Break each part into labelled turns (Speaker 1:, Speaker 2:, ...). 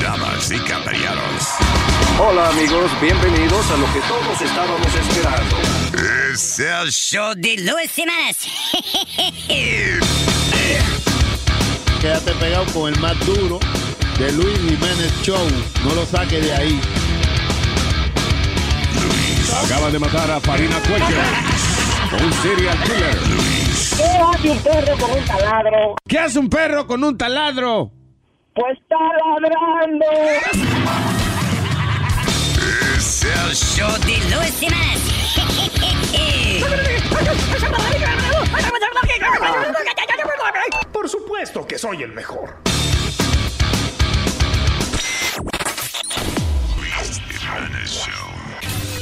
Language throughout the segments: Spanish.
Speaker 1: Caballeros y caballeros.
Speaker 2: Hola amigos, bienvenidos a lo que todos estábamos esperando.
Speaker 1: Es el show de Luis Semanas.
Speaker 3: Quédate pegado con el más duro de Luis Jiménez Show. No lo saques de ahí.
Speaker 4: Acaban de matar a Farina Cuello. Un serial killer.
Speaker 5: ¿Qué hace un perro con un taladro?
Speaker 4: ¿Qué hace un perro con un taladro?
Speaker 5: Pues está ladrando.
Speaker 1: Es el show de Luis Semanas.
Speaker 6: Por supuesto que soy el mejor.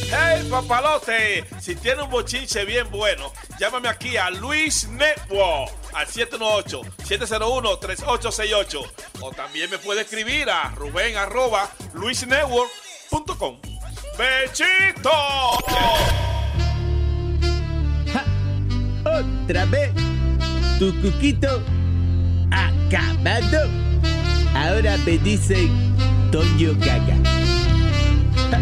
Speaker 7: ¡Hey, papalote! Si tiene un bochinche bien bueno, llámame aquí a Luis Network al 718-701-3868. O también me puede escribir a Rubén arroba luisnetwork.com. ¡Bechito!
Speaker 8: Otra vez, tu cuquito acabado. Ahora me dice Toño Gaga. Ja.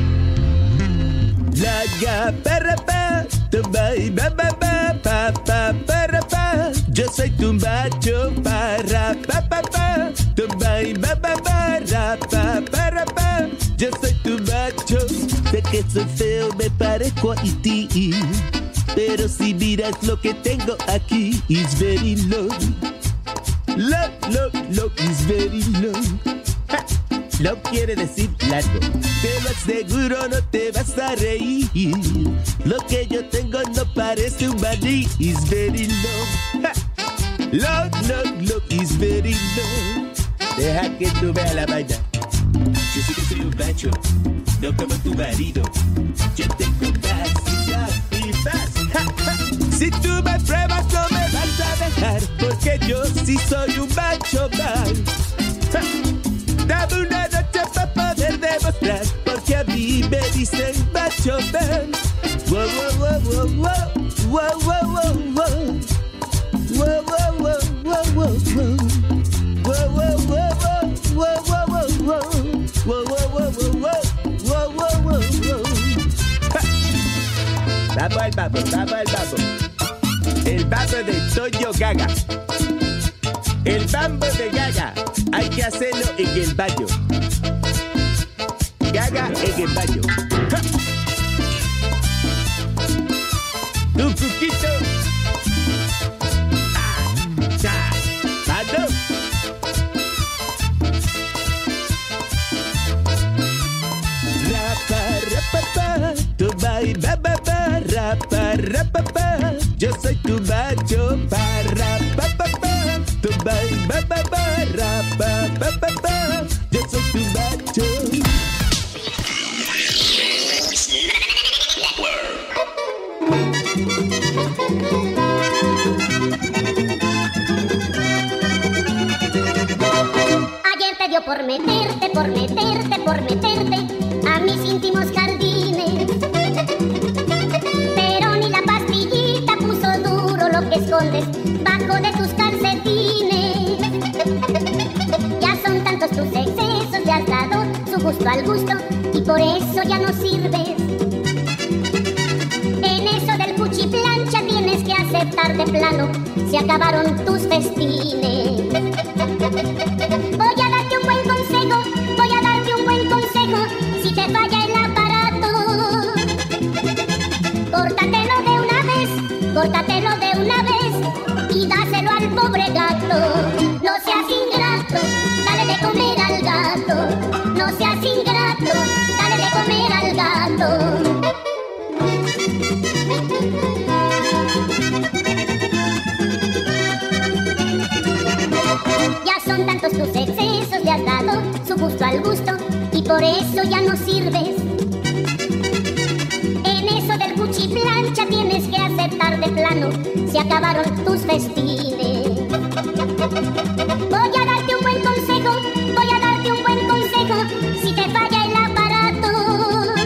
Speaker 8: La ga para pa, tumba y ba ba ba, pa pa para pa. Yo soy tu macho para pa pa pa, tumba y ba ba ba, ra, pa para pa. Yo soy tu macho, sé que soy feo, me parezco a ti. Pero si miras lo que tengo aquí, is very low. Low, low, low, is very low. Ja. Low quiere decir largo. Te lo aseguro, no te vas a reír. Lo que yo tengo no parece un maní, is very low. Ja. Low, low, low, is very low. Deja que tú veas la vaina. Yo sí que soy un macho, no como tu marido. Yo tengo más y más y más. Ja, ja. Si tú me pruebas no me vas a dejar, porque yo sí soy un macho mal. Ja. Dame una noche para poder demostrar, porque a mí me dicen macho mal. Wow, wow, wow, wow, wow, wow, wow, wow. Wow, wow, wow, wow, wow, wow. Wow, wow, wow, wow, wow, wow, wow. Wow, wow, wow, wow, wow, wow, wow, wow. Vamos al babo, vamos al babo. El babo de Toño Gaga. El bambo de Gaga. Hay que hacerlo en el baño. Gaga en el baño. ¡Ja! Tu cuquito. Acabado. Rapa, rapapa, tu bai, ba, ba, ba, rapa, rapapa. Yo soy tu macho, para, pa, pa, pa. Tu bai, ba, ba, ba, rapa, pa, pa, pa. Yo soy tu macho.
Speaker 9: Ayer te dio por meterte, por meterte, por meterte a mis íntimos jardines. Pero ni la pastillita puso duro lo que escondes bajo de tus calcetines. Ya son tantos tus excesos, le has dado su gusto al gusto y por eso ya no sirves. En eso del cuchi plancha tienes que aceptar de plano, se acabaron tus festines. Voy a darte un buen consejo, voy a darte un buen consejo, si te falla el aparato. Córtatelo de una vez, córtatelo de una vez y dáselo al pobre gato. No seas ingrato, dale de comer al gato. No seas ingrato, dale de comer al gato. Ya son tantos tus excesos, le has dado su gusto al gusto y por eso ya no sirves. En eso del cuchi plancha tienes que aceptar de plano, se acabaron tus festines. Voy a darte un buen consejo, voy a darte un buen consejo, si te falla el aparato.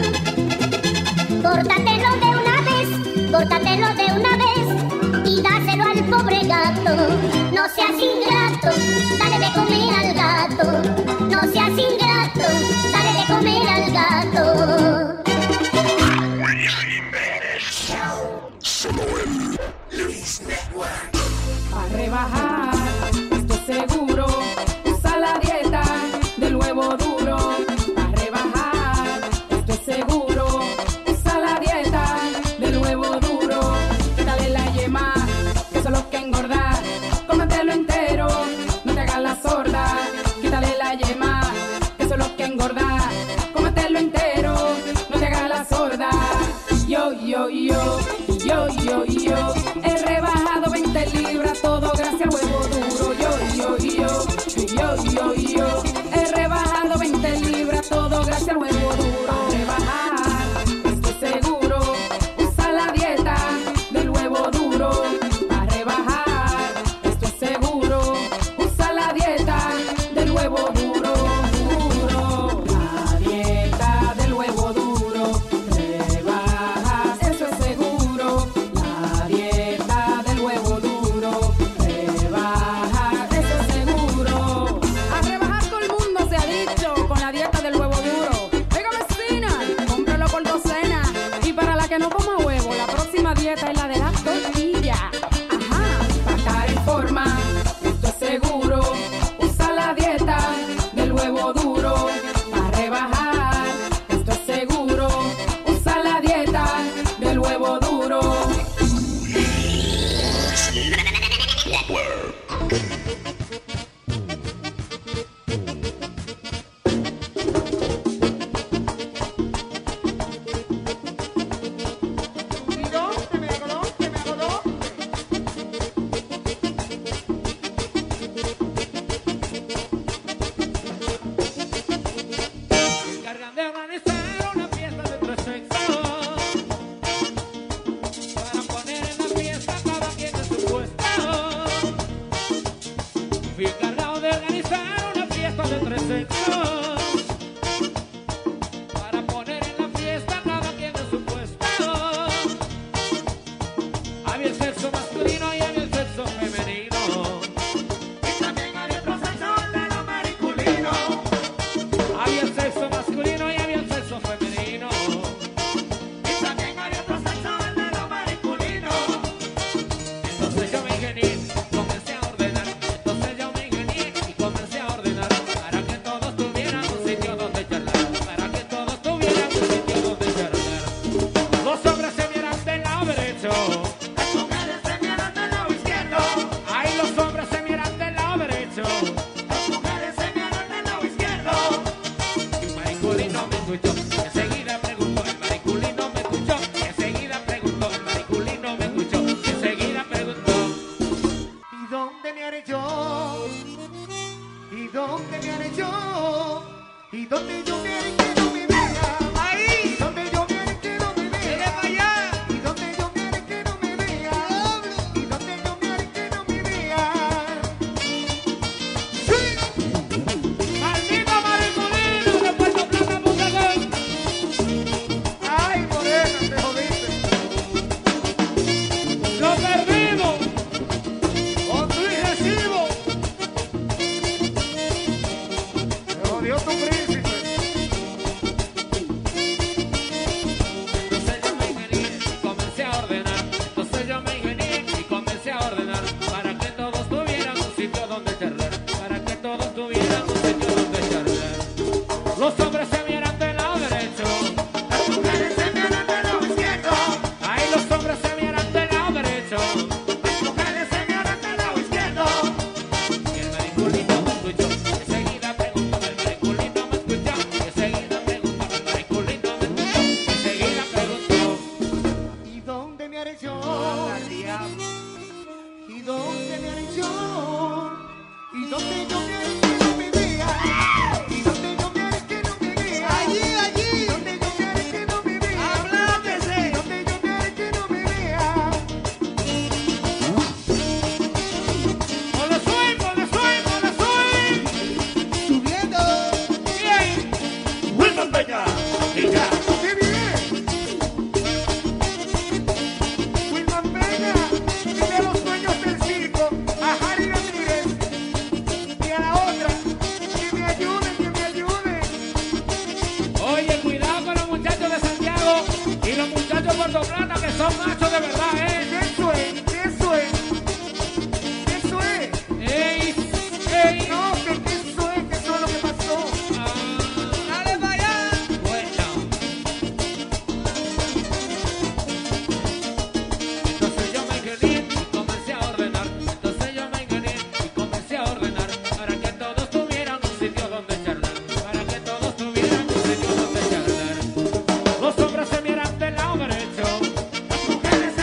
Speaker 9: Córtatelo de una vez, córtatelo de una vez y dáselo al pobre gato. No seas ingrato, dale de comer al gato. No seas ingrato,
Speaker 10: yo, yo, yo, yo. He rebajado 20 libras, todo gracias a huevo duro, yo, yo, yo, yo, yo, yo. He rebajado 20 libras, todo gracias a huevo duro. Rebajar, estoy seguro. Usa la dieta del huevo duro. A rebajar, estoy seguro. Usa la dieta del huevo duro, duro. La dieta del huevo duro. Rebajas, eso es seguro. La dieta del huevo duro. Rebajas, eso es seguro. A rebajar todo el mundo se ha dicho con la dieta del huevo duro. Oiga, vecina, cómpralo por docena. Y para la que no coma huevo, la próxima dieta es la de las tortillas. Ajá, para estar en forma, esto es seguro. Usa la dieta del huevo duro. Para rebajar, esto es seguro. Usa la dieta del huevo duro.
Speaker 11: Cargan de organizar una fiesta de tres sexos Para poner en la fiesta cada quien en su puesto Fui encargado de organizar una fiesta de tres sexos Para poner en la fiesta cada quien en su puesto Había el sexo masculino y había el sexo femenino Y también había otro sexo de lo mariculino había el sexo masculino y había el sexo femenino. Y también había otro sexo el de lo masculino. Entonces yo me ingenié, comencé a ordenar. Entonces yo me ingenié y comencé a ordenar. Para que todos tuvieran un sitio donde charlar. Para que todos tuvieran un sitio donde charlar. Los hombres se miran del lado derecho. Las mujeres se miran del lado izquierdo. Ay, los hombres se miran del lado derecho. Las mujeres se miran del lado izquierdo. El mariculino me escuchó, enseguida preguntó, el mariculino me escuchó, enseguida preguntó, el mariculino me escuchó, enseguida preguntó.
Speaker 8: ¿Y dónde me haré yo? ¿Y dónde me haré yo? ¿Y dónde yo me haré que no me vea? ¡Ahí! ¿Dónde yo me haré que no me vea? ¡Eres allá! ¿Y dónde yo me haré que no me vea? ¿Y dónde yo me haré que no me vea?
Speaker 11: ¡Maldito mariculino de Puerto Plata, Bocagón! ¡Ay, morena, te jodiste! ¡Lo perdimos! ¡Otro recibo!
Speaker 8: ¡Me jodió tu príncipe!
Speaker 11: Entonces yo me ingenié y comencé a ordenar. Entonces yo me ingenié y comencé a ordenar. Para que todos tuvieran un sitio donde charlar. Para que todos tuvieran un sitio donde charlar. Los hombres se miran del lado derecho. Las mujeres se miran del lado izquierdo. Ahí los hombres se miran del lado derecho. Las mujeres se miran del lado izquierdo. Y el mariculito me escuchó. Enseguida preguntó. El mariculito me escuchó. Enseguida preguntó. El mariculito me escuchó. Enseguida preguntó.
Speaker 8: ¿Y dónde me haré yo? ¿Y dónde me haré yo? ¿Y dónde yo me haré que no me vea? ¿Y dónde yo me haré que no me vea? Allí, allí. ¿Y dónde yo me haré que no me vea? Háblame. ¿Y dónde yo me haré que no me vea?
Speaker 11: ¡Con la swing, con la swing, con la swing! ¡Subiendo! ¡Bien! ¡Wilson Peña! ¡Y ya!
Speaker 8: ¡Qué bien! Wilman Peña, tiene los sueños del circo. A Harry Ramírez y a la otra. Que me ayuden, que me ayuden.
Speaker 11: Oye, cuidado con los muchachos de Santiago y los muchachos de Puerto Plata que son machos de verdad, ¿eh?
Speaker 8: Eso es, eso es. Eso es.
Speaker 11: ¡Ey! ¡Ey!
Speaker 8: No, que eso es, que eso es lo que pasó.
Speaker 11: ¡Dale para allá! Bueno. Entonces yo me ingenié y comencé a ordenar. Entonces yo me ingenié y comencé a ordenar. Para que todos tuvieran un sitio donde charlar. Para que todos tuvieran un sitio donde charlar. Los hombres se miran del lado derecho. Las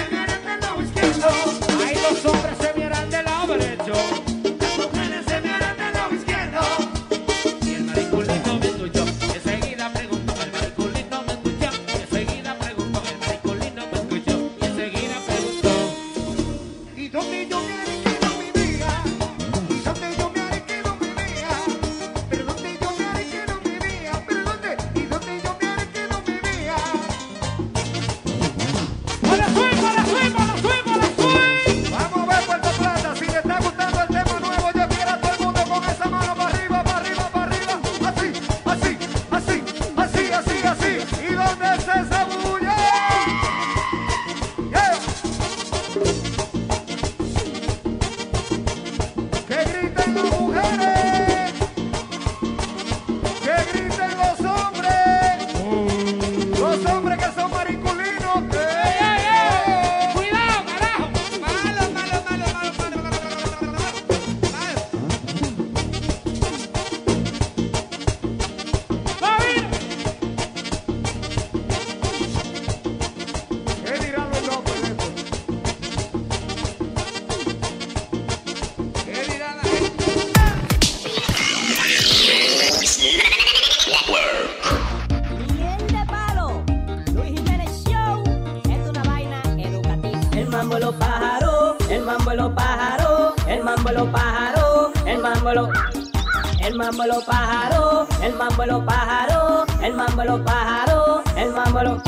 Speaker 12: mambo lo, el mambo lo pájaro, el mambo lo pájaro, el mambo lo pájaro, el mambo lo.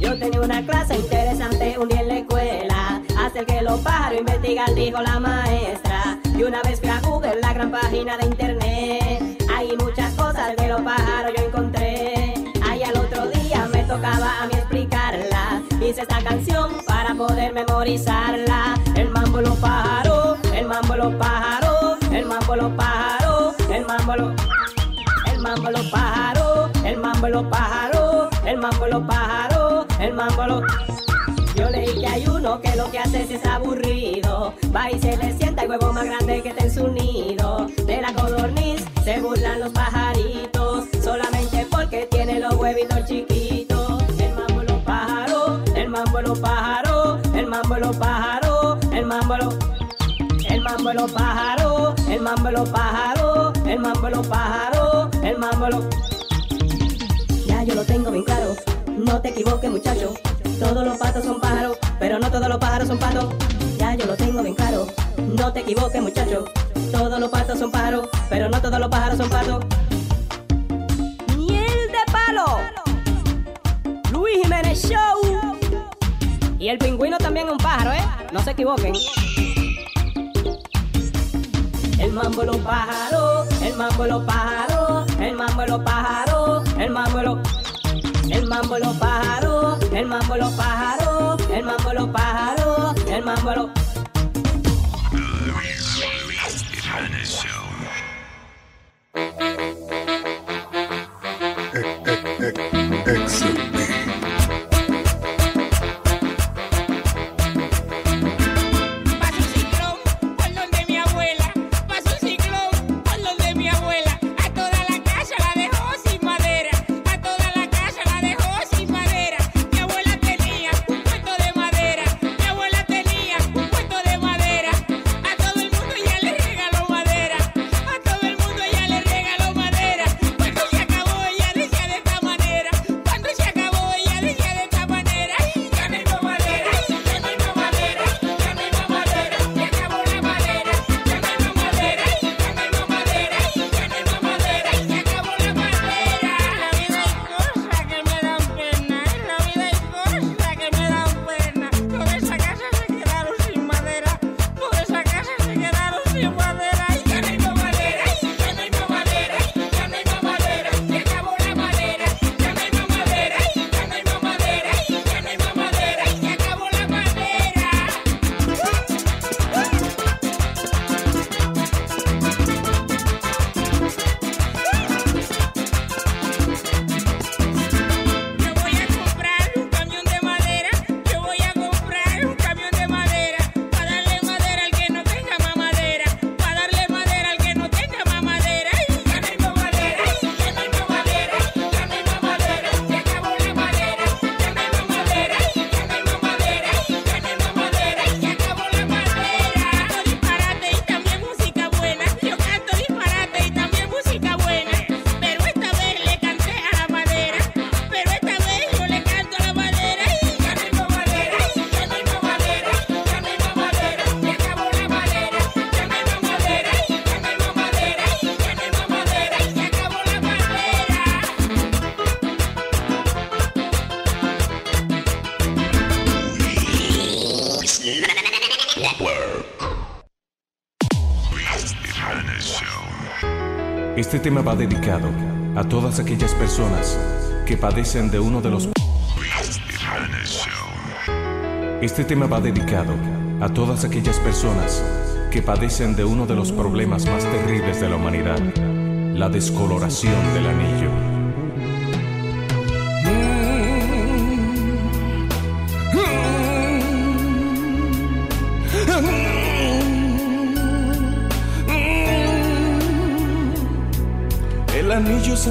Speaker 12: Yo tenía una clase interesante un día en la escuela. Hasta el que los pájaros investigan, dijo la maestra. Y una vez fui a Google, la gran página de internet. Hay muchas cosas de los pájaros yo encontré. Ahí al otro día me tocaba a mí explicarla. Hice esta canción para poder memorizarla. El mambo los pájaros, el mambo los pájaros, el mambo los pájaros, el mambo los el mambo los pájaros, el mambo los pájaros, el mambo los pájaros, el mambo los yo leí que hay uno que lo que hace es, es aburrido. Va y se le sienta el huevo más grande que está en su nido. De la codorniz se burlan los pajaritos. Solamente porque tiene los huevitos chiquitos. El mambo los pájaros, el mambo los pájaros, el mambo los pájaros, el mambo los el mambo los pájaros, el mambo los pájaros, el mambo los pájaros, el mambo los ya yo lo tengo bien claro. No te equivoques, muchacho. Todos los patos son pájaros, pero no todos los pájaros son patos. Ya yo lo tengo bien claro. No te equivoques, muchacho. Todos los patos son pájaros, pero no todos los pájaros son patos. Miel de palo. Luis Jiménez Show. Y el pingüino también es un pájaro, ¿eh? No se equivoquen. El mambo los pájaros, el mambo los pájaros, el mambo los pájaros, el mambo los el mambo los pájaros, el mambo los pájaros, el mambo los pájaros, el mambo los
Speaker 13: Paso un ciclón por donde mi abuela, paso un ciclón por donde mi abuela, a toda la casa la dejó sin madera, a toda la casa la dejó sin madera, mi abuela tenía un puesto de madera, mi abuela tenía un puesto de madera, a todo el mundo ya le regaló madera, a todo el mundo ya le regaló madera, cuando se acabó ella decía de esta manera, cuando se acabó ella decía de esta manera, ay, ya me dio madera, ay, ya me dio madera. Por esa casa se quedaron sin madera, por esa casa se quedaron sin madera, y ya no hay más madera, y ya no hay más madera, y ya no hay más madera, se acabó la madera, ya no hay más madera, y ya no hay más madera, y ya no hay más madera, y se acabó la madera. Yo voy a comprar un camión de madera, yo voy a comprar un camión de madera, para darle madera al que no tenga más madera, para darle madera al que no tenga más madera, y ya no hay más madera, y ya no hay más madera, y ya no hay más madera, se acabó la madera, ya no hay más madera, y ya no hay más madera, y ya no hay más madera, y se acabó la madera. Canto disparate y también música buena, yo canto disparate y también música buena, pero esta vez le canté a la madera. Pero esta vez yo le canto la madera y ya no hay más madera, y ya no hay más madera, y ya no hay más madera, se acabó la madera, ya no hay más madera, y ya no hay más madera, y ya no hay más madera, y se acabó la madera.
Speaker 8: Este tema va dedicado a todas aquellas personas que padecen de uno de los... Este tema va dedicado a todas aquellas personas que padecen de uno de los problemas más terribles de la humanidad, la descoloración del anillo.
Speaker 14: El anillo se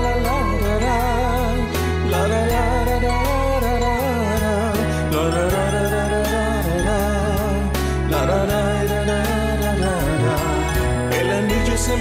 Speaker 14: la la la la la la la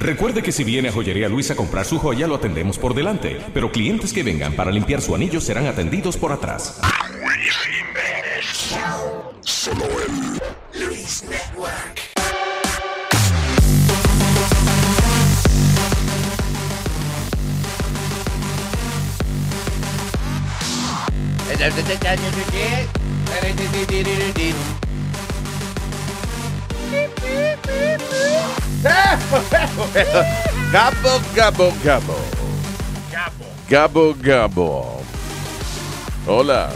Speaker 14: Recuerde que si viene a Joyería Luis a comprar su joya, lo atendemos por delante, pero clientes que vengan para limpiar su anillo serán atendidos por atrás.
Speaker 15: Solo en Luis Network.
Speaker 6: Gabo, Gabo, Gabo.
Speaker 16: Gabo.
Speaker 6: Gabo, Gabo. Hola.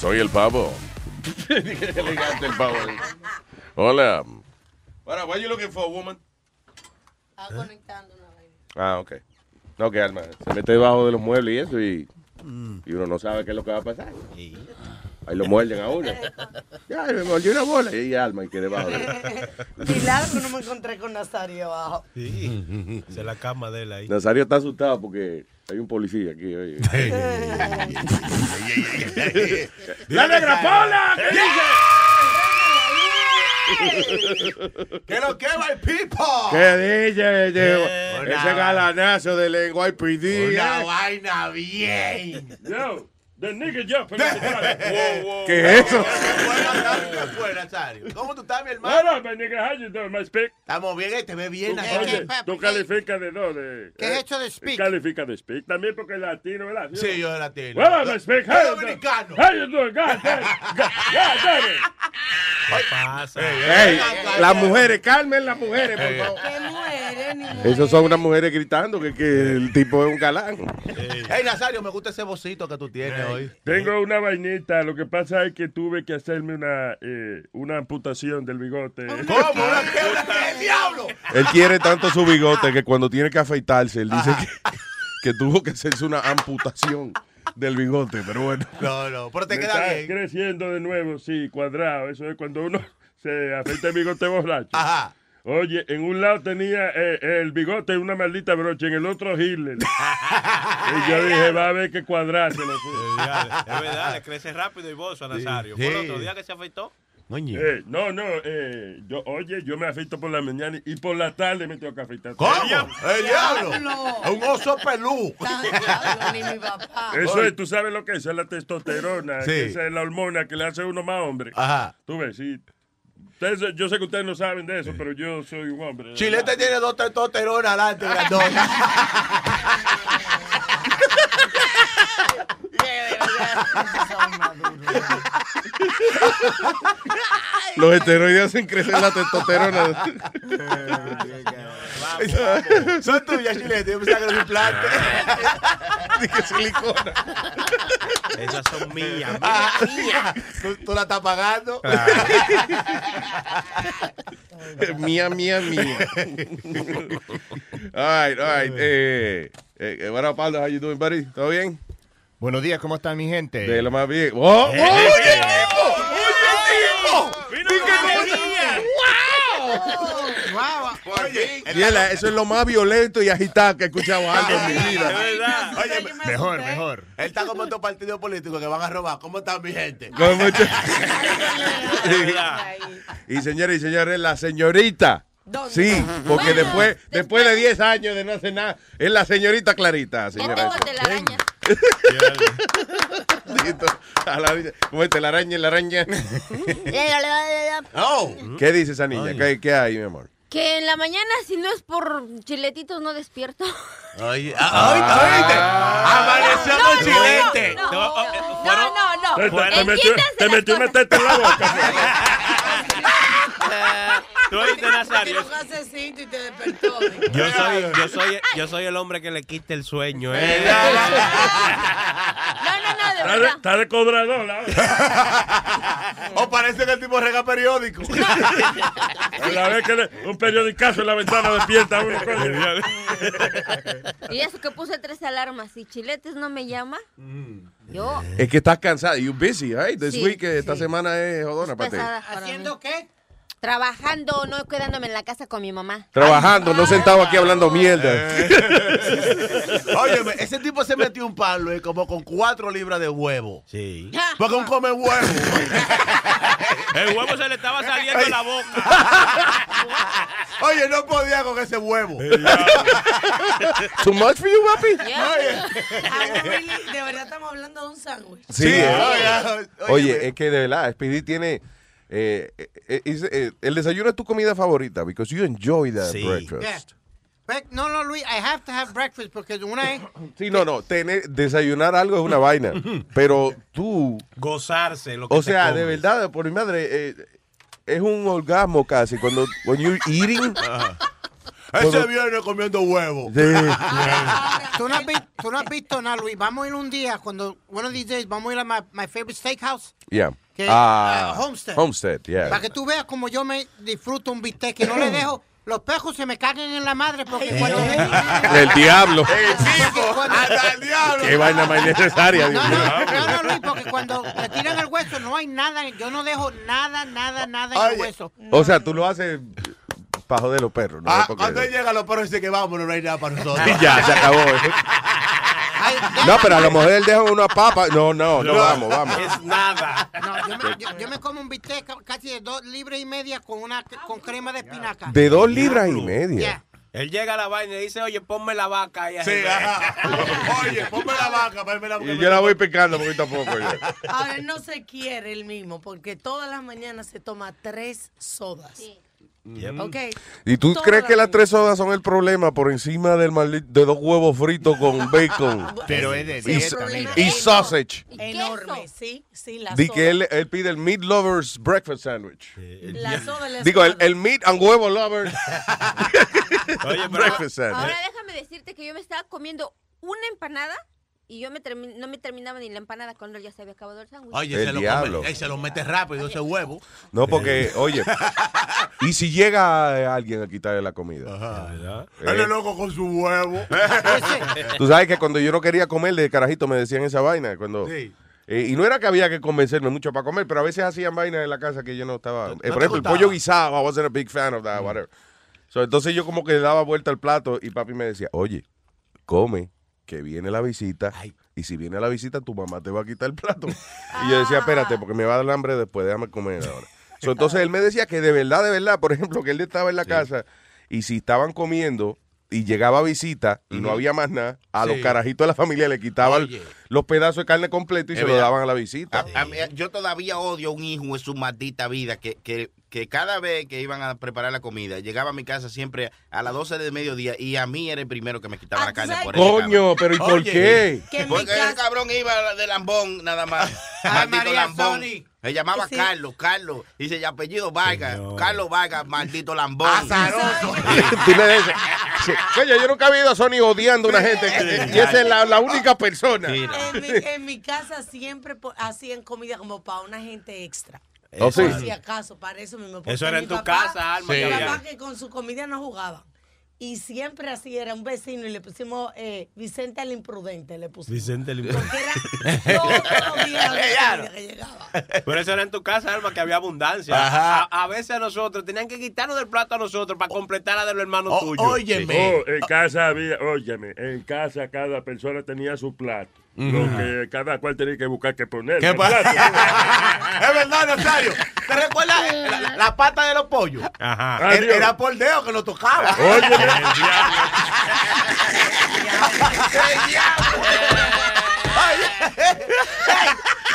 Speaker 6: Soy el pavo.
Speaker 16: Qué elegante el pavo. ahí.
Speaker 6: Hola.
Speaker 16: Para, why you looking for a woman?
Speaker 6: Ah, ok. No, que alma. Se mete debajo de los muebles y eso y, y uno no sabe qué es lo que va a pasar. Ahí lo muerden a uno. Ya, me mordió una bola y alma y que debajo. de-
Speaker 17: Milagro, no me encontré con Nazario abajo.
Speaker 8: Sí. Se la cama de él ahí.
Speaker 6: Nazario está asustado porque hay un policía aquí. oye.
Speaker 16: ¡La negra Paula! ¿Qué
Speaker 6: dice?
Speaker 8: ¿Qué lo que va el pipo?
Speaker 6: ¿Qué dice?
Speaker 8: Eh,
Speaker 6: ese- ese
Speaker 8: una-
Speaker 6: galanazo del NYPD?
Speaker 8: Una
Speaker 6: eh?
Speaker 8: vaina bien.
Speaker 18: Yo, the nigga ya, pero
Speaker 6: ¿Qué es eso?
Speaker 18: ¿Cómo fue, Nazario? ¿Cómo tú estás, mi hermano? What up, my nigga? How you doing, my speak? Estamos bien, eh, te ve bien,
Speaker 8: Nazario.
Speaker 18: Tú calificas de dos. De, eh,
Speaker 8: ¿Qué es esto de speak?
Speaker 18: Califica de speak. También porque es latino, ¿verdad?
Speaker 8: Sí, yo soy latino.
Speaker 18: What up, my speak? How
Speaker 8: Soy
Speaker 18: you doing?
Speaker 8: dominicano.
Speaker 18: How you doing? God damn it. God God damn it.
Speaker 8: pasa?
Speaker 6: Ey, las mujeres, calmen las mujeres, por favor. Esos son unas mujeres gritando que, que el tipo es un galán.
Speaker 18: Hey, Nazario, me gusta ese vocito que tú tienes hoy. Tengo una vainita. Lo que pasa es que tuve que hacerme una, eh, una amputación del bigote.
Speaker 8: ¿Cómo? ¿Una qué? ¿Una qué? ¡Diablo!
Speaker 6: Él quiere tanto su bigote que cuando tiene que afeitarse, él dice que, que tuvo que hacerse una amputación del bigote, pero bueno.
Speaker 18: No, no, pero te
Speaker 8: queda bien.
Speaker 18: creciendo de nuevo, sí, cuadrado. Eso es cuando uno se afeita el bigote borracho. Ajá. Oye, en un lado tenía eh, el bigote una maldita brocha, en el otro Hitler. y yo dije, va a haber que cuadrárselo.
Speaker 8: Es verdad, le crece rápido y bozo a Nazario. Fue el otro día que se afeitó.
Speaker 18: Eh, no, no, eh, yo, oye, yo me afeito por la mañana y por la tarde me tengo que afeitar.
Speaker 8: ¿Cómo?
Speaker 18: ¡El
Speaker 8: diablo!
Speaker 18: ¡Un oso pelú! Eso
Speaker 8: Oye.
Speaker 18: es, tú sabes lo que es, esa es la testosterona,
Speaker 8: Sí.
Speaker 18: que esa es la hormona que le hace a uno más hombre.
Speaker 5: Ah.
Speaker 8: Ajá.
Speaker 18: Tú ves, sí. Ustedes- yo sé que ustedes no saben de eso, pero yo soy un hombre.
Speaker 8: Chilete tiene dos testosteronas adelante, grandona.
Speaker 6: Los esteroides hacen crecer la testosterona.
Speaker 8: Son tuyas, Chilete. Yo pensaba que era un implante.
Speaker 6: Dije silicona.
Speaker 8: Esas son mías.
Speaker 5: Ah,
Speaker 8: mías. Tú, tú la estás pagando.
Speaker 6: mía, mía, mía. all right, all right. Eh, eh, eh, what up, Aldo? How you doing, buddy? ¿Todo bien?
Speaker 19: Buenos días, ¿cómo están mi gente?
Speaker 6: De lo más bien. ¡Oh!
Speaker 19: Eh.
Speaker 6: ¡Oye!
Speaker 19: eh.
Speaker 6: Diela, eso es lo más violento y agitado que he escuchado antes en mi vida.
Speaker 19: Mejor, mejor.
Speaker 8: Él está como estos partidos políticos que van a robar. ¿Cómo está mi gente?
Speaker 6: Con mucho- y señores y señores, la señorita. Sí, porque
Speaker 20: Bueno,
Speaker 6: después, después de 10 años de no hacer nada, es la señorita Clarita, señora.
Speaker 20: Vete, la araña.
Speaker 6: Listo. A la vida. ¿Cómo es? ¿Te la araña, la araña? ¿Qué dice esa niña? ¿Qué, qué hay, mi amor?
Speaker 20: Que en la mañana, si no es por chiletitos, no despierto.
Speaker 8: Oye, ah, oíste, oíste. Amaneció oh, con Chilete. eh,
Speaker 20: No, no, no.
Speaker 18: Te, te- te
Speaker 20: Entiéndase
Speaker 18: metió, te metió una teta en la boca.
Speaker 8: Tú oíste, Nazario.
Speaker 17: Porque era un gasecito y te despertó.
Speaker 8: Yo soy,
Speaker 2: yo soy, yo soy el hombre que le quita el sueño, ¿eh?
Speaker 20: No, no, no, de
Speaker 18: Está de, está ¿eh? de cobrador. la-
Speaker 19: O parece que el tipo rega periódico.
Speaker 18: A la vez que le- un periodicazo en la ventana despierta a uno. coño.
Speaker 20: Y eso que puse tres alarmas. y Chiletes no me llama, yo
Speaker 6: Es que estás cansada. You busy, right? This
Speaker 20: Sí,
Speaker 6: week, eh, esta semana es jodona para ti.
Speaker 20: pesada. ¿Haciendo qué? Trabajando, no quedándome en la casa con mi mamá.
Speaker 6: Trabajando,
Speaker 20: Ah.
Speaker 6: no sentado aquí hablando mierda.
Speaker 19: Óyeme, ese tipo se metió un palo eh, como con cuatro libras de huevo. Sí. Porque un come huevo.
Speaker 2: El huevo se le estaba saliendo de la boca.
Speaker 19: Oye, no podía con ese huevo.
Speaker 6: Too much for you, papi.
Speaker 17: Ahora, Willy, de verdad estamos hablando de un sándwich.
Speaker 6: Sí. eh.
Speaker 17: Oye,
Speaker 6: Oye, eh. es que de verdad, Speedy tiene. eh, eh, eh, is- eh, el desayuno es tu comida favorita because you enjoy that breakfast.
Speaker 3: Yeah. Break- no, no, Luis, I have to have breakfast porque una es.
Speaker 6: Sí, no, no. Tener, desayunar algo es una vaina. Pero tú.
Speaker 19: Gozarse lo que
Speaker 6: O sea,
Speaker 19: te
Speaker 6: de
Speaker 19: comes.
Speaker 6: verdad, por mi madre, eh, es un orgasmo casi. Cuando when you're eating.
Speaker 19: Ese
Speaker 6: cuando-
Speaker 19: viene comiendo huevo.
Speaker 3: Tú no, has vi- tú no has visto nada, Luis. Vamos a ir un día cuando. One of these days, vamos a ir a my, my favorite steakhouse.
Speaker 6: Yeah.
Speaker 3: Que,
Speaker 6: Ah,
Speaker 3: ah, Homestead.
Speaker 6: Homestead, yeah.
Speaker 3: Para que tú veas como yo me disfruto un bistec que no le dejo. Los pejos se me caguen en la madre porque cuando.
Speaker 6: El diablo.
Speaker 3: Hasta
Speaker 19: el diablo.
Speaker 6: Qué vaina más innecesaria. Dios mío.
Speaker 3: No, no, Luis, porque cuando me tiran el hueso no hay nada. Yo no dejo nada, nada, nada en el hueso.
Speaker 6: O sea, tú lo haces para joder los perros. ¿no?
Speaker 19: Ah,
Speaker 6: Porque-
Speaker 19: cuando llegan los perros dicen que vámonos, no hay nada para nosotros.
Speaker 6: Y ya, se acabó. ¿eh? No, pero a lo mejor él deja una papa. No, no, no, vamos, vamos.
Speaker 19: Es nada.
Speaker 3: No, yo me, yo- yo me como un bistec ca- casi de dos libras y media con una con crema de espinaca.
Speaker 6: De dos libras y media.
Speaker 2: Él llega a la vaina y le dice, oye, ponme la vaca. ahí
Speaker 19: Sí,
Speaker 2: arriba".
Speaker 19: Oye, ponme la vaca, ponme la
Speaker 6: Y yo la voy picando poquito a poco. yo.
Speaker 17: Ahora él no se quiere el mismo porque todas las mañanas se toma tres sodas. ¿Ok?
Speaker 6: ¿Y tú
Speaker 17: Todas
Speaker 6: crees que las
Speaker 17: mañanas.
Speaker 6: tres sodas son el problema por encima del maldi- de dos huevos fritos con bacon?
Speaker 8: Pero es de
Speaker 6: Y,
Speaker 8: dieta,
Speaker 6: sa-
Speaker 8: nena.
Speaker 6: y sausage.
Speaker 17: Enorme, sí, sí, la
Speaker 6: Di
Speaker 17: soda.
Speaker 6: que él, él pide el meat lovers breakfast sandwich.
Speaker 17: La soda le
Speaker 6: Digo, el, el meat and huevo lovers breakfast
Speaker 20: Ahora
Speaker 6: sandwich.
Speaker 20: déjame decirte que yo me estaba comiendo una empanada y yo me termi- no me terminaba ni la empanada cuando ya se había acabado el sándwich.
Speaker 19: Oye,
Speaker 6: El
Speaker 19: se, lo
Speaker 6: diablo.
Speaker 19: come, eh, se lo mete rápido ese huevo.
Speaker 6: No, porque, oye, ¿y si llega alguien a quitarle la comida? Eh,
Speaker 8: Ah,
Speaker 19: Él es loco con su huevo.
Speaker 6: Tú sabes que cuando yo no quería comer de carajito me decían esa vaina. Cuando,
Speaker 19: Sí.
Speaker 6: Eh, y no era que había que convencerme mucho para comer, pero a veces hacían vainas en la casa que yo no estaba. eh,
Speaker 19: te Mm.
Speaker 6: por ejemplo,
Speaker 19: gustaba?
Speaker 6: el pollo guisado, I wasn't a big fan of that, whatever. So, entonces yo como que daba vuelta al plato y papi me decía, oye, come, que viene la visita. Y si viene la visita, tu mamá te va a quitar el plato. Y yo decía,
Speaker 19: Ah.
Speaker 6: espérate, porque me va a dar hambre después, déjame comer ahora. So, entonces él me decía que de verdad, de verdad, por ejemplo, que él estaba en la casa y si estaban comiendo y llegaba visita y no
Speaker 19: Ujú.
Speaker 6: había más nada, a los
Speaker 19: Sí.
Speaker 6: carajitos de la familia le quitaban
Speaker 21: Oye.
Speaker 6: los pedazos de carne completo y
Speaker 21: Es
Speaker 6: se lo
Speaker 21: verdad.
Speaker 6: daban a la
Speaker 19: Ah.
Speaker 6: visita.
Speaker 21: A mí- eh, yo todavía odio a un hijo en su maldita vida que, que, que cada vez que iban a preparar la comida, llegaba a mi casa siempre a las 12 del mediodía y a mí era el primero que me quitaba la carne. Por ese cabrón.
Speaker 6: Coño, pero ¿y por
Speaker 21: Oye,
Speaker 6: qué?
Speaker 21: que en mi Porque el cabrón iba de lambón nada más. Maldito
Speaker 17: María
Speaker 21: lambón.
Speaker 17: Sony.
Speaker 21: Me llamaba
Speaker 17: Sí.
Speaker 21: Carlos, Carlos. Dice, y apellido Vargas. Carlos Vargas, maldito lambón.
Speaker 6: Dime de eso. Sí. Coño, yo nunca he oído a Sony odiando a una gente y esa es la, la única persona.
Speaker 17: En mi, en mi casa siempre po- hacían comida como para una gente extra.
Speaker 6: Oh, sí.
Speaker 17: Por si acaso, para eso mismo. porque
Speaker 2: Eso era
Speaker 17: mi
Speaker 2: en tu
Speaker 17: papá-
Speaker 2: casa, Alma,
Speaker 17: Mi
Speaker 2: que
Speaker 17: papá
Speaker 2: había.
Speaker 17: que con su comida no jugaba. Y siempre así era un vecino y le pusimos eh, Vicente el Imprudente. Le pusimos.
Speaker 2: Vicente el
Speaker 17: Porque era todos los días la
Speaker 2: Claro.
Speaker 17: comida que llegaba.
Speaker 2: Pero eso era en tu casa, Alma, que había abundancia.
Speaker 19: Ajá.
Speaker 2: A, a veces a nosotros tenían que quitarnos del plato a nosotros para completar la de los hermanos
Speaker 18: O-
Speaker 2: tuyos.
Speaker 18: Oh, en casa había, óyeme, en casa cada persona tenía su plato. Lo que cada cual tenía que buscar que poner.
Speaker 19: ¿Qué
Speaker 18: el
Speaker 19: pasa?
Speaker 18: plato.
Speaker 19: es verdad, Nazario. ¿Te recuerdas eh, la, la pata de los pollos?
Speaker 6: Ah,
Speaker 18: Ajá.
Speaker 19: Era, era por dedo que lo tocaba.
Speaker 18: Oye,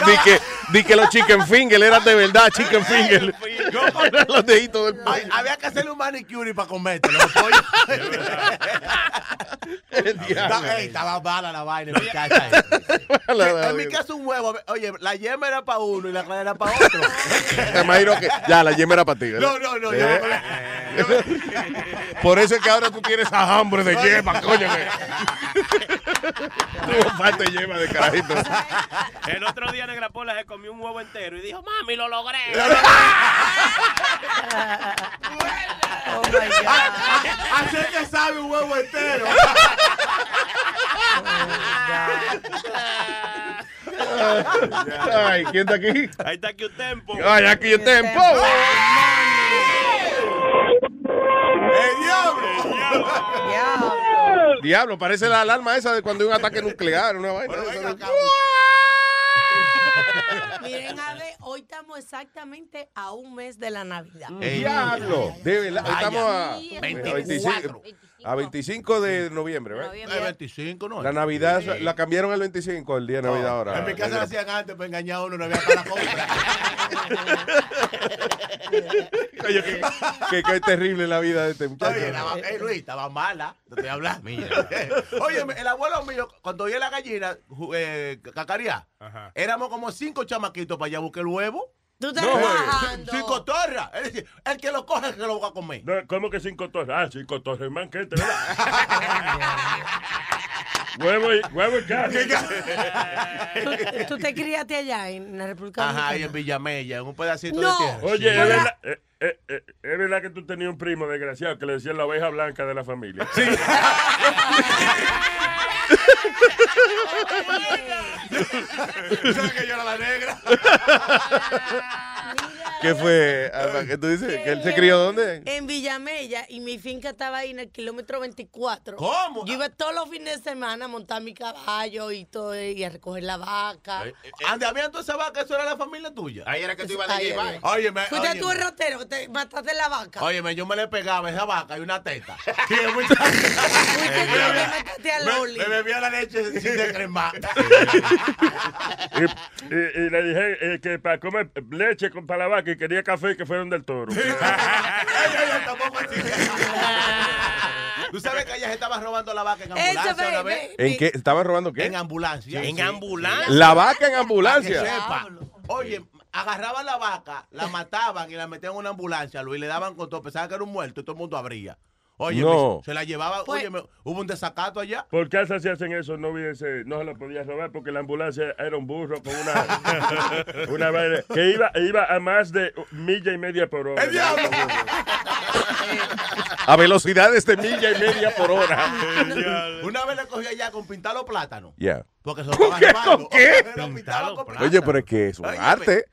Speaker 6: Di que, di que los chicken finger eran de verdad chicken finger. Eran los deditos del
Speaker 19: Ay, había que hacerle un manicure para comértelo. los pollos. Estaba- ey, estaba mala la vaina en mi casa. eh. en mi casa un huevo. Oye, la yema era para uno y la clara era para otro.
Speaker 6: Te imagino que ya la yema era para ti. ¿verdad?
Speaker 19: No, no, no,
Speaker 6: Eh.
Speaker 19: yo-
Speaker 6: Por eso es que ahora tú tienes esa hambre de yema, coño. que- Tuvo falta y lleva de carajito.
Speaker 2: El otro día Negra Pola se comió un huevo entero y dijo, mami, lo logré.
Speaker 19: Ah, Así es que sabe un huevo entero.
Speaker 6: Ay, ¿quién está aquí?
Speaker 2: Ahí está aquí un tempo.
Speaker 6: Ay, aquí un tempo. Diablo, parece la alarma esa de cuando hay un ataque nuclear, una vaina. de esa.
Speaker 17: Miren, a ver, hoy estamos exactamente a un mes de la Navidad.
Speaker 6: Ey, diablo, de verdad, hoy
Speaker 17: Vaya.
Speaker 6: estamos a,
Speaker 17: Sí,
Speaker 6: a
Speaker 17: 24.
Speaker 6: 25, a 25 de noviembre, ¿verdad?
Speaker 19: Eh, 25, no.
Speaker 6: La Navidad
Speaker 19: Sí.
Speaker 6: la cambiaron al 25, el día de Navidad ahora.
Speaker 19: En mi casa lo hacían antes para engañar a uno, no había para la compra.
Speaker 6: Oye, qué, Qué, qué terrible la vida de este muchacho.
Speaker 19: Oye, la, eh, Luis, estaba mala. Te estoy hablando. Oye, el abuelo mío, cuando oía la gallina ju- eh, cacaría, éramos como cinco chamaquitos para allá a buscar el huevo. eh,
Speaker 17: Tú
Speaker 18: estás relajando.
Speaker 19: Cinco torras. Es decir, el que lo coge se lo va a comer.
Speaker 18: No, ¿Cómo que cinco torres? Ah, cinco torres, manquete, ¿verdad? huevo y, huevo y carne.
Speaker 17: Tú- Tú te criaste allá en la República
Speaker 19: Ajá, y
Speaker 17: Dominicana.
Speaker 19: en Villamella, en un pedacito
Speaker 17: No.
Speaker 19: de tierra.
Speaker 18: Oye,
Speaker 19: Sí.
Speaker 18: es verdad, eh, eh, eh, es verdad que tú tenías un primo desgraciado que le decían la oveja blanca de la familia. Sí.
Speaker 19: ¿Sabes que yo era la negra?
Speaker 6: ¿Qué fue? Alma? ¿Qué tú dices? ¿Que él se crió dónde?
Speaker 17: En Villamella y mi finca estaba ahí en el kilómetro 24.
Speaker 19: ¿Cómo?
Speaker 17: Yo iba todos los fines de semana a montar mi caballo y todo y a recoger la vaca.
Speaker 19: eh,
Speaker 6: eh,
Speaker 19: Ande, había toda esa vaca, eso era la familia tuya.
Speaker 22: Ahí era que tú ibas de
Speaker 17: Ahí,
Speaker 19: llevar.
Speaker 17: ahí.
Speaker 19: Oye, me.
Speaker 17: eh. Fuiste tú el ratero que te mataste la vaca.
Speaker 19: Óyeme, yo me le pegaba a esa vaca y una teta. Sí, es muy-
Speaker 17: Mataste a
Speaker 19: me,
Speaker 17: Loli.
Speaker 19: me bebía la leche sin descremar.
Speaker 18: Y, y- y le dije eh, que para comer leche con para la vaca y quería café que fueron del toro. Ah.
Speaker 19: Tú sabes que ella se estaba robando la vaca en ambulancia
Speaker 17: ve,
Speaker 19: una vez.
Speaker 6: ¿En qué? ¿Estaban robando qué?
Speaker 19: En ambulancia.
Speaker 6: Sí,
Speaker 19: En
Speaker 6: sí.
Speaker 19: ambulancia.
Speaker 6: La vaca en
Speaker 19: Para que
Speaker 6: ambulancia.
Speaker 19: sepa. Oye, agarraban la vaca, la mataban y la metían en una ambulancia, Luis, le daban con todo, pensaban que era un muerto y todo el mundo abría. Oye,
Speaker 18: No.
Speaker 19: se la llevaba,
Speaker 18: Pues-
Speaker 19: oye, hubo un desacato allá.
Speaker 18: Por casa se hacen eso, no hubiese- no se lo podías robar porque la ambulancia era un burro con una, una vaina que iba, iba a más de milla y media por hora.
Speaker 6: A velocidades de este milla y media por hora.
Speaker 19: Una vez la cogí allá con pintarlo plátano.
Speaker 6: Ya.
Speaker 19: Porque se lo estaban robando. Pero pintaba con plátano.
Speaker 6: Oye, pero es que es un arte.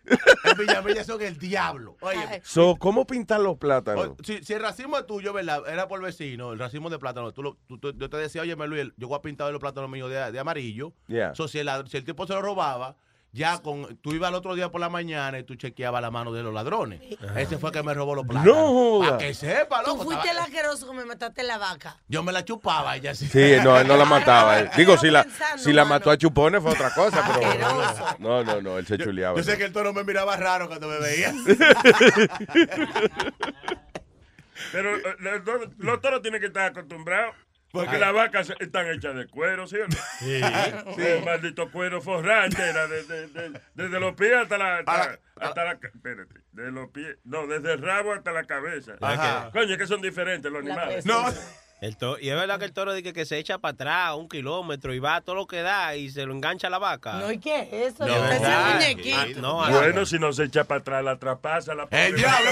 Speaker 19: En Villamella son el diablo. Oye,
Speaker 6: So, ¿Cómo pintar los plátanos?
Speaker 19: si, si el racismo es tuyo, ¿verdad? Era por vecino, el racismo de plátano. Tú lo- tú- tú- yo te decía, oye, Luis, yo voy a pintar los plátanos míos de, de amarillo.
Speaker 6: Yeah.
Speaker 19: So, si, el, lad- si el tipo se lo robaba, ya con tú ibas al otro día por la mañana y tú chequeabas la mano de los ladrones. Ese fue que me robó los plátanos.
Speaker 6: joda.
Speaker 19: Pa' que sepa,
Speaker 17: Tú
Speaker 19: loco.
Speaker 17: fuiste el
Speaker 19: estaba-
Speaker 17: asqueroso que me mataste la vaca.
Speaker 19: Yo me la chupaba ella sí.
Speaker 6: Sí, no, él no la mataba. eh. Digo, si la, si la mató a chupones fue otra cosa,
Speaker 19: Ah,
Speaker 6: pero. No, no, no, él se chuleaba.
Speaker 19: Yo sé que el toro me miraba raro cuando me veía.
Speaker 18: Pero eh, los, toros- los toros tienen que estar acostumbrados. Porque
Speaker 19: Ah.
Speaker 18: las vacas están hechas de cuero, ¿sí o no? Sí. maldito cuero forrante, era de- de- de- desde los pies hasta la... Hasta, hasta la ca- espérate, de los pies... No, desde el rabo hasta la cabeza.
Speaker 2: Ajá.
Speaker 18: Coño, es que son diferentes los animales.
Speaker 2: El to- y es verdad que el toro dice que se echa para atrás un kilómetro y va a todo lo que da y se lo engancha a la vaca.
Speaker 17: No, ¿y qué es eso?
Speaker 2: No,
Speaker 17: Yo pensé en
Speaker 2: ah,
Speaker 17: muñequito.
Speaker 2: ah, no, ah,
Speaker 18: bueno, si no se echa para atrás, la trapaza, la... ¡El
Speaker 19: diablo!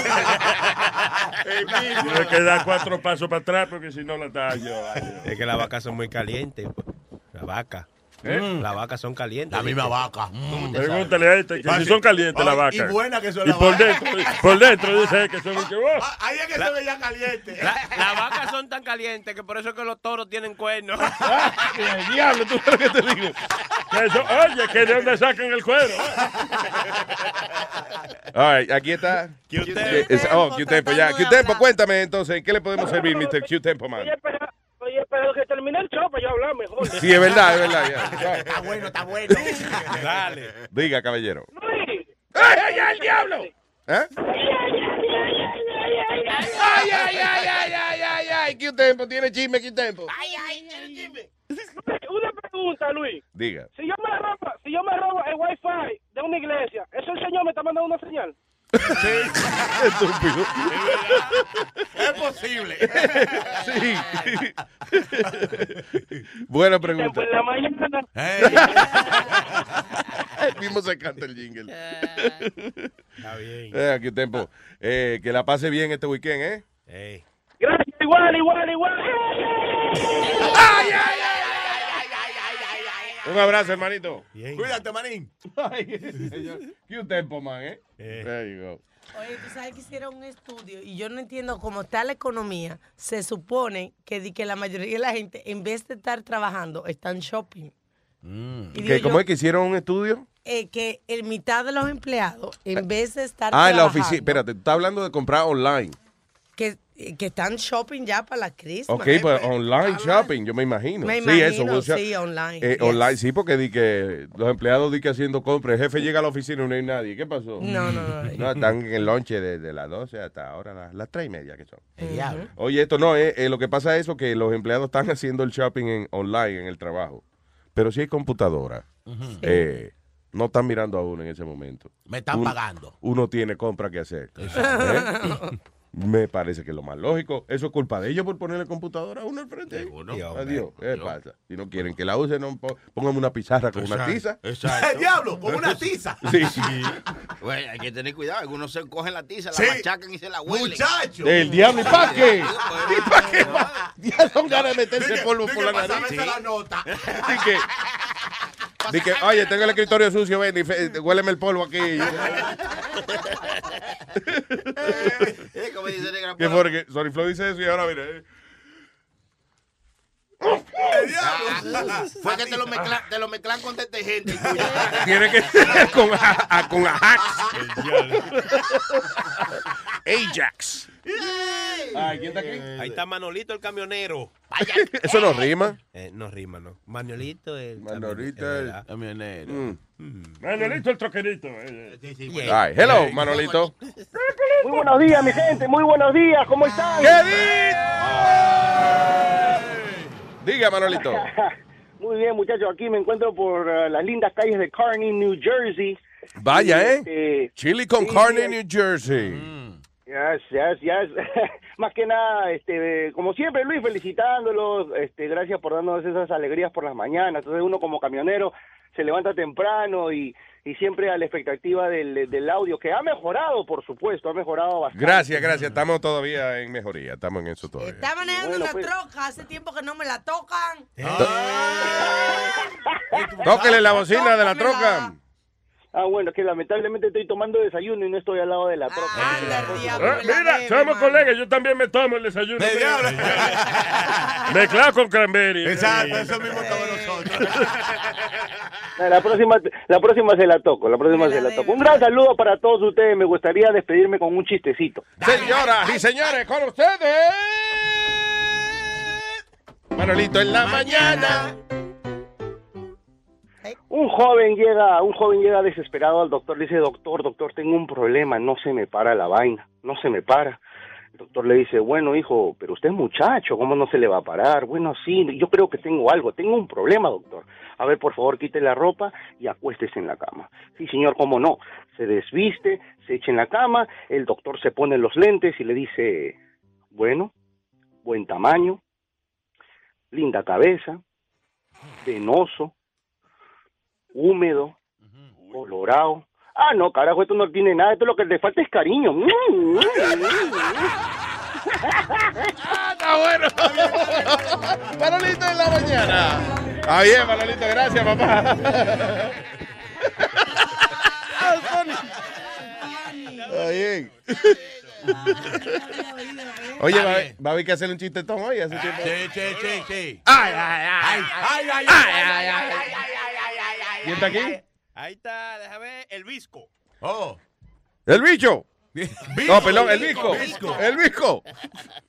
Speaker 18: Tiene que dar cuatro pasos para atrás porque si no la tallo.
Speaker 2: Es que las vacas son muy calientes. pues. La vaca.
Speaker 18: ¿Eh?
Speaker 2: Las vacas son calientes.
Speaker 18: La misma
Speaker 2: ¿viste?
Speaker 19: vaca.
Speaker 2: ¿Cómo te
Speaker 18: Pregúntale
Speaker 2: sabes?
Speaker 18: a este que si son calientes las
Speaker 2: Mm, Ay, y
Speaker 18: vacas.
Speaker 2: buena que son
Speaker 18: Y
Speaker 2: las
Speaker 18: por
Speaker 2: vacas. Ah,
Speaker 18: dentro, por dentro dice que son... que vos.
Speaker 19: Ahí es que se veía caliente.
Speaker 2: Las vacas son tan calientes que por eso es que los toros tienen cuernos.
Speaker 18: diablo, tú sabes lo que te digo. oye, que de dónde sacan el cuero.
Speaker 6: All right, aquí está.
Speaker 5: Q-Tempo.
Speaker 6: Es- Oh, Q-Tempo, ya. Q-Tempo, cuéntame entonces, ¿en qué le podemos servir, Mr. Q-Tempo, man?
Speaker 8: Oye, pero que termine el
Speaker 4: pues
Speaker 8: show, para yo hablar mejor.
Speaker 6: Sí, es verdad, es verdad, ya.
Speaker 19: Está bueno, está bueno.
Speaker 6: Dale. Diga, caballero.
Speaker 8: ¡Ay,
Speaker 6: ay, ay, el diablo! ¿Eh?
Speaker 5: ¡Ay, ay, ay, ay, ay, ay, ay! ¿Qué tiempo? ¿Tiene chisme? ¿Qué tiempo? ¡Ay, ay, ay, chisme!
Speaker 8: Una pregunta, Luis.
Speaker 6: Diga.
Speaker 8: Si yo me robo, si yo me robo el wifi de una iglesia, ¿eso el señor me está mandando una señal?
Speaker 6: Estúpido.
Speaker 19: Es posible.
Speaker 6: Sí. Buena pregunta.
Speaker 8: en la mañana.
Speaker 6: Mismo se canta el jingle.
Speaker 8: Está bien.
Speaker 6: Eh, aquí tiempo. Eh, que la pase bien este weekend, ¿eh?
Speaker 4: Gracias, igual, igual, igual.
Speaker 8: ¡Ay, ay, ay!
Speaker 6: Un abrazo, hermanito.
Speaker 5: Cuídate, manín.
Speaker 6: Qué un tempo, man, ¿eh? There you go.
Speaker 17: Oye, tú sabes que hicieron un estudio y yo no entiendo cómo está la economía. Se supone que, di que la mayoría de la gente, en vez de estar trabajando, están shopping.
Speaker 8: Mm.
Speaker 17: Y digo
Speaker 6: ¿Qué, ¿Cómo
Speaker 17: yo,
Speaker 6: es que hicieron un estudio?
Speaker 17: eh, que en mitad de los empleados, en vez de estar
Speaker 6: Eh. Ah, en la
Speaker 17: trabajando,
Speaker 6: oficina. Espérate, tú estás hablando de comprar online.
Speaker 17: que, eh, que están shopping ya para la crisis.
Speaker 6: Ok, pues online shopping, yo me imagino.
Speaker 17: Me
Speaker 6: sí,
Speaker 17: imagino,
Speaker 6: eso. o sea,
Speaker 17: sí, online,
Speaker 6: eh,
Speaker 17: yes.
Speaker 6: Online, sí, porque di que los empleados di que haciendo compras. El jefe llega a la oficina y no hay nadie. ¿Qué pasó?
Speaker 17: No, no, no.
Speaker 6: No, están en el lonche desde las 12 hasta ahora las, las 3 y media que son.
Speaker 5: diablo.
Speaker 6: Oye, esto no, eh, eh, lo que pasa es eso, que los empleados están haciendo el shopping en, online en el trabajo. Pero si hay computadora,
Speaker 5: Ujú.
Speaker 6: eh, no están mirando a uno en ese momento.
Speaker 5: Me están
Speaker 6: Uno-
Speaker 5: pagando.
Speaker 6: Uno tiene compra que hacer.
Speaker 5: Exacto.
Speaker 6: ¿Eh? Me parece que es lo más lógico. Eso es culpa de ellos por ponerle computadora a uno al frente. Adiós. ¿Qué pasa? Si no quieren que la usen, no, po- pónganme una pizarra con una tiza.
Speaker 5: ¡El diablo! Con una tiza.
Speaker 6: Sí.
Speaker 21: Güey, hay que tener cuidado. Algunos se cogen la tiza, la
Speaker 6: Sí.
Speaker 21: machacan y se la huelen.
Speaker 5: ¡Muchacho!
Speaker 6: El diablo, ¿y pa' qué?
Speaker 21: ¿Y
Speaker 6: pa' qué? Ya son ganas de meterse polvo por la nariz.
Speaker 5: Pásame la nota.
Speaker 6: Así que, di que, oye, tengo el escritorio sucio, ven, y fe- huéleme el polvo aquí.
Speaker 21: Como dice Negra
Speaker 6: ¿Qué
Speaker 21: Pola.
Speaker 6: fue? Porque Sorry Flow dice eso y ahora mira. eh.
Speaker 21: Ah, Fue que te lo, mezclan, te lo mezclan con detergente. y tú-
Speaker 6: Tiene que ser con, a- a- con Ajax. Ajax. Ay, ¿quién está aquí?
Speaker 2: Ahí está Manolito el camionero.
Speaker 6: Eso no rima.
Speaker 2: Eh, no rima, no. Manolito el
Speaker 6: Manolito
Speaker 2: camionero.
Speaker 6: Mm.
Speaker 18: Manolito el troquerito.
Speaker 6: Ay, hello, Manolito.
Speaker 4: Muy buenos días, mi gente. Muy buenos días. ¿Cómo están?
Speaker 6: Diga, Manolito.
Speaker 4: Muy bien, muchachos. Aquí me encuentro por eh, las lindas calles de Kearney, New Jersey.
Speaker 6: Vaya, ¿eh?
Speaker 4: Este,
Speaker 6: Chili con
Speaker 4: sí,
Speaker 6: carne,
Speaker 4: sí.
Speaker 6: New Jersey.
Speaker 5: Mm,
Speaker 4: Yes, yes, yes. Más que nada, este, como siempre, Luis, felicitándolos. Este, gracias por darnos esas alegrías por las mañanas. Entonces, uno como camionero se levanta temprano y, y siempre a la expectativa del, del audio, que ha mejorado, por supuesto, ha mejorado bastante.
Speaker 6: Gracias, gracias. Estamos todavía en mejoría. Estamos en eso todavía.
Speaker 17: Está manejando
Speaker 4: Bueno,
Speaker 17: una
Speaker 4: pues. Eh.
Speaker 17: troca, hace tiempo que no me la tocan.
Speaker 6: Tóquele la bocina de la troca.
Speaker 4: Ah, bueno, que lamentablemente estoy tomando desayuno y no estoy al lado de la troca.
Speaker 18: Ah, mira, somos colegas, yo también me tomo el desayuno. Mezclado con cranberry. Exacto, eso mismo estamos nosotros.
Speaker 4: Ah, La próxima, la próxima se la toco, la próxima se la toco. Un gran saludo para todos ustedes. Me gustaría despedirme con un chistecito.
Speaker 6: Señoras y señores, con ustedes. Manolito en la mañana.
Speaker 4: Un joven llega, un joven llega desesperado al doctor, le dice, doctor, doctor, tengo un problema, no se me para la vaina, no se me para. El doctor le dice, bueno, hijo, pero usted es muchacho, ¿cómo no se le va a parar? Bueno, sí, yo creo que tengo algo, tengo un problema, doctor. A ver, por favor, quite la ropa y acuéstese en la cama. Sí, señor, cómo no. Se desviste, se echa en la cama, el doctor se pone los lentes y le dice, bueno, buen tamaño, linda cabeza, venoso, húmedo, colorado. Ah, no, carajo, esto no tiene nada, esto lo que le falta es cariño. Mm, mm,
Speaker 6: Está Ah, bueno. Manolito en la mañana. Ah, bien, Manolito, gracias, papá. Está bien. Oye, va, va a haber que hacer un chistetón hoy hace tiempo.
Speaker 5: Sí, sí, sí, sí.
Speaker 6: Ay, ay, ay.
Speaker 5: Ay, ay, ay,
Speaker 6: ay, ay,
Speaker 5: ay,
Speaker 6: ¿Quién está aquí?
Speaker 2: Ahí está, déjame ver, el visco.
Speaker 5: Oh.
Speaker 6: El bicho.
Speaker 5: Visco,
Speaker 6: no, perdón, el
Speaker 5: visco,
Speaker 6: visco.
Speaker 5: visco.
Speaker 6: El visco.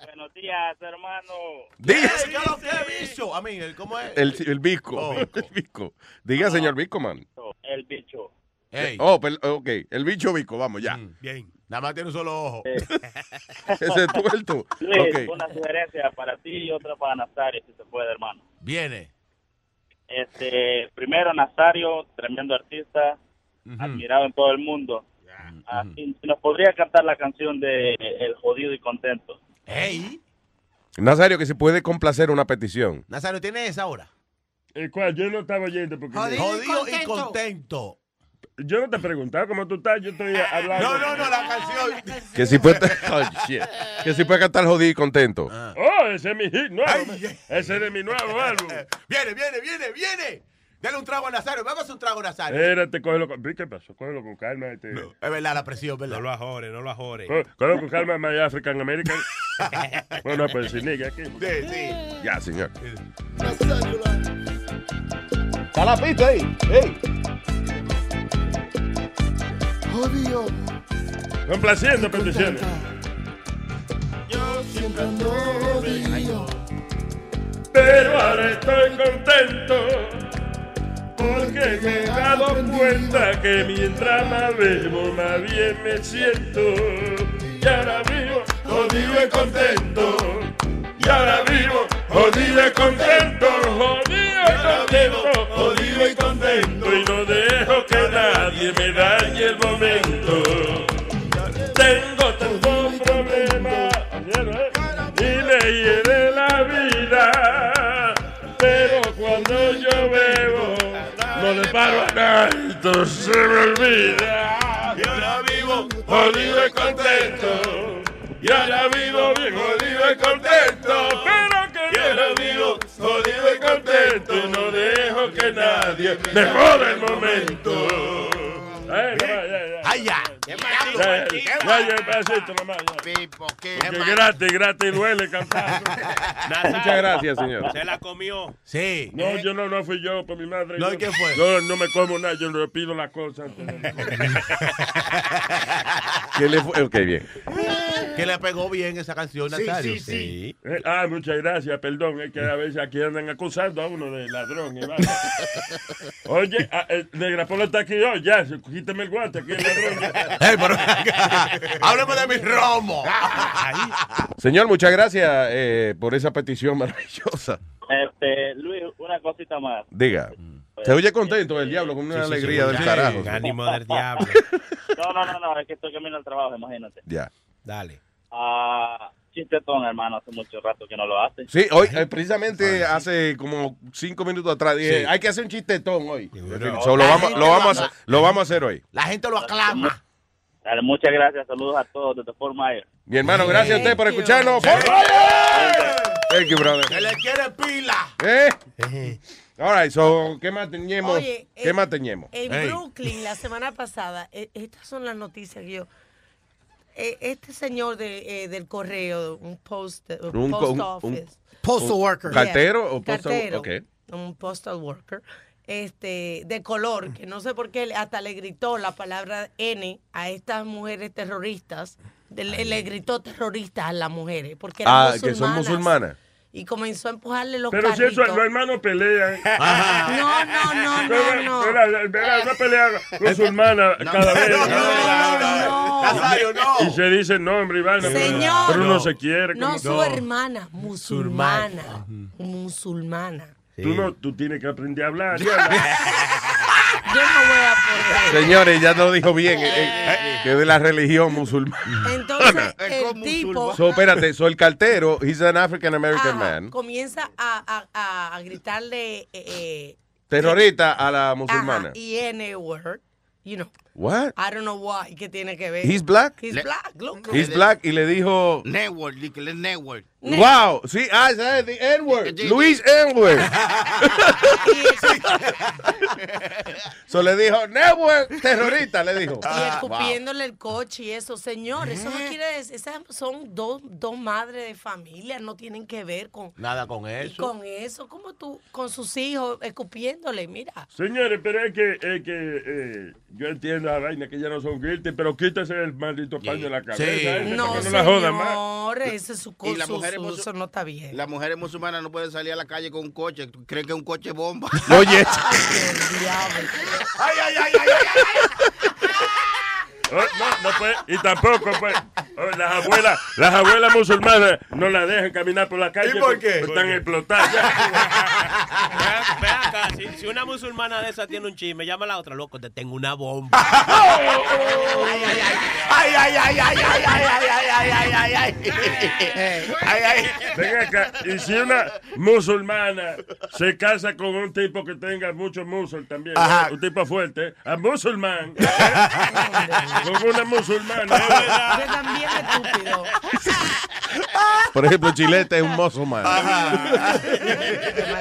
Speaker 19: Buenos días, hermano.
Speaker 6: Diga,
Speaker 5: Ey, Oh, ¿Qué es lo que he visto? A mí, ¿cómo es?
Speaker 6: el, el visco.
Speaker 19: Oh.
Speaker 6: El visco.
Speaker 5: Oh.
Speaker 6: Diga, señor visco, man.
Speaker 19: El bicho.
Speaker 6: Oh, per- ok. El bicho visco, vamos, ya.
Speaker 5: Bien. Nada más tiene un solo ojo.
Speaker 6: Ese es tuerto.
Speaker 19: Eh. Luis,
Speaker 6: Ok.
Speaker 19: una sugerencia para ti y otra para Nazario, si se puede, hermano.
Speaker 5: Viene.
Speaker 19: Este, primero, Nazario, tremendo artista, admirado en todo el mundo. Así, si nos podría cantar la canción de El jodido y contento.
Speaker 5: ¡Ey!
Speaker 6: Nazario, que se puede complacer una petición.
Speaker 19: Nazario, ¿tiene esa hora?
Speaker 18: El cual Eh, yo no estaba yendo porque...
Speaker 19: Jodido y Jodido y contento. contento.
Speaker 18: Yo no te preguntaba cómo tú estás, yo estoy hablando.
Speaker 19: No, no, no, Eh, la canción.
Speaker 6: Que si puede, oh, shit. Que si puede cantar jodido y contento.
Speaker 18: Oh, ese es mi hit nuevo. ese es mi nuevo álbum.
Speaker 19: Viene, viene, viene, viene. Dale un trago a Nazario. Vamos a un trago a Nazario.
Speaker 18: Espérate, cógelo con... ¿Qué pasó? Cógelo con calma. Este...
Speaker 19: Es verdad, la presión, ¿verdad?
Speaker 2: No lo ajores, no lo ajores.
Speaker 18: Có- Cógelo con calma, My African American. bueno, pues sin nigga aquí.
Speaker 19: Sí, sí.
Speaker 6: Ya, señor.
Speaker 19: Está la pista ahí. Ey.
Speaker 18: Jodido. Complaciendo peticiones.
Speaker 5: Yo siempre ando jodido.
Speaker 18: Pero ahora estoy contento porque me he dado cuenta que mientras más bebo más bien me siento. Y ahora vivo jodido y contento. Y ahora vivo jodido y contento, jodido y contento, jodido y contento. Y no dejo que nadie me dañe el momento. Tengo tantos problemas y me hiere la vida. Pero cuando yo bebo, no le paro a nadie, todo se me olvida. Y ahora vivo jodido y contento. Y ahora vivo bien jodido y contento. Pero que yo ahora vivo jodido y contento. Y no dejo que nadie me joda el momento. Ay, ya, ya, ya.
Speaker 19: Ay, ya.
Speaker 18: Ya, ya, ya, ya, pasito nomás, ya. Porque gratis, gratis duele cantar.
Speaker 6: Muchas gracias, señor.
Speaker 2: Se la comió.
Speaker 19: Sí.
Speaker 18: No, yo no, no fui yo, por mi madre.
Speaker 19: No,
Speaker 18: yo-
Speaker 19: ¿qué fue?
Speaker 18: Yo no me como nada, yo le pido las cosas.
Speaker 6: ¿Qué le fue? Ok, bien.
Speaker 19: Que le pegó bien esa canción,
Speaker 18: Sí,
Speaker 19: Nazario.
Speaker 18: sí, sí. Eh, ah, muchas gracias, perdón, es que a veces aquí andan acusando a uno de ladrón. y vaina. Oye, ah, eh, Negra Pola está aquí hoy, ya, se- quítame el guante, aquí el ladrón.
Speaker 19: Háblame de mi romo.
Speaker 18: Ah,
Speaker 6: Señor, muchas gracias eh, por esa petición maravillosa.
Speaker 23: Este, Luis, una cosita más.
Speaker 6: Diga. Se oye contento el diablo, con una
Speaker 23: Sí, sí,
Speaker 6: alegría
Speaker 23: sí,
Speaker 6: del
Speaker 23: sí.
Speaker 6: carajo.
Speaker 23: Sí,
Speaker 2: ánimo del diablo.
Speaker 23: No, no, no, no, es que estoy camino al trabajo, imagínate.
Speaker 6: Ya.
Speaker 2: Dale.
Speaker 23: Ah, chistetón, hermano, hace mucho rato que no lo hace.
Speaker 6: Sí, hoy, eh, precisamente hace como cinco minutos atrás dije, hay que hacer un chistetón hoy. So, lo, vamos, lo, vamos a, hacer- lo vamos a hacer hoy.
Speaker 19: La gente lo aclama.
Speaker 23: Dale, muchas gracias, saludos a todos desde Fort Myers.
Speaker 6: Mi hermano, gracias a usted por escucharnos. Fort Myers! Thank you, brother.
Speaker 19: Se le quiere pila.
Speaker 6: ¿Eh? All right, so, ¿qué más teníamos?
Speaker 17: Oye,
Speaker 6: ¿Qué
Speaker 17: eh,
Speaker 6: más teníamos?
Speaker 17: En
Speaker 6: Hey.
Speaker 17: Brooklyn, la semana pasada, e- estas son las noticias que yo. e- Este señor de, eh, del correo, un post, eh,
Speaker 6: Un-
Speaker 17: post
Speaker 6: un-
Speaker 17: office.
Speaker 6: un- Postal un- worker. ¿cartero o postal-
Speaker 17: Cartero,
Speaker 6: ok.
Speaker 17: Un postal worker. Este, de color, que no sé por qué le- hasta le gritó la palabra N a estas mujeres terroristas. Le, le gritó terroristas a las mujeres, porque eran
Speaker 6: Ah, que son
Speaker 17: musulmanas.
Speaker 6: musulmanas.
Speaker 17: Y comenzó a empujarle los
Speaker 18: Pero si eso,
Speaker 17: carritos.
Speaker 18: los hermanos pelean.
Speaker 17: No, no, no, no,
Speaker 18: Pero,
Speaker 17: no.
Speaker 18: pero, pero, no pelea con su hermana cada vez.
Speaker 5: no,
Speaker 18: Nazario, Y se dice nombre y vaina. pero-
Speaker 17: Señor.
Speaker 18: Pero uno se quiere.
Speaker 17: No,
Speaker 18: como-
Speaker 17: su hermana, musulmana. Musulmana.
Speaker 18: Tú, no, tú tienes que aprender a hablar.
Speaker 17: Yo no voy a poder.
Speaker 6: Señores, ya lo dijo bien, eh, eh, que es de la religión musulmana.
Speaker 17: Entonces, el tipo
Speaker 6: So, espérate, so el cartero, he's an African American man,
Speaker 17: comienza a, a- a- a gritarle eh, eh,
Speaker 6: terrorista a la musulmana.
Speaker 17: ajá, y N word. You know,
Speaker 6: What?
Speaker 17: I don't know why, ¿qué tiene que ver?
Speaker 6: He's black?
Speaker 17: He's
Speaker 6: Le-
Speaker 17: black, look.
Speaker 6: He's black y le dijo,
Speaker 21: Network, di que le network.
Speaker 6: wow, sí, ah, ese es the N-word, Luis N-word. so le dijo, N-word, terrorista, le dijo.
Speaker 17: Y
Speaker 6: Ah, wow.
Speaker 17: escupiéndole el coche y eso, señor, eso no quiere decir, esas son dos, dos madres de familia, no tienen que ver con,
Speaker 19: Nada con eso.
Speaker 17: con eso, como tú, con sus hijos, escupiéndole, mira.
Speaker 18: Señores, pero es que, es que eh, yo entiendo la vaina que ya no son guilty, pero quítese el maldito paño de la cabeza. ¿eh?
Speaker 17: No,
Speaker 18: Para que no la
Speaker 17: señor,
Speaker 18: jodan más.
Speaker 17: ese es su
Speaker 21: Y las
Speaker 17: su-
Speaker 21: mujeres
Speaker 17: su-
Speaker 21: musu-
Speaker 17: eso no está bien.
Speaker 21: Las mujeres musulmanas no pueden salir a la calle con un coche. ¿Creen que es un coche bomba?
Speaker 6: Oye.
Speaker 21: ay, ay, ay, ay, ay.
Speaker 18: Oh, no, no puede, y tampoco, pues, oh, las abuelas, las abuelas musulmanas no las dejan caminar por la calle.
Speaker 2: ¿Y por
Speaker 18: porque
Speaker 2: qué?
Speaker 18: Están explotadas.
Speaker 2: Ve acá, si, si una musulmana de esa tiene un chisme, llama a la otra, loco, te tengo una bomba.
Speaker 5: ay, ay, ay, ay, ay, ay, ay, ay, ay, ay, ay, ay, ay, ay, ay.
Speaker 18: Ven acá, y si una musulmana se casa con un tipo que tenga mucho musul también,
Speaker 19: Ajá.
Speaker 18: ¿eh? un tipo fuerte, a musulmán, ¿eh? con una musulmana, ¿eh?
Speaker 17: Yo también estúpido.
Speaker 6: Por ejemplo, Chilete es un mozo man.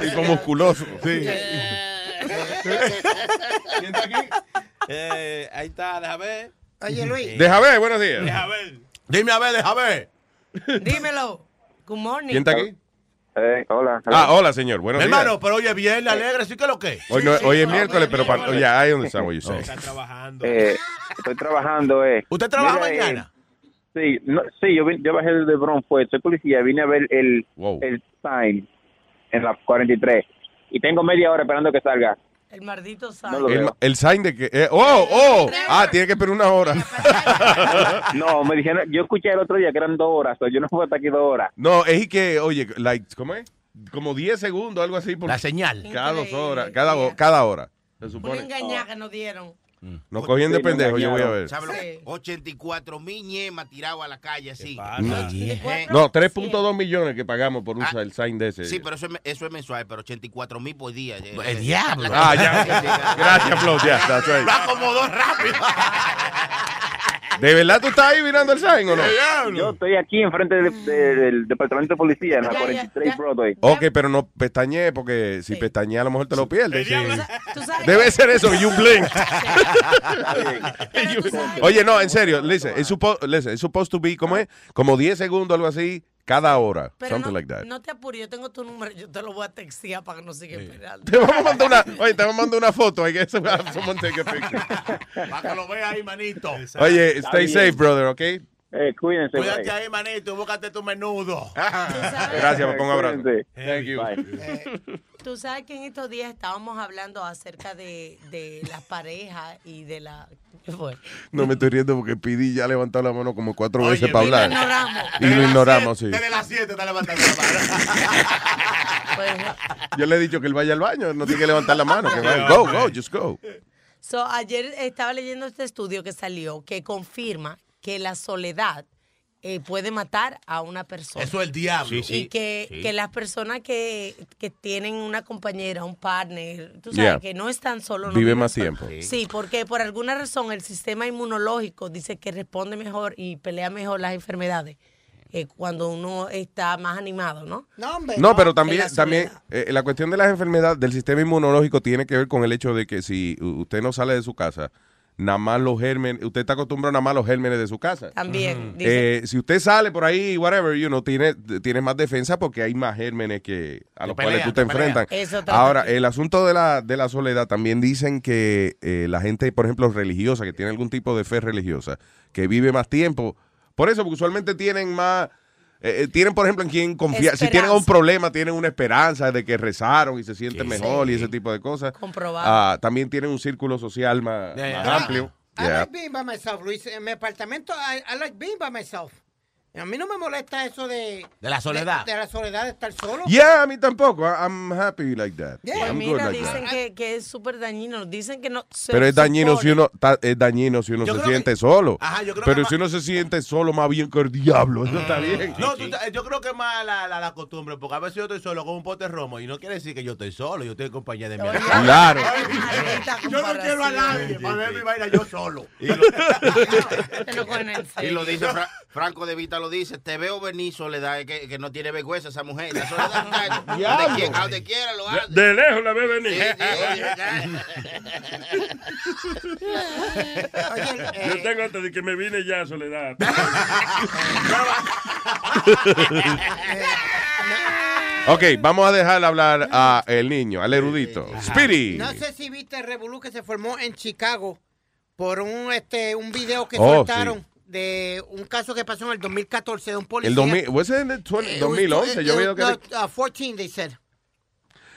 Speaker 6: Tipo musculoso.
Speaker 2: Eh, ahí está, deja ver. Eh,
Speaker 17: Oye, Luis.
Speaker 6: Deja ver, buenos días.
Speaker 2: Deja ver.
Speaker 19: Dime a ver, deja ver.
Speaker 17: Dímelo. Good morning.
Speaker 6: ¿Quién está aquí?
Speaker 8: hola.
Speaker 6: Ah, hola, señor. Buenos días.
Speaker 19: hermano, pero oye, bien, alegre, Eh. ¿sí que lo que?
Speaker 6: Hoy, no- hoy es miércoles, pero para, oye, ahí es donde estamos, yo sé.
Speaker 8: Eh, estoy trabajando. Eh.
Speaker 19: ¿Usted trabaja
Speaker 8: Mira, eh,
Speaker 19: mañana?
Speaker 8: sí, no, sí yo, vin- yo bajé de Bronx, pues, soy policía, vine a ver el, el sign en la 43 y tengo media hora esperando que salga.
Speaker 17: El maldito
Speaker 8: No
Speaker 17: sabe.
Speaker 8: lo
Speaker 6: El,
Speaker 8: veo.
Speaker 6: el sign de que. eh, ¡Oh, oh! Ah, tiene que esperar una hora.
Speaker 8: no, me dijeron, yo escuché el otro día que eran dos horas, so yo no puedo estar aquí dos horas.
Speaker 6: No, es y que, oye, like, ¿cómo es? Como 10 segundos, algo así. Por
Speaker 8: La señal.
Speaker 6: Cada dos horas, cada, ho- cada hora. Se
Speaker 17: Una
Speaker 6: supone.
Speaker 17: engañada
Speaker 21: oh.
Speaker 17: que nos dieron.
Speaker 21: Mm.
Speaker 6: Nos cogían de
Speaker 8: Sí, nos
Speaker 6: pendejo, yo voy a ver.
Speaker 21: ¿Sabes lo que? 84 mil ñemas tirados a la calle ¿Eh? así.
Speaker 6: Mm. No, 3.2 millones que pagamos por un sa- el sign de ese.
Speaker 21: Sí, pero eso es, eso es mensual, pero 84 mil por día. El,
Speaker 6: diablo. Ah, ya. Gracias, Flo, ya, that's right.
Speaker 21: Lo acomodó rápido.
Speaker 6: ¿De verdad Ah, tú estás ahí mirando el sign o no?
Speaker 8: Yo estoy aquí enfrente del, del departamento de policía en la
Speaker 17: Ya, ya,
Speaker 8: 43 Broadway.
Speaker 6: Ok, pero no pestañeé porque si pestañeas a lo mejor te lo pierdes. sí.
Speaker 17: Tú sabes-
Speaker 6: Debe ser eso, you blink.
Speaker 17: Pero tú sabes-
Speaker 6: Oye, no, en serio, listen, it's supposed, listen, it's supposed to be, ¿cómo es? Como 10 segundos, algo así, cada hora.
Speaker 17: Pero
Speaker 6: something
Speaker 17: no,
Speaker 6: like that.
Speaker 17: no te apures, yo tengo tu número, yo te lo voy a textear para que no sigas esperando.
Speaker 6: Te vamos a mandar una, oye, te vamos a mandar una foto. I guess someone take a picture.
Speaker 19: Para que lo vea ahí, manito.
Speaker 6: Oye, stay safe, brother, ¿ok? Eh,
Speaker 8: cuídense.
Speaker 19: Cuídate ahí, manito, y búscate tu menudo.
Speaker 6: Gracias, papá, un abrazo. Thank you.
Speaker 17: Tú sabes que en estos días estábamos hablando acerca de, de las parejas y de la... ¿Qué fue?
Speaker 6: No me estoy riendo porque Pidi ya ha levantado la mano como cuatro veces para
Speaker 17: y lo
Speaker 6: hablar.
Speaker 17: ignoramos.
Speaker 6: Y lo ignoramos, sí.
Speaker 19: Desde las 7 está levantando la
Speaker 17: mano.
Speaker 6: Yo le he dicho que él vaya al baño, no tiene que levantar la mano. Que vaya. Go, go, just go.
Speaker 17: So, ayer estaba leyendo este estudio que salió que confirma que la soledad eh, puede matar a una persona.
Speaker 19: Eso es el diablo. Sí, sí,
Speaker 17: y que,
Speaker 19: sí.
Speaker 17: que las personas que, que tienen una compañera, un partner, tú sabes,
Speaker 6: Yeah.
Speaker 17: que no están solos. no
Speaker 6: Vive
Speaker 17: viven
Speaker 6: más
Speaker 17: solos.
Speaker 6: tiempo.
Speaker 17: Sí.
Speaker 6: Sí.
Speaker 17: porque por alguna razón el sistema inmunológico dice que responde mejor y pelea mejor las enfermedades eh, cuando uno está más animado, ¿no?
Speaker 3: No,
Speaker 6: No, pero también, también eh, la cuestión de las enfermedades del sistema inmunológico tiene que ver con el hecho de que si u- usted no sale de su casa, nada más los gérmenes, usted está acostumbrado nada más a los gérmenes de su casa.
Speaker 17: También. dice-
Speaker 6: Eh, si usted sale por ahí, whatever, you know, tiene, tiene más defensa porque hay más gérmenes que a los
Speaker 24: Te pelean,
Speaker 6: cuales tú
Speaker 24: te
Speaker 6: te
Speaker 24: pelean.
Speaker 6: enfrentas.
Speaker 24: Eso está
Speaker 6: Ahora,
Speaker 24: bien.
Speaker 6: el asunto de la, de la soledad, también dicen que eh, la gente, por ejemplo, religiosa, que tiene algún tipo de fe religiosa, que vive más tiempo, por eso, porque usualmente tienen más... eh, eh, tienen, por ejemplo, en quien confiar. Si tienen un
Speaker 24: Esperanza.
Speaker 6: problema, tienen una esperanza de que rezaron y se sienten mejor y ese tipo de cosas.
Speaker 17: Comprobado.
Speaker 6: Ah, también tienen un círculo social más,
Speaker 3: Yeah,
Speaker 6: más
Speaker 3: yeah.
Speaker 6: amplio.
Speaker 17: Ah,
Speaker 3: I
Speaker 6: Yeah.
Speaker 3: like being by myself, Luis. En mi apartamento, I, I like being by myself. A mí no me molesta eso de...
Speaker 6: De la soledad.
Speaker 3: De, de la soledad, de estar solo.
Speaker 6: Yeah, a mí tampoco. I- I'm happy like that.
Speaker 17: Pues
Speaker 6: I'm good
Speaker 17: mira,
Speaker 6: like
Speaker 17: dicen
Speaker 6: that.
Speaker 17: que, que es súper dañino. Dicen que no. se
Speaker 6: Pero es dañino
Speaker 17: supone-
Speaker 6: si uno ta- es dañino si uno
Speaker 19: Yo
Speaker 6: se
Speaker 19: creo que-
Speaker 6: siente solo.
Speaker 19: Ajá, yo creo que
Speaker 6: Pero
Speaker 19: ma-
Speaker 6: si uno se siente solo más bien que el diablo, eso está Pues bien.
Speaker 19: Mm. No, tú ta- yo creo que es más la, la- la costumbre, porque a veces yo estoy solo con un pote de romo y no quiere decir que yo estoy solo, yo estoy en compañía de mi amigo.
Speaker 6: Claro.
Speaker 19: Yo no quiero a nadie para ver mi vaina yo solo.
Speaker 21: Y lo dice Fra- Franco De Vita, lo dice, te veo venir soledad, es que, que no tiene vergüenza esa mujer. La soledad está- donde, quie- a donde quiera lo hace.
Speaker 18: De, de lejos la ve venir. Yo tengo antes de que me vine ya a soledad.
Speaker 3: Eh,
Speaker 6: Ok, vamos a dejar hablar a el niño, al erudito. Speedy.
Speaker 3: No sé si viste el revolú que se formó en Chicago por un este un video que
Speaker 6: Oh,
Speaker 3: soltaron de un caso que pasó en el 2014 de un policía. Eh,
Speaker 6: El 2000, was it in the 20 2011? Yo veo que
Speaker 3: No, uh, 14 they said.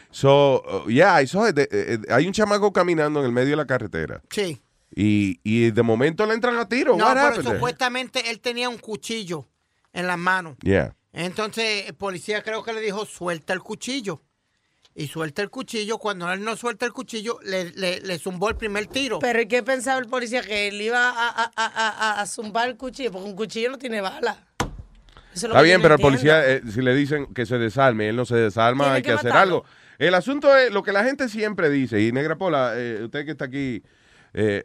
Speaker 6: So, uh, yeah, I saw it. Eh, eh, hay un chamaco caminando en el medio de la carretera.
Speaker 3: Sí.
Speaker 6: Y, y de momento le entran a tiro.
Speaker 3: No,
Speaker 6: What
Speaker 3: pero
Speaker 6: happened there?
Speaker 3: supuestamente él tenía un cuchillo en las manos.
Speaker 6: Yeah.
Speaker 3: Entonces el policía creo que le dijo suelta el cuchillo. Y suelta el cuchillo, cuando él no suelta el cuchillo, le, le, le zumbó el primer tiro.
Speaker 17: Pero ¿y qué pensaba el policía? Que él iba a, a, a- a- a zumbar el cuchillo, porque un cuchillo no tiene bala. Eso es lo
Speaker 6: Está
Speaker 17: que yo
Speaker 6: bien,
Speaker 17: no
Speaker 6: pero el
Speaker 17: entiendo.
Speaker 6: policía, eh, si le dicen que se desarme, él no se desarma,
Speaker 17: Tiene
Speaker 6: hay que,
Speaker 17: que
Speaker 6: hacer
Speaker 17: matarlo.
Speaker 6: algo. El asunto es lo que la gente siempre dice, y Negra Pola, eh, usted que está aquí, eh,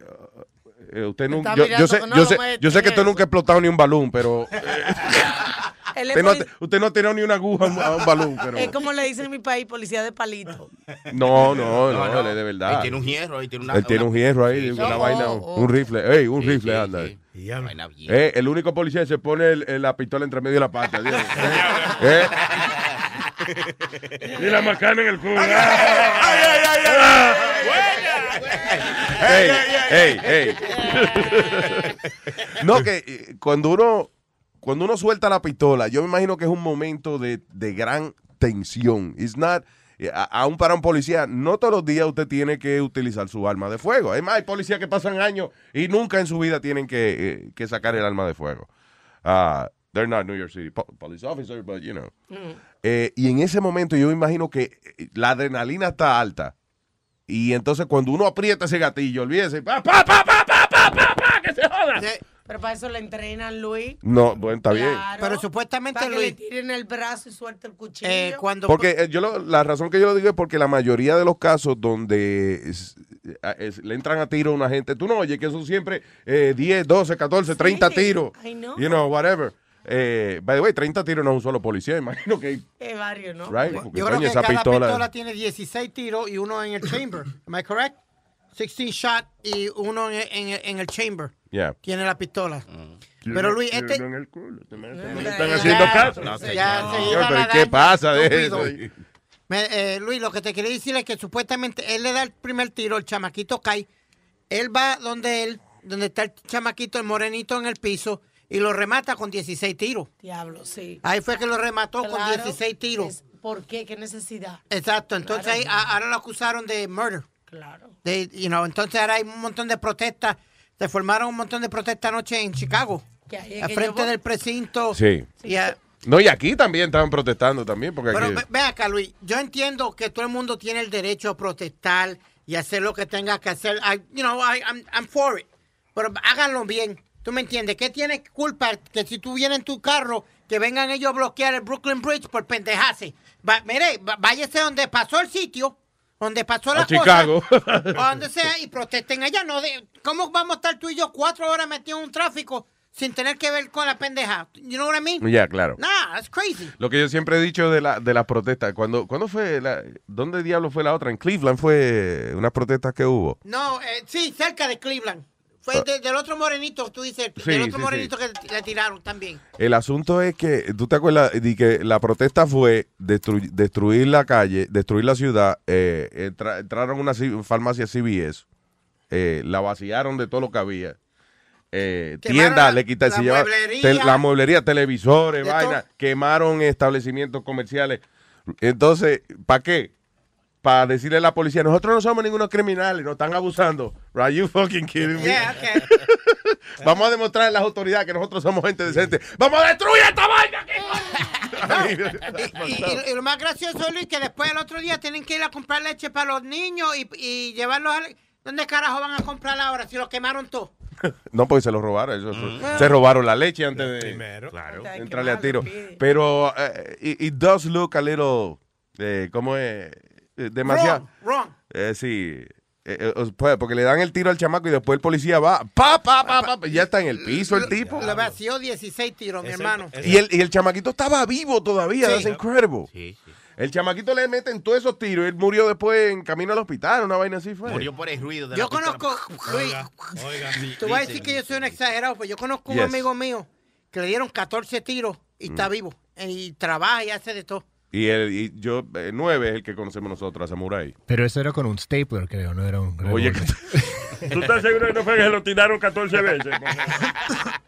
Speaker 6: eh, usted
Speaker 17: Está
Speaker 6: nunca, yo, yo
Speaker 17: mirando
Speaker 6: sé,
Speaker 17: que no
Speaker 6: yo
Speaker 17: lo
Speaker 6: sé,
Speaker 17: puede
Speaker 6: yo sé que
Speaker 17: tener.
Speaker 6: usted nunca ha explotado ni un balón, pero eh,
Speaker 17: Él es
Speaker 6: usted, no, ha
Speaker 17: polic-
Speaker 6: te- usted no ha tirado ni una aguja a un, a un balón,
Speaker 17: Es
Speaker 6: pero
Speaker 17: como le dicen en mi país, policía de palito.
Speaker 6: no, no, no,
Speaker 21: No, no.
Speaker 6: él es de verdad.
Speaker 21: Él tiene un hierro, ahí tiene una-
Speaker 6: Él tiene un hierro ahí, una
Speaker 21: No,
Speaker 6: vaina,
Speaker 21: oh,
Speaker 6: un rifle, ey, un rifle, anda.
Speaker 21: Vaina bien.
Speaker 6: Eh, el único policía que se pone el- el- la pistola entre medio de la pata. Dios. Eh,
Speaker 18: Y la macana en el culo.
Speaker 6: Ey, ey, ey. No, que eh, cuando uno, cuando uno suelta la pistola, yo me imagino que es un momento de, de gran tensión. It's not, eh, a- aún para un policía, no todos los días usted tiene que utilizar su arma de fuego. Es más, hay policías que pasan años y nunca en su vida tienen que, eh, que sacar el arma de fuego. Ah, they're not New York City po- police officers, but you know. Eh, y en ese momento yo me imagino que eh, la adrenalina está alta. Y entonces cuando uno aprieta ese gatillo, olvídese. ¡pa, pa, pa, pa, pa, pa, pa, pa, Ah, que se joda!
Speaker 17: Pero para eso le entrenan, Luis.
Speaker 6: No, bueno, está bien.
Speaker 17: Pero supuestamente para que
Speaker 3: Luis-
Speaker 17: le tiren el brazo y suelte el cuchillo.
Speaker 6: Porque eh, yo lo- la razón que yo lo digo es porque la mayoría de los casos donde es- es- le entran a tiro a una gente, tú no oyes que son siempre eh, 10, 12, 14, 30 tiros.
Speaker 17: I know.
Speaker 6: You know, whatever. Eh, by the way, 30 tiros no es un solo policía, imagino que...
Speaker 3: Eh,
Speaker 17: Es varios, ¿no?
Speaker 6: Right, porque,
Speaker 3: Yo creo
Speaker 6: coño,
Speaker 3: que
Speaker 6: esa
Speaker 3: cada pistola...
Speaker 6: pistola-
Speaker 3: tiene 16 tiros y uno en el chamber. Am I correct? 16 shot y uno en, en- en el chamber.
Speaker 6: Yeah.
Speaker 3: Tiene la pistola.
Speaker 18: Tiene-
Speaker 3: Pero Luis,
Speaker 18: tiene
Speaker 3: este...
Speaker 18: uno en el culo, te mereces.
Speaker 3: No,
Speaker 18: No
Speaker 3: no,
Speaker 18: le están
Speaker 3: ya,
Speaker 18: haciendo caso.
Speaker 3: ya, ya,
Speaker 18: No, señor.
Speaker 3: se
Speaker 18: Señor,
Speaker 3: iba
Speaker 18: pero
Speaker 3: la
Speaker 18: ¿qué
Speaker 3: daña.
Speaker 18: pasa de
Speaker 3: Estúpido.
Speaker 18: eso?
Speaker 3: Me- eh, Luis, lo que te quería decir es que supuestamente él le da el primer tiro, el chamaquito cae. Él va donde él, donde está el chamaquito, el morenito en el piso, y lo remata con 16 tiros.
Speaker 17: Diablo, sí.
Speaker 3: Ahí fue que lo remató con
Speaker 17: Claro.
Speaker 3: 16 tiros.
Speaker 17: Es- ¿Por qué? ¿Qué necesidad?
Speaker 3: Exacto, entonces
Speaker 17: Claro.
Speaker 3: ahí- a- ahora lo acusaron de murder.
Speaker 17: Claro.
Speaker 3: De, you know, entonces ahora hay un montón de protestas. Se formaron un montón de protestas anoche en Chicago.
Speaker 17: Que ahí es
Speaker 3: Al
Speaker 17: que
Speaker 3: frente
Speaker 17: yo-
Speaker 3: del precinto.
Speaker 6: Sí.
Speaker 3: Y a-
Speaker 6: No, y aquí también estaban protestando también, porque
Speaker 3: pero
Speaker 6: aquí...
Speaker 3: ve- ve acá, Luis. Yo entiendo que todo el mundo tiene el derecho a protestar y hacer lo que tenga que hacer. I- you know, I- I'm, I'm for it. Pero háganlo bien. ¿Tú me entiendes? ¿Qué tiene culpa que si tú vienes en tu carro, que vengan ellos a bloquear el Brooklyn Bridge por pendejase? Va- mire, va- váyase donde pasó el sitio, donde pasó la
Speaker 6: A
Speaker 3: cosa,
Speaker 6: Chicago.
Speaker 3: o donde sea, y protesten allá. No de- ¿Cómo vamos a estar tú y yo cuatro horas metidos en un tráfico sin tener que ver con la pendeja? You know what I mean?
Speaker 6: Yeah, claro.
Speaker 3: Nah, that's crazy.
Speaker 6: Lo que yo siempre he dicho de, la, de las protestas, cuando, ¿cuándo fue? La, ¿Dónde diablo fue la otra? En Cleveland fue unas protestas que hubo.
Speaker 3: No, eh, sí, cerca de Cleveland. Fue de- del otro morenito, tú dices,
Speaker 6: Ah. Sí,
Speaker 3: del otro
Speaker 6: sí,
Speaker 3: morenito que le tiraron también.
Speaker 6: El asunto es que, ¿tú te acuerdas de que la protesta fue destru- destruir la calle, destruir la ciudad? eh, entra- entraron a una ci- farmacia CBS, eh, la vaciaron de todo lo que había. Eh, tiendas le quitaron
Speaker 24: la
Speaker 6: se llevaron-
Speaker 24: mueblería.
Speaker 6: la mueblería, televisores,
Speaker 24: De
Speaker 6: vaina, quemaron establecimientos comerciales. Entonces, ¿para qué? Para decirle a la policía, nosotros no somos ningunos criminales, nos están abusando. Are you fucking kidding me? Vamos a demostrar a las autoridades que nosotros somos gente decente. ¡Vamos a destruir esta vaina!
Speaker 3: Y, y- y lo más gracioso, Luis, que después el otro día tienen que ir a comprar leche para los niños y, y llevarlos a... ¿Dónde carajo van a comprar ahora si lo quemaron todo?
Speaker 6: No, porque se lo robaron. eso fue- Se robaron la leche antes de entrarle a tiro. Pero eh, it, it does look a little... eh, ¿Cómo es? Eh, demasiado...
Speaker 3: Wrong.
Speaker 6: Eh, sí. Eh, eh, os- pues, porque le dan el tiro al chamaco y después el policía va... Pa, pa, pa, pa, pa, ya está en el piso el tipo.
Speaker 3: Le vació 16 tiros, mi hermano.
Speaker 6: Y el, y el chamaquito estaba vivo todavía.
Speaker 3: Sí.
Speaker 6: That's incredible. El chamaquito le meten todos esos tiros. Él murió después en camino al hospital. Una vaina así fue.
Speaker 21: Murió por el ruido de
Speaker 3: Yo
Speaker 21: la pistola.
Speaker 3: conozco, Luis, tú vas a decir que yo soy un exagerado, pero yo conozco un
Speaker 6: Yes.
Speaker 3: amigo mío que le dieron 14 tiros y está
Speaker 6: Mm.
Speaker 3: vivo. eh, Y trabaja y hace de todo.
Speaker 6: Y, el, y yo, eh, nueve es el que conocemos nosotros, a Samurai.
Speaker 25: Pero eso era con un stapler, creo, no era un.
Speaker 6: Oye,
Speaker 25: revólver.
Speaker 18: ¿Tú estás seguro que no fue que se lo tiraron 14 veces?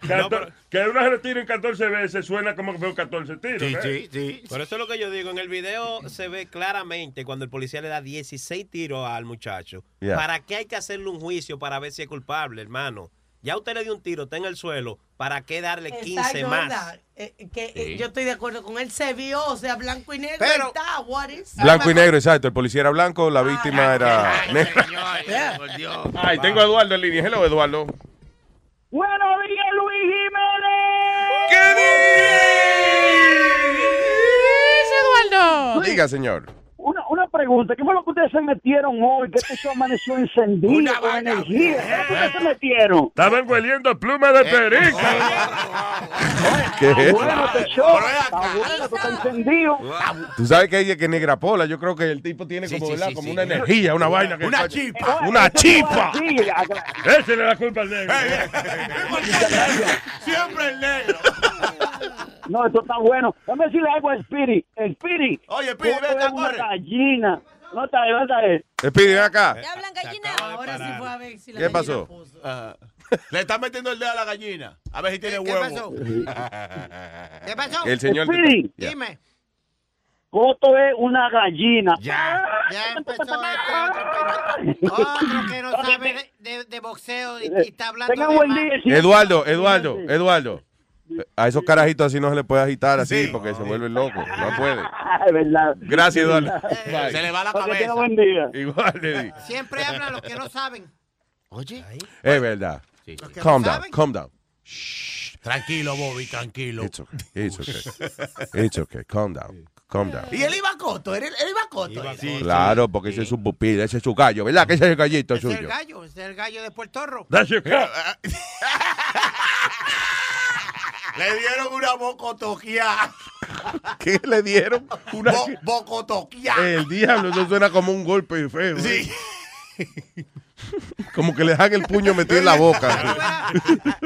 Speaker 18: Cator- Que uno se lo tiren 14 veces suena como que fue 14 tiros.
Speaker 2: Sí,
Speaker 18: ¿eh?
Speaker 2: sí, Por eso es lo que yo digo. En el video se ve claramente cuando el policía le da 16 tiros al muchacho.
Speaker 6: Yeah.
Speaker 2: ¿Para qué hay que hacerle un juicio para ver si es culpable, hermano? Ya usted le dio un tiro, está en el suelo. ¿Para qué darle 15
Speaker 17: Exacto,
Speaker 2: más?
Speaker 17: ¿verdad? Eh, que, eh,
Speaker 2: Sí.
Speaker 17: yo estoy de acuerdo con él. Se vio, o sea, blanco y negro.
Speaker 3: Pero-
Speaker 17: está, what is-
Speaker 6: Blanco y negro, exacto. El policía era blanco, la víctima era negra. Ay, tengo a Eduardo en línea. Hello, Eduardo.
Speaker 9: Buenos días, Luis Jiménez.
Speaker 6: ¡Qué Diga, señor.
Speaker 9: Una, una pregunta, ¿qué fue lo que ustedes se metieron hoy? Que este show amaneció encendido, con energía. ¿Qué fue lo que ustedes se metieron?
Speaker 18: Estaban hueliendo plumas de perico.
Speaker 6: ¿Qué es eso?
Speaker 9: Bueno, este show está bueno, esto está encendido.
Speaker 6: Tú sabes que ella que es negra pola. Yo creo que el tipo tiene como, ¿verdad? como una energía, una vaina. Que
Speaker 18: Una
Speaker 6: chispa. Una chispa.
Speaker 18: Échale la culpa al negro.
Speaker 9: Siempre el negro. No, esto está bueno. Déjame decirle algo a Spirit. Spirit.
Speaker 19: Oye, Spirit,
Speaker 9: Spiri,
Speaker 19: ven acá,
Speaker 9: una
Speaker 19: corre.
Speaker 9: gallina. No está, no está.
Speaker 6: Espíritu, Eh, ven acá.
Speaker 17: Ahora sí fue a ver si la
Speaker 6: ¿Qué
Speaker 17: gallina
Speaker 6: pasó?
Speaker 19: Ah. Le está metiendo el dedo a la gallina. A ver si
Speaker 17: Eh,
Speaker 19: tiene
Speaker 9: ¿Qué
Speaker 19: huevo.
Speaker 3: ¿Qué pasó?
Speaker 6: El señor-
Speaker 9: Spirit.
Speaker 6: Ya.
Speaker 3: Dime.
Speaker 9: Coto es una gallina.
Speaker 3: Ya empezó este otro, otro que no sabe de, de- de boxeo y, y está hablando
Speaker 9: Eh, Tengan
Speaker 3: de
Speaker 9: buen
Speaker 3: más.
Speaker 9: día.
Speaker 6: Eduardo, Eduardo, Eduardo. A esos carajitos así no se le puede agitar así porque se vuelven locos. No puede.
Speaker 9: Es verdad.
Speaker 6: Gracias, Eduardo. Bye.
Speaker 9: Se le va la Ok, cabeza. tenga buen día.
Speaker 6: Igual, Eddie.
Speaker 3: Siempre hablan los que no saben.
Speaker 21: Oye.
Speaker 6: Es verdad.
Speaker 3: Los que
Speaker 6: Calm
Speaker 3: no
Speaker 6: down,
Speaker 3: saben.
Speaker 6: calm down.
Speaker 19: Tranquilo, Bobby, tranquilo.
Speaker 6: It's okay, it's okay. It's okay, calm down, calm down.
Speaker 19: Y él iba a coto, él, él iba a coto. era.
Speaker 6: Claro, porque ese es su pupila, ese es su gallo, ¿verdad? Que ese es el gallito suyo.
Speaker 3: gallo, es el gallo de Puerto Rico.
Speaker 6: That's your cat.
Speaker 19: Le dieron una bocotoquía.
Speaker 6: ¿Qué le dieron? Una...
Speaker 19: Bo- bocotoquía.
Speaker 6: El diablo, eso suena como un golpe feo. Sí. Como que le dejan el puño metido en la boca.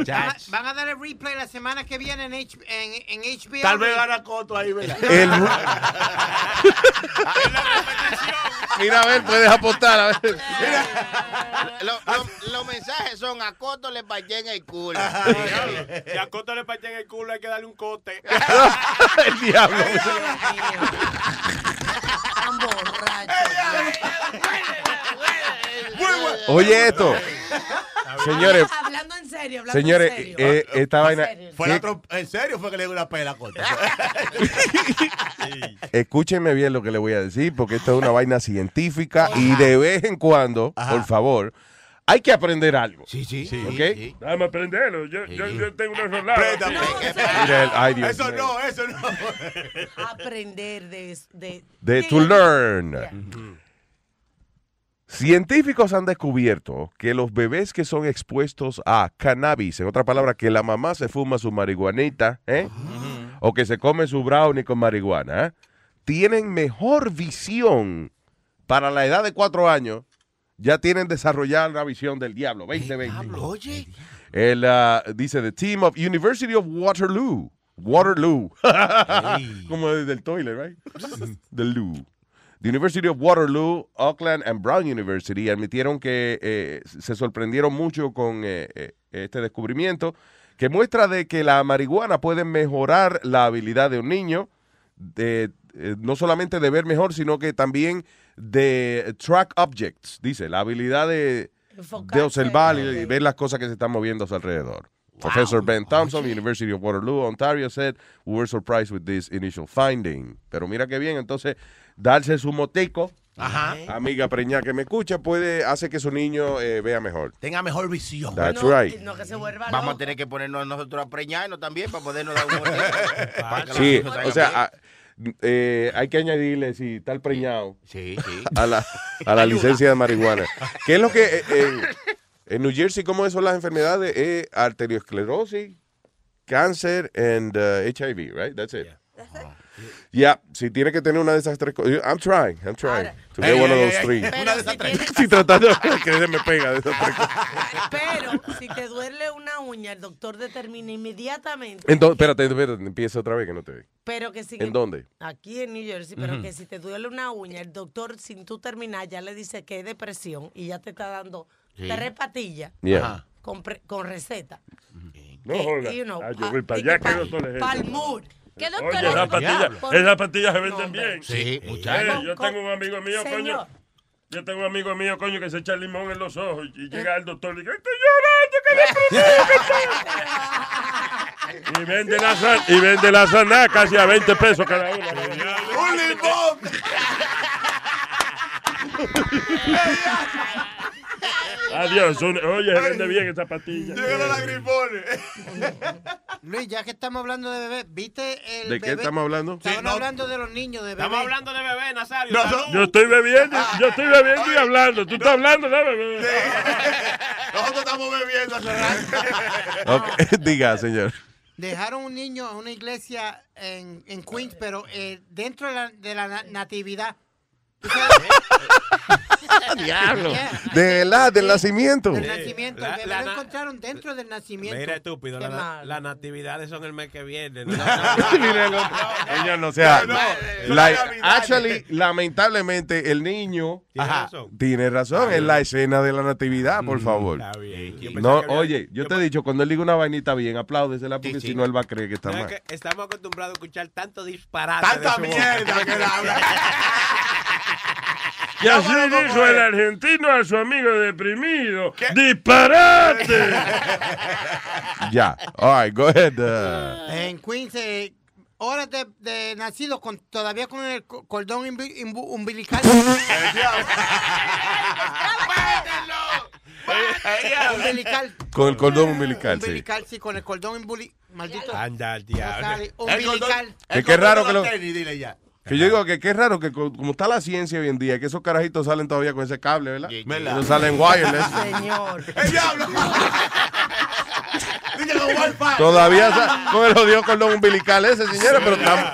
Speaker 3: Van a, van a dar el replay la semana que viene en, H- en, en HBO.
Speaker 19: Tal vez gana coto ahí, ¿verdad?
Speaker 6: El- Mira, a ver, puedes apostar. A ver.
Speaker 21: Lo- lo- los mensajes son a Coto le partí en el culo.
Speaker 2: Si a Coto le parten el culo, hay que darle un cote.
Speaker 6: el diablo. Oye, esto. Señores,
Speaker 17: Hablando en serio, hablando
Speaker 6: señores,
Speaker 17: en serio.
Speaker 6: eh, esta vaina.
Speaker 19: Fue la
Speaker 6: ¿qué-
Speaker 19: trom- ¿En serio fue que le dio una pela a coto?
Speaker 6: Escúchenme bien lo que le voy a decir, porque esto es una vaina científica y de vez en cuando, por favor, hay que aprender algo. Sí, sí, sí.
Speaker 18: Vamos a prenderlo. Yo, yo, yo tengo unos rolados.
Speaker 6: Mira el- ay, Dios
Speaker 19: Eso
Speaker 6: mío.
Speaker 19: no, eso no.
Speaker 17: Aprender de... de
Speaker 6: de to learn. Científicos han descubierto que los bebés que son expuestos a cannabis, en otra palabra, que la mamá se fuma su marihuanita, ¿eh? o que se come su brownie con marihuana, ¿eh? tienen mejor visión para la edad de cuatro años, ya tienen desarrollada la visión del diablo, 2020.
Speaker 21: Oye.
Speaker 6: El, ah, dice, the team of University of Waterloo. Waterloo. Como del toilet, right? the Lou. The University of Waterloo, Auckland and Brown University admitieron que eh, se sorprendieron mucho con eh, eh, este descubrimiento que muestra de que la marihuana puede mejorar la habilidad de un niño, de, eh, no solamente de ver mejor, sino que también de track objects, dice, la habilidad de, de observar y, y ver las cosas que se están moviendo a su alrededor. Professor Ben Thompson, University of Waterloo, Ontario, said we were surprised with this initial finding. Pero mira qué bien, entonces, darse su motico, amiga preñada que me escucha, puede hace que su niño eh, vea mejor.
Speaker 19: Tenga mejor visión.
Speaker 6: That's
Speaker 21: No,
Speaker 6: right.
Speaker 21: no que se vuelva Vamos a tener que ponernos nosotros a preñarnos también para podernos dar un mordisco. Para que los
Speaker 6: Sí,
Speaker 21: hijos
Speaker 6: o
Speaker 21: salgan
Speaker 6: sea,
Speaker 21: bien.
Speaker 6: a- eh, hay que añadirle, si está el preñado,
Speaker 21: sí.
Speaker 6: a la, a la licencia de marihuana. ¿Qué es lo que eh, en, en New Jersey, cómo son las enfermedades? Eh, arteriosclerosis, cáncer and uh, HIV, right? That's it. Yeah, si tiene que tener una de esas tres cosas. I'm trying, I'm trying to get
Speaker 19: Ey,
Speaker 6: one of
Speaker 19: ey,
Speaker 6: those
Speaker 19: ey,
Speaker 6: three.
Speaker 19: pero Una de esas si tres. tiene-
Speaker 6: Estoy tratando de que se me pega de esas tres cosas.
Speaker 17: Pero si te duele una uña, el doctor determina inmediatamente.
Speaker 6: ¿En dó- espérate, espérate, empieza otra vez que no te vi.
Speaker 17: Pero que si
Speaker 6: ¿En dónde?
Speaker 17: Aquí en New Jersey, pero
Speaker 6: Ujú.
Speaker 17: que si te duele una uña, el doctor, sin tú terminar, ya le dice que es depresión y ya te está dando
Speaker 18: Sí.
Speaker 17: tres patillas
Speaker 18: Yeah. Ajá.
Speaker 17: con, pre- con receta.
Speaker 18: No
Speaker 17: Eh,
Speaker 18: jodas.
Speaker 17: you know,
Speaker 18: Ah,
Speaker 17: ah,
Speaker 18: yo voy para
Speaker 17: dije,
Speaker 18: allá que
Speaker 17: pa-
Speaker 18: no se les
Speaker 17: Palmur.
Speaker 18: ¿Qué
Speaker 17: doctor
Speaker 18: Oye, esas
Speaker 17: es?
Speaker 18: pastillas,
Speaker 17: Por-
Speaker 18: esas pastillas se venden
Speaker 17: No,
Speaker 18: bien.
Speaker 21: Sí,
Speaker 18: Eh,
Speaker 21: muchachos.
Speaker 18: yo tengo un amigo mío,
Speaker 17: Señor.
Speaker 18: coño. Yo tengo un amigo mío, coño, que se echa limón en los ojos y, y llega al doctor y dice, estoy llorando, que le prometo". Y vende la san- y vende la saná casi a 20 pesos cada una.
Speaker 19: ¡Un limón!
Speaker 18: Adiós. son- Oye, se vende bien esa pastilla.
Speaker 19: Llegaron las gripones.
Speaker 3: Luis, ya que estamos hablando de bebé, ¿viste el
Speaker 6: ¿De qué
Speaker 3: bebé?
Speaker 6: estamos hablando?
Speaker 3: Estaban
Speaker 6: Sí, no.
Speaker 3: hablando de los niños de bebé.
Speaker 2: Estamos hablando de bebé, Nazario.
Speaker 18: No,
Speaker 2: Salud.
Speaker 18: yo estoy bebiendo, yo estoy bebiendo y hablando. Tú estás hablando, ¿no, bebé?
Speaker 19: Nosotros estamos bebiendo hace rato.
Speaker 3: Ah,
Speaker 6: Ok, Diga, señor.
Speaker 3: Dejaron un niño a una iglesia en, en Queens, pero eh, dentro de la, de la na- natividad. ¿Tú sabes?
Speaker 6: Diablo. De la, del nacimiento.
Speaker 3: Del nacimiento. El
Speaker 2: La-
Speaker 3: bebé
Speaker 2: la
Speaker 3: lo
Speaker 2: na-
Speaker 3: encontraron dentro del nacimiento.
Speaker 2: Mira, estúpido,
Speaker 3: Qué
Speaker 2: la-
Speaker 3: mal.
Speaker 2: las natividades son el mes que viene. ¿no?
Speaker 6: Mira el otro. Señor, no sea.
Speaker 2: No, no,
Speaker 6: la-
Speaker 2: no, no,
Speaker 6: actually, lamentablemente, el niño
Speaker 2: Tiene
Speaker 6: Ajá.
Speaker 2: razón.
Speaker 6: tiene razón. Es la escena de la natividad, por favor. No, oye, yo te he dicho, cuando él diga una vainita bien, apláudesela porque si no él va a creer que está
Speaker 2: No, es
Speaker 6: mal.
Speaker 2: que estamos acostumbrados a escuchar tanto disparate.
Speaker 19: Tanta
Speaker 2: de su
Speaker 19: mierda
Speaker 2: boca.
Speaker 19: que él habla.
Speaker 18: Y así dijo el argentino a su amigo deprimido. ¡Disparate!
Speaker 6: Ya. All right, go ahead. uh,
Speaker 3: En Queens, eh, horas de, de nacido con, todavía con el co- cordón umbi- umbu- umbilical. umbilical.
Speaker 6: con el cordón umbilical, sí.
Speaker 3: Umbilical, sí, con el cordón umbuli- Maldito.
Speaker 2: Anda, al
Speaker 3: No sale.
Speaker 2: diablo.
Speaker 3: Umbilical.
Speaker 6: Que qué raro que lo...
Speaker 19: dile ya.
Speaker 6: Que yo digo que qué raro que co- como está la ciencia hoy en día, que esos carajitos salen todavía con ese cable, ¿verdad?
Speaker 19: ¿Verdad?
Speaker 6: Ellos salen wireless.
Speaker 17: Señor.
Speaker 19: ¡El diablo! Dije con wifi.
Speaker 6: Todavía sa- con el odio cordón umbilical ese, señores, pero estamos,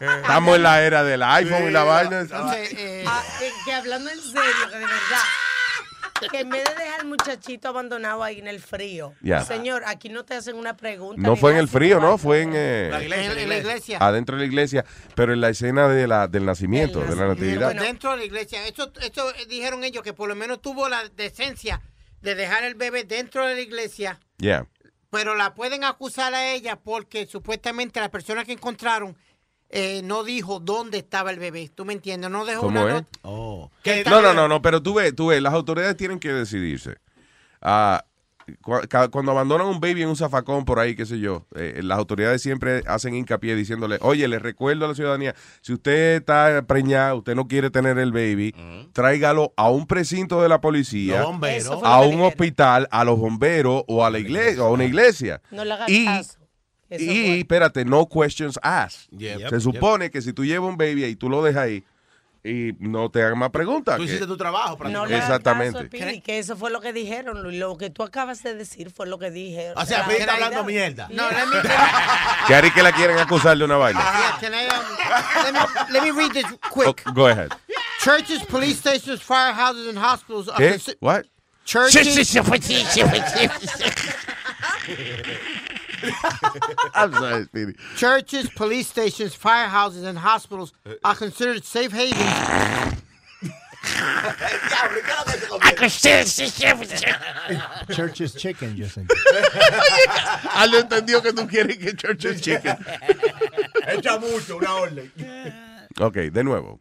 Speaker 6: estamos en la era del iPhone y la vaina.
Speaker 17: Entonces,
Speaker 6: eh,
Speaker 17: ah, que, que hablando en serio, que de verdad, que en vez de dejar al muchachito abandonado ahí en el frío,
Speaker 6: Ya.
Speaker 17: señor, aquí no te hacen una pregunta.
Speaker 6: No
Speaker 17: ni
Speaker 6: fue en
Speaker 17: nada.
Speaker 6: el frío, ¿no? Fue en... eh,
Speaker 3: En, en la iglesia.
Speaker 6: adentro de la iglesia, pero en la escena de la, del nacimiento, de la natividad.
Speaker 3: Bueno, dentro de la iglesia. Esto, esto eh, dijeron ellos que por lo menos tuvo la decencia de dejar el bebé dentro de la iglesia.
Speaker 6: Yeah.
Speaker 3: pero la pueden acusar a ella porque supuestamente la persona que encontraron eh, no dijo dónde estaba el bebé. ¿Tú me entiendes? No dejó
Speaker 6: ¿Cómo
Speaker 3: una
Speaker 6: es?
Speaker 3: nota.
Speaker 19: Oh.
Speaker 6: No, no, no, no, pero tú ves, tú ves, las autoridades tienen que decidirse. Ah, cu- ca- cuando abandonan un baby en un zafacón por ahí, qué sé yo, eh, las autoridades siempre hacen hincapié diciéndole, oye, les recuerdo a la ciudadanía, si usted está preñado, usted no quiere tener el baby, tráigalo a un precinto de la policía,
Speaker 19: Los bomberos. Eso fue lo
Speaker 6: a
Speaker 19: que
Speaker 6: un hospital, a los bomberos o a la iglesia, o a una iglesia.
Speaker 17: No le hagas
Speaker 6: Y-
Speaker 17: caso. Eso
Speaker 6: y
Speaker 17: fue.
Speaker 6: espérate, no questions asked.
Speaker 19: Yep.
Speaker 6: Se supone que si tú llevas un baby y tú lo dejas ahí y no te hagan más preguntas.
Speaker 19: Tú
Speaker 6: que-
Speaker 19: hiciste tu trabajo,
Speaker 17: No le hagas caso,
Speaker 6: Exactamente.
Speaker 17: Pidi, que eso fue lo que dijeron, Luis. Lo que tú acabas de decir fue lo que dijeron.
Speaker 19: O sea,
Speaker 17: La
Speaker 19: Pidi está
Speaker 17: realidad.
Speaker 19: hablando mierda.
Speaker 17: No,
Speaker 3: let me,
Speaker 6: Que Ari que la quieren acusar de una vaina.
Speaker 3: Ah, Yeah, can I, um, let, me, let me read this quick.
Speaker 6: Oh, go ahead.
Speaker 3: Churches, police stations, firehouses, and hospitals. are
Speaker 6: ¿Qué?
Speaker 3: consi-
Speaker 6: What?
Speaker 3: Churches.
Speaker 6: Sí, sí, sí, fue, sí, sí, fue, sí. I'm sorry, Speedy.
Speaker 3: Churches, police stations, firehouses, and hospitals are considered safe havens.
Speaker 6: Ah,
Speaker 25: Church's Chicken, yo sentí.
Speaker 6: Aldo entendió que tú quieres que Church's Chicken.
Speaker 19: Echa mucho, una orden.
Speaker 6: Ok, de nuevo.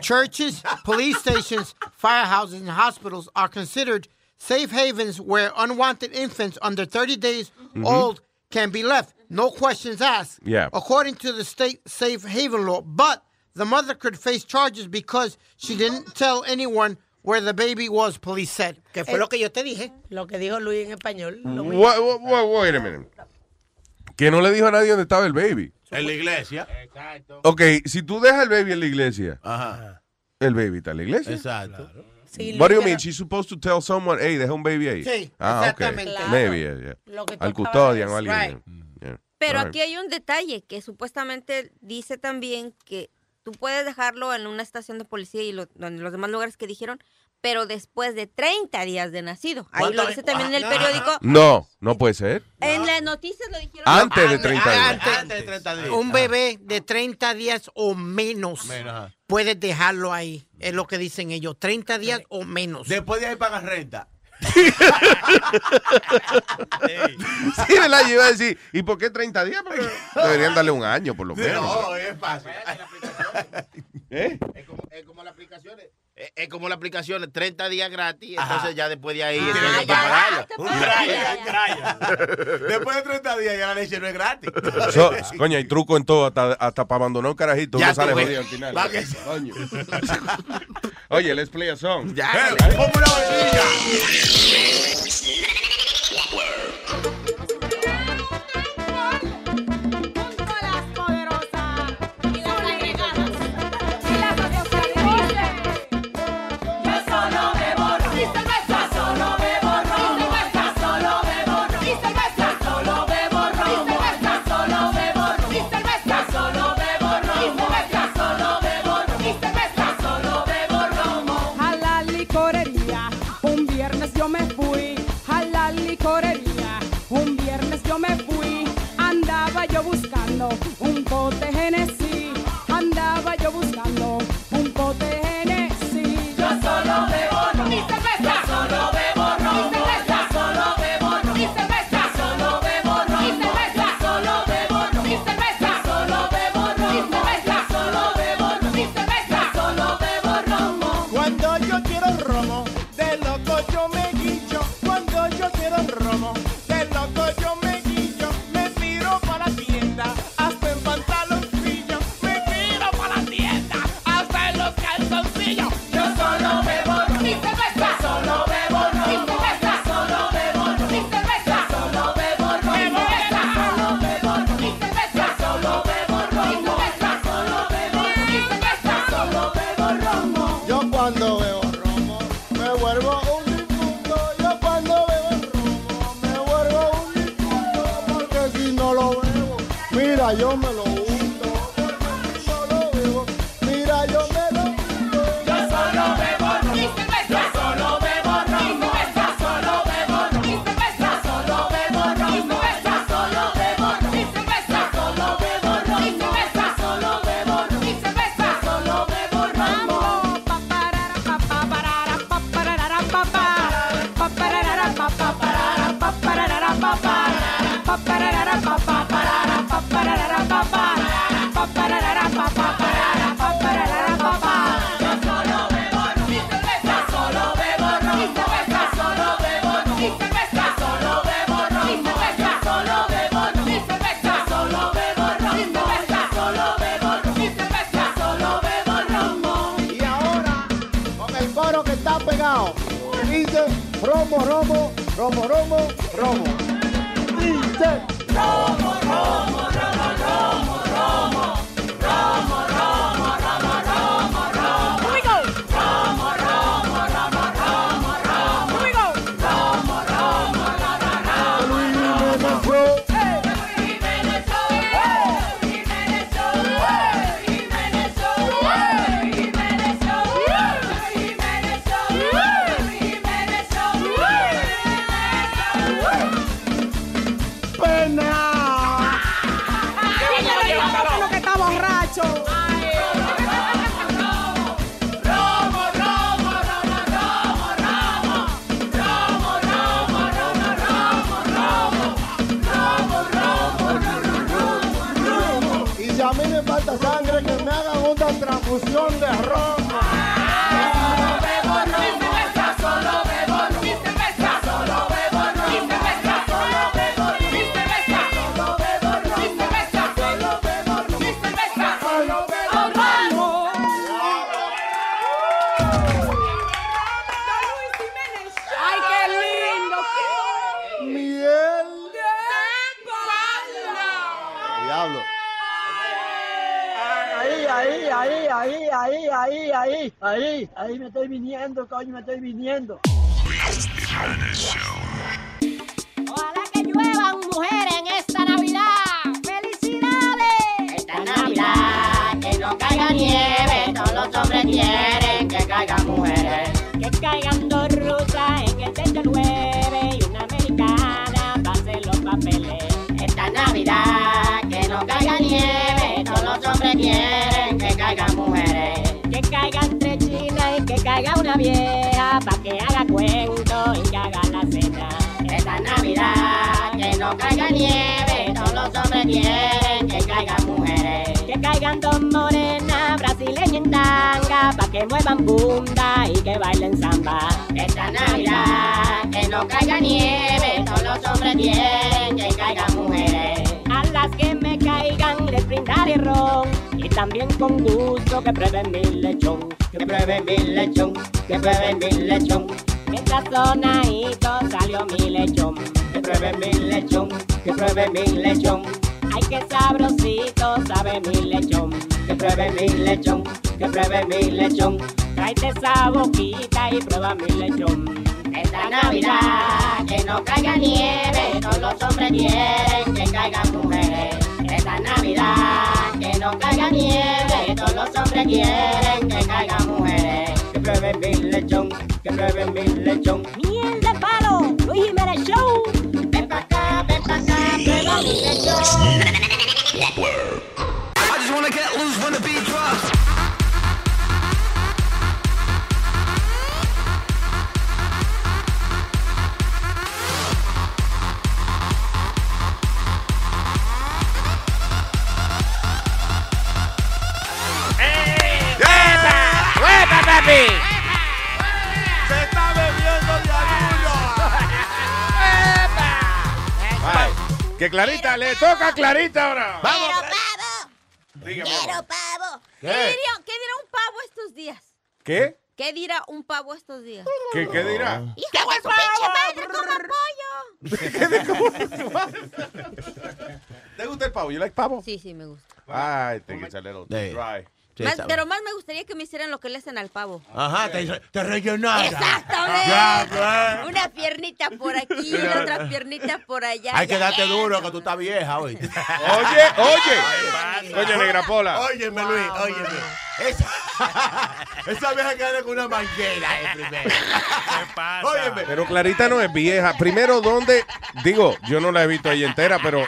Speaker 3: Churches, police stations, firehouses, and hospitals are considered safe havens where unwanted infants under 30 days
Speaker 6: Mhm.
Speaker 3: old can be left, no questions asked,
Speaker 6: Yeah.
Speaker 3: according to the state safe haven law. But the mother could face charges because she didn't tell anyone where the baby was, police said. Que fue lo que yo te dije.
Speaker 17: Eh, Lo que dijo Luis en español. lo mismo.
Speaker 6: Wait, wait, wait, wait a minute. Que no le dijo a nadie dónde estaba el baby.
Speaker 19: En la iglesia.
Speaker 6: Ok, si tú dejas el baby en la iglesia, el baby está en la iglesia.
Speaker 19: Exacto.
Speaker 17: Sí,
Speaker 6: What do you
Speaker 17: Luis,
Speaker 6: mean? She's supposed to tell someone, hey, deja un baby ahí.
Speaker 17: Sí,
Speaker 6: ah, okay.
Speaker 17: exactamente. Claro.
Speaker 6: Maybe, yeah, yeah.
Speaker 20: Lo que tú
Speaker 6: Al
Speaker 20: acabas
Speaker 6: custodian
Speaker 20: de
Speaker 6: o
Speaker 20: decir.
Speaker 6: alguien. Yeah.
Speaker 20: Pero
Speaker 6: All right.
Speaker 20: aquí hay un detalle que supuestamente dice también que tú puedes dejarlo en una estación de policía y lo- en los demás lugares que dijeron, pero después de 30 días de nacido. Ahí lo
Speaker 19: ¿Cuánto-
Speaker 20: dice también en el periódico.
Speaker 6: No, no puede ser.
Speaker 20: En las noticias lo dijeron.
Speaker 6: Antes de 30 días.
Speaker 19: Antes de 30 días.
Speaker 3: Un bebé de 30 días o menos,
Speaker 19: Menos, ajá.
Speaker 3: puedes dejarlo ahí. Es lo que dicen ellos. 30 días o menos.
Speaker 19: Después de ahí pagas renta.
Speaker 6: Sí, ¿verdad? Yo iba a decir, ¿y por qué 30 días? Porque deberían darle un año, por lo menos.
Speaker 19: No, es fácil.
Speaker 6: ¿Eh?
Speaker 21: Es como las aplicaciones. Es, es como las aplicaciones, 30 días gratis, entonces ya después de ahí
Speaker 19: Ah,
Speaker 21: tienes
Speaker 19: ya,
Speaker 21: que pagarlo.
Speaker 19: Un trial, un trial. Después de 30 días ya la leche no es gratis.
Speaker 6: So, coño, hay truco en todo, hasta, hasta para abandonar un carajito,
Speaker 19: Ya
Speaker 6: uno sale
Speaker 19: tú ves.
Speaker 6: jodido al final.
Speaker 19: Va que sí.
Speaker 6: Coño. Oye, let's play a song.
Speaker 19: Eh, ponme una vainilla.
Speaker 12: yo me fui, andaba yo buscando un bote Genesí, andaba yo buscando un bote Genesí. Yo solo bebo ron, y cerveza. Yo solo bebo ron, y cerveza. Yo solo bebo ron, y cerveza. Yo solo bebo ron, y cerveza. Yo solo bebo ron, y cerveza. Yo solo bebo ron, y cerveza. Yo solo bebo ron, y cerveza. Yo solo bebo romo.
Speaker 8: Cuando yo quiero romo, de loco yo me guillo. Cuando yo quiero romo, de loco yo me guillo. Me tiro para la tienda, hasta en pantaloncillo. Me tiro para la tienda, hasta en los calzoncillos. Yo solo bebo ron y cerveza. Yo solo bebo ron y cerveza. Solo bebo ron y cerveza. Solo bebo ron y cerveza. Solo bebo ron y cerveza. Solo bebo ron y cerveza. Solo bebo ron y cerveza. Solo bebo romo. Yo cuando bebo romo me vuelvo un difunto. Yo cuando bebo romo me vuelvo un difunto porque si no lo bebo, mira yo me lo unto. Yo solo bebo, mira yo me lo unto. Yo solo bebo ron y cerveza. Yo solo bebo ron y cerveza. Solo bebo ron y cerveza. Solo bebo ron y cerveza. Solo bebo ron y cerveza. Solo bebo ron y cerveza. Solo bebo ron y cerveza. Solo bebo ron. Y ahora, con el coro que está pegado, dice romo, romo, romo, romo, romo. Dice romo, romo, romo, romo, romo. Romo, romo, romo, romo, romo. Here we go. Romo, romo, romo, romo, romo. Here we go. Romo, romo, romo, romo. Luis Jiménez Show. Luis Jiménez Show. Luis Jiménez Show. Luis Jiménez Show. Luis Jiménez Show. Luis Jiménez Show. Luis Jiménez Show.
Speaker 12: Pena. que está borracho.
Speaker 8: Y si a mí me falta sangre, que me hagan una transfusión de romo.
Speaker 12: ¡Ay, qué lindo!
Speaker 8: Miel Diablo.
Speaker 26: Ahí, ahí, ahí, ahí, ahí, ahí, ahí, ahí, ahí me estoy viniendo, coño, me estoy viniendo.
Speaker 12: Ojalá que lluevan mujeres en esta Navidad. ¡Felicidades! Esta Navidad, que no caiga nieve, todos los hombres quieren que caigan mujeres. Que caigan dos rusas en el centro jueves y una americana pase los papeles. Esta Navidad, que no caiga nieve, todos los hombres quieren que caigan mujeres. Que caigan tres chinas y que caiga una vieja pa' que haga cuento y que haga la cena. Esta Navidad que no caiga nieve, todos los hombres quieren que caigan mujeres. Que caigan dos morenas brasileñas en tanga pa' que muevan bunda y que bailen samba. Esta Navidad que no caiga nieve, todos los hombres quieren que caigan mujeres. A las que me caigan les brindaré ron y también con gusto que prueben mi lechón, que prueben mi lechón, que prueben mi lechón. Mientras sonadito salió mi lechón, que prueben mi lechón, que prueben mi lechón. Ay, qué sabrosito sabe mi lechón, que prueben mi lechón, que prueben mi lechón. Tráete esa boquita y prueba mi lechón. Esta Navidad que no caiga nieve, todos los hombres quieren que caigan mujeres. Esta Navidad que no caiga nieve, todos los hombres quieren que caigan mujeres. Que prueben mi lechón, que prueben mi lechón. Miel de palo, Luis Jiménez Show. Ven pa' acá, ven pa' acá, ven
Speaker 1: Que Clarita, le toca a Clarita ahora.
Speaker 20: Quiero pavo. Quiero pavo.
Speaker 1: ¿Qué?
Speaker 20: ¿Qué? dirá, qué dirá un pavo estos días?
Speaker 1: ¿Qué?
Speaker 20: ¿Qué dirá un pavo estos días?
Speaker 1: ¿Qué, qué dirá?
Speaker 20: ¡Hijo de su pinche madre, coma pollo!
Speaker 6: ¿Te gusta el pavo? ¿You like pavo?
Speaker 20: Sí, sí, me gusta.
Speaker 6: Ay, tengo que echarle los
Speaker 19: Sí.
Speaker 6: dry.
Speaker 20: Más- pero más me gustaría que me hicieran lo que le hacen al pavo.
Speaker 19: Ajá, te, te rellenaron.
Speaker 20: Exactamente.
Speaker 19: Ya, pues.
Speaker 20: Una piernita por aquí, la otra piernita por allá.
Speaker 19: Hay que darte duro que tú estás vieja hoy. oye,
Speaker 6: oye.
Speaker 1: Oye, Negra Pola.
Speaker 19: Óyeme, Luis,
Speaker 20: Ah,
Speaker 19: óyeme. Esa, esa vieja que viene con una manguera eh, primero. ¿Qué
Speaker 20: Ah,
Speaker 19: pasa? Óyeme.
Speaker 6: Pero Clarita no es vieja. Primero, ¿dónde? Digo, yo no la he visto ahí entera, pero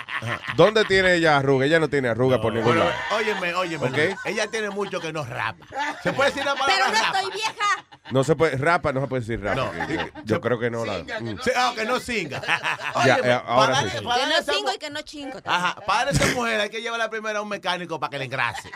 Speaker 6: ¿dónde tiene ella arruga? Ella no tiene arruga por ningún lado.
Speaker 19: Óyeme, óyeme.
Speaker 6: Ok.
Speaker 19: Luis. Ella tiene mucho que no rapa. ¿Se puede decir la palabra
Speaker 20: Pero no
Speaker 19: rapa?
Speaker 20: estoy vieja.
Speaker 6: No se puede, rapa, no se puede decir rapa.
Speaker 19: No.
Speaker 6: Yo, yo creo que no la. Mm.
Speaker 19: Sí, ah, que no singa.
Speaker 6: Ya,
Speaker 19: Óyeme,
Speaker 6: eh, ahora
Speaker 19: para
Speaker 6: sí.
Speaker 19: darle- para
Speaker 20: Que
Speaker 19: darle
Speaker 20: no
Speaker 19: esa
Speaker 20: cingo
Speaker 19: mu-
Speaker 20: y que no chingo. también.
Speaker 19: Ajá, para esa mujer hay que llevarla primero a un mecánico para que le engrase.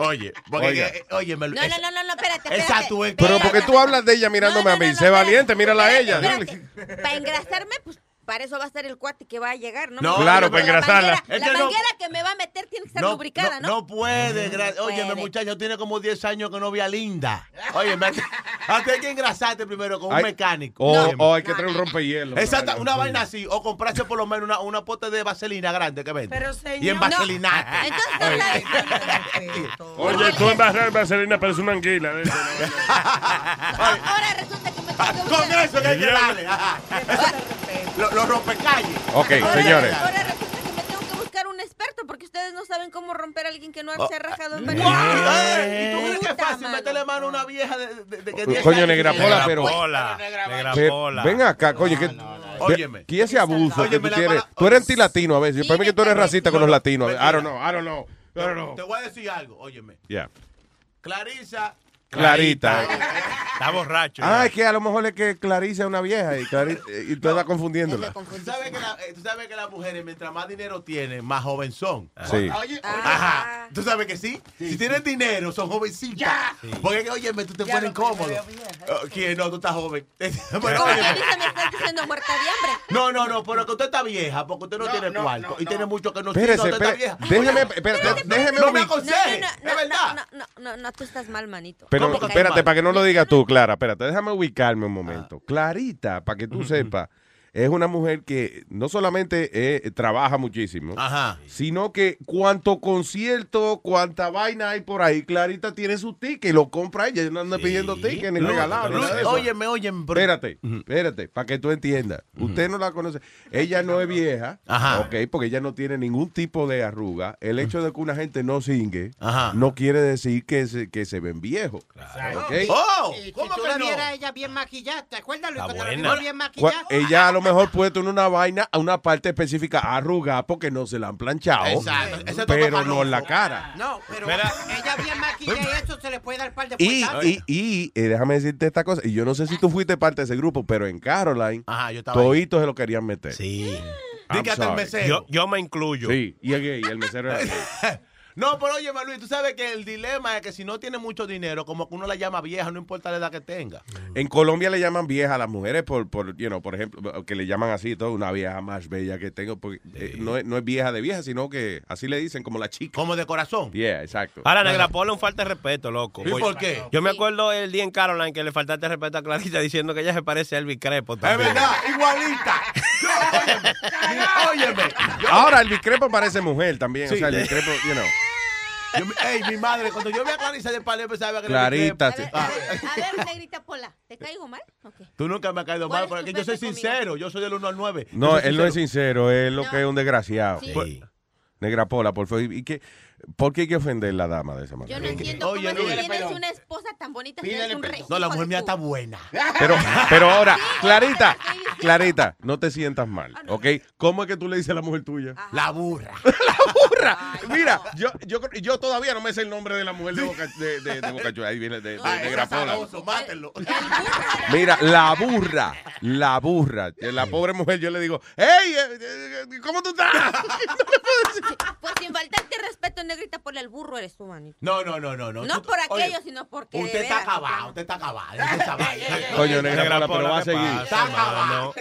Speaker 19: Oye, porque
Speaker 6: Oiga.
Speaker 19: que- eh, óyeme,
Speaker 20: No, no, no, no, no, espérate,
Speaker 19: Esa
Speaker 20: espérate.
Speaker 19: tuerca.
Speaker 6: Pero porque tú hablas de ella mirándome a mí. Sé valiente, mírala a ella. Dile.
Speaker 20: Para engrasarme, pues para eso va a estar el cuate que va a llegar, ¿no?
Speaker 6: No, Claro, para
Speaker 20: La
Speaker 6: engrasarla.
Speaker 20: manguera-
Speaker 19: Es
Speaker 20: La
Speaker 19: que no-
Speaker 20: manguera que me va a meter tiene que estar lubricada, ¿no?
Speaker 19: No puede. gra- Óyeme, muchacho, tiene como 10 años que no vi a Linda. Óyeme, hasta hay que engrasarte primero con un
Speaker 6: Ay,
Speaker 19: mecánico.
Speaker 6: O,
Speaker 19: Óyeme.
Speaker 6: o hay que traer un rompehielo.
Speaker 19: Exacta, una vaina así, o comprarse por lo menos una, una pota de vaselina grande que vende.
Speaker 17: Pero,
Speaker 19: y en
Speaker 17: señor.
Speaker 19: vaselina.
Speaker 18: Oye, tú embarrar vaselina parece una anguila. de eso,
Speaker 19: Ah, Con eso que hay que darle. ajá. Lo, lo rompecalles.
Speaker 6: Ok, señores.
Speaker 20: Tengo que buscar un experto porque ustedes no saben cómo romper a alguien que no
Speaker 6: Oh.
Speaker 20: se ha rajado en
Speaker 19: ¡Guau! Ay, ¿Y tú crees que es fácil meterle mano a una vieja de, de- de que
Speaker 6: Coño,
Speaker 19: 10 años
Speaker 6: Negra
Speaker 19: tiene?
Speaker 6: Pola, pero. Pe-
Speaker 2: Pola.
Speaker 6: Eh, Ven acá, coño. que- ve-
Speaker 19: Óyeme.
Speaker 6: ¿Qué ese abuso que
Speaker 19: Óyeme,
Speaker 6: tú
Speaker 19: la
Speaker 6: tienes?
Speaker 19: mala-
Speaker 6: Tú eres antilatino a veces. Yo para mí que tú eres racista con los latinos. I don't know.
Speaker 19: I don't know. Te voy a decir algo, óyeme.
Speaker 6: Yeah.
Speaker 19: Clarisa.
Speaker 6: Clarita.
Speaker 2: Está borracho.
Speaker 6: Ah, es que a lo mejor es que Clarice es una vieja y, Clarice, y tú estás confundiéndola.
Speaker 19: Tú sabes, que la- eh, tú sabes que las mujeres, mientras más dinero tienen, más joven son.
Speaker 6: Sí.
Speaker 19: Ah, Oye, Ajá. ¿Tú sabes que sí? Si tienes dinero, son jovencitas. Porque, que, óyeme, tú te
Speaker 20: Ya
Speaker 19: pones
Speaker 20: lo que me
Speaker 19: incómodo.
Speaker 20: veo
Speaker 19: Eh, ¿Quién? No, tú estás joven. Pero,
Speaker 20: Como que
Speaker 19: óyeme.
Speaker 20: ahorita me estás diciendo muerta de hambre.
Speaker 19: No, no, no, pero que usted está vieja, porque usted no, tiene cuarto y tiene mucho que no tiene.
Speaker 6: Espérese,
Speaker 19: Usted está
Speaker 6: espérese.
Speaker 19: vieja.
Speaker 6: Déjeme, espérate, déjeme
Speaker 19: No me
Speaker 6: ubicar.
Speaker 19: aconseje.
Speaker 20: No, no, no, no, no, no, tú estás mal, manito.
Speaker 6: Pero
Speaker 20: Porque-
Speaker 6: espérate, para que Ah. no lo digas tú, Clara, espérate, déjame ubicarme un momento. Clarita, para que tú sepas, es una mujer que no solamente eh, trabaja muchísimo, sino que cuánto concierto, cuánta vaina hay por ahí, Clarita tiene su ticket, lo compra ella, yo no ando pidiendo ticket ni
Speaker 19: Lu-
Speaker 6: regalado. ni
Speaker 19: Lu-
Speaker 6: nada de eso.
Speaker 19: óyeme, óyeme, pero-
Speaker 6: Espérate, espérate, para que tú entiendas. Usted no la conoce. Ella no es vieja, ok, porque ella no tiene ningún tipo de arruga. El hecho de que una gente no singue no quiere decir que se, que se ven viejos. ¿ok?
Speaker 19: ¡Oh!
Speaker 3: Y si
Speaker 19: ¿Cómo
Speaker 3: tú
Speaker 19: que
Speaker 3: la
Speaker 19: no?
Speaker 3: vieras ella bien maquillada, ¿te acuerdas, Luis?
Speaker 6: Está
Speaker 3: Cuando
Speaker 6: buena.
Speaker 3: la vimos bien
Speaker 6: Cu-
Speaker 3: maquillada.
Speaker 6: Ella a lo mejor puede tener una vaina a una parte específica arrugada porque no se la han planchado.
Speaker 3: Exacto. Ese toca
Speaker 6: Pero
Speaker 3: panoso.
Speaker 6: no en la cara.
Speaker 3: No, pero ella bien maquillada y eso se le puede dar par de
Speaker 6: Y,
Speaker 3: puertazos.
Speaker 6: y, y eh, déjame decirte esta cosa. Y yo no sé si tú fuiste parte de ese grupo, pero en Caroline,
Speaker 19: Ajá, yo estaba ahí.
Speaker 6: toditos se lo querían meter. Sí.
Speaker 2: Yo, yo me incluyo.
Speaker 6: Sí, y el gay, el mesero era gay.
Speaker 19: No, pero óyeme, Luis, tú sabes que el dilema es que si no tiene mucho dinero, como que uno la llama vieja, no importa la edad que tenga.
Speaker 6: En Colombia le llaman vieja a las mujeres por, por, you know, por ejemplo, que le llaman así, todo, una vieja más bella que tengo. Porque, eh, no, es, no es vieja de vieja, sino que así le dicen, como la chica.
Speaker 19: Como de corazón.
Speaker 6: Yeah, exacto.
Speaker 2: Ahora, Negra Pola, un falta de respeto, loco.
Speaker 6: ¿Y
Speaker 2: Oye,
Speaker 6: por qué?
Speaker 2: Yo me acuerdo el día en Caroline que le faltaste respeto a Clarita diciendo que ella se parece a Elvis Crepo.
Speaker 19: Es verdad, igualita. Óyeme.
Speaker 6: Ahora, el discrepo parece mujer también. O
Speaker 19: Sí.
Speaker 6: sea, el discrepo, you know.
Speaker 19: Yo me- ey, mi madre, cuando yo vi a Clarisa de Palé, pensaba que era mi
Speaker 6: Clarita.
Speaker 19: crepa.
Speaker 6: sí.
Speaker 20: A ver, negrita Pola, ¿te caigo mal? Ok.
Speaker 19: Tú nunca me has caído mal, porque yo soy sincero. Yo soy del 1 al 9.
Speaker 6: No, él no es sincero, es lo que es un desgraciado.
Speaker 20: Sí.
Speaker 6: Pues, Negra Pola, por favor. ¿Y qué, ¿Por qué hay que ofender a la dama de esa manera?
Speaker 20: Yo no entiendo
Speaker 19: Oye,
Speaker 20: cómo
Speaker 19: Luis.
Speaker 20: si tienes
Speaker 19: Perdón.
Speaker 20: una esposa tan bonita, tienes un rey.
Speaker 19: No, la mujer mía está buena.
Speaker 6: Pero, pero ahora, Clarita, Clarita, no te sientas mal, ¿ok? ¿Cómo es que tú le dices a la mujer tuya?
Speaker 19: La burra.
Speaker 6: Mira, yo, yo, yo todavía no me sé el nombre de la mujer de Boca, de, de, de Boca Chula. Ahí viene, de, de Negra Pola.
Speaker 19: Sabroso, mátenlo.
Speaker 6: Mira, la burra, la burra. La pobre mujer, yo le digo, ¡Ey! eh, eh, ¿Cómo tú estás?
Speaker 20: Pues sin faltarte respeto, negrita Pola, el burro eres tú, manito.
Speaker 19: No, no, no, no.
Speaker 20: No,
Speaker 19: No, Tú-
Speaker 20: por
Speaker 19: oye,
Speaker 20: aquello, sino porque. de
Speaker 19: Usted está
Speaker 20: veras, no
Speaker 19: acabado, usted está acabado. ya usted sabe.
Speaker 20: eh,
Speaker 6: Coño, negra Pola,
Speaker 19: Negra
Speaker 6: pero
Speaker 19: Pola,
Speaker 6: va a
Speaker 19: ¿qué
Speaker 6: seguir.
Speaker 19: pasa, hermano?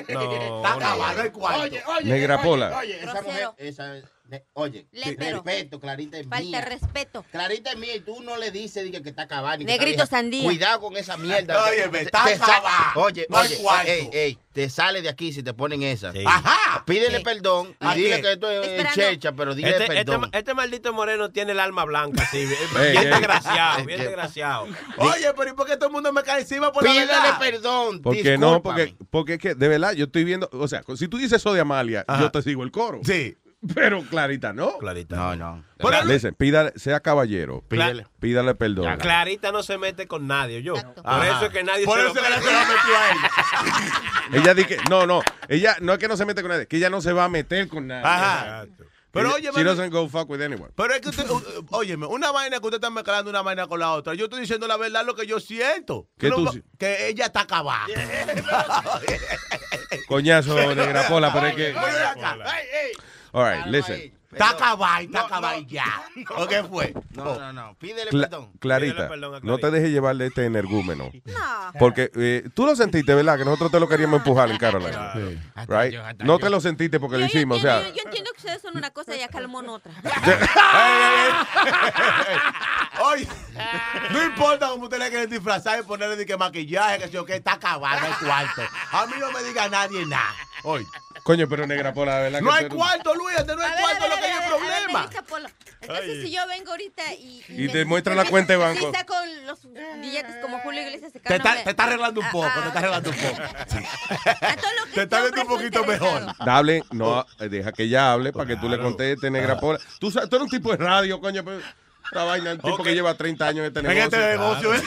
Speaker 6: No,
Speaker 19: Está acabado el cuarto.
Speaker 21: Oye, oye,
Speaker 6: Negra
Speaker 21: oye,
Speaker 6: Pola.
Speaker 21: Oye, esa mujer, esa, de- oye,
Speaker 20: Le- pero-
Speaker 21: respeto, Clarita es
Speaker 20: Falta
Speaker 21: mía.
Speaker 20: de respeto.
Speaker 21: Clarita es mía y tú no le dices diga, que está acabada. ni que
Speaker 20: Negrito
Speaker 21: está vieja.
Speaker 20: sandía.
Speaker 21: Cuidado con esa mierda.
Speaker 20: Oye, me está
Speaker 21: Te sa-
Speaker 20: acabada.
Speaker 21: Oye, No hay oye, cuarto. ey, ey, te sale de aquí si te ponen esa.
Speaker 2: Ajá.
Speaker 21: Pídele
Speaker 2: Sí.
Speaker 21: perdón y
Speaker 2: ¿A
Speaker 21: dile
Speaker 2: qué?
Speaker 21: que esto es
Speaker 2: Esperando.
Speaker 21: chercha, pero dile
Speaker 2: Este, este
Speaker 21: perdón.
Speaker 2: ma- este maldito moreno tiene el alma blanca, sí. Bien
Speaker 21: Ey,
Speaker 2: bien
Speaker 21: ey.
Speaker 2: desgraciado, bien
Speaker 21: Ey,
Speaker 2: desgraciado.
Speaker 19: Oye, pero ¿y por qué todo el mundo me cae encima por
Speaker 21: Pídele
Speaker 19: la verdad?
Speaker 21: perdón.
Speaker 6: Porque no, porque, porque es que, de verdad, yo estoy viendo, o sea, si tú dices eso de Amalia, yo te sigo el coro.
Speaker 19: Sí.
Speaker 6: Pero Clarita no.
Speaker 2: Clarita.
Speaker 21: No, no.
Speaker 6: Pero, listen, pídale, sea caballero.
Speaker 2: Pídele.
Speaker 6: Pídale perdón.
Speaker 2: Clarita no se mete con nadie, yo. Por
Speaker 6: Ajá.
Speaker 2: eso es que nadie
Speaker 19: Por
Speaker 2: se
Speaker 19: eso
Speaker 2: lo
Speaker 19: que nadie se lo metió a él.
Speaker 6: Ella dice que, no, no, ella no es que no se mete con nadie, que ella no se va a meter con nadie.
Speaker 19: Ajá. Pero
Speaker 6: Ella-
Speaker 19: oye,
Speaker 6: She
Speaker 19: mami-
Speaker 6: doesn't go fuck with anyone.
Speaker 19: Pero es que usted, u- u- óyeme, una vaina que usted está mezclando una vaina con la otra. Yo estoy diciendo la verdad lo que yo siento.
Speaker 6: ¿Qué
Speaker 19: Que no
Speaker 6: tú
Speaker 19: va-
Speaker 6: si-
Speaker 19: que ella está acabada.
Speaker 6: Coñazo, negra pola, pero es que. All right, listen.
Speaker 19: Está acabada, está acabada ya. ¿O qué fue? Oh.
Speaker 21: No, no, no. Pídele
Speaker 6: Cla-
Speaker 21: perdón.
Speaker 6: Clarita, no te dejes llevar de este energúmeno.
Speaker 21: No.
Speaker 6: Porque eh, tú lo sentiste, ¿verdad? Que nosotros te lo queríamos empujar en Carolina. Right? No te lo sentiste porque lo hicimos, o sea.
Speaker 20: Yo entiendo que ustedes son una cosa y acá el mono otra.
Speaker 19: Oye, Ah. no importa cómo usted le quiere disfrazar y ponerle de que maquillaje, que yo que está acabada el cuarto. A mí no me diga nadie nada. Oye.
Speaker 6: Coño, pero negra pues. pola, de ¿verdad?
Speaker 19: No
Speaker 6: que
Speaker 19: hay
Speaker 6: tú-
Speaker 19: cuarto, Luis, este no hay cuarto, lo que hay es problema.
Speaker 20: Negrita Pola, Entonces,
Speaker 6: Ay.
Speaker 20: si yo vengo ahorita y.
Speaker 6: Y te muestra la cuenta de banco.
Speaker 20: Sí, saco los billetes como Julio Iglesias. se
Speaker 19: Te
Speaker 20: cae, no
Speaker 19: está,
Speaker 20: me- Ah,
Speaker 19: te está arreglando un poco, te está arreglando un poco. Te está viendo un poquito mejor.
Speaker 6: Dable, no, eh, deja que ella hable para que tú le contestes, negra pola. Tú, sabes, tú eres un tipo de radio, coño, pero esta vaina, un tipo que lleva 30 años en este
Speaker 19: En
Speaker 6: negocio.
Speaker 19: este negocio, ¿eh?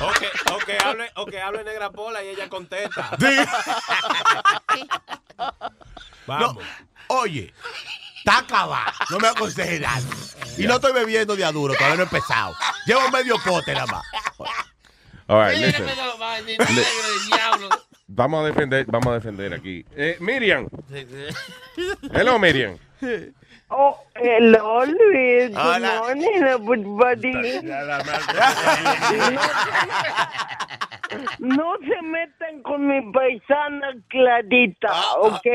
Speaker 2: O que, o que hable, o que hable negra pola y ella contesta.
Speaker 19: No, oye, está acabada. No me aconsejes nada. Y no estoy bebiendo de aduro, todavía no he empezado. Llevo medio pote nada más.
Speaker 6: All right, listen.
Speaker 8: este
Speaker 6: Le- Vamos a defender, vamos a defender aquí. Eh, Miriam. Hello, Miriam.
Speaker 27: Oh, hello, Luis. Good
Speaker 6: Hola.
Speaker 27: morning, everybody. No, no se metan con mi paisana Clarita,
Speaker 6: Ah,
Speaker 27: ¿ok?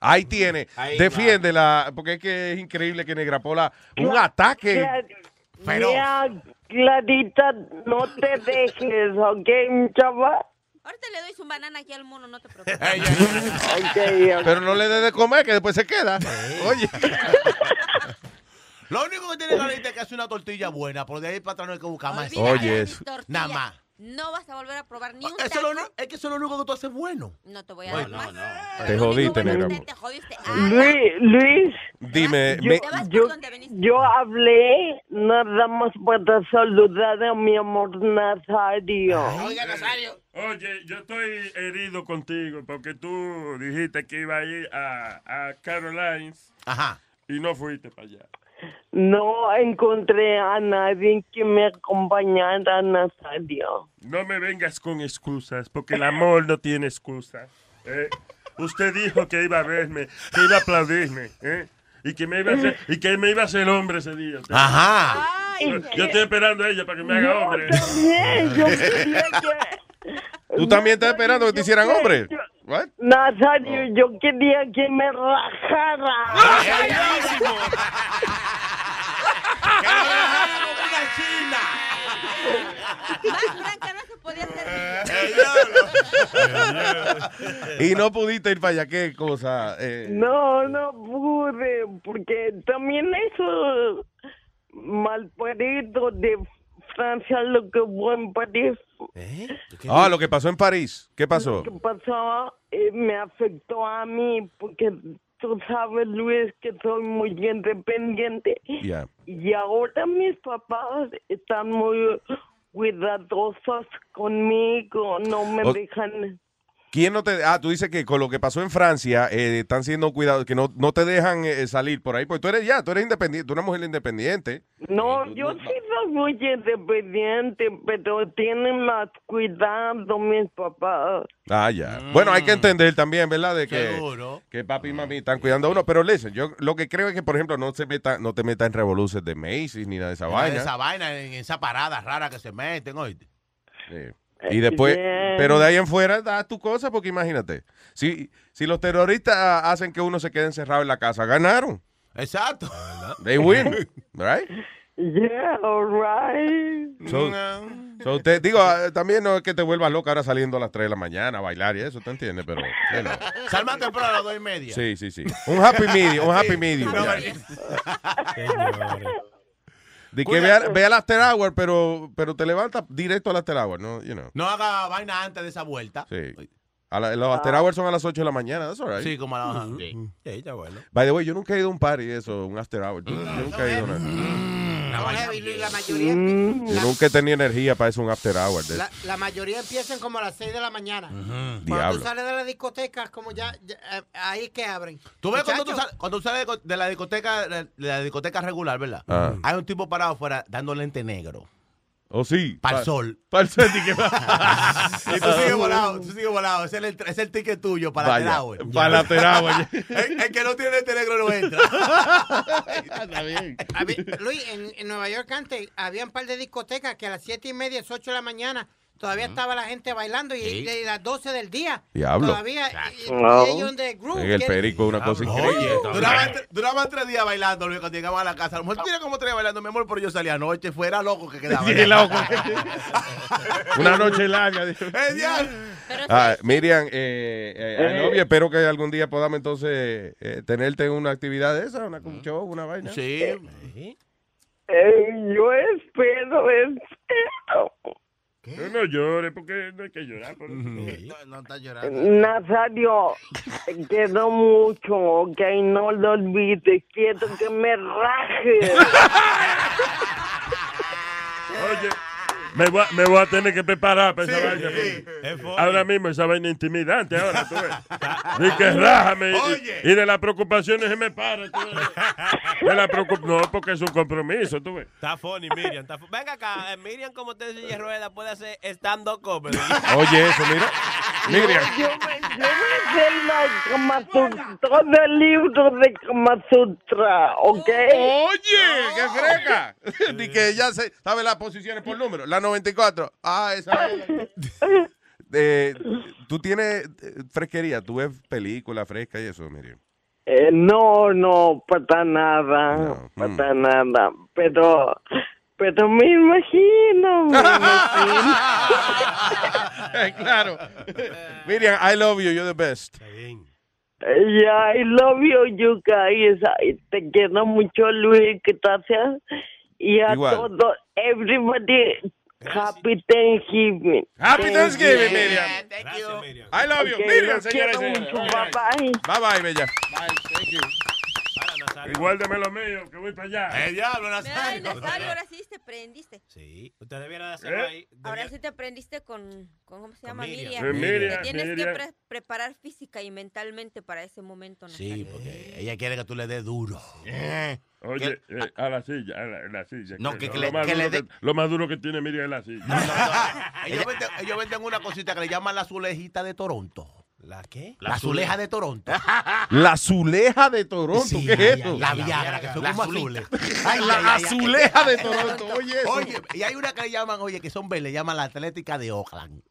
Speaker 6: Ahí tiene. Defiéndela, porque es que es increíble que Negra Pola, un
Speaker 27: Cla-
Speaker 6: ataque.
Speaker 27: Cla-
Speaker 6: feroz.
Speaker 27: Ya, Clarita, no te dejes, ¿ok, chaval?
Speaker 20: Ahorita le doy su banana aquí al mono, no te preocupes.
Speaker 6: Pero no le dé de comer, que después se queda. Oye.
Speaker 19: Lo único que tiene la lista es que hace una tortilla buena, por de ahí para atrás no hay que buscar más.
Speaker 6: Olvídate Oye, de mi eso.
Speaker 20: tortilla.
Speaker 19: Nada más.
Speaker 20: No vas a volver a probar ni un
Speaker 19: Eso es, lo, uni- es que eso es lo único que tú haces bueno.
Speaker 20: No te voy a dar más.
Speaker 6: Te jodiste, Negra Pola.
Speaker 27: Luis, Luis.
Speaker 6: Dime,
Speaker 27: yo,
Speaker 6: me-
Speaker 27: yo, yo hablé nada más para saludar a mi amor Nazario.
Speaker 18: Nazario. Oye, yo estoy herido contigo porque tú dijiste que iba a ir a, a Carolines.
Speaker 19: Ajá.
Speaker 18: Y no fuiste para allá.
Speaker 27: No encontré a nadie que me acompañara a Nazario.
Speaker 18: No me vengas con excusas, porque el amor no tiene excusa. ¿eh? Usted dijo que iba a verme, que iba a aplaudirme, ¿eh? y que me iba a hacer, y que me iba a hacer hombre ese día.
Speaker 19: Ajá.
Speaker 18: Yo, yo estoy esperando a ella para que me haga hombre.
Speaker 6: Tú también estás esperando que te hicieran hombre. What?
Speaker 27: Nazario, yo quería que me rajara.
Speaker 20: Más blanca no se podía hacer.
Speaker 6: Y no pudiste ir para allá, qué cosa. eh.
Speaker 27: No, no pude, porque también esos malparidos de Francia, lo que buen país
Speaker 6: Ah, lo que pasó en París. ¿Qué pasó?
Speaker 27: que pasó eh, me afectó a mí, porque tú sabes, Luis, que soy muy independiente.
Speaker 6: Ya.
Speaker 27: Y ahora mis papás están muy cuidadosos conmigo, no me
Speaker 6: O-
Speaker 27: dejan.
Speaker 6: ¿Quién no te.? Ah, tú dices que con lo que pasó en Francia eh, están siendo cuidados, que no, no te dejan eh, salir por ahí. Pues tú eres ya, tú eres independiente, tú eres una mujer independiente.
Speaker 27: No, yo sí soy muy independiente, pero tienen más cuidado mis papás.
Speaker 6: Ah, ya. Bueno, hay que entender también, ¿verdad? De que,
Speaker 21: Seguro.
Speaker 6: que papi y mami están cuidando a uno. Pero listen, yo lo que creo es que, por ejemplo, no, se meta, no te metas en revoluciones de Macy's ni nada de esa vaina.
Speaker 19: Esa vaina, en esa parada rara que se meten, oíste.
Speaker 6: Sí. Y después,
Speaker 19: Bien.
Speaker 6: pero de ahí en fuera, da tu cosa, porque imagínate, si, si los terroristas ah, hacen que uno se quede encerrado en la casa, ganaron.
Speaker 19: Exacto.
Speaker 6: They win, right?
Speaker 27: Yeah, all right.
Speaker 6: So, so usted, digo, ah, también no es que te vuelvas loca ahora saliendo a las 3 de la mañana a bailar y eso, ¿te entiendes? Pero, you know.
Speaker 19: Salma temprano a las dos y media.
Speaker 6: sí, sí, sí. Un happy medium, un happy
Speaker 19: Sí.
Speaker 6: medium.
Speaker 19: No,
Speaker 6: ya.
Speaker 19: Señores.
Speaker 6: De que
Speaker 19: Cuídate.
Speaker 6: vea, vea las after hour, pero, pero te levantas directo a las after hour, ¿no? You know.
Speaker 19: No haga vaina antes de esa vuelta.
Speaker 6: Sí. A la- los after hours son a las 8 de la mañana, that's all right.
Speaker 19: Sí, como a la Sí. Sí, está bueno.
Speaker 6: By the way, yo nunca he ido a un party de eso, un after hour. Yo, yo nunca he ido a nada.
Speaker 3: La mayoría,
Speaker 6: Yo nunca he tenido energía para eso, un after hour. de- Mm,
Speaker 3: la, la mayoría empiezan como a las 6 de la mañana. Cuando tú
Speaker 6: Diablo.
Speaker 3: sales de la discoteca, como ya, ya, eh, ahí es que abren.
Speaker 19: Tú ves cuando tú,
Speaker 3: Muchachos,
Speaker 19: sal- cuando tú sales de co- de la discoteca de la discoteca regular, ¿verdad?
Speaker 6: Ah.
Speaker 19: Hay un tipo parado afuera dando lente negro.
Speaker 6: Oh, sí.
Speaker 19: Para
Speaker 6: Pa-
Speaker 19: el sol.
Speaker 6: Para el sol. y que-
Speaker 19: y tú
Speaker 7: Ah.
Speaker 19: sigues volado, tú sigues volado. Ese es el, es el ticket tuyo para
Speaker 6: Vaya,
Speaker 19: la Terahue.
Speaker 6: para la Terahue.
Speaker 19: el, el que no tiene lente negro no entra.
Speaker 6: Está bien.
Speaker 3: Luis, en, en Nueva York antes había un par de discotecas que a las 7 y media, 8 de la mañana, todavía estaba la gente bailando y,
Speaker 6: Sí.
Speaker 3: y las 12 del día.
Speaker 6: Diablo.
Speaker 3: Todavía. y- y-
Speaker 6: Wow.
Speaker 3: y ellos en the groove,
Speaker 6: En el
Speaker 3: que-
Speaker 6: perico, una cosa increíble.
Speaker 19: Duraban, tre- duraban tres días bailando, Luis, cuando llegamos a la casa. A lo mejor tú tienes como tres días bailando, mi amor, pero yo salí anoche. Fuera loco que quedaba.
Speaker 6: Sí, loco. Una noche larga. dijo.
Speaker 19: ¡Eh, diablo!
Speaker 6: Ah, Miriam, eh, eh, I love you. espero que algún día podamos entonces eh, tenerte en una actividad de esa, una, un show, una vaina.
Speaker 19: Sí.
Speaker 27: Eh, yo espero, espero.
Speaker 18: No, no llores, porque no hay que llorar. Por eso.
Speaker 27: Nazario, te quiero mucho, ok, no lo olvides, quiero que me rajes.
Speaker 18: Oye, me voy, a, me voy a tener que preparar para esa vaina. porque Ahora mismo esa vaina intimidante, ahora tú ves. Y que rájame. y- Y, de las preocupaciones se me para. tú ves. De la preocup- no, porque es un compromiso, tú ves.
Speaker 2: Está funny, Miriam. Está fu- Venga acá, eh, Miriam, como usted dice, rueda, puede hacer stand-up comedy.
Speaker 6: Oye, eso, mira. Miriam.
Speaker 27: Yo me, yo me sé la Kama Sutra, todo el libro de Kama Sutra, ok.
Speaker 6: Oye, qué freca. Ni que ya se sabe las posiciones por número. La 94. Ah, esa es. la- Eh, tú tienes eh, fresquería, tú ves películas frescas y eso, Miriam.
Speaker 27: Eh, no, no, para nada,
Speaker 6: mm.
Speaker 27: para nada, pero, pero me imagino, me imagino.
Speaker 6: Eh, claro. Miriam, I love you, you're the best.
Speaker 27: Yeah, I love you, you guys. Ay, Te quiero mucho, Luis. Gracias. Y a
Speaker 6: Igual.
Speaker 27: todo, everybody, happy Thanksgiving.
Speaker 6: Happy Thanksgiving,
Speaker 27: Thanksgiving.
Speaker 6: Miriam. I love you,
Speaker 27: Ok,
Speaker 6: Miriam,
Speaker 27: los
Speaker 6: señoras y
Speaker 27: quiero
Speaker 6: señores.
Speaker 27: mucho. Bye, bye.
Speaker 6: Bye bye, bella.
Speaker 18: Igual deme lo mío, que voy para allá.
Speaker 19: ¡Eh, diablo,
Speaker 20: Ay,
Speaker 18: Nazario!
Speaker 20: Nazario, ahora sí te prendiste.
Speaker 2: Sí, usted debiera de hacerlo
Speaker 18: ¿Eh?
Speaker 2: ahí.
Speaker 20: Ahora sí te prendiste con, con ¿cómo se llama?
Speaker 2: Miriam.
Speaker 6: Eh,
Speaker 20: Miriam.
Speaker 2: Con
Speaker 20: Te
Speaker 2: Miriam,
Speaker 20: tienes
Speaker 2: Miriam.
Speaker 20: que pre- preparar física y mentalmente para ese momento. Nazario.
Speaker 19: Sí, porque ella quiere que tú le des duro.
Speaker 18: Oye, eh, a la silla, a la, a la silla.
Speaker 19: No, que- que
Speaker 18: lo,
Speaker 19: le-
Speaker 18: más
Speaker 19: que
Speaker 18: duro
Speaker 19: le dé-
Speaker 18: que- lo más duro que tiene Miriam es la silla.
Speaker 19: Ellos venden, ellos venden una cosita que le llaman la azulejita de Toronto. ¿La qué? La
Speaker 6: La
Speaker 19: azuleja
Speaker 6: azuleja.
Speaker 19: de Toronto.
Speaker 6: La azuleja de Toronto,
Speaker 19: Sí,
Speaker 6: ¿qué es
Speaker 19: ay,
Speaker 6: eso?
Speaker 19: ay, La Viagra, que son como azules. Ay,
Speaker 6: La
Speaker 19: ay, ay, ay.
Speaker 6: azuleja de Toronto, oye eso.
Speaker 19: Oye, y hay una que le llaman, oye, que son verdes, le llaman la Atlética de Oakland.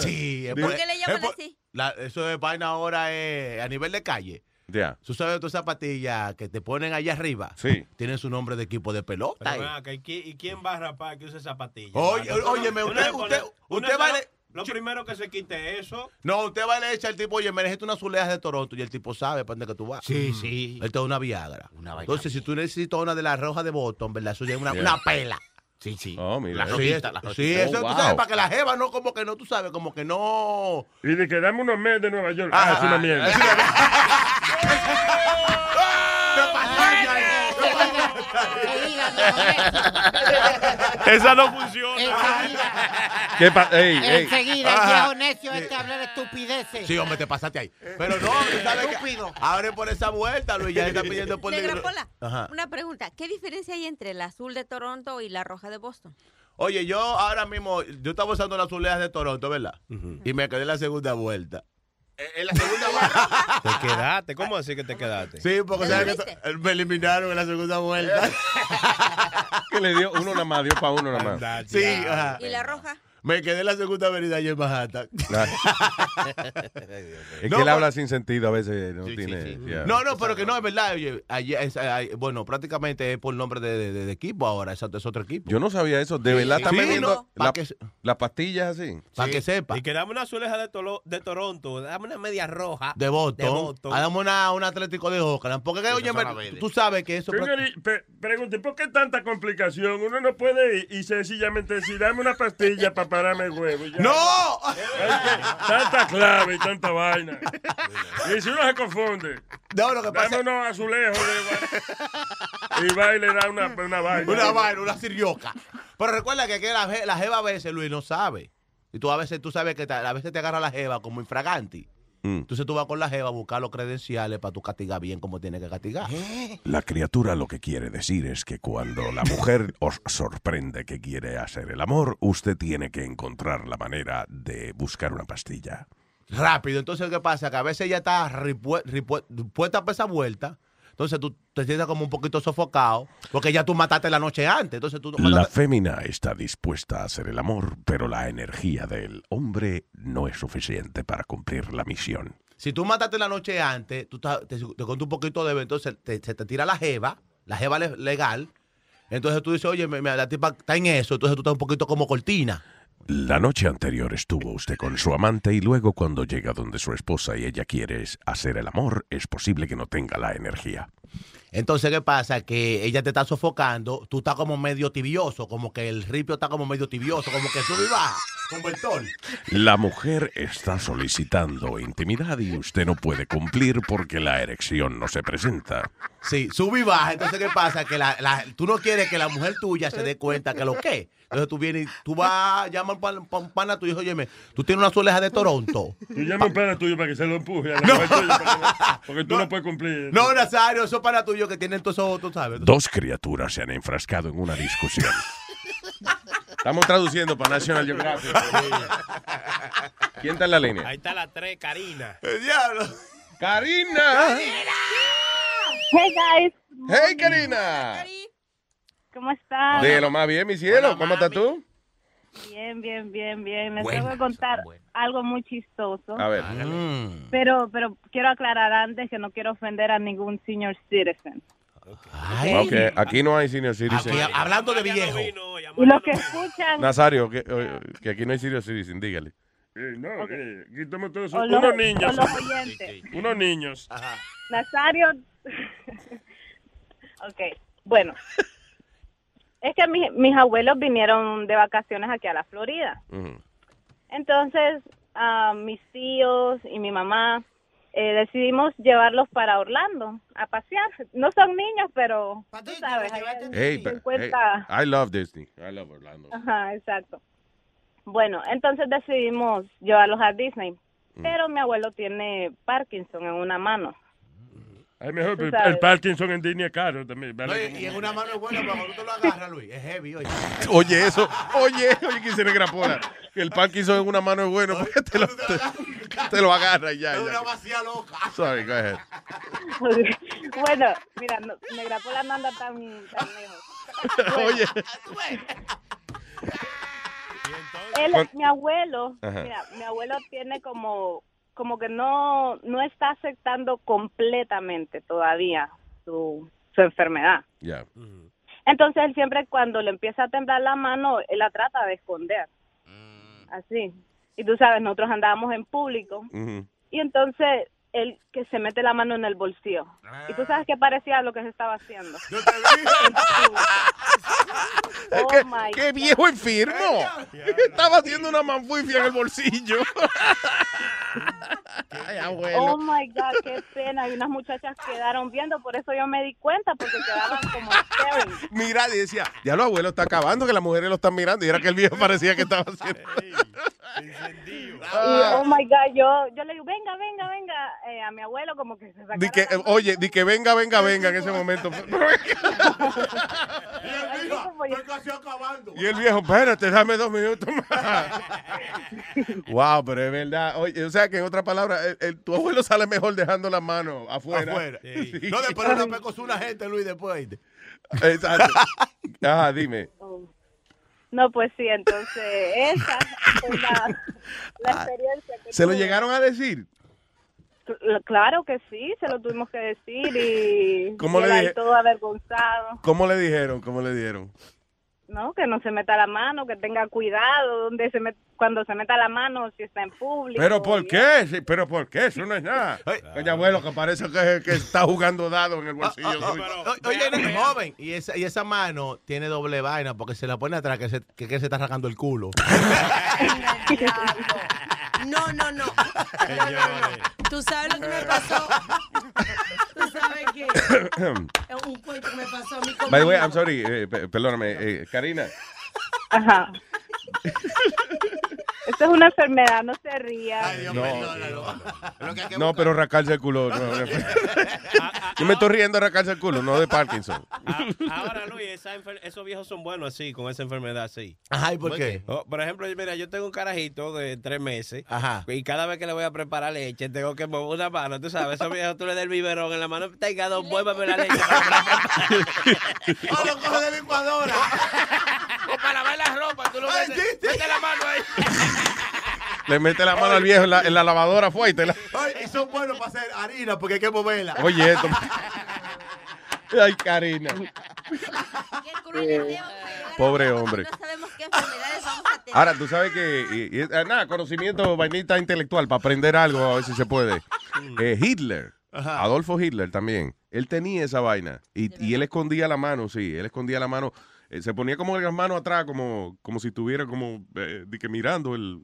Speaker 19: Sí. es
Speaker 20: ¿Por
Speaker 19: por-
Speaker 20: qué le llaman
Speaker 19: es por-
Speaker 20: así?
Speaker 19: la- eso es vaina ahora eh, a nivel de calle.
Speaker 6: Ya.
Speaker 19: Tú sabes, tus zapatillas que te ponen allá arriba.
Speaker 6: Sí.
Speaker 19: Tienen su nombre de equipo de pelota.
Speaker 2: Pero
Speaker 19: eh.
Speaker 2: ven acá, ¿y qui- ¿Y quién va a rapar que use zapatillas?
Speaker 19: Oye,
Speaker 2: Mano,
Speaker 19: oye,
Speaker 2: uno-
Speaker 19: usted-
Speaker 2: uno-
Speaker 19: usted-
Speaker 2: uno
Speaker 19: usted va
Speaker 2: lo-
Speaker 19: de-
Speaker 2: Lo primero que se quite eso.
Speaker 19: No, usted va y le echa al tipo, oye, merece una azuleja de Toronto. Y el tipo sabe para dónde que tú vas.
Speaker 2: Sí,
Speaker 19: sí. Esto es una Viagra.
Speaker 2: vaina
Speaker 19: Entonces, si tú necesitas una de las rojas de Boston, ¿verdad? Eso ya es una,
Speaker 6: Yeah.
Speaker 19: una pela.
Speaker 21: Sí, sí.
Speaker 6: Oh, mira.
Speaker 19: Sí, eso- sí, eso tú sabes, para que la jeva no, como que no, tú sabes, como que no.
Speaker 18: Y le quedamos unos meses de Nueva York. Ah, es una mierda.
Speaker 19: ¡Te pasaste ahí!
Speaker 7: Esa no funciona.
Speaker 6: ¿Qué pa- ey, ey.
Speaker 3: Enseguida el
Speaker 19: Ajá.
Speaker 3: viejo necio este a hablar estupideces.
Speaker 19: Sí, hombre, te pasaste ahí. Pero no,
Speaker 6: Oh,
Speaker 19: tú ¿sabes qué? Abre por esa vuelta, Luis. Ya está pidiendo por
Speaker 20: Negra
Speaker 19: negro.
Speaker 20: Pola,
Speaker 19: Ajá.
Speaker 20: una pregunta. ¿Qué diferencia hay entre la azul de Toronto y la roja de Boston?
Speaker 19: Oye, yo ahora mismo, yo estaba usando las azuleas de Toronto, ¿verdad? Y me quedé en la segunda vuelta. Eh,
Speaker 2: Te quedaste. ¿Cómo así que te quedaste?
Speaker 19: Sí, porque
Speaker 2: ¿Te
Speaker 19: ¿sabes que to- me eliminaron en la segunda vuelta.
Speaker 6: que le dio uno nada más, dio para uno nada más.
Speaker 19: Sí, ajá.
Speaker 20: ¿Y la roja?
Speaker 19: Me quedé en la segunda avenida allá en Manhattan.
Speaker 6: Es
Speaker 19: No,
Speaker 6: que él
Speaker 19: pa-
Speaker 6: habla sin sentido a veces, no tiene. yeah.
Speaker 19: No, no, pero que no, es verdad. Oye, ayer es- ay, bueno, prácticamente es por nombre de, de- de- de equipo ahora, es, otro- es otro equipo.
Speaker 6: Yo no sabía eso. De verdad están
Speaker 19: Sí,
Speaker 6: bebiendo
Speaker 19: no, pa'
Speaker 6: la-
Speaker 19: que se-
Speaker 6: las pastillas así.
Speaker 19: Para que sepa.
Speaker 2: Y que dame una azuleja de, Tolo- de Toronto, dame una media roja.
Speaker 19: De Ah, voto.
Speaker 2: Boston.
Speaker 19: Hagamos una, un Atlético de Oakland. Porque, que, oye,
Speaker 2: son las
Speaker 19: tú-
Speaker 2: verdes.
Speaker 19: tú sabes que eso.
Speaker 18: Señor, pe- pregunte, ¿por qué tanta complicación? Uno no puede ir y sencillamente decir, dame una pastilla para pararme el huevo. y ya.
Speaker 19: ¡No!
Speaker 18: Ay, que Tanta clave y tanta vaina. Y si uno se confunde.
Speaker 19: No, lo que
Speaker 18: pasa. Dame unos azulejos de- Y va y le da una, una vaina.
Speaker 19: Una vaina, una sirioca. Pero recuerda que, que la, je- la jeva a veces, Luis, no sabe. Y tú a veces tú sabes que te- a veces te agarra la jeva como infraganti.
Speaker 6: Mm.
Speaker 19: Entonces tú vas con la jeva a buscar los credenciales para tú castigar bien como tienes que castigar.
Speaker 6: La criatura lo que quiere decir es que cuando la mujer os sorprende que quiere hacer el amor, usted tiene que encontrar la manera de buscar una pastilla.
Speaker 19: Rápido. Entonces, ¿qué pasa? Que a veces ella está ripue- ripue- puesta para esa vuelta. Entonces tú te sientes como un poquito sofocado. Porque ya tú mataste la noche antes. Entonces tú.
Speaker 6: La fémina está dispuesta a hacer el amor, pero la energía del hombre no es suficiente para cumplir la misión.
Speaker 19: Si tú mataste la noche antes, tú estás- te, te contas un poquito de... Entonces te- se te tira la jeva, la jeva le- legal. Entonces tú dices, oye, me- me- la tipa está en eso. Entonces tú estás un poquito como cortina.
Speaker 6: La noche anterior estuvo usted con su amante y luego cuando llega donde su esposa y ella quiere hacer el amor, es posible que no tenga la energía.
Speaker 19: Entonces, ¿qué pasa? Que ella te está sofocando, tú estás como medio tibioso, como que el ripio está como medio tibioso, como que sube y baja, como el tol.
Speaker 6: La mujer está solicitando intimidad y usted no puede cumplir porque la erección no se presenta.
Speaker 19: Sí, sube y baja. Entonces, ¿qué pasa? Que la- la- tú no quieres que la mujer tuya se dé cuenta que lo que es. Entonces tú vienes, y tú vas, llamas a un pan- pan- pana tuyo y dices, oye, tú tienes una azuleja de Toronto.
Speaker 18: Tú llama un pana tuyo para que se lo empuje. a la mujer tuya para que no- porque tú no, puedes cumplir.
Speaker 19: No, Nazario, esos panas tuyos que tienen todos esos, tú sabes.
Speaker 6: Dos criaturas se han enfrascado en una discusión. Estamos traduciendo para National Geographic. ¿Quién está en la línea?
Speaker 2: Ahí está la 3, Karina.
Speaker 19: ¡El diablo!
Speaker 6: ¡Karina!
Speaker 28: Hey guys.
Speaker 6: ¡Hey, Karina!
Speaker 28: ¿Cómo están?
Speaker 6: De lo más bien, mi cielo. ¿Cómo estás tú?
Speaker 28: Bien, bien, bien, bien. Les
Speaker 6: Buenas,
Speaker 28: tengo que contar algo muy chistoso.
Speaker 6: A ver.
Speaker 28: Mm. Pero, pero quiero aclarar antes que no quiero ofender a ningún senior citizen.
Speaker 6: Ok, aquí no hay senior citizen.
Speaker 19: Aquí, hablando de viejo.
Speaker 28: Y los que escuchan,
Speaker 6: Nazario, que, oye, que aquí no hay senior citizen, dígale.
Speaker 18: Eh, no, eh, aquí estamos todos
Speaker 28: O los-
Speaker 18: unos
Speaker 28: o
Speaker 18: niños.
Speaker 28: los oyentes.
Speaker 18: Unos niños.
Speaker 28: Nazario. ok, bueno. Es que mis, mis abuelos vinieron de vacaciones aquí a la Florida. Entonces, ah, mis tíos y mi mamá eh, decidimos llevarlos para Orlando a pasear. No son niños, pero tú sabes, ahí hay
Speaker 6: Hey, pero- hey,
Speaker 28: 50.
Speaker 6: I love Disney. I love Orlando.
Speaker 28: Ajá, exacto. Bueno, entonces decidimos llevarlos a Disney. Pero mi abuelo tiene Parkinson en una mano.
Speaker 18: Hay mejor,
Speaker 28: Tú
Speaker 18: el,
Speaker 28: sabes.
Speaker 18: el Parkinson en Disney es caro también. vale como-
Speaker 19: Y en una mano es buena, pero cuando tú lo agarras, Luis, es heavy, oye.
Speaker 6: Oye, eso. Oye, oye, que se negra pola. Que el Parkinson en una mano es bueno porque te lo, te, te lo agarra y ya.
Speaker 28: Es
Speaker 6: ya.
Speaker 28: una vacía loca.
Speaker 6: Sorry, go ahead.
Speaker 28: bueno, mira, no, Negra Pola no anda tan, tan lejos.
Speaker 6: Oye.
Speaker 28: Él-
Speaker 6: Con-
Speaker 28: mi abuelo,
Speaker 6: Ajá.
Speaker 28: mira, mi abuelo tiene como, como que no, no está aceptando completamente todavía su, su enfermedad.
Speaker 6: Ya.
Speaker 28: Entonces él siempre cuando le empieza a temblar la mano, él la trata de esconder. Así. Y tú sabes, nosotros andábamos en público
Speaker 13: Mm.
Speaker 28: y entonces él que se mete la mano en el bolsillo. Y tú sabes que parecía lo que se estaba haciendo.
Speaker 6: Es que- ¡Qué viejo enfermo! Estaba haciendo una manfufia en el bolsillo.
Speaker 1: Ay,
Speaker 28: Oh
Speaker 1: abuelo.
Speaker 28: my God, qué pena. Y unas muchachas quedaron viendo, por eso yo me di cuenta, porque quedaban como staring.
Speaker 6: Mira, y decía, ya los abuelos está acabando, que las mujeres lo están mirando. Y era que el viejo parecía que estaba haciendo.
Speaker 28: Y,
Speaker 6: Ah.
Speaker 28: oh my God, yo, yo le digo, venga, venga, venga, eh, a mi abuelo, como que se saca.
Speaker 6: Di que, eh, oye, di que venga, venga, venga en ese momento. Y el viejo, espérate, dame dos minutos más. wow, pero es verdad. Oye, o sea que en otra palabra, el- el- tu abuelo sale mejor dejando la mano afuera.
Speaker 19: Afuera.
Speaker 6: Sí.
Speaker 19: No, después una pecosuna gente, Luis, después.
Speaker 6: Exacto. Ajá, dime.
Speaker 28: No, pues sí, entonces esa fue la,
Speaker 6: Ah.
Speaker 28: la experiencia que
Speaker 6: ¿Se lo
Speaker 28: tuve.
Speaker 6: llegaron a decir?
Speaker 28: Cl- Claro que sí, se lo tuvimos que decir y,
Speaker 6: ¿Cómo
Speaker 28: y
Speaker 6: le
Speaker 28: él ahí
Speaker 6: dije?
Speaker 28: todo avergonzado,
Speaker 6: ¿Cómo le dijeron? ¿Cómo le dijeron?
Speaker 28: ¿no? Que no se meta la mano, que tenga cuidado donde se met- cuando se meta la mano, si está en público.
Speaker 6: ¿Pero por qué? Sí, ¿Pero por qué? Eso no es nada. Oye, abuelo, que parece que, que está jugando dados en el bolsillo.
Speaker 19: Ah, O- Oye, eres joven. Y esa, y esa mano tiene doble vaina porque se la pone atrás que se, que, que se está arrancando el culo.
Speaker 17: No, no, no. No, no, no. Tú sabes lo que me pasó. Tú sabes que es un cuento que me pasó a mí con
Speaker 6: By the
Speaker 17: mi
Speaker 6: way,
Speaker 17: hijo.
Speaker 6: I'm sorry, eh, pe- perdóname, eh, Karina.
Speaker 28: Ajá. Esto es una enfermedad, no se ría.
Speaker 6: No, no pero rascarse el culo. no, no. Yo me estoy riendo de rascarse el culo, no de Parkinson.
Speaker 2: Ahora, Luis, esa enfer- esos viejos son buenos así, con esa enfermedad así.
Speaker 19: Ajá, ¿y por qué?
Speaker 2: Oh, por ejemplo, mira, yo tengo un carajito de tres meses. Y cada vez que le voy a preparar leche, tengo que mover una mano. Tú sabes, esos viejos, tú le das el biberón en la mano, tenga dos, vuélvame la leche.
Speaker 19: ¡Oh, lo cojo de licuadora!
Speaker 1: o para lavar la ropa, tú lo metes. Mete la mano ahí.
Speaker 6: Le mete la mano al viejo en la, en la lavadora fuerte. la-
Speaker 19: Oye, y son buenos para hacer harina porque hay que moverla.
Speaker 6: Oye, esto. Ay, Karina. Pobre hombre. Ahora, tú sabes que, y- y- ah, nada, conocimiento, vainita intelectual, para aprender algo, a ver si se puede. Eh, Hitler,
Speaker 1: Ajá.
Speaker 6: Adolfo Hitler también, él tenía esa vaina y, y él escondía la mano, sí, él escondía la mano, eh, se ponía como las manos atrás, como, como si estuviera como, eh, de que mirando el,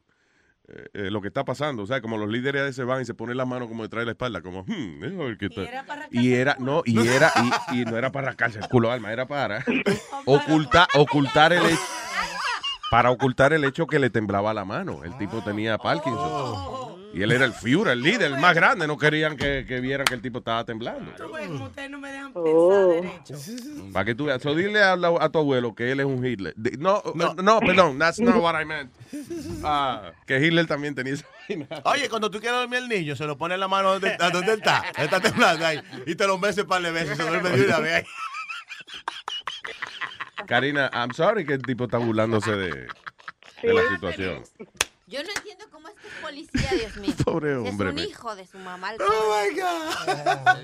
Speaker 6: eh, eh, lo que está pasando, o sea, como los líderes a veces van y se ponen las manos como detrás de la espalda, como, hmm, déjame ver qué tal. Y era, no, y era, y, y no era para rascarse el culo, Alma, era para ocultar, ocultar el hecho, para ocultar el hecho que le temblaba la mano. El tipo tenía Parkinson. Y él era el Führer, el líder, el más grande. No querían que, que vieran que el tipo estaba temblando.
Speaker 17: Ustedes no me dejan
Speaker 6: Para que tú veas. So, dile a, la- a tu abuelo que él es un Hitler. Di- No, eh, no, no, perdón. That's not what I meant. Ah, que Hitler también tenía esa vaina.
Speaker 19: Oye, cuando tú quieres dormir el niño, se lo pone en la mano donde, a donde él está. Él está temblando ahí. Y te lo meses para le veces. Se duerme de una vez ahí.
Speaker 6: Karina, I'm sorry que el tipo está burlándose de, de la situación.
Speaker 20: Yo no entiendo cómo este policía, Dios mío.
Speaker 6: Pobre hombre,
Speaker 20: Es un
Speaker 6: me.
Speaker 20: hijo de su mamá. el
Speaker 19: Oh
Speaker 20: pobre.
Speaker 19: my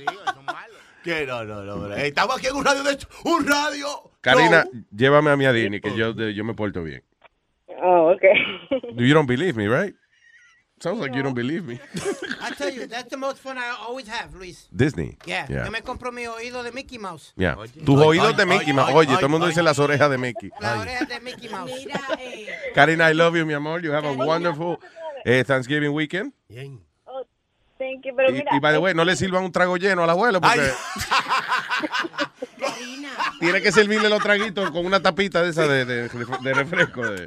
Speaker 19: God. Que no, no, no. bro. Estamos aquí en un radio de hecho. ¡Un radio!
Speaker 6: Karina, llévame a mi Adini, que yo, yo me porto bien.
Speaker 28: Oh, okay.
Speaker 6: You don't believe me, right? Sounds like you don't believe me.
Speaker 3: I tell you, that's the most fun I always have, Luis.
Speaker 6: Disney.
Speaker 3: Yeah.
Speaker 6: Yeah.
Speaker 3: Yo me compro mi oído de Mickey Mouse.
Speaker 6: Yeah.
Speaker 3: Oye.
Speaker 6: Tus
Speaker 3: Oye,
Speaker 6: oídos
Speaker 3: oye,
Speaker 6: de Mickey
Speaker 3: oye,
Speaker 6: Mouse.
Speaker 3: oye,
Speaker 6: Oye, todo el mundo
Speaker 3: oye.
Speaker 6: dice las orejas de Mickey.
Speaker 3: Las orejas de Mickey Mouse.
Speaker 6: Karina, I love you, mi amor. You have a wonderful eh, Thanksgiving weekend.
Speaker 28: Oh, thank you, pero
Speaker 6: Y,
Speaker 28: mira.
Speaker 6: y, by the way, no
Speaker 17: este
Speaker 6: le sirvan un trago lleno al abuelo porque tiene que servirle los traguitos con una tapita de esa de, de- de refresco. de-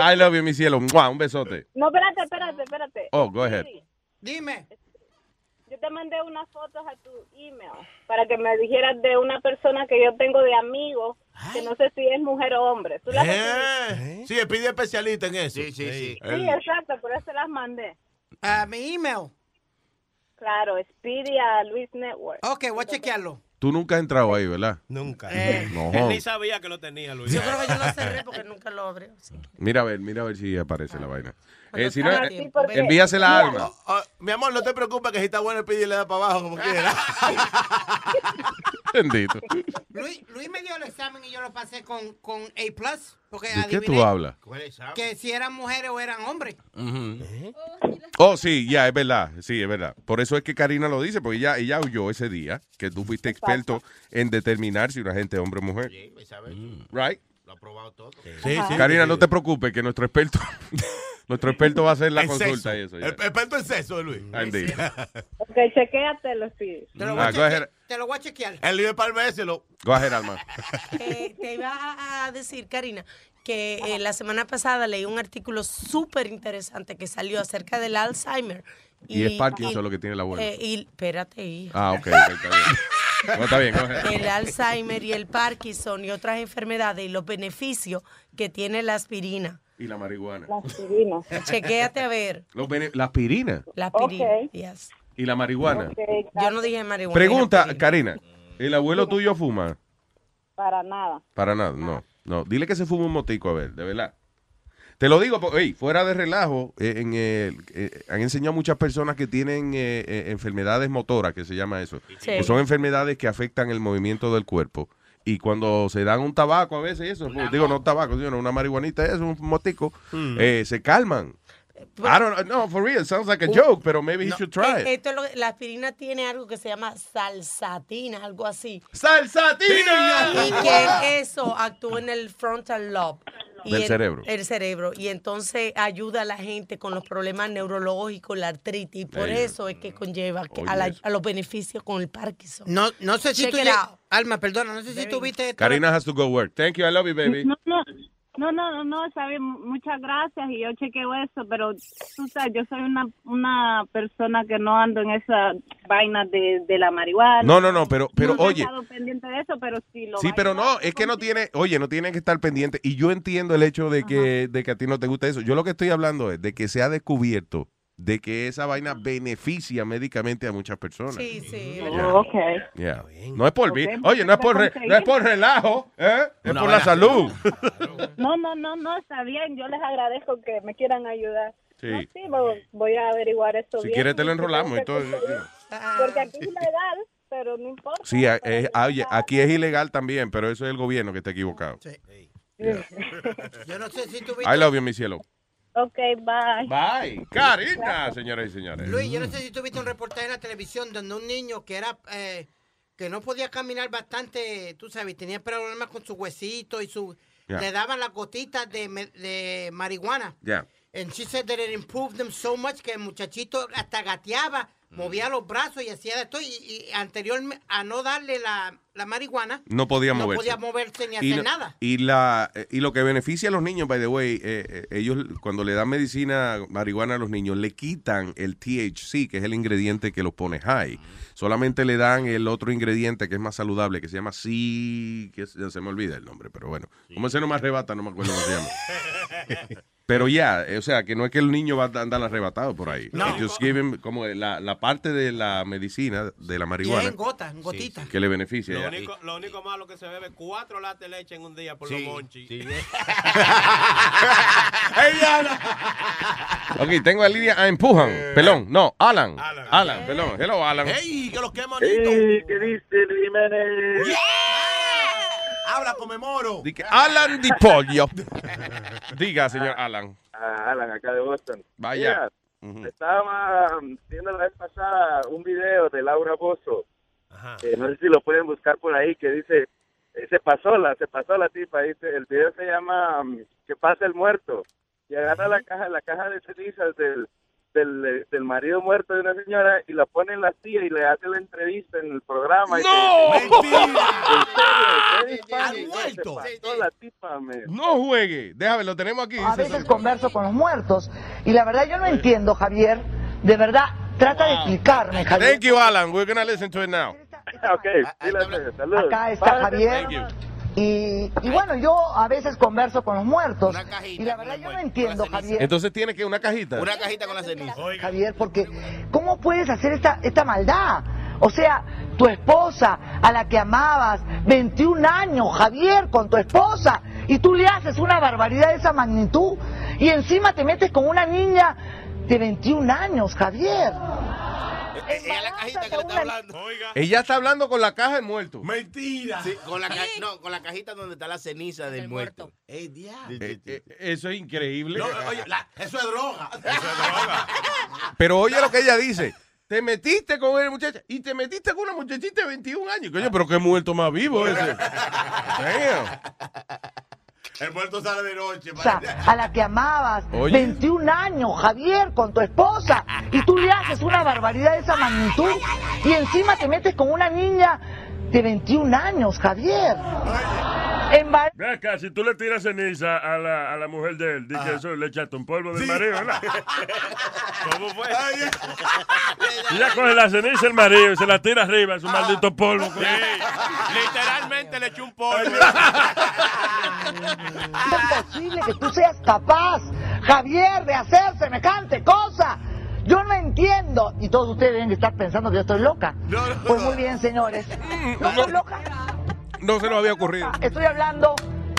Speaker 6: I love you, mi cielo. Mua, Un besote.
Speaker 28: No, espérate, espérate, espérate.
Speaker 6: Oh, go ahead.
Speaker 3: Dime.
Speaker 28: Yo te mandé unas fotos a tu email para que me dijeras de una persona que yo tengo de amigo, que no sé si es mujer o hombre. ¿Tú las
Speaker 19: ¿Eh? Sí, pide especialista en eso. Sí, sí, sí.
Speaker 28: Sí, exacto, por eso las mandé.
Speaker 3: A mi email.
Speaker 28: Claro, Speedy a Luis Network.
Speaker 3: Ok, voy a chequearlo.
Speaker 6: Tú nunca has entrado ahí, ¿verdad?
Speaker 2: Nunca.
Speaker 6: No.
Speaker 2: Él ni sabía que lo tenía, Luis.
Speaker 17: Eh, Yo creo que yo lo cerré porque nunca lo abrió.
Speaker 6: Mira a ver, mira a ver si aparece la vaina.
Speaker 17: Cuando
Speaker 6: Eh, si no,
Speaker 17: estaba
Speaker 6: eh,
Speaker 17: tiempo, ve.
Speaker 6: envíase la
Speaker 19: Mira,
Speaker 6: arma.
Speaker 19: oh, oh, mi amor, no te preocupes que si está bueno el pedir le da para abajo como quiera.
Speaker 6: Bendito.
Speaker 3: Luis, Luis me dio el examen y yo lo pasé con, con A+. Porque
Speaker 6: ¿De qué
Speaker 3: adiviné
Speaker 6: tú hablas?
Speaker 3: Que si eran mujeres o eran hombres.
Speaker 6: Oh, sí, ya, es verdad. Sí, es verdad. Por eso es que Karina lo dice, porque ella, ella huyó ese día que tú fuiste experto en determinar si una gente es hombre o mujer.
Speaker 21: Mm.
Speaker 6: Right?
Speaker 21: Lo ha probado todo.
Speaker 6: Karina, no te preocupes, que nuestro experto Nuestro experto va a hacer la
Speaker 19: En
Speaker 6: consulta
Speaker 19: sexo.
Speaker 6: y eso. ya. Ah,
Speaker 19: El experto en sexo, Luis.
Speaker 6: Indeed.
Speaker 28: Ok, chequéate los pies.
Speaker 19: Te lo
Speaker 6: voy a Ah, chequear. coger-
Speaker 17: Te lo voy a chequear.
Speaker 19: El líder palméselo.
Speaker 6: Go ahead, Alma.
Speaker 17: Eh, te iba a- a decir, Karina, que eh, la semana pasada leí un artículo súper interesante que salió acerca del Alzheimer.
Speaker 6: Y es Parkinson lo que tiene la abuela.
Speaker 17: eh, y, espérate, hija.
Speaker 6: Ah, ok, ok, está bien. No, está bien, go ahead.
Speaker 17: El Alzheimer y el Parkinson y otras enfermedades y los beneficios que tiene la aspirina.
Speaker 6: Y la marihuana.
Speaker 28: aspirina.
Speaker 17: Chequéate a ver.
Speaker 6: Los bene- la aspirina
Speaker 17: La aspirina. yes.
Speaker 6: y la marihuana.
Speaker 17: Yo no dije marihuana.
Speaker 6: Pregunta, Karina. ¿El abuelo tuyo fuma?
Speaker 28: Para nada.
Speaker 6: Para nada, no. No, dile que se fuma un motico, a ver, de verdad. Te lo digo, porque, ey, fuera de relajo, eh, en el- eh, han enseñado muchas personas que tienen eh, eh, enfermedades motoras, que se llama eso.
Speaker 4: Sí.
Speaker 6: Que son enfermedades que afectan el movimiento del cuerpo. Y cuando se dan un tabaco a veces, eso, pues, digo, no tabaco, sino una marihuanita, eso, un motico,
Speaker 4: Mm.
Speaker 6: eh, se calman. I don't know, no, for real, sounds like a joke, pero maybe he should try it.
Speaker 17: Eh, esto es lo que- la aspirina tiene algo que se llama salsatina, algo así.
Speaker 6: ¡Salsatina!
Speaker 17: Y que eso actúa en el frontal lobe. y
Speaker 6: Del
Speaker 17: el-
Speaker 6: cerebro.
Speaker 17: El cerebro. Y entonces ayuda a la gente con los problemas neurológicos, la artritis. Y por
Speaker 3: Ey,
Speaker 17: eso es que conlleva que-
Speaker 6: oye
Speaker 17: a, la-
Speaker 6: eso.
Speaker 17: a los beneficios con el Parkinson.
Speaker 3: No, no sé si
Speaker 17: Check
Speaker 3: tú
Speaker 17: it
Speaker 3: lleg-
Speaker 17: out.
Speaker 3: Alma, perdona, no sé si tú viste esto.
Speaker 6: Karina has to go work. Thank you, I love you, baby.
Speaker 28: No, no, no, no, no, no, está bien, muchas gracias y yo chequeo eso, pero tú sabes, yo soy una, una persona que no ando en esa vaina de, de la marihuana.
Speaker 6: No, no, no, pero, pero
Speaker 28: Nunca he
Speaker 6: oye.
Speaker 28: estado pendiente de eso, pero sí lo
Speaker 6: Sí,
Speaker 28: vaina-
Speaker 6: pero no, es que no tiene, oye, no tiene que estar pendiente. Y yo entiendo el hecho de que, de que a ti no te gusta eso. Yo lo que estoy hablando es de que se ha descubierto de que esa vaina beneficia médicamente a muchas personas.
Speaker 17: Sí, sí.
Speaker 6: Ya.
Speaker 17: ¿verdad?
Speaker 6: Yeah. No es por bien.
Speaker 28: Ok,
Speaker 6: Oye, no es por, re-
Speaker 28: conseguir.
Speaker 6: no es por relajo, ¿eh? es
Speaker 19: Una
Speaker 6: por la
Speaker 19: vaina.
Speaker 6: salud.
Speaker 28: No, no, no, no, está bien, yo les agradezco que me quieran ayudar.
Speaker 6: Sí.
Speaker 28: No, sí, voy, voy a averiguar eso
Speaker 6: Si
Speaker 28: bien.
Speaker 6: quieres te lo enrolamos y todo.
Speaker 28: Porque aquí es ilegal, pero no importa.
Speaker 6: Sí, eh, eh, oye, aquí es ilegal también, pero eso es el gobierno que está equivocado.
Speaker 3: Yo no sé si tú viste.
Speaker 6: I love you, mi cielo.
Speaker 28: ok, bye.
Speaker 6: Bye. Karina, señoras y señores.
Speaker 3: Luis, yo no sé si tú viste un reportaje en la televisión donde un niño que era eh, que no podía caminar bastante, tú sabes, tenía problemas con su huesito y su
Speaker 6: Ya.
Speaker 3: le daban las gotitas de, me- de marihuana.
Speaker 6: Ya.
Speaker 3: And she said that it improved them so much que el muchachito hasta gateaba,
Speaker 6: Mm.
Speaker 3: movía los brazos y hacía de esto. Y, y anterior a no darle la, la marihuana,
Speaker 6: No podía
Speaker 3: no
Speaker 6: moverse.
Speaker 3: podía moverse ni
Speaker 6: y,
Speaker 3: hacer
Speaker 6: no-
Speaker 3: nada.
Speaker 6: y la, eh, y lo que beneficia a los niños, by the way, eh, eh, ellos cuando le dan medicina marihuana a los niños, le quitan el THC, que es el ingrediente que los pone high. Solamente le dan el otro ingrediente que es más saludable, que se llama C, que es- se me olvida el nombre, pero bueno. Como se no me arrebata, no me acuerdo cómo se llama. Pero ya, eh, o sea, que no es que el niño va a andar arrebatado por ahí.
Speaker 3: No.
Speaker 6: Ellos given como la, la parte de la medicina, de
Speaker 3: Y es
Speaker 6: la
Speaker 3: en
Speaker 6: marihuana,
Speaker 3: gotas, en gotitas.
Speaker 6: que le beneficia.
Speaker 2: Lo
Speaker 6: ya.
Speaker 2: único, lo único malo que se bebe cuatro latas de leche en un día por los monchis.
Speaker 19: ¡Ey, Diana!
Speaker 6: Ok, tengo a Lidia a Empujan.
Speaker 4: Eh,
Speaker 6: Pelón, no, Alan. Alan, pelón. Hello, Alan.
Speaker 19: ¡Ey, que los que
Speaker 6: Ey,
Speaker 19: ¿Qué dice Jiménez? Habla, conmemoro.
Speaker 6: Di que Alan Di Pollo. Diga, señor Alan.
Speaker 4: a Alan, acá de Boston.
Speaker 6: Vaya.
Speaker 4: Ah. Mira, Estaba um, viendo la vez pasada un video de Laura Bozo. Eh, no sé si lo pueden buscar por ahí, que dice, eh, se pasó la, se pasó la tipa. Dice, el video se llama um, Que pasa el muerto. Y agarra la caja, la caja de cenizas del, del, eh, del marido muerto de una señora y la pone en la silla y le hace la entrevista en el programa. ¡No! la tipa, me.
Speaker 6: No juegue. Déjame, lo tenemos aquí.
Speaker 7: A veces converso con los muertos y la verdad yo no entiendo, Javier. De verdad, trata Ah, de explicarme, Javier.
Speaker 6: Thank you, Alan. We're gonna listen to it now.
Speaker 4: Ah, ok, dile, saludos.
Speaker 7: Acá está
Speaker 6: Thank you.
Speaker 7: Javier. Y, y bueno, yo a veces converso con los muertos y la verdad yo no entiendo, Javier.
Speaker 6: Entonces tiene que una cajita.
Speaker 7: Una
Speaker 21: cajita con la ceniza.
Speaker 7: Javier, porque ¿cómo puedes hacer esta, esta maldad? O sea, tu esposa, a la que amabas, 21 años, Javier, con tu esposa, y tú le haces una barbaridad de esa magnitud, y encima te metes con una niña de 21 años, Javier.
Speaker 21: Eh,
Speaker 6: Ella está hablando con la caja del muerto.
Speaker 19: Mentira.
Speaker 21: Sí, con la, ca- no, con la cajita donde está la ceniza del muerto. Ey, diablo.
Speaker 6: Eh, eh, eso es increíble.
Speaker 19: No, oye, la- eso es droga.
Speaker 6: Pero oye lo que ella dice. Te metiste con el muchacho y te metiste con una muchachita de 21 años. Coño, pero qué muerto más vivo ese. Damn.
Speaker 19: El muerto sale de noche.
Speaker 7: esposa a la que amabas,
Speaker 19: Oye.
Speaker 7: 21 años, Javier, con tu esposa, y tú le haces una barbaridad de esa magnitud, y encima te metes con una niña de 21 años, Javier. Embar-
Speaker 18: Ve acá, si tú le tiras ceniza a la, a la mujer de él, di que eso le echaste un polvo de mareo, ¿verdad?
Speaker 23: ¿Cómo fue?
Speaker 4: eh.
Speaker 18: Ella coge la ceniza el marido y se la tira arriba, es un maldito polvo.
Speaker 19: Literalmente le echó un polvo.
Speaker 7: es posible que tú seas capaz, Javier, de hacer semejante cosa. Yo no entiendo. Y todos ustedes deben estar pensando que yo estoy loca. Pues muy bien, señores. No estoy loca.
Speaker 6: No se nos había ocurrido.
Speaker 7: Estoy hablando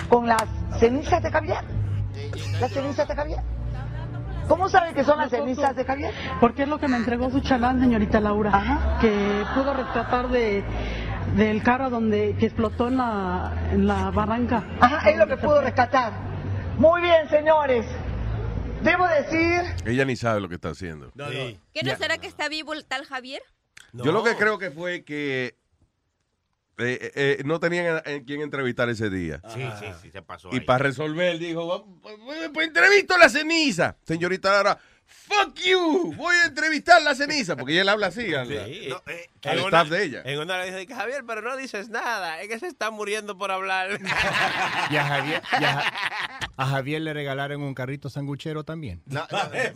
Speaker 7: con las cenizas de Javier. Las cenizas de Javier. ¿Cómo sabe que son las cenizas de Javier?
Speaker 5: Porque es lo que me entregó su chalán, señorita Laura, que pudo rescatar de del carro donde que explotó en la, en la barranca.
Speaker 7: Ajá, es lo que pudo rescatar. Muy bien, señores. Debo decir
Speaker 6: Ella ni sabe lo que está haciendo.
Speaker 20: ¿Qué no será que está vivo el tal Javier?
Speaker 6: Yo lo que creo que fue que eh, eh, eh, no tenían a, a quien entrevistar ese día.
Speaker 21: Sí, sí, sí, se pasó.
Speaker 6: Y para resolver, dijo, "Vamos, pues, pues, pues, entrevisto a la ceniza. Señorita Laura, fuck you, voy a entrevistar a la ceniza. Porque ella habla así al,
Speaker 2: No, eh,
Speaker 6: al
Speaker 2: en
Speaker 6: staff
Speaker 2: una-
Speaker 6: de ella.
Speaker 2: En una le dice, Javier, pero no dices nada. Es que se está muriendo por hablar.
Speaker 25: Y a Javier, y a, Ja- a Javier le regalaron un carrito sanguchero también. Ah, eh,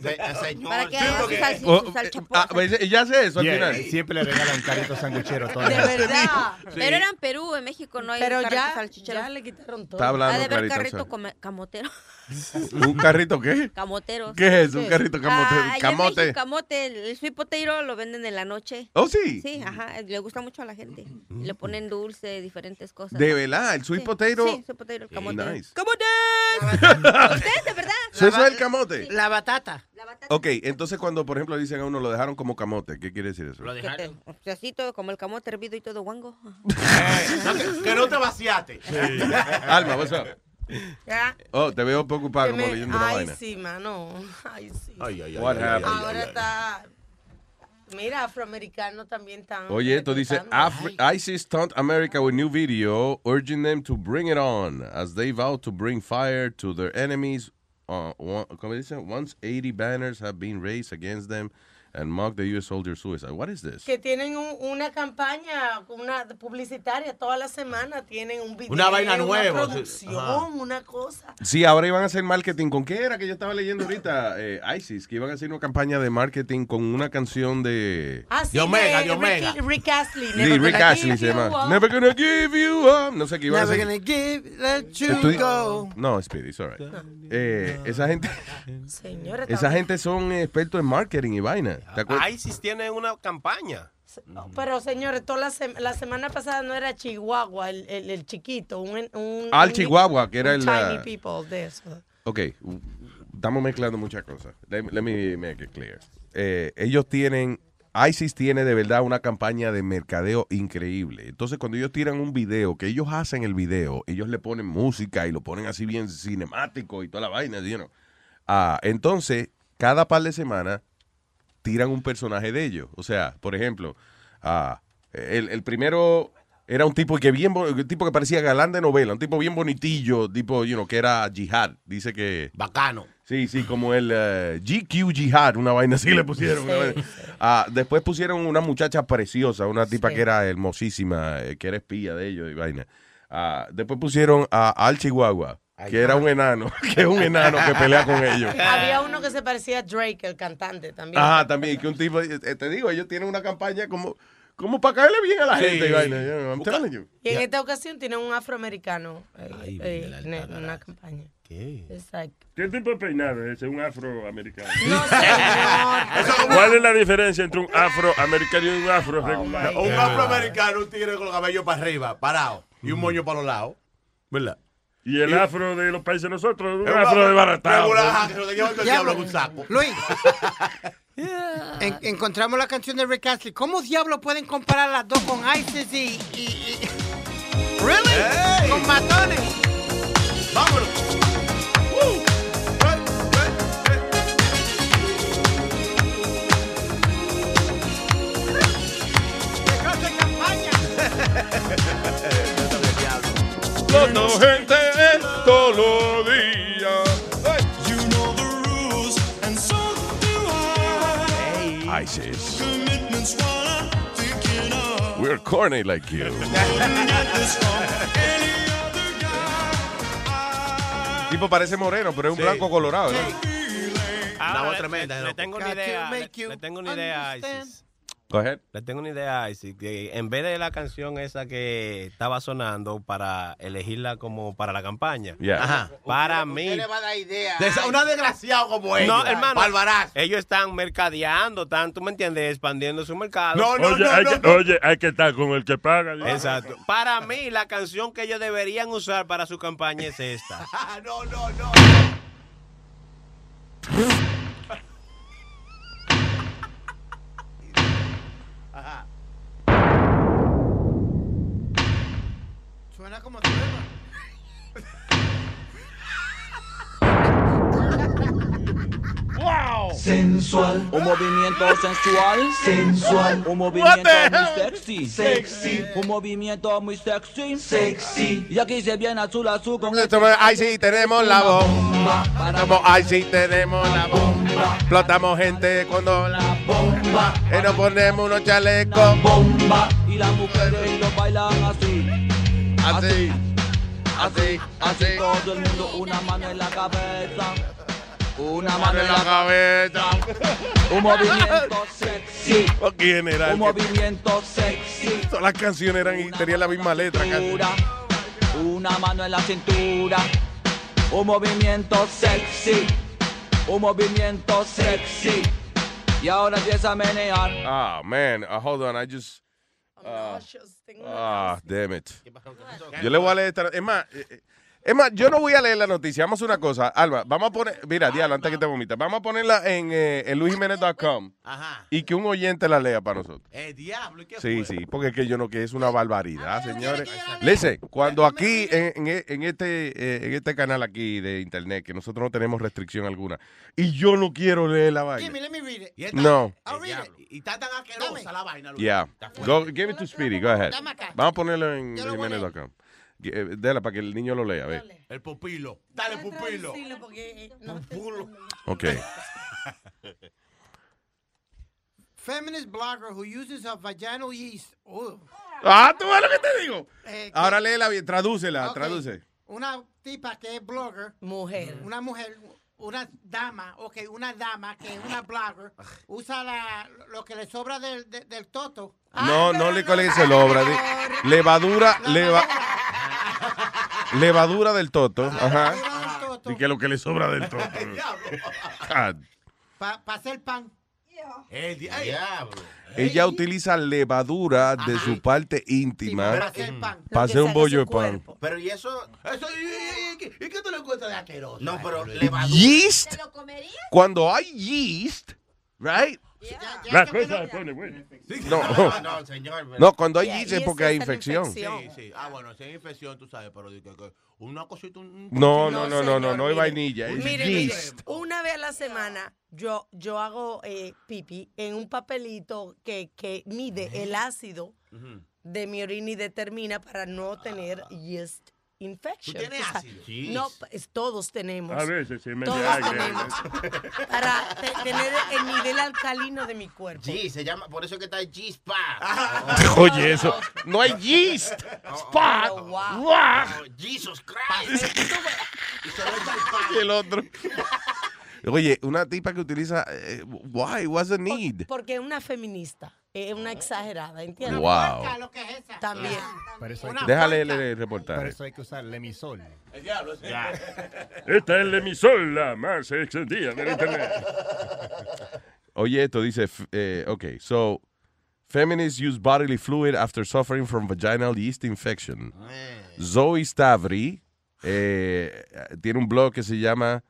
Speaker 20: Para que haga sus salsi-
Speaker 6: Oh,
Speaker 20: sus salchipollas.
Speaker 6: Ah, pues, ella hace eso al
Speaker 25: Yeah,
Speaker 6: final.
Speaker 25: Siempre le regalan un carrito sanguchero
Speaker 6: Ah,
Speaker 25: todo
Speaker 20: De verdad.
Speaker 6: Sí.
Speaker 20: Pero era en Perú, en México no hay
Speaker 17: Pero
Speaker 20: carritos
Speaker 17: ya-
Speaker 20: salchicheros.
Speaker 17: ya le quitaron todo.
Speaker 6: Está hablando
Speaker 20: Ha de haber
Speaker 6: Clarita,
Speaker 20: carrito
Speaker 6: ¿sabes?
Speaker 20: come- camotero.
Speaker 6: ¿Un carrito qué?
Speaker 20: Camoteros.
Speaker 6: ¿Qué es eso? ¿Un carrito camotero?
Speaker 20: Ah, allá en
Speaker 6: Camote.
Speaker 20: México, camote. El, el sweet potato lo venden en la noche.
Speaker 6: Oh, sí.
Speaker 20: Sí, ajá. eh, Le gusta mucho a la gente. Le ponen dulce, diferentes cosas.
Speaker 6: De verdad, el sweet
Speaker 20: Sí,
Speaker 6: potato.
Speaker 20: Sí, sweet potato, el camotero.
Speaker 6: Nice.
Speaker 20: ¡Camote! ¿Ustedes de verdad?
Speaker 6: ¿Eso es el camote?
Speaker 3: La batata.
Speaker 6: Ok, entonces cuando, por ejemplo, dicen a uno, lo dejaron como camote, ¿qué quiere decir eso?
Speaker 20: Que te- o sea, así todo, como el camote hervido y todo guango.
Speaker 19: Eh, que no te vaciaste.
Speaker 6: Alma, what's up?
Speaker 17: Ya.
Speaker 6: Oh, te veo preocupado
Speaker 17: Que
Speaker 6: como
Speaker 17: me-
Speaker 6: leyendo una
Speaker 17: Ay,
Speaker 6: vaina.
Speaker 17: sí, mano. Ay, sí.
Speaker 6: Ay, ay, ay, What ay, ay, happened? ay,
Speaker 17: Ahora
Speaker 6: ay,
Speaker 17: está. Mira, afroamericano también está.
Speaker 6: Oye, esto dice, Afri- ISIS stunt America with new video urging them to bring it on as they vow to bring fire to their enemies. Uh, one, ¿cómo dice? Once 80 banners have been raised against them and mock the U.S. soldier suicide. What is this?
Speaker 17: Que tienen un- una campaña una publicitaria toda la semana. Tienen un video.
Speaker 6: Una vaina nueva,
Speaker 17: Una
Speaker 6: sí.
Speaker 17: producción,
Speaker 6: Ajá.
Speaker 17: una cosa.
Speaker 6: Sí, ahora iban a hacer marketing. ¿Con qué era que yo estaba leyendo ahorita? Eh, ISIS, que iban a hacer una campaña de marketing con una canción de...
Speaker 17: Ah, sí, de Ricky- Rick Astley.
Speaker 6: Sí,
Speaker 17: Never
Speaker 6: Rick
Speaker 17: Gonna
Speaker 6: Ashley
Speaker 17: Give
Speaker 6: se
Speaker 17: You
Speaker 6: llama.
Speaker 17: Up.
Speaker 6: Never gonna give you up. No sé qué iban a
Speaker 3: Never
Speaker 6: hacer.
Speaker 3: gonna give let you
Speaker 6: Estoy-
Speaker 3: go.
Speaker 6: No, Speedy, it's alright. Eh, esa gente,
Speaker 17: Señora,
Speaker 6: esa gente son expertos en marketing y vaina. ¿Te acuerdas?
Speaker 2: ISIS tiene una campaña.
Speaker 17: Pero señores, toda la, sem- la semana pasada no era Chihuahua, el, el, el chiquito, un, un
Speaker 6: Al
Speaker 17: un-
Speaker 6: Ah, Chihuahua, que era el,
Speaker 17: un Tiny
Speaker 6: ah,
Speaker 17: people de eso.
Speaker 6: Ok, estamos mezclando muchas cosas. Let, me- let me make it clear. Eh, ellos tienen, ISIS tiene de verdad una campaña de mercadeo increíble. Entonces, cuando ellos tiran un video, que ellos hacen el video, ellos le ponen música y lo ponen así bien cinemático y toda la vaina, you know. Ah, entonces, cada par de semanas tiran un personaje de ellos. O sea, por ejemplo, ah, el, el primero era un tipo que bien bo- un tipo que parecía galán de novela, un tipo bien bonitillo, tipo, you know, que era Jihad, dice que
Speaker 19: bacano.
Speaker 6: Sí, sí, como el eh, GQ Jihad, una vaina así le pusieron. una
Speaker 19: Sí,
Speaker 6: vaina. Ah, después pusieron una muchacha preciosa, una tipa
Speaker 19: Sí.
Speaker 6: que era hermosísima, eh, que era espía de ellos y vaina. Ah, después pusieron a Al Chihuahua, que era un enano, que es un enano que pelea con ellos.
Speaker 17: Había uno que se parecía a Drake, el cantante también.
Speaker 6: Ajá, también, que un tipo, eh, te digo, ellos tienen una campaña como, como para caerle bien a la
Speaker 19: Sí.
Speaker 6: gente. y vaina, you know, I'm telling you.
Speaker 17: Y en esta ocasión tiene un afroamericano eh, eh, en en una campaña.
Speaker 19: ¿Qué?
Speaker 17: Exacto.
Speaker 18: ¿Qué tipo de peinado es ese? Un afroamericano.
Speaker 17: señor.
Speaker 18: ¿Cuál es la diferencia entre un afroamericano y un afro regular?
Speaker 19: Un afroamericano, un tigre con el cabello para arriba, parado, y
Speaker 6: Mm.
Speaker 19: un moño para los lados. ¿Verdad?
Speaker 18: Y el afro de los países de nosotros, un
Speaker 19: Es un
Speaker 18: afro
Speaker 19: afro
Speaker 18: desbaratado.
Speaker 19: regular, ajá, que se lo lleva el diablo en un
Speaker 3: saco. Luis. En- encontramos la canción de Rick Astley. ¿Cómo diablo pueden comparar las dos con ISIS y... y, y- Really? Con matones.
Speaker 19: Vámonos.
Speaker 23: Los dos gente es
Speaker 18: todos los días.
Speaker 23: You know the rules, and so do I.
Speaker 6: ISIS.
Speaker 23: Commitments while I'm thinking of.
Speaker 6: We're corny like you.
Speaker 23: Couldn't get this from any
Speaker 6: Tipo parece moreno, pero es un blanco colorado. ¿no?
Speaker 2: Ahora
Speaker 19: voz
Speaker 2: le-
Speaker 19: tremenda,
Speaker 2: Ah, le-
Speaker 19: loco.
Speaker 2: Le tengo una
Speaker 19: Got to
Speaker 2: idea. Le,
Speaker 19: make you
Speaker 2: le tengo una idea a
Speaker 19: understand.
Speaker 2: Isis. Le tengo una idea a Isis. Que en vez de la canción esa que estaba sonando para elegirla como para la campaña.
Speaker 6: Yeah.
Speaker 2: Ajá. Para mí.
Speaker 29: le va a dar idea?
Speaker 2: De
Speaker 21: este
Speaker 2: esa- una
Speaker 19: desgraciado como
Speaker 2: No, hermano. Ellos están mercadeando, están, tú me entiendes, expandiendo su mercado.
Speaker 18: oye, hay que, oye, hay que estar con el que paga. dice.
Speaker 2: Exacto. Para mí, la canción que ellos deberían usar para su campaña es esta.
Speaker 19: no, no, no.
Speaker 3: Suena como
Speaker 23: ¡Wow!
Speaker 8: Sensual. Un movimiento sensual.
Speaker 23: Sensual.
Speaker 8: Un
Speaker 23: What
Speaker 8: movimiento
Speaker 23: the
Speaker 8: muy
Speaker 23: hell?
Speaker 8: sexy.
Speaker 23: Sexy.
Speaker 8: Un movimiento muy sexy. Sexy. Y aquí se viene azul azul con
Speaker 6: Ay, sí, tenemos la bomba. Como, ay, sí, tenemos la bomba. Explotamos gente cuando la bomba. Y nos ponemos unos chalecos. Bomba.
Speaker 8: Y las mujeres lo bailan así.
Speaker 6: Así.
Speaker 8: Así. Así. Todo el mundo una mano en la cabeza. Una mano en la
Speaker 6: cabeza.
Speaker 8: Un movimiento sexy.
Speaker 6: ¿Quién era?
Speaker 8: Un movimiento sexy.
Speaker 6: Todas las canciones eran y tenían la misma letra casi.
Speaker 8: Una mano en la cintura. Un movimiento sexy. Un movimiento sexy. Y ahora empieza a menear.
Speaker 6: Ah, man. Uh, hold on, I just. ah, ah, damn it. Yo le voy a leer esta. Es más, eh, eh, es más, yo no voy a leer la noticia. Vamos a hacer una cosa. Alba, vamos a poner. Mira, Diablo, antes que te vomites. Vamos a ponerla en, eh, en luisjiménez.com
Speaker 19: Ajá.
Speaker 6: y que un oyente la lea para nosotros.
Speaker 19: Eh, diablo, ¿y Ah. qué
Speaker 6: Sí, sí, porque es que yo no, que es una barbaridad, señores. Listen, cuando aquí, en, en- en este, eh, en este canal aquí de internet, que nosotros no tenemos restricción alguna, y yo no quiero leer la vaina.
Speaker 19: let me read it.
Speaker 6: No.
Speaker 19: Y está tan asquerosa la vaina, Luis.
Speaker 6: Yeah. Go, give it to Speedy, go ahead.
Speaker 19: Dame acá.
Speaker 6: Vamos a ponerlo en jiménez.com. Eh, Dela, para que el niño lo lea, a ver.
Speaker 19: El pupilo. Dale, pupilo. Pupulo.
Speaker 6: Ok.
Speaker 3: Feminist blogger who uses a vaginal yeast. Oh.
Speaker 6: Ah, tú ves lo que te digo.
Speaker 3: Eh, que-
Speaker 6: Ahora léela bien, tradúcela,
Speaker 3: Ok.
Speaker 6: traduce.
Speaker 3: Una tipa que es blogger.
Speaker 17: Mujer.
Speaker 3: Una mujer, una dama, ok, una dama que es una blogger, usa la, lo que le sobra del, de- del toto.
Speaker 6: Ah, No, no le colegues el obra. di- Levadura, leva. Levadura del toto. Ajá. Y que lo que le sobra del toto. Ah, God.
Speaker 3: Para hacer pan. Eh,
Speaker 19: Eh, di- ay.
Speaker 6: Ella utiliza levadura de su parte íntima
Speaker 21: Mm.
Speaker 6: para hacer un bollo de pan.
Speaker 19: Pero y eso. eso y, y- y- y- ¿y qué tú le encuentras de asqueroso? No, pero
Speaker 6: Yeast. Cuando hay yeast, right?
Speaker 18: La cosa se pone buena.
Speaker 6: No.
Speaker 19: No, señor, pero-
Speaker 6: No, cuando hay
Speaker 19: Yeah,
Speaker 6: yeast
Speaker 19: y
Speaker 6: es
Speaker 19: es
Speaker 6: porque hay
Speaker 19: esa la
Speaker 6: infección.
Speaker 19: Sí, sí. Ah, bueno, si hay infección, tú sabes, pero di que- que una cosita. Un,
Speaker 6: No, no, no, no, no, no hay vainilla. Es
Speaker 17: Mire, mire,
Speaker 6: yeast.
Speaker 17: una vez a la semana yo, yo hago eh, pipi en un papelito que, que mide el ácido de mi orina y determina para no tener yeast infection.
Speaker 23: ¿Tú tienes
Speaker 17: O sea,
Speaker 23: ácido? Jeez.
Speaker 17: No, es- todos tenemos.
Speaker 18: A veces se me
Speaker 17: Todos
Speaker 18: sangre.
Speaker 17: tenemos. para te- tener el nivel alcalino de mi cuerpo.
Speaker 21: Sí, se llama, por eso que está G-Spa.
Speaker 6: Oye, eso. No hay yeast.
Speaker 21: Spa.
Speaker 17: wow.
Speaker 21: Jesus Christ.
Speaker 6: Y el otro. Oye, una tipa que utiliza. eh, why? What's the need?
Speaker 17: Porque es una feminista, es una exagerada, ¿entiendes?
Speaker 6: Wow. Puerca, lo
Speaker 17: que es esa. También.
Speaker 25: Ah.
Speaker 6: Déjale el- el reportaje.
Speaker 25: Por eso hay que usar lemisol.
Speaker 18: Esta es la emisora más extendida del internet.
Speaker 6: Oye, esto dice, f- eh, ok, so feminists use bodily fluid after suffering from vaginal yeast infection.
Speaker 21: Eh.
Speaker 6: Zoe Stavri eh, tiene un blog que se llama,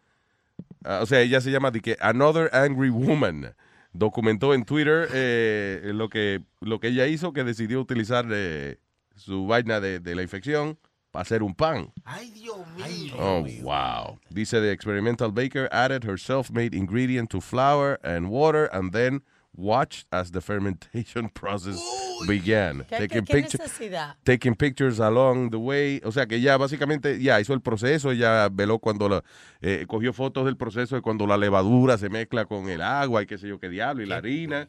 Speaker 6: ah, o sea, ella se llama de que Another Angry Woman. Documentó en Twitter eh, lo, que, lo que ella hizo, que decidió utilizar eh, su vaina de, de la infección para hacer un pan.
Speaker 21: Ay, Dios mío.
Speaker 6: Oh, wow. Dice the experimental baker added her self-made ingredient to flour and water and then watched as the fermentation process began.
Speaker 17: ¿Qué- qué-
Speaker 6: Taking,
Speaker 17: qué
Speaker 6: picture-
Speaker 17: necesidad?
Speaker 6: taking pictures along the way. O sea que ya básicamente ya hizo el proceso, ya veló cuando la, eh, cogió fotos del proceso de cuando la levadura se mezcla con el agua y qué sé yo qué diablo y la harina.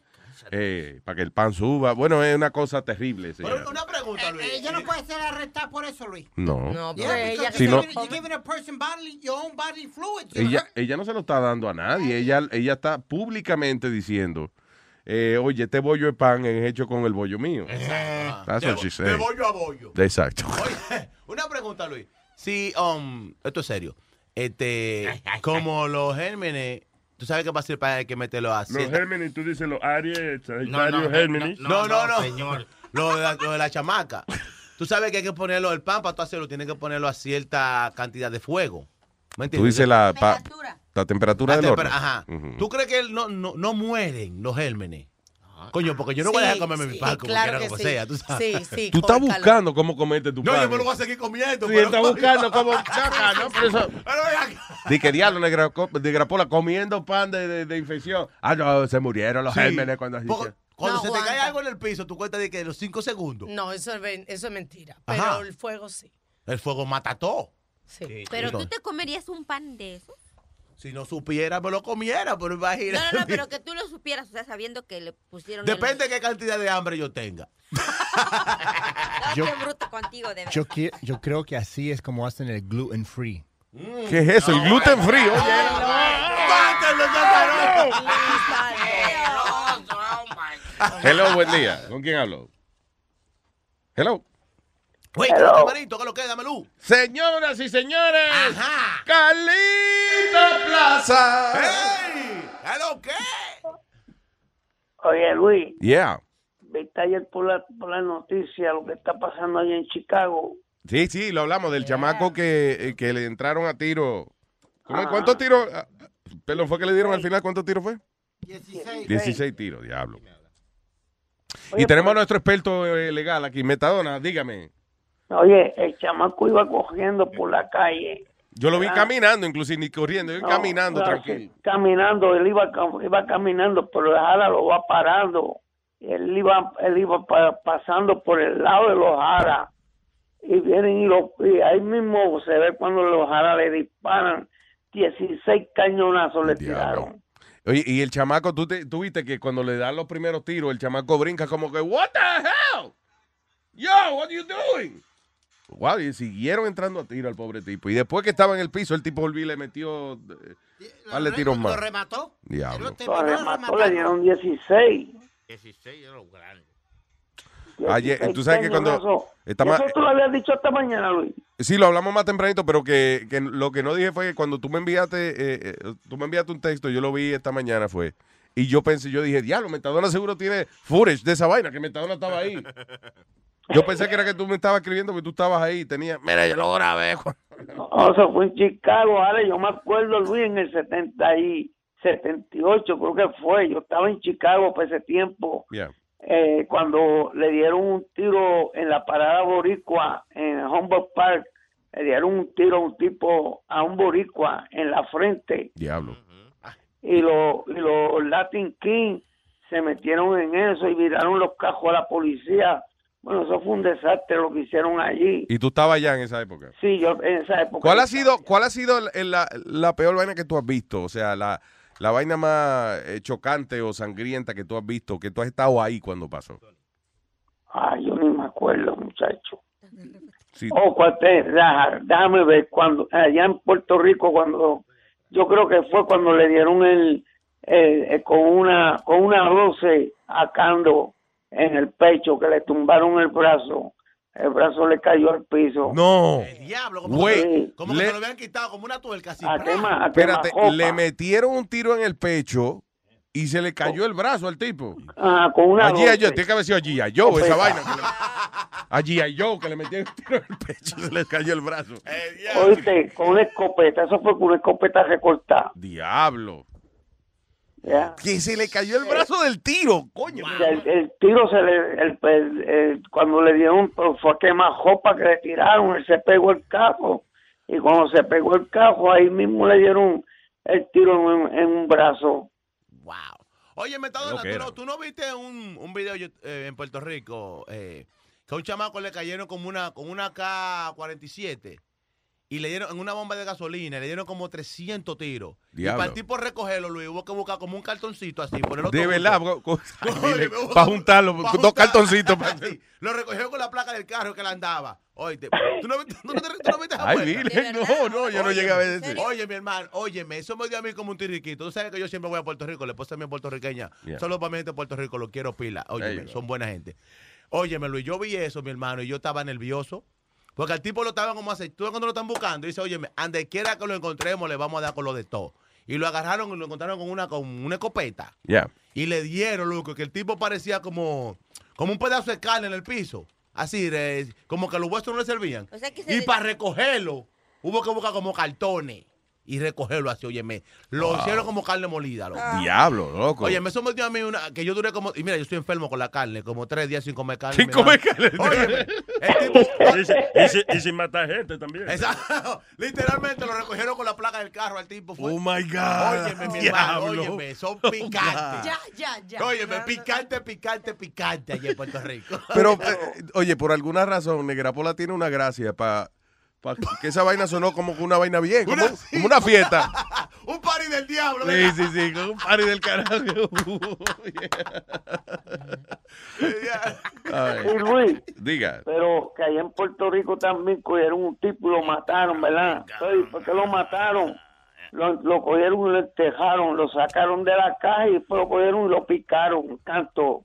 Speaker 6: eh, para que el pan suba. Bueno, es una cosa terrible. señora.
Speaker 3: Una
Speaker 19: pregunta,
Speaker 3: Luis. eh, ella no puede ser arrestada por eso, Luis.
Speaker 6: No.
Speaker 17: No,
Speaker 6: pero ella que
Speaker 3: si
Speaker 6: se
Speaker 3: no.
Speaker 6: lo-
Speaker 3: You're giving a person bodily, your own bodily fluids. You're
Speaker 6: Ella, ella no se lo está dando a nadie. Ella, ella está públicamente diciendo, eh, oye, este bollo de pan es hecho con el bollo mío. That's
Speaker 19: De
Speaker 6: what
Speaker 19: bo-
Speaker 6: she said.
Speaker 19: de bollo a bollo.
Speaker 6: Exacto.
Speaker 19: Una pregunta, Luis. Si, um, esto es serio. Este, como los gérmenes, tú sabes que va a ser para el que meterlo así.
Speaker 18: Los Géminis, tú dices los Aries,
Speaker 19: No,
Speaker 18: Sagitario,
Speaker 19: no,
Speaker 18: Géminis.
Speaker 19: No, no, no.
Speaker 30: Oh
Speaker 19: Lo de, la, lo de la chamaca. Tú sabes que hay que ponerlo, el pan para tú hacerlo, tienes que ponerlo a cierta cantidad de fuego. ¿Me entiendes?
Speaker 6: Tú dices la, pa- la temperatura
Speaker 19: La
Speaker 6: del horno.
Speaker 19: temper- Ajá.
Speaker 6: Ujú.
Speaker 19: ¿Tú crees que no, no, no mueren los gérmenes?
Speaker 20: Ah.
Speaker 19: Coño, porque yo no voy a dejar
Speaker 17: Sí,
Speaker 19: comerme mi
Speaker 17: sí,
Speaker 19: pan como quiera,
Speaker 17: claro que
Speaker 19: como
Speaker 17: sí.
Speaker 19: sea. Tú sabes.
Speaker 17: Sí, sí,
Speaker 6: Tú estás buscando cómo comerte tu
Speaker 19: No,
Speaker 6: pan.
Speaker 19: yo me lo voy a seguir comiendo.
Speaker 6: Sí,
Speaker 19: pero-
Speaker 6: está buscando cómo saca, ¿no? Pero eso- Di que diablo, negra, de grapola comiendo pan de, de- de infección. Ah, no, se murieron los
Speaker 19: Sí.
Speaker 6: gérmenes cuando así
Speaker 19: Poco-
Speaker 6: que-
Speaker 19: Cuando
Speaker 17: No
Speaker 19: se te cae
Speaker 17: aguanta.
Speaker 19: algo en el piso, tú cuentas de que los cinco segundos,
Speaker 17: No, eso es, ven- eso es mentira. Pero
Speaker 19: Ajá. Eh,
Speaker 17: el fuego sí.
Speaker 19: el fuego mata todo.
Speaker 20: Pero tú te comerías un pan de eso.
Speaker 19: Si no supiera, me lo comiera, pero imagínate.
Speaker 20: No, no, pero que tú lo supieras, o sea, sabiendo que le pusieron. el-
Speaker 19: Depende de qué cantidad de hambre yo tenga.
Speaker 20: Ay,
Speaker 25: Yo-
Speaker 20: qué bruto contigo, de
Speaker 25: Yo,
Speaker 20: verdad.
Speaker 25: qui- yo creo que así es como hacen el gluten free.
Speaker 6: ¿Qué es eso? El gluten free,
Speaker 19: Ah,
Speaker 6: oye.
Speaker 19: ¡Mátenlo,
Speaker 6: Hello, buen día. ¿Con quién hablo? Hello.
Speaker 19: Güey, camarito, que lo que, dame luz.
Speaker 6: Señoras y señores, Carlito Plaza.
Speaker 19: ¡Hey! ¿Hello qué?
Speaker 31: Oye, Luis,
Speaker 6: Yeah.
Speaker 31: viste ayer por la, por la noticia lo que está pasando allá en Chicago.
Speaker 6: Sí, sí, lo hablamos del chamaco que, eh, que le entraron a tiro. ¿Cómo,
Speaker 31: Ajá.
Speaker 6: ¿Cuántos tiros? ah, Perdón, fue que le dieron al final. ¿Cuántos tiros fue?
Speaker 3: 16.
Speaker 6: 16 tiros, diablo.
Speaker 31: pues,
Speaker 6: Y tenemos a nuestro experto eh, legal aquí, Metadona, dígame.
Speaker 31: Oye, el chamaco iba cogiendo por la calle.
Speaker 6: Yo lo vi
Speaker 31: Ah.
Speaker 6: caminando, inclusive ni corriendo, yo vi
Speaker 31: No,
Speaker 6: caminando
Speaker 31: no,
Speaker 6: tranquilo.
Speaker 31: sí, Caminando, él iba, cam- iba caminando, pero la jala lo va parando. Él iba, él iba pa- pasando por el lado de los jara. Y vienen y, lo, y ahí mismo se ve cuando los jara le disparan. 16 cañonazos le tiraron.
Speaker 6: Oye, y el chamaco, tú, te, tú viste que cuando le dan los primeros tiros, el chamaco brinca como que, ¿What the hell? Yo, what are you doing? Wow, y siguieron entrando a tiro al pobre tipo. Y después que estaba en el piso, el tipo volvió y le metió. eh, Vale tiros más.
Speaker 3: remató.
Speaker 6: Diablo.
Speaker 31: Lo remató, le dieron 16.
Speaker 21: 16 era lo grande.
Speaker 6: Ayer, eh, tú sabes que cuando. está
Speaker 31: Eso
Speaker 6: más-
Speaker 31: tú lo habías dicho esta mañana, Luis.
Speaker 6: sí, lo hablamos más tempranito, pero que, que lo que no dije fue que cuando tú me enviaste, eh, eh, tú me enviaste un texto, yo lo vi esta mañana, fue. Y yo pensé, yo dije, diablo, Metadona seguro tiene footage de esa vaina, que Metadona estaba ahí. Yo pensé que era que tú me estabas escribiendo, que tú estabas ahí, tenía. Mira, yo lo grabé.
Speaker 31: O sea, fue en Chicago, Ale, yo me acuerdo, Luis, en el 70 y 78, creo que fue. Yo estaba en Chicago para ese tiempo,
Speaker 6: Yeah.
Speaker 31: eh, cuando le dieron un tiro en la parada boricua, en Humboldt Park, le dieron un tiro a un tipo, a un boricua, en la frente.
Speaker 6: Diablo.
Speaker 31: y los y los Latin King se metieron en eso y viraron los cajos a la policía. Bueno, eso fue un desastre lo que hicieron allí.
Speaker 6: Y tú estabas allá en esa época.
Speaker 31: Sí, yo en esa época.
Speaker 6: ¿Cuál ha sido, cuál ha sido el- el- la, la peor vaina que tú has visto? O sea, la, la vaina más eh, chocante o sangrienta que tú has visto, que tú has estado ahí cuando pasó.
Speaker 31: Ah, yo ni me acuerdo, muchacho.
Speaker 6: Sí.
Speaker 31: Oh, cuál te- deja- déjame ver cuando allá en Puerto Rico cuando yo creo que fue cuando le dieron el, el- el- con una con una roce a Cando en el pecho que le tumbaron el brazo, el brazo le cayó al piso.
Speaker 6: No.
Speaker 19: Diablo, como
Speaker 6: Güey,
Speaker 19: como que
Speaker 6: le-
Speaker 19: se lo habían quitado como una tuerca así.
Speaker 6: espérate, le metieron un tiro en el pecho y se le cayó el brazo al tipo.
Speaker 31: Ah, con una
Speaker 6: Allí,
Speaker 31: doce.
Speaker 6: allí, tiene que haber sido allí, yo, esa
Speaker 31: Oferta.
Speaker 6: vaina. que le- Allí, a yo, que le metieron un tiro en el pecho y se le cayó el brazo.
Speaker 31: Oíste, con una escopeta, eso fue con una escopeta recortada.
Speaker 6: Diablo.
Speaker 31: ¿ya? Eh,
Speaker 6: Que se le cayó el brazo del tiro, coño.
Speaker 31: El, el tiro se le, el, el- el- cuando le dieron, pero fue quemar jopa que le tiraron, él se pegó el cajo. Y cuando se pegó el cajo, ahí mismo le dieron el tiro en, un- en un brazo.
Speaker 19: Oye, me está
Speaker 6: Lo
Speaker 19: dando.
Speaker 6: que
Speaker 19: ¿tú
Speaker 6: era.
Speaker 19: no, tú no viste un, un video yo- eh, en Puerto Rico eh, que a un chamaco le cayeron como una, con una K-47 y le dieron en una bomba de gasolina, le dieron como 300 tiros.
Speaker 6: Diablo.
Speaker 19: Y para el tipo recogerlo, Luis, hubo que buscar como un cartoncito así, ponerlo
Speaker 6: De
Speaker 19: todo
Speaker 6: verdad,
Speaker 19: junto. Oye, me-
Speaker 6: para juntarlo,
Speaker 19: pa'
Speaker 6: dos
Speaker 19: juntar-
Speaker 6: cartoncitos. pa-
Speaker 19: Sí, Lo recogió con la placa del carro que le andaba. Oye, te- ¿tú no viste, tú no te- tú no viste esa
Speaker 6: Ay,
Speaker 19: vuelta?
Speaker 6: dile, no, no, yo no llegué a ver ese.
Speaker 19: Oye, mi hermano, óyeme, eso me dio a mí como un tiriquito. Tú sabes que yo siempre voy a Puerto Rico, la esposa mía es puertorriqueña.
Speaker 6: Yeah.
Speaker 19: Solo para mi gente de Puerto Rico, lo quiero pila. Óyeme, son buena gente. Óyeme, Luis, yo vi eso, mi hermano, y yo estaba nervioso. Porque al tipo lo estaban como hace, tú ves cuando lo están buscando, y dice, óyeme, ande quiera que lo encontremos, le vamos a dar con lo de todo. Y lo agarraron y lo encontraron con una, con una escopeta.
Speaker 6: Yeah.
Speaker 19: Y le dieron, loco, que el tipo parecía como, como un pedazo de carne en el piso. Así, eh, como que los huesos no le servían.
Speaker 20: O sea que se
Speaker 19: Y
Speaker 20: de-
Speaker 19: para recogerlo, hubo que buscar como cartones y recogerlo así, óyeme. Lo
Speaker 6: Wow.
Speaker 19: hicieron como carne molida, loco.
Speaker 18: Ah.
Speaker 6: Diablo, loco.
Speaker 19: Oye, me sometió a mí una. Que yo duré como. Y mira, yo estoy enfermo con la carne, como tres días sin comer carne. Sin comer carne. Oye,
Speaker 18: Y, si- y si- y sin matar gente también.
Speaker 19: literalmente lo recogieron con la placa del carro al tipo. Fue,
Speaker 6: Oh my God.
Speaker 19: Óyeme, mi hermano,
Speaker 6: Diablo.
Speaker 19: óyeme, son picantes.
Speaker 17: Ya, ya, ya.
Speaker 19: Óyeme, picante, picante, picante allá en Puerto Rico.
Speaker 6: Pero, eh, oye, por alguna razón, Negrapola tiene una gracia para que esa vaina sonó como que una vaina bien, como como una, fiesta.
Speaker 19: Un party del diablo.
Speaker 6: Sí, sí, sí, como un party del carajo. Ay.
Speaker 31: Sí, Luis.
Speaker 6: Diga.
Speaker 31: Pero que allá en Puerto Rico también cogieron un tipo y lo mataron, ¿verdad? Oye, ¿Por qué lo mataron? Lo, lo cogieron y lo tejaron, lo sacaron de la caja y después lo cogieron y lo picaron, tanto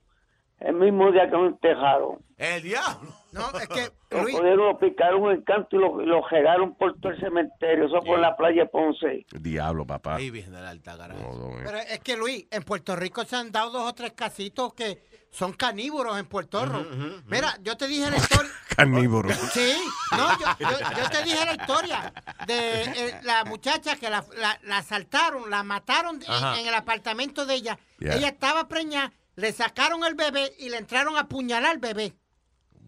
Speaker 31: el mismo día que lo entejaron.
Speaker 19: El diablo.
Speaker 31: No, es que lo cogieron, lo picaron en canto y lo, lo regaron por todo el cementerio, eso por la playa de Ponce.
Speaker 6: Diablo, papá.
Speaker 19: Ahí, Virgen del Alta, carajo.
Speaker 3: Pero es que Luis, en Puerto Rico se han dado dos o tres casitos que son canívoros en Puerto Rico. Mira, yo te dije la historia.
Speaker 6: Carnívoro.
Speaker 3: Sí, no, yo, yo- yo te dije la historia de eh, la muchacha que la, la- la asaltaron, la mataron en,
Speaker 6: Ajá.
Speaker 3: en el apartamento de ella.
Speaker 6: Yeah.
Speaker 3: Ella estaba preñada, le sacaron el bebé y le entraron a apuñalar al bebé.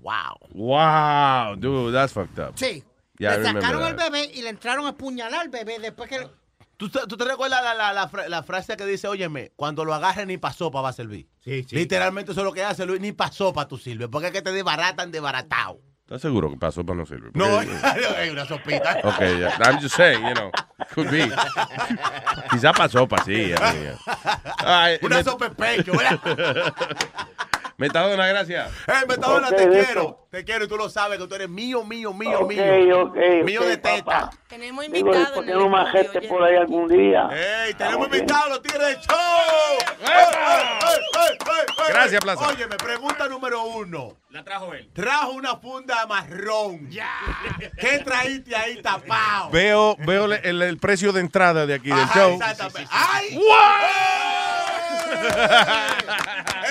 Speaker 19: Wow.
Speaker 6: Wow, dude, that's fucked up.
Speaker 3: Sí.
Speaker 6: Yeah, I
Speaker 3: le
Speaker 6: remember
Speaker 3: sacaron el
Speaker 6: that.
Speaker 3: bebé y le entraron a apuñalar al bebé después que...
Speaker 19: ¿Tú, te- tú te recuerdas la, la- la fra- la frase que dice, óyeme, cuando lo agarren ni para sopa va a servir? Sí, sí. Literalmente eso es lo que hace Luis, ni para sopa tú sirves, porque es que te desbaratan desbaratado.
Speaker 6: ¿Estás seguro que pasó para no servir?
Speaker 19: No,
Speaker 6: Porque- eh,
Speaker 19: hay una sopita.
Speaker 6: Ok, yeah. I'm just saying, you know, could be. Quizá pasó para sí. yeah, yeah. Ay,
Speaker 19: Una
Speaker 6: me-
Speaker 19: sopa en pecho, ¿verdad?
Speaker 6: Metadona, gracias.
Speaker 19: Eh, Metadona,
Speaker 6: Ok,
Speaker 19: te
Speaker 6: listo.
Speaker 19: quiero. Te quiero y tú lo sabes que tú eres mío, mío, mío,
Speaker 31: Ok,
Speaker 19: mío.
Speaker 31: ok,
Speaker 19: mío
Speaker 31: ok,
Speaker 19: de teta.
Speaker 17: Tenemos
Speaker 31: Digo, ¿por qué no más gente por ahí algún día?
Speaker 19: ¡Ey, tenemos invitados los Tigres del Show! ¡Ey, ey, ey, ey, ey!
Speaker 6: Gracias, Plaza.
Speaker 19: Óyeme, pregunta número uno.
Speaker 9: La trajo él.
Speaker 19: Trajo una funda marrón. ¿Qué traíste ahí tapado?
Speaker 6: Veo, veo le- el, el precio de entrada de aquí del
Speaker 19: Ajá,
Speaker 6: show.
Speaker 19: exactamente. ¡Ay! ¡Ey!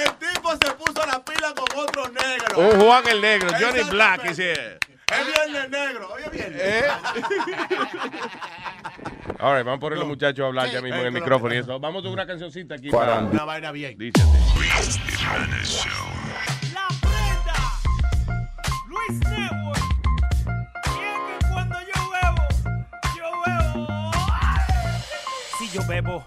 Speaker 19: El tipo se puso la pila con otro negro.
Speaker 6: Un Juan el Negro, Johnny
Speaker 19: Exactamente.
Speaker 6: Black, quisiera.
Speaker 19: Es viernes negro. Oye, viernes.
Speaker 6: ¿Eh? All right, vamos a poner los muchachos a hablar ya mismo en el micrófono y eso. Vamos a una cancioncita aquí para...
Speaker 19: Una vaina bien.
Speaker 6: Dice
Speaker 23: Luis Network. Y es que cuando yo bebo, yo bebo. Si yo bebo,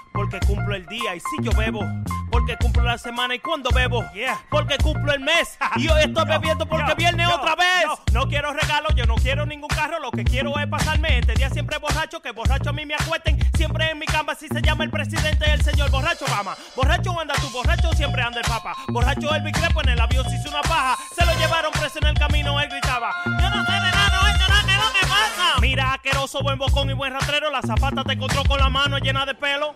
Speaker 23: porque cumplo el día. Y si yo bebo, porque cumplo la semana. Y cuando bebo, porque cumplo el mes. Y hoy estoy bebiendo porque viene otra vez. No quiero regalo, yo no quiero ningún carro. Lo que quiero es pasarme este día siempre borracho. Que borracho a mí me acuesten. Siempre en mi cama. Si se llama el presidente, el señor borracho Obama. Borracho anda tú, borracho siempre anda el papa. Borracho el bicrepo en el avión se hizo una paja. Se lo llevaron preso en el camino, él gritaba. Yo no sé de nada, oye, nada, ¿qué es lo que pasa? Mira, asqueroso, buen bocón y buen ratrero. La zapata te encontró con la mano llena de pelo.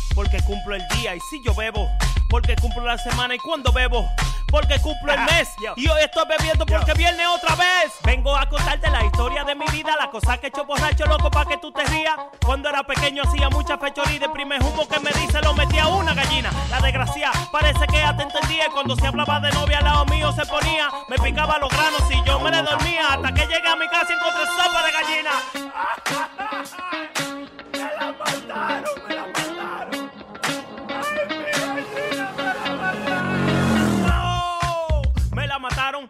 Speaker 23: porque cumplo el día y si yo bebo, porque cumplo la semana y cuando bebo. Porque cumplo el mes y hoy estoy bebiendo porque viene otra vez. Vengo a contarte la historia de mi vida, la cosa que he hecho borracho loco para que tú te rías. Cuando era pequeño hacía mucha fechoría y de primer humo que me dice lo metía una gallina. La desgracia parece que ya te entendía y cuando se hablaba de novia al lado mío se ponía. Me picaba los granos y yo me le dormía hasta que llegué a mi casa y encontré sopa de gallina. Me la mataron,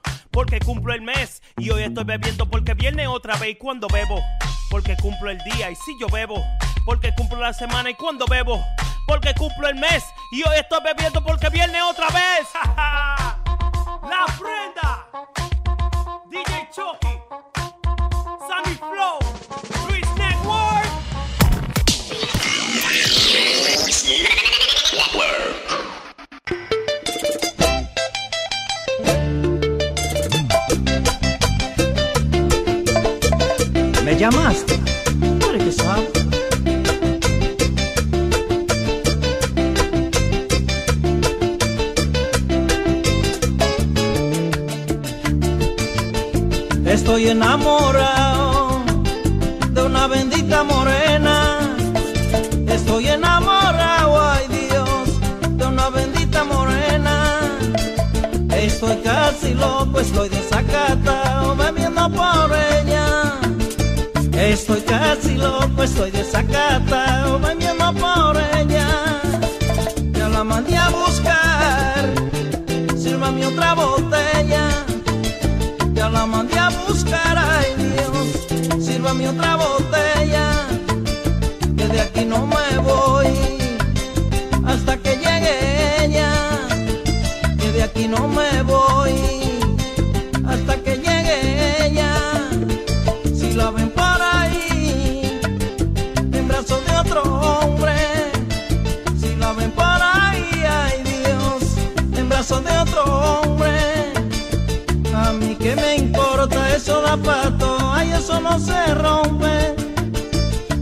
Speaker 23: porque cumplo el mes y hoy estoy bebiendo porque viene otra vez y cuando bebo, porque cumplo el día y si yo bebo, porque cumplo la semana y cuando bebo, porque cumplo el mes y hoy estoy bebiendo porque viene otra vez. la prenda. DJ Chucky. Sunny Flow. Luis Network.
Speaker 32: ¿Me llamaste? Claro que sabe. Estoy enamorado de una bendita morena. Estoy enamorado, ay Dios, de una bendita morena. Estoy casi loco, estoy desacatado, bebiendo por ella. Estoy casi loco, estoy desacatado, bebiendo por ella. Ya la mandé a buscar, sírvame otra botella. Ya la mandé a buscar, ay Dios, sírvame otra botella. Que de aquí no me voy hasta que llegue ella. Que de aquí no me voy hasta que llegue ella. Si la ven por ahí, en brazos de otro hombre. Si la ven por ahí, ay Dios, en brazos de otro hombre. A mí que me importa eso da pato, ay eso no se rompe.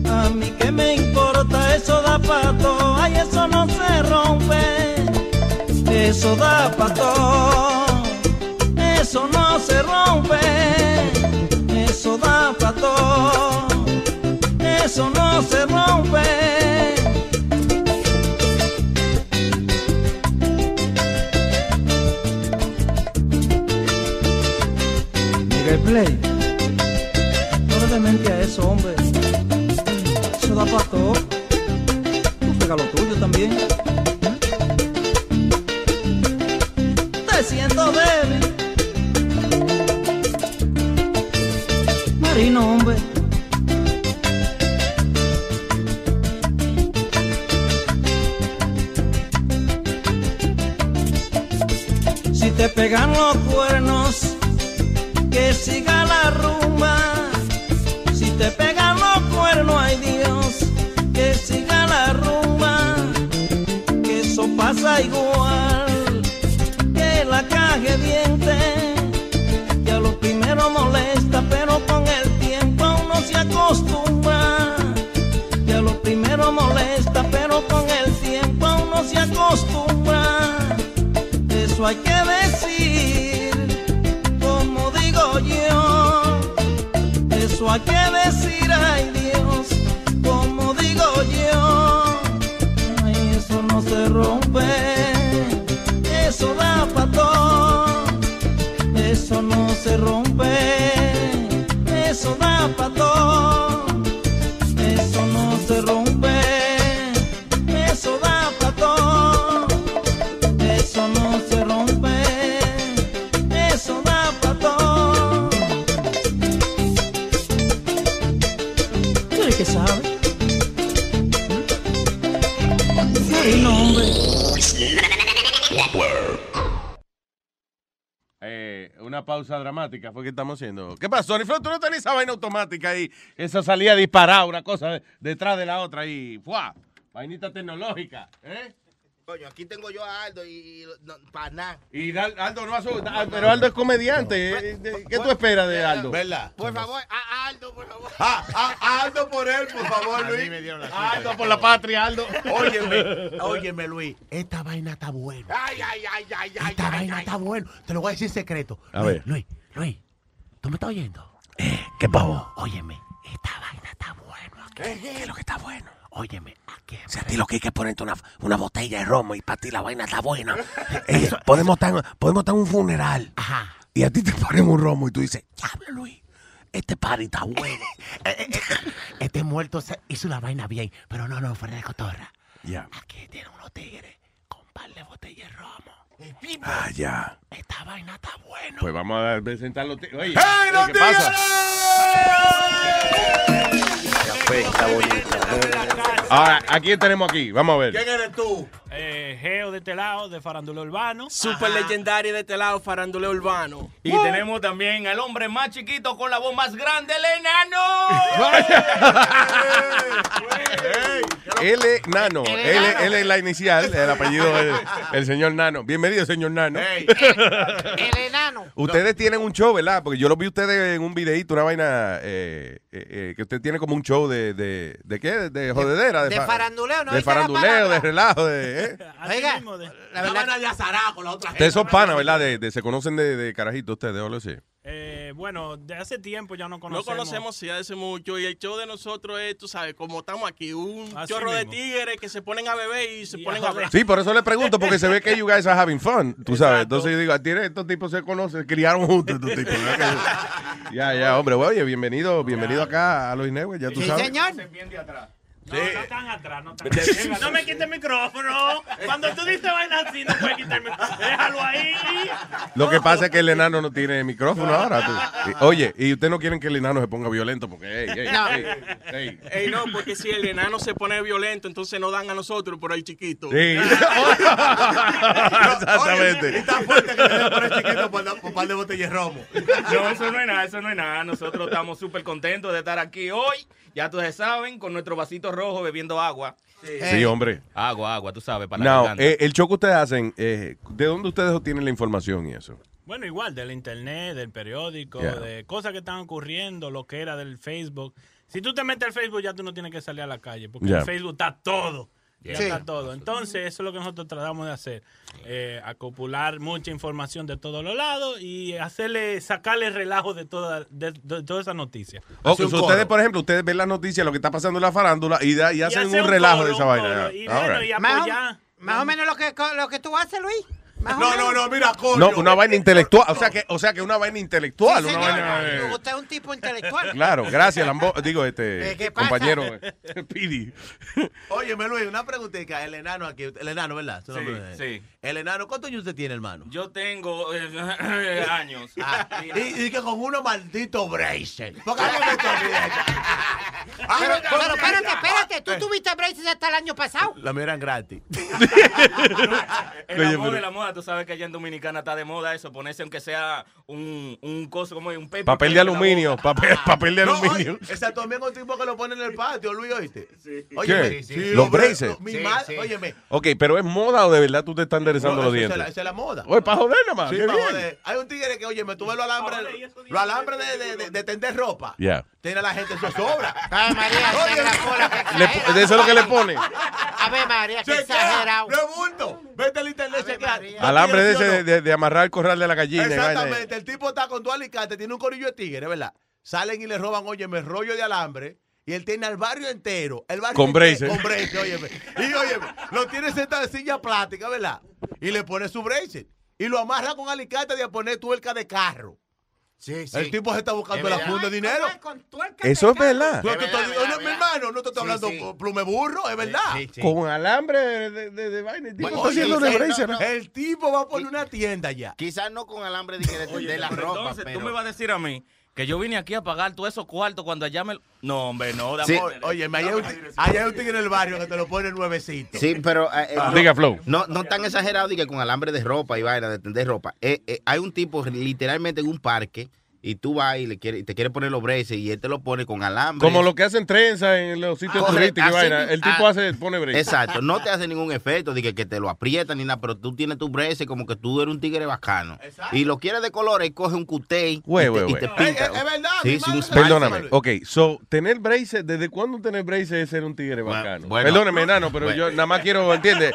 Speaker 32: A mí que me importa eso da pato, ay eso no se rompe. Eso da pato, eso no se rompe eso da pato, eso no se rompe. Miguel Play, no le demente a eso, hombre. Eso da pato, tú pega lo tuyo también. Te siento débil. marino, hombre. Si te pegan los cuernos, que siga la rumba. Si te pegan los cuernos, ay Dios, que siga la rumba. Que eso pasa igual, que la caje diente que a lo primero molesta, pero con el tiempo uno se acostumbra. Que a lo primero molesta, pero con el tiempo uno se acostumbra. Eso hay que decir, como digo yo. Eso hay que decir, ay Dios, como digo yo. Ay, eso no se rompe, eso da para todo eso no se rompe, eso da pato, eso no se rompe, eso da pato, eso no se rompe, eso da pato. ¿Tú eres que sabe? Ay, no, hombre.
Speaker 6: Eh, una pausa dramática fue que estamos haciendo. ¿Qué pasó, Sony Flow? Tú no tenés esa vaina automática ahí. Esa salía disparada, una cosa de- detrás de la otra y ¡fua! Vainita tecnológica, ¿eh?
Speaker 21: Coño, aquí tengo yo a Aldo y, para nada.
Speaker 6: Y Dal- Aldo no asusta. Ah, Pero Aldo es comediante. eh, de- ¿Qué tú esperas de Aldo?
Speaker 19: Pues, ¿Verdad?
Speaker 21: Por favor,
Speaker 19: Ah, ah, Aldo por él, por favor, Luis.
Speaker 6: Aldo por la patria, Aldo.
Speaker 19: Óyeme, óyeme, Luis. Esta vaina está buena.
Speaker 21: Ay, ay, ay, ay, ay.
Speaker 19: Esta vaina está buena. Te lo voy a decir secreto.
Speaker 6: A ver.
Speaker 19: Luis, Luis, ¿tú me estás oyendo?
Speaker 6: ¿Qué pavo?
Speaker 19: Óyeme, esta vaina está buena. ¿Qué es lo que está bueno? Óyeme, aquí. Si a ti lo que hay que ponerte una, una botella de romo y para ti la vaina está buena.
Speaker 5: Eh, podemos estar podemos estar en un funeral
Speaker 19: Ajá.
Speaker 5: y a ti te ponemos un romo y tú dices, diablo Luis, este party está bueno.
Speaker 19: Eh, Este muerto se hizo la vaina bien, pero no, no, fuera de cotorra.
Speaker 5: Ya.
Speaker 19: Aquí tienen unos tigres con par de botellas de romo.
Speaker 6: Ah, ya.
Speaker 19: Esta vaina está buena.
Speaker 6: Pues vamos a presentar los tigres. Oye,
Speaker 19: ¡Hey, los
Speaker 6: ¿qué pasa? Ahora, ¿a quién tenemos aquí? Vamos a ver.
Speaker 19: eres tú?
Speaker 30: Geo de este lado, de Farándula Urbano.
Speaker 33: Super legendario de este lado, faranduleo urbano.
Speaker 30: Y tenemos también al hombre más chiquito con la voz más grande, el enano.
Speaker 6: L Nano. L, L es la inicial, el apellido del el señor Nano. Bienvenido, señor Nano.
Speaker 3: El enano.
Speaker 6: Ustedes tienen un show, ¿verdad? Porque yo lo vi ustedes en un videíto, una vaina eh, eh, eh, que usted tiene como un show de, de, de qué? De, jodedera.
Speaker 3: de
Speaker 6: fa-
Speaker 3: faranduleo, ¿no
Speaker 6: De
Speaker 3: oíste la
Speaker 6: faranduleo, de relajo. De, ¿eh?
Speaker 3: Oiga,
Speaker 19: La vaina de azará con la otra
Speaker 6: Ustedes son panas, ¿verdad? De, de- se conocen de, de carajito ustedes, ¿o lo sí?
Speaker 30: Eh, bueno, de hace tiempo ya no
Speaker 33: No
Speaker 30: conocemos.
Speaker 33: conocemos si hace mucho y el show de nosotros es, tú sabes, como estamos aquí, un
Speaker 30: Así
Speaker 33: chorro
Speaker 30: mismo.
Speaker 33: de tigres que se ponen a beber y se ponen a hablar.
Speaker 6: Sí, pues, por eso le pregunto, porque se ve que you guys are having fun, tú sabes. Entonces yo digo, "Ah, tiene- estos tipos se conocen, se criaron juntos estos tipos. ¿verdad? ya, ya, hombre, oye, bienvenido, bienvenido acá a los Inegües, ya tú sabes.
Speaker 30: No, no están atrás, no están atrás. No me quites el micrófono. Cuando tú dices vaina así, no puedes quitarme. Déjalo ahí.
Speaker 6: Lo que pasa es que el enano no tiene micrófono ahora. tú. Y- Oye, y ustedes no quieren que el enano se ponga violento porque, ey, ey, ey.
Speaker 33: Ey, no, porque si el enano se pone violento, entonces no dan a nosotros, pero al chiquito.
Speaker 6: Sí.
Speaker 33: Exactamente.
Speaker 19: chiquito por un par de botellas de romo.
Speaker 30: No, eso no es nada, eso no es nada. Nosotros estamos súper contentos de estar aquí hoy. Ya ustedes saben, con nuestro vasito rojo bebiendo agua. Eh,
Speaker 6: Sí, hombre.
Speaker 30: Agua, agua, tú sabes, para la
Speaker 6: No,
Speaker 30: garganta.
Speaker 6: eh, el show que ustedes hacen, eh, ¿de dónde ustedes obtienen la información y eso?
Speaker 30: Bueno, igual, del internet, del periódico,
Speaker 6: Yeah.
Speaker 30: de cosas que están ocurriendo, lo que era del Facebook. Si tú te metes al Facebook, ya tú no tienes que salir a la calle, porque
Speaker 6: Yeah.
Speaker 30: en Facebook está todo. Ya
Speaker 6: Sí.
Speaker 30: está todo. Entonces, eso es lo que nosotros tratamos de hacer. Eh, acopular mucha información de todos los lados y hacerle, sacarle relajo de toda, de, de toda esa noticia.
Speaker 6: O que Oh, ustedes, por ejemplo, ustedes ven las noticias, lo que está pasando en la farándula y, da- y hacen
Speaker 30: hacen
Speaker 6: un
Speaker 30: un
Speaker 6: relajo
Speaker 30: coro,
Speaker 6: de esa
Speaker 30: un
Speaker 6: vaina.
Speaker 30: coro. Y
Speaker 6: All
Speaker 30: bueno,
Speaker 6: right.
Speaker 30: y
Speaker 3: Más o, más o menos lo que, lo que tú haces, Luis. Más o
Speaker 19: No,
Speaker 3: menos.
Speaker 19: no, no, mira, coño.
Speaker 6: No, una vaina intelectual. O sea que, o sea que una vaina intelectual.
Speaker 3: Sí,
Speaker 6: una
Speaker 3: señor.
Speaker 6: vaina, eh,
Speaker 3: Usted es un tipo intelectual.
Speaker 6: claro, gracias, Lambo. Digo, este
Speaker 19: Eh, ¿qué pasa?
Speaker 6: compañero eh, Pidi.
Speaker 19: Óyeme, Luis, una preguntita. El enano aquí, el enano, ¿verdad? Su nombre es-
Speaker 30: sí.
Speaker 19: El enano, ¿cuántos años usted tiene, hermano?
Speaker 30: Yo tengo eh, años.
Speaker 19: Ah, Y, y que con uno maldito bracer. Porque
Speaker 6: Ah,
Speaker 3: Pero, pero espérate, espérate.
Speaker 6: eh.
Speaker 3: Tú tuviste braces hasta el año pasado.
Speaker 19: La mía eran gratis.
Speaker 30: El
Speaker 19: Oye,
Speaker 30: amor
Speaker 19: pero-
Speaker 30: de la moda, tú sabes que allá en Dominicana está de moda eso, ponerse aunque sea un, un coso como un paper
Speaker 6: Papel de
Speaker 30: plate en la
Speaker 6: aluminio,
Speaker 30: boca. Ah.
Speaker 6: papel, papel de
Speaker 30: No,
Speaker 6: aluminio.
Speaker 19: Exacto, también un tipo que lo pone en el patio, Luis, ¿oíste?
Speaker 6: ¿Qué? Los
Speaker 19: hombre,
Speaker 6: braces.
Speaker 19: Mi
Speaker 6: Sí,
Speaker 19: madre, óyeme.
Speaker 6: Ok, pero es moda o de verdad tú te estás enderezando
Speaker 19: No,
Speaker 6: los
Speaker 19: eso es la-
Speaker 6: dientes.
Speaker 19: Esa es la moda.
Speaker 6: Oye, pa' joder nomás,
Speaker 19: Sí,
Speaker 6: qué
Speaker 19: pa'
Speaker 6: bien.
Speaker 19: joder. Hay un tigre que, oye, me tuve los alambres, los alambres de, de, de- de tender ropa.
Speaker 6: Ya.
Speaker 19: Tiene a la gente en su sobra.
Speaker 3: Ay, María,
Speaker 19: Oye,
Speaker 6: Le- de eso es lo que le pone.
Speaker 3: A ver, María, qué
Speaker 19: Chequea,
Speaker 3: exagerado.
Speaker 19: No es bulto. Vete al internet, chequea.
Speaker 6: Alambre de, ese de, de amarrar el corral de la gallina. y vaina.
Speaker 19: Exactamente. El tipo está con tu alicate, tiene un corillo de tigre, ¿verdad? Salen y le roban, oye, me rollo de alambre. Y él tiene al barrio entero. El barrio
Speaker 6: Con
Speaker 19: entero,
Speaker 6: braces.
Speaker 19: Con braces, óyeme. Y óyeme, lo tiene sentado en silla plástica, ¿verdad? Y le pone su braces. Y lo amarra con alicate de poner tuerca de carro.
Speaker 21: Sí, sí.
Speaker 19: El tipo se está buscando
Speaker 21: Es
Speaker 19: la
Speaker 21: verdad.
Speaker 19: funda de dinero.
Speaker 6: Eso es verdad.
Speaker 19: No, te estoy- oye, mi hermano, no te estoy hablando plumeburro, es verdad.
Speaker 6: Con alambre de, de, de vaina. El tipo está haciendo
Speaker 19: Oye,
Speaker 6: una brace,
Speaker 19: no,
Speaker 6: ¿no?
Speaker 19: no. El tipo va a poner una tienda ya.
Speaker 21: Quizás no con alambre de que de
Speaker 30: Oye,
Speaker 21: tender la
Speaker 30: pero
Speaker 21: ropa,
Speaker 30: entonces,
Speaker 21: pero...
Speaker 30: tú me vas a decir a mí que yo vine aquí a pagar todos esos cuartos cuando allá me... No, hombre, no. dame-
Speaker 21: Sí.
Speaker 19: Oye, allá hay un tigre- allá hay un tigre en el barrio que te lo pone nuevecito.
Speaker 21: Sí, pero... eh, eh, no-
Speaker 6: Ah, Diga, Flow.
Speaker 21: No, no tan exagerado de que con alambre de ropa y vaina, de tender ropa. Eh, eh, hay un tipo literalmente en un parque y tú vas y, le quiere- y te quiere poner los braces y él te lo pone con alambre.
Speaker 6: Como lo que hacen trenza en los
Speaker 19: Ah,
Speaker 6: sitios
Speaker 21: Correcto,
Speaker 6: turísticos.
Speaker 21: así
Speaker 6: y vaina.
Speaker 21: mismo.
Speaker 6: El tipo
Speaker 21: Ah,
Speaker 6: hace, pone break.
Speaker 21: Exacto, no te hace ningún efecto de que, que te lo aprietan ni nada, pero tú tienes tu brace como que tú eres un tigre bacano. Y lo quieres de colores, coge un cutey
Speaker 6: Güey,
Speaker 21: y, te,
Speaker 6: güey,
Speaker 21: y te
Speaker 6: güey.
Speaker 21: pinta.
Speaker 19: Ah,
Speaker 21: Sí, sí, un spice,
Speaker 6: Perdóname.
Speaker 21: Manuel.
Speaker 6: Ok, so, tener braces, ¿desde cuándo tener braces es ser un tigre bacano?
Speaker 21: bueno.
Speaker 6: Perdóname, enano, pero
Speaker 21: Bueno.
Speaker 6: yo nada más quiero, ¿entiendes?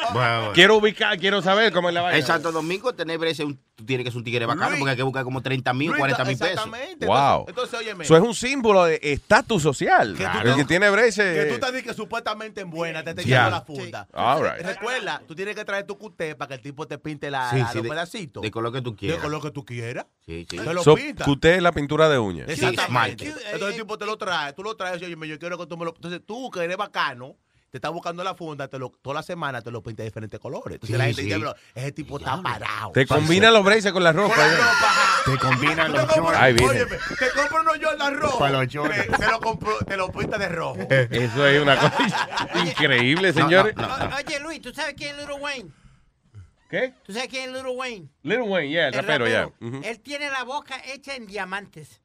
Speaker 6: Quiero ubicar, quiero saber cómo es la vaina.
Speaker 21: Exacto, Domingo, tener brace, un, tú tienes que ser un tigre bacano
Speaker 6: Luis.
Speaker 21: porque hay que buscar como 30 mil,
Speaker 6: Luis,
Speaker 21: 40 mil pesos.
Speaker 19: Exactamente.
Speaker 6: Wow.
Speaker 19: Entonces, óyeme.
Speaker 6: Eso es un símbolo de estatus social. El que tiene
Speaker 19: Que tú
Speaker 6: braces.
Speaker 19: estás di que supuestamente en buena, te estás
Speaker 6: Ya.
Speaker 19: echando la funda.
Speaker 6: Sí. All right.
Speaker 19: Recuerda, tú tienes que traer tu cuté para que el tipo te pinte la,
Speaker 21: Sí,
Speaker 19: la-
Speaker 21: sí,
Speaker 19: los
Speaker 21: de-
Speaker 19: pedacitos.
Speaker 21: de color que tú
Speaker 19: De
Speaker 21: quieras.
Speaker 19: color que tú quieras.
Speaker 21: Sí, sí.
Speaker 19: Te lo
Speaker 6: So,
Speaker 19: pinta.
Speaker 6: que usted es la pintura de uñas.
Speaker 19: Exactamente. eh, Entonces el tipo te lo trae, tú lo traes, oye, yo quiero que tú me lo... Entonces tú, que eres bacano, te estás buscando la funda, te lo, toda la semana te lo pinta de diferentes colores. Entonces
Speaker 6: Sí,
Speaker 19: la gente
Speaker 6: sí.
Speaker 19: dice, "Pero ese tipo está parado.
Speaker 6: Te combina los braces con la ropa.
Speaker 19: Te
Speaker 6: combina
Speaker 19: los shorts.
Speaker 6: Ahí viene.
Speaker 19: Óyeme, te compro unos Jordan rojos. Eh,
Speaker 6: Para los
Speaker 19: te, te lo compro, te lo pinta de rojo.
Speaker 6: Eso es una cosa increíble, señores.
Speaker 3: Oye, Luis, ¿tú sabes quién es Little Wayne?
Speaker 6: ¿Qué?
Speaker 3: ¿Tú sabes quién es Little Wayne?
Speaker 6: Little Wayne, ya, el rapero, ya. Ujú.
Speaker 3: Él tiene la boca hecha en diamantes.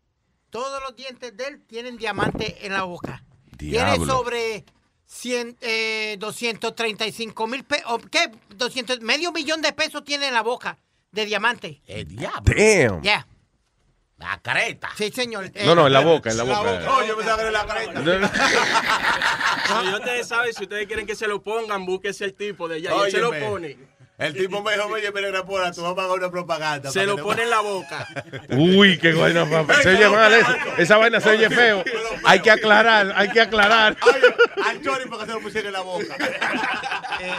Speaker 3: Todos los dientes de él tienen diamantes en la boca. Tiene
Speaker 6: Diablo.
Speaker 3: sobre 100, eh, 235 mil pesos. ¿Qué? 200, medio millón de pesos tiene en la boca de diamante.
Speaker 19: El diablo.
Speaker 6: Eh, Damn.
Speaker 3: Ya.
Speaker 19: La careta.
Speaker 3: Sí, señor.
Speaker 6: No, no, en la boca, en la boca.
Speaker 19: No, yo pensaba que era la careta.
Speaker 24: Si ustedes saben, si ustedes quieren que se lo pongan, búsquese el tipo de allá. Y él se lo
Speaker 19: Óyeme.
Speaker 24: pone.
Speaker 19: El tipo me dijo, oye, mira, Grapora, tú vas a pagar una propaganda.
Speaker 24: Se
Speaker 19: para
Speaker 24: lo
Speaker 19: que te-
Speaker 24: pone en la boca.
Speaker 6: Uy, qué vaina, papá. Se oye mal eso. Esa vaina se oye feo. Hay que aclarar, hay que aclarar.
Speaker 19: Al Chori para que se lo pusiera en la boca.
Speaker 3: Eh,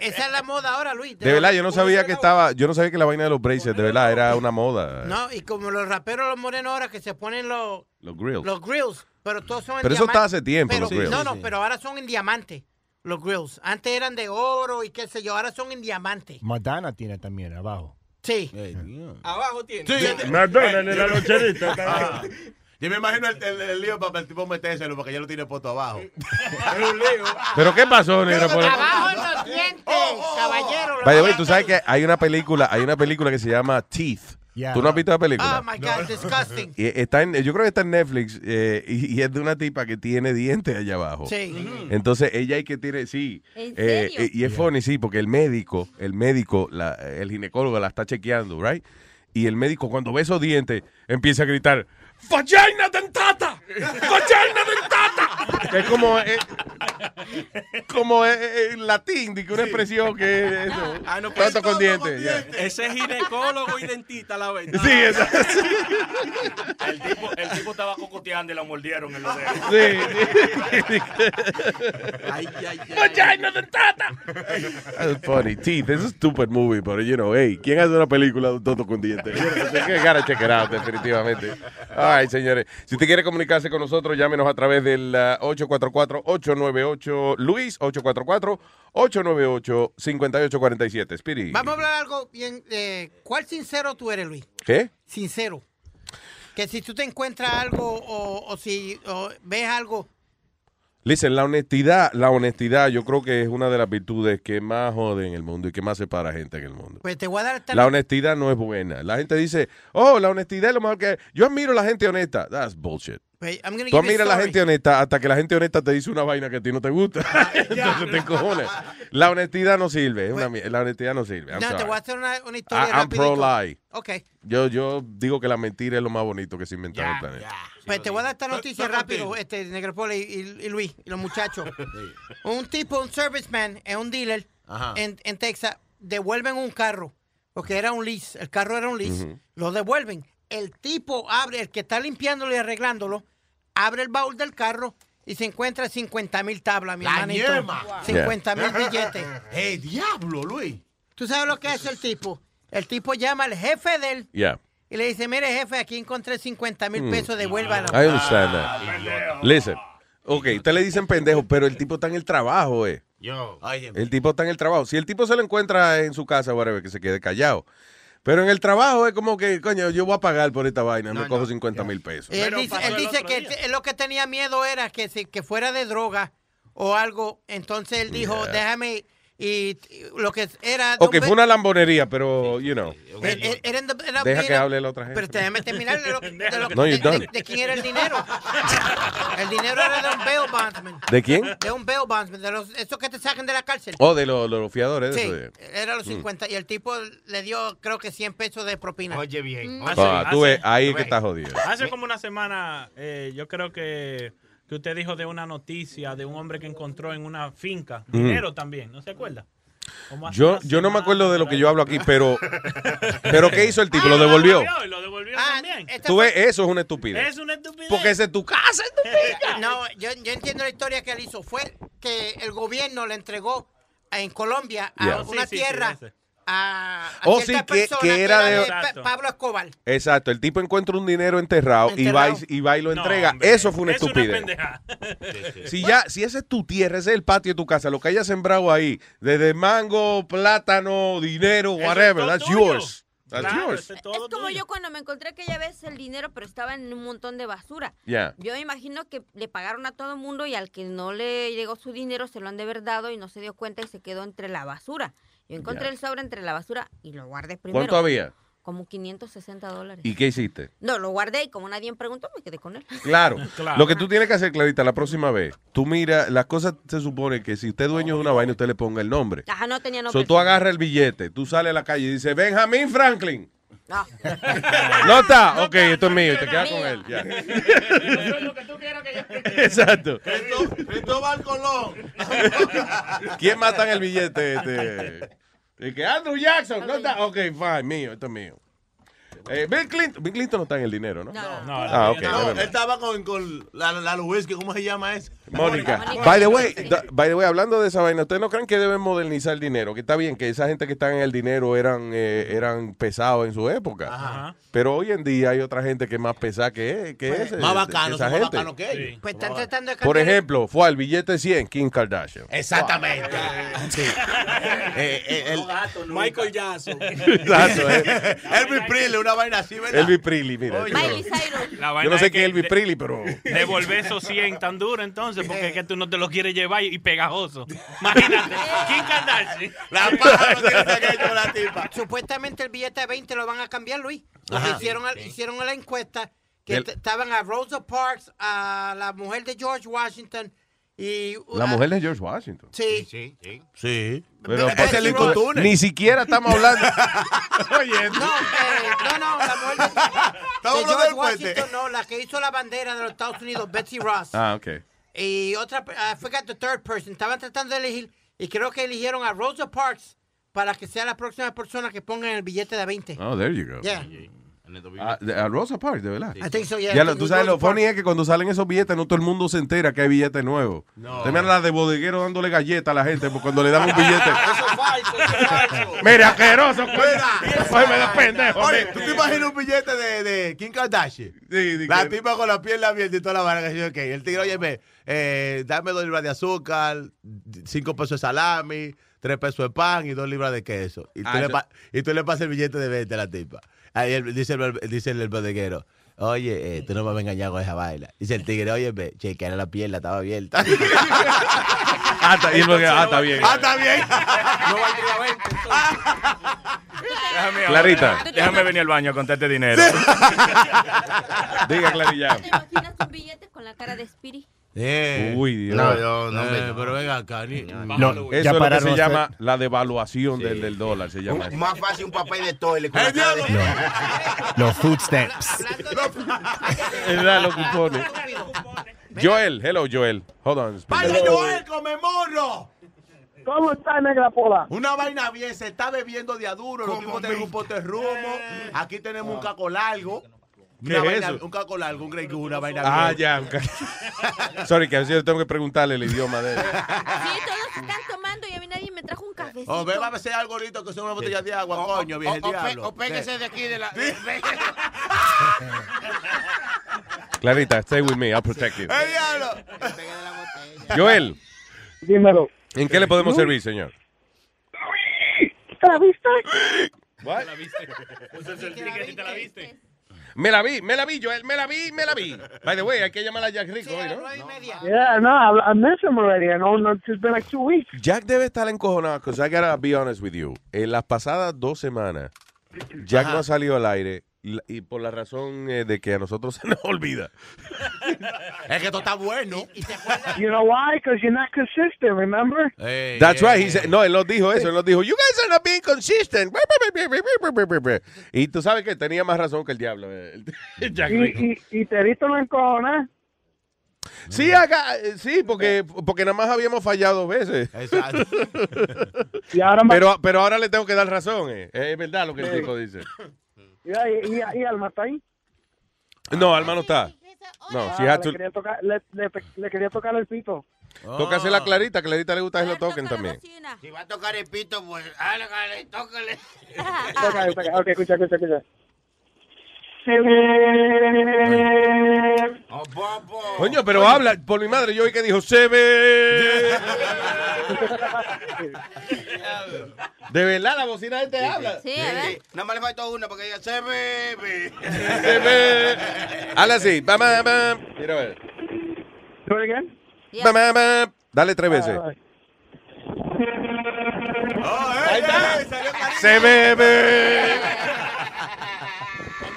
Speaker 3: Esa es la moda ahora, Luis.
Speaker 6: De verdad, yo no sabía que estaba, yo no sabía que la vaina de los braces, de verdad, era una moda.
Speaker 3: No, y como los raperos, los morenos ahora que se ponen los,
Speaker 6: Los grills.
Speaker 3: los grills, pero todos son en
Speaker 6: Pero eso está
Speaker 3: diamante.
Speaker 6: hace tiempo,
Speaker 3: Pero-
Speaker 6: los grills.
Speaker 3: No,
Speaker 6: Sí,
Speaker 3: no,
Speaker 6: sí.
Speaker 3: pero ahora son en diamante, los grills. Antes eran de oro y qué sé yo, ahora son en diamante.
Speaker 25: Madonna tiene también abajo.
Speaker 3: Sí.
Speaker 24: Abajo tiene.
Speaker 18: Madonna en la loncherita.
Speaker 19: Ah. Yo me imagino el, el- el lío para el tipo metérselo porque ya lo tiene puesto abajo.
Speaker 6: Pero qué pasó, negra. Por-
Speaker 3: Abajo en
Speaker 8: Oh,
Speaker 3: los dientes, caballero.
Speaker 6: By the way, tú sabes que hay una película, hay una película que se llama Teeth.
Speaker 3: Yeah.
Speaker 6: ¿Tú no has visto la
Speaker 3: Oh
Speaker 19: Ah,
Speaker 6: película?
Speaker 3: my God, disgusting.
Speaker 6: Y está en, yo creo que está en Netflix eh, y, y es de una tipa que tiene dientes allá abajo.
Speaker 3: Sí.
Speaker 6: Entonces ella hay que tiene, sí.
Speaker 3: ¿En
Speaker 6: Eh,
Speaker 3: serio?
Speaker 6: eh, y es funny, sí, porque el médico, el médico, la- el ginecólogo la está chequeando, right? Y el médico cuando ve esos dientes empieza a gritar. ¡Vagina dentata! ¡Vagina dentata! Es como, eh, como eh, eh, en latín, de que una expresión que es eso.
Speaker 24: Ah, no,
Speaker 6: Tanto con dientes. ya.
Speaker 24: Ese es ginecólogo y dentista, la verdad.
Speaker 6: Sí, esa- sí.
Speaker 1: El tipo, el tipo estaba cocoteando y la mordieron en los dedos.
Speaker 6: Sí, sí.
Speaker 1: Ay, ay, ay.
Speaker 8: Pues
Speaker 6: Vagina dentata. That's funny. Teeth, it's a stupid movie, pero you know, hey, ¿quién hace una película de un tonto con dientes? Que gotta check it out, definitivamente. Ay, señores. Si usted quiere comunicarse con nosotros, llámenos a través del ah, 844-898-LUIS, 844-898-5847. Speedy.
Speaker 3: Vamos a hablar algo bien. eh, ¿Cuál sincero tú eres, Luis?
Speaker 6: ¿Qué?
Speaker 3: Sincero. Que si tú te encuentras algo o, o si o ves algo,
Speaker 6: Listen, la honestidad, la honestidad yo creo que es una de las virtudes que más jode en el mundo y que más separa gente en el mundo.
Speaker 3: pues te voy a dar esta-
Speaker 6: La honestidad no es buena. La gente dice, oh, la honestidad es lo mejor que... Yo admiro a la gente honesta. That's bullshit.
Speaker 3: Pues, I'm gonna
Speaker 6: Tú
Speaker 3: give you
Speaker 6: admiras a la
Speaker 3: story.
Speaker 6: gente honesta hasta que la gente honesta te dice una vaina que a ti no te gusta. Entonces te encojones. La honestidad no sirve. es una mier- la honestidad no sirve. I'm
Speaker 3: Pues No, te
Speaker 6: sorry.
Speaker 3: voy a hacer una, una historia
Speaker 6: I- I'm
Speaker 3: rapidito.
Speaker 6: pro-lie.
Speaker 3: Ok.
Speaker 6: Yo, yo digo que la mentira es lo más bonito que se inventó en el planeta.
Speaker 3: Pues te voy a dar esta noticia rápido, este, Negropola y, y- y Luis, y los muchachos. un tipo, un serviceman, es un dealer
Speaker 19: Ajá.
Speaker 3: en, en Texas, devuelven un carro, porque era un lease, el carro era un lease,
Speaker 19: Ujú.
Speaker 3: lo devuelven. El tipo abre, el que está limpiándolo y arreglándolo, abre el baúl del carro y se encuentra 50 mil tablas, mi
Speaker 19: La
Speaker 3: hermanito.
Speaker 19: yema.
Speaker 3: 50 mil
Speaker 19: Yeah.
Speaker 3: billetes.
Speaker 19: ¡El diablo, Luis!
Speaker 3: ¿Tú sabes lo que hace el tipo? El tipo llama al jefe de él
Speaker 6: Yeah.
Speaker 3: y le dice, mire jefe, aquí encontré 50 mil
Speaker 6: Mm.
Speaker 3: pesos, devuélvalo.
Speaker 6: I understand that. Listen. Ok, usted le dicen pendejo, pero el tipo está en el trabajo, eh.
Speaker 19: Yo.
Speaker 6: El tipo está en el trabajo. Si el tipo se lo encuentra en su casa, whatever, que se quede callado. Pero en el trabajo es como que, coño, yo voy a pagar por esta vaina, me cojo 50 mil pesos.
Speaker 27: Eh,
Speaker 3: Él dice, él dice que él lo que tenía miedo era que, si- que fuera de droga o algo. Entonces él dijo,
Speaker 6: Yeah.
Speaker 3: déjame. y y lo que era...
Speaker 6: O que fue una lambonería, pero, you know.
Speaker 3: Eh, eh, era en the- era-
Speaker 6: Deja que
Speaker 3: era-
Speaker 6: hable la otra gente.
Speaker 3: Pero este déjame terminar de, lo- de lo-
Speaker 6: No,
Speaker 3: de-
Speaker 6: you're
Speaker 3: de-
Speaker 6: done.
Speaker 3: de quién era el dinero. El dinero era de un bail bondsman.
Speaker 6: ¿De quién? Oh,
Speaker 3: De un bail bondsman, de los, esos que te sacan de la cárcel.
Speaker 6: O de los, los fiadores. de
Speaker 3: Sí,
Speaker 6: eso, eh.
Speaker 3: era los
Speaker 6: Mm.
Speaker 3: 50 y el tipo le dio creo que 100 pesos de propina. Mm.
Speaker 19: Oye bien.
Speaker 6: Ah, tú ves, ahí es que está jodido.
Speaker 27: Hace como una semana, eh, yo creo que, que usted dijo de una noticia de un hombre que encontró en una finca
Speaker 6: Mm.
Speaker 27: dinero también, ¿no se acuerda? Como hace
Speaker 6: Yo,
Speaker 27: una
Speaker 6: yo no me
Speaker 27: semana.
Speaker 6: acuerdo de lo que yo hablo aquí, pero, pero ¿qué hizo el tipo? Lo devolvió.
Speaker 27: y Ah, lo devolvió
Speaker 3: Ah,
Speaker 27: también.
Speaker 6: Tú ves, eso es una estupidez.
Speaker 27: Es una estupidez.
Speaker 6: Porque ese es tu casa.
Speaker 3: No, yo, yo entiendo la historia que él hizo. Fue que el gobierno le entregó en Colombia a
Speaker 6: Yeah.
Speaker 3: una
Speaker 6: Sí, sí, sí,
Speaker 3: tierra a, a
Speaker 6: Oh,
Speaker 3: cierta
Speaker 6: sí, que-
Speaker 3: persona
Speaker 6: que era de-
Speaker 3: Pa-
Speaker 6: Exacto.
Speaker 3: Pablo Escobar.
Speaker 6: Exacto, el tipo encuentra un dinero enterrado, y, va y, y va y lo entrega. eso fue una
Speaker 27: es
Speaker 6: estupidez.
Speaker 27: Una pendeja.
Speaker 6: si ya, si ese es tu tierra, ese es el patio de tu casa, lo que hayas sembrado ahí, desde mango, plátano, dinero, whatever, that's yours. That's yours.
Speaker 20: Es como yo cuando me encontré aquella vez el dinero, pero estaba en un montón de basura.
Speaker 6: Yeah.
Speaker 20: Yo me imagino que le pagaron a todo el mundo y al que no le llegó su dinero se lo han de haber dado y no se dio cuenta y se quedó entre la basura. Yo encontré
Speaker 6: Yeah.
Speaker 20: el sobre entre la basura y lo guardé primero.
Speaker 6: ¿Cuánto había?
Speaker 20: Como 560 dólares.
Speaker 6: ¿Y qué hiciste?
Speaker 20: No, lo guardé y como nadie me preguntó, me quedé con él.
Speaker 6: Claro. Lo que tú tienes que hacer, Clarita, la próxima vez, tú mira, las cosas se supone que si usted es dueño de una vaina, usted le ponga el nombre.
Speaker 20: Ajá, no tenía
Speaker 6: So,
Speaker 20: nombre.
Speaker 6: tú agarras el billete, tú sales a la calle y dices, Benjamín Franklin.
Speaker 20: No.
Speaker 6: ¿No está? Ok, esto es mío y te quedas con él. ya. Exacto.
Speaker 19: Cristóbal Colón.
Speaker 6: ¿Quién mata en el billete? Este? El que Andrew Jackson, ¿no está? Ok, fine, mío, esto es mío. Eh, Bill Clinton, Bill Clinton no está en el dinero, ¿no?
Speaker 19: No,
Speaker 6: no. Ah, ok, never
Speaker 19: él
Speaker 6: mind.
Speaker 19: estaba con, con la, la Lewinsky, ¿cómo se llama esa?
Speaker 6: Mónica. By the way, da- by the way, hablando de esa vaina, ¿ustedes no creen que deben modernizar el dinero? Que está bien que esa gente que está en el dinero eran, eh, eran pesados en su época.
Speaker 19: Ajá. Pues,
Speaker 6: Pero hoy en día hay otra gente que es más pesada que, que ese-
Speaker 19: Más bacano,
Speaker 6: esa
Speaker 19: son más
Speaker 6: gente.
Speaker 19: bacanos que ellos.
Speaker 3: Pues están tratando de
Speaker 6: Por
Speaker 3: cambiar-
Speaker 6: ejemplo, fue al billete 100, Kim Kardashian.
Speaker 19: Exactamente. Sí. Eh, eh, el- Michael Jackson. Exacto.
Speaker 6: eh.
Speaker 19: Elvis Presley, una vaina así, ¿verdad?
Speaker 6: Elvis Presley, mira.
Speaker 27: La
Speaker 6: Yo
Speaker 27: vaina
Speaker 6: no sé
Speaker 27: es
Speaker 6: qué es Elvis
Speaker 27: de-
Speaker 6: Presley, pero...
Speaker 27: Devolver esos 100 tan duro entonces, porque es que tú no te los quieres llevar y pegajoso. Imagínate, ¿quién Kardashian? La
Speaker 3: Supuestamente el billete de 20 lo van a cambiar, Luis. Porque
Speaker 27: Ajá.
Speaker 3: hicieron, al- hicieron la encuesta que
Speaker 6: El-
Speaker 3: t- estaban a Rosa Parks, a la mujer de George Washington y...
Speaker 6: La mujer de George Washington.
Speaker 3: Sí.
Speaker 19: Sí, sí.
Speaker 6: Sí.
Speaker 3: Pero ese
Speaker 6: Pero,
Speaker 3: es el
Speaker 6: pues,
Speaker 3: incontune.
Speaker 6: ni siquiera estamos hablando. Oye,
Speaker 3: No, eh, no, no, la mujer de, de
Speaker 19: hablando
Speaker 3: George
Speaker 19: del puente.
Speaker 3: Washington, no, la que hizo la bandera de los Estados Unidos, Betsy Ross.
Speaker 6: Ah, ok.
Speaker 3: Y otra, pe- I forgot the third person, estaban tratando de elegir y creo que eligieron a Rosa Parks para que sea la próxima persona que ponga en el billete de 20.
Speaker 6: Oh, there you go.
Speaker 3: Yeah. Este,
Speaker 6: A, de- a Rosa Parks, de verdad.
Speaker 3: I think so, yeah.
Speaker 6: Ya
Speaker 3: I
Speaker 6: lo-
Speaker 3: think
Speaker 6: tú
Speaker 3: it
Speaker 6: sabes,
Speaker 3: was
Speaker 6: lo funny es que cuando salen esos billetes, no todo el mundo se entera que hay billetes nuevos. No. Te miran las de bodeguero dándole galletas a la gente porque cuando le dan un billete.
Speaker 19: Eso es falso, eso es falso.
Speaker 6: Mira, asqueroso, cuenta. Oye, me da pendejo.
Speaker 19: Oye, ¿tú te imaginas un billete de, de Kim Kardashian? la tipa con la pierna abierta y toda la vara que yo, ok. El tigre, oye, ve, eh, dame dos libras de azúcar, cinco pesos de salami, tres pesos de pan y dos libras de queso. Y tú,
Speaker 6: Ah,
Speaker 19: le,
Speaker 6: yo-
Speaker 19: pa- y tú le pasas el billete de 20 a la tipa. Ahí el- dice, el, dice el bodeguero. Oye, eh, tú no me vas a engañar con esa baila. Dice el tigre, oye, ve, che, que era la pierna, estaba abierta.
Speaker 6: Ah, está, y el bodeguero, ah, está bien.
Speaker 19: Ah, está bien.
Speaker 1: Déjame,
Speaker 6: Clarita.
Speaker 1: Déjame venir al baño a contarte dinero.
Speaker 6: Diga, Clarilla.
Speaker 20: Un billete con la cara de Spiri.
Speaker 6: Uy, Dios.
Speaker 19: No, yo no me-
Speaker 6: Eh,
Speaker 19: Pero venga acá, ni.
Speaker 6: eso es lo que se llama la devaluación del, del dólar. Se llama eso.
Speaker 21: Más fácil un papel de toile. con la cara de-
Speaker 6: Los food stamps. verdad, los cupones. Joel, hello Joel. Hold on.
Speaker 19: ¡Vaya Joel, come morro!
Speaker 4: ¿Cómo está, negra pola?
Speaker 19: Una vaina bien, se está bebiendo de aduro. Los tipos tenemos un pote de rumbo. Aquí tenemos un caco largo.
Speaker 6: ¿Qué
Speaker 19: Una
Speaker 6: es
Speaker 19: vaina-
Speaker 6: eso?
Speaker 19: Un caco largo, un Grey Goose, una vaina
Speaker 6: Ah,
Speaker 19: bien.
Speaker 6: ya. ok. Sorry, que a veces yo tengo que preguntarle el idioma de él.
Speaker 20: Sí, todos están tomando y a mí nadie me trajo un cafecito.
Speaker 19: O Oh, beba a veces algo ahorita que son unas botellas de agua, coño, viejo el
Speaker 3: o- o pe-
Speaker 19: diablo.
Speaker 3: o péguese
Speaker 19: de aquí de la.
Speaker 6: Clarita, stay with me, I'll protect you.
Speaker 19: ¡El diablo!
Speaker 6: Joel.
Speaker 4: Dímelo.
Speaker 6: ¿En qué le podemos servir, señor?
Speaker 4: ¿Te la viste?
Speaker 6: What?
Speaker 1: Usa el certificado, ¿sí ¿Te la viste?
Speaker 6: Me la vi, me la vi, Joel, me la vi, me la vi. By the way, hay que llamar a Jack Rico hoy, ¿no?
Speaker 4: Yeah, no, I, I miss him already. I know no, it's been like two weeks.
Speaker 6: Jack debe estar encojonado, because I gotta be honest with you. En las pasadas dos semanas, Jack no ha salido al aire y, y por la razón eh, de que a nosotros se nos olvida.
Speaker 19: Es que esto está bueno.
Speaker 4: You know why? Because you're not consistent, remember?
Speaker 6: That's right. he said- no, él nos dijo eso. Él nos dijo, you guys are not being consistent. Y tú sabes que tenía más razón que el diablo. eh, el Jack
Speaker 4: Y,
Speaker 6: Rico.
Speaker 4: y, y Terito lo encojona.
Speaker 6: Sí, acá, eh, sí, porque, porque nada más habíamos fallado dos veces. Exacto. pero, pero ahora le tengo que dar razón, eh. Es verdad lo que el
Speaker 4: Sí.
Speaker 6: tipo dice.
Speaker 4: Yeah, y, y, y Alma está ahí.
Speaker 6: No, Alma no está. No, si
Speaker 4: Ah,
Speaker 6: has
Speaker 4: le,
Speaker 6: to...
Speaker 4: quería tocar, le, le, le quería tocar el pito.
Speaker 6: Tócasela a Clarita, Clarita le gusta que lo toquen también.
Speaker 21: Si va a tocar el pito, pues hágale, tócale.
Speaker 4: Toca, toca. Ok, escucha, escucha, escucha.
Speaker 6: Coño, pero habla, por mi madre, yo oí que dijo, se ve. De verdad, la bocina este habla.
Speaker 21: Sí, Nada más le faltó una porque ella se bebe.
Speaker 6: Se ve. Habla así. Ba, ba, ba. Mira, a ver. Ba, ba, ba. Dale tres veces. Se bebe.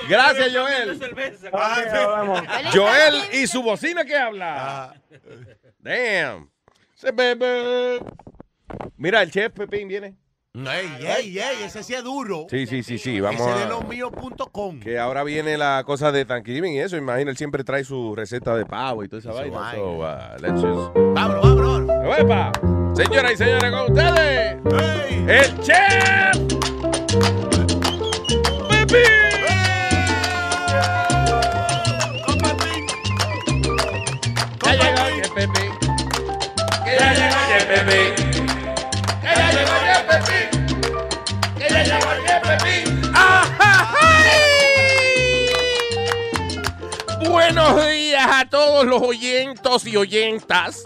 Speaker 6: Gracias, Joel. Ah, Joel y su bocina que habla. Damn. Se bebe. Mira, el chef Pepín viene.
Speaker 19: Ey, ey, ey, ese sí es duro.
Speaker 6: Sí, sí, sí, sí. Vamos
Speaker 19: Ese de
Speaker 6: a-
Speaker 19: los míos.com.
Speaker 6: Que ahora viene la cosa de Thanksgiving y eso. Imagino, él siempre trae su receta de pavo y toda esa vaina. So, uh, let's just- ¡Epa! Señoras y señores, con ustedes, el chef.
Speaker 23: Ya llegó el Que ya llegó el Que ya llegó el Que ya llegó el
Speaker 5: Buenos días a todos los oyentos y oyentas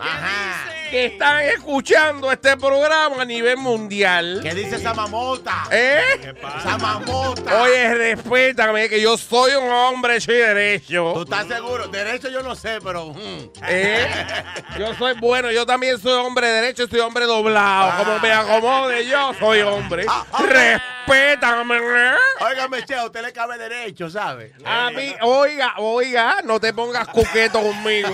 Speaker 5: que están escuchando este programa a nivel mundial.
Speaker 19: ¿Qué dice esa mamota?
Speaker 5: ¿Eh?
Speaker 19: ¿Qué pasa? Esa mamota.
Speaker 5: Oye, respétame que yo soy un hombre soy derecho.
Speaker 19: ¿Tú estás seguro? Derecho yo no sé, pero. mm.
Speaker 5: ¿Eh? Yo soy bueno, yo también soy hombre derecho, soy hombre doblado. Como me acomode, yo soy hombre. Respétame.
Speaker 19: Ah, Óigame, che, a usted le cabe derecho, ¿sabe?
Speaker 5: A mí, oiga, oiga, no te pongas coqueto conmigo.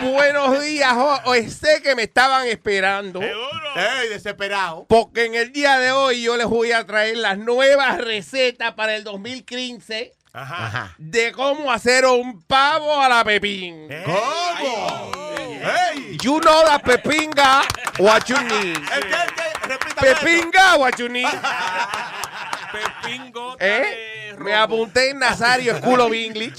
Speaker 5: Buenos días, jo- hoy sé que me estaban esperando.
Speaker 19: ¡Ey, desesperado!
Speaker 5: Porque en el día de hoy yo les voy a traer las nuevas recetas para el 2015
Speaker 19: Ajá.
Speaker 5: de cómo hacer un pavo a la pepín.
Speaker 19: ¿Cómo?
Speaker 5: You know la pepinga what you need. Pepinga what you need. ¿Eh? Me apunté en Nazario School of English.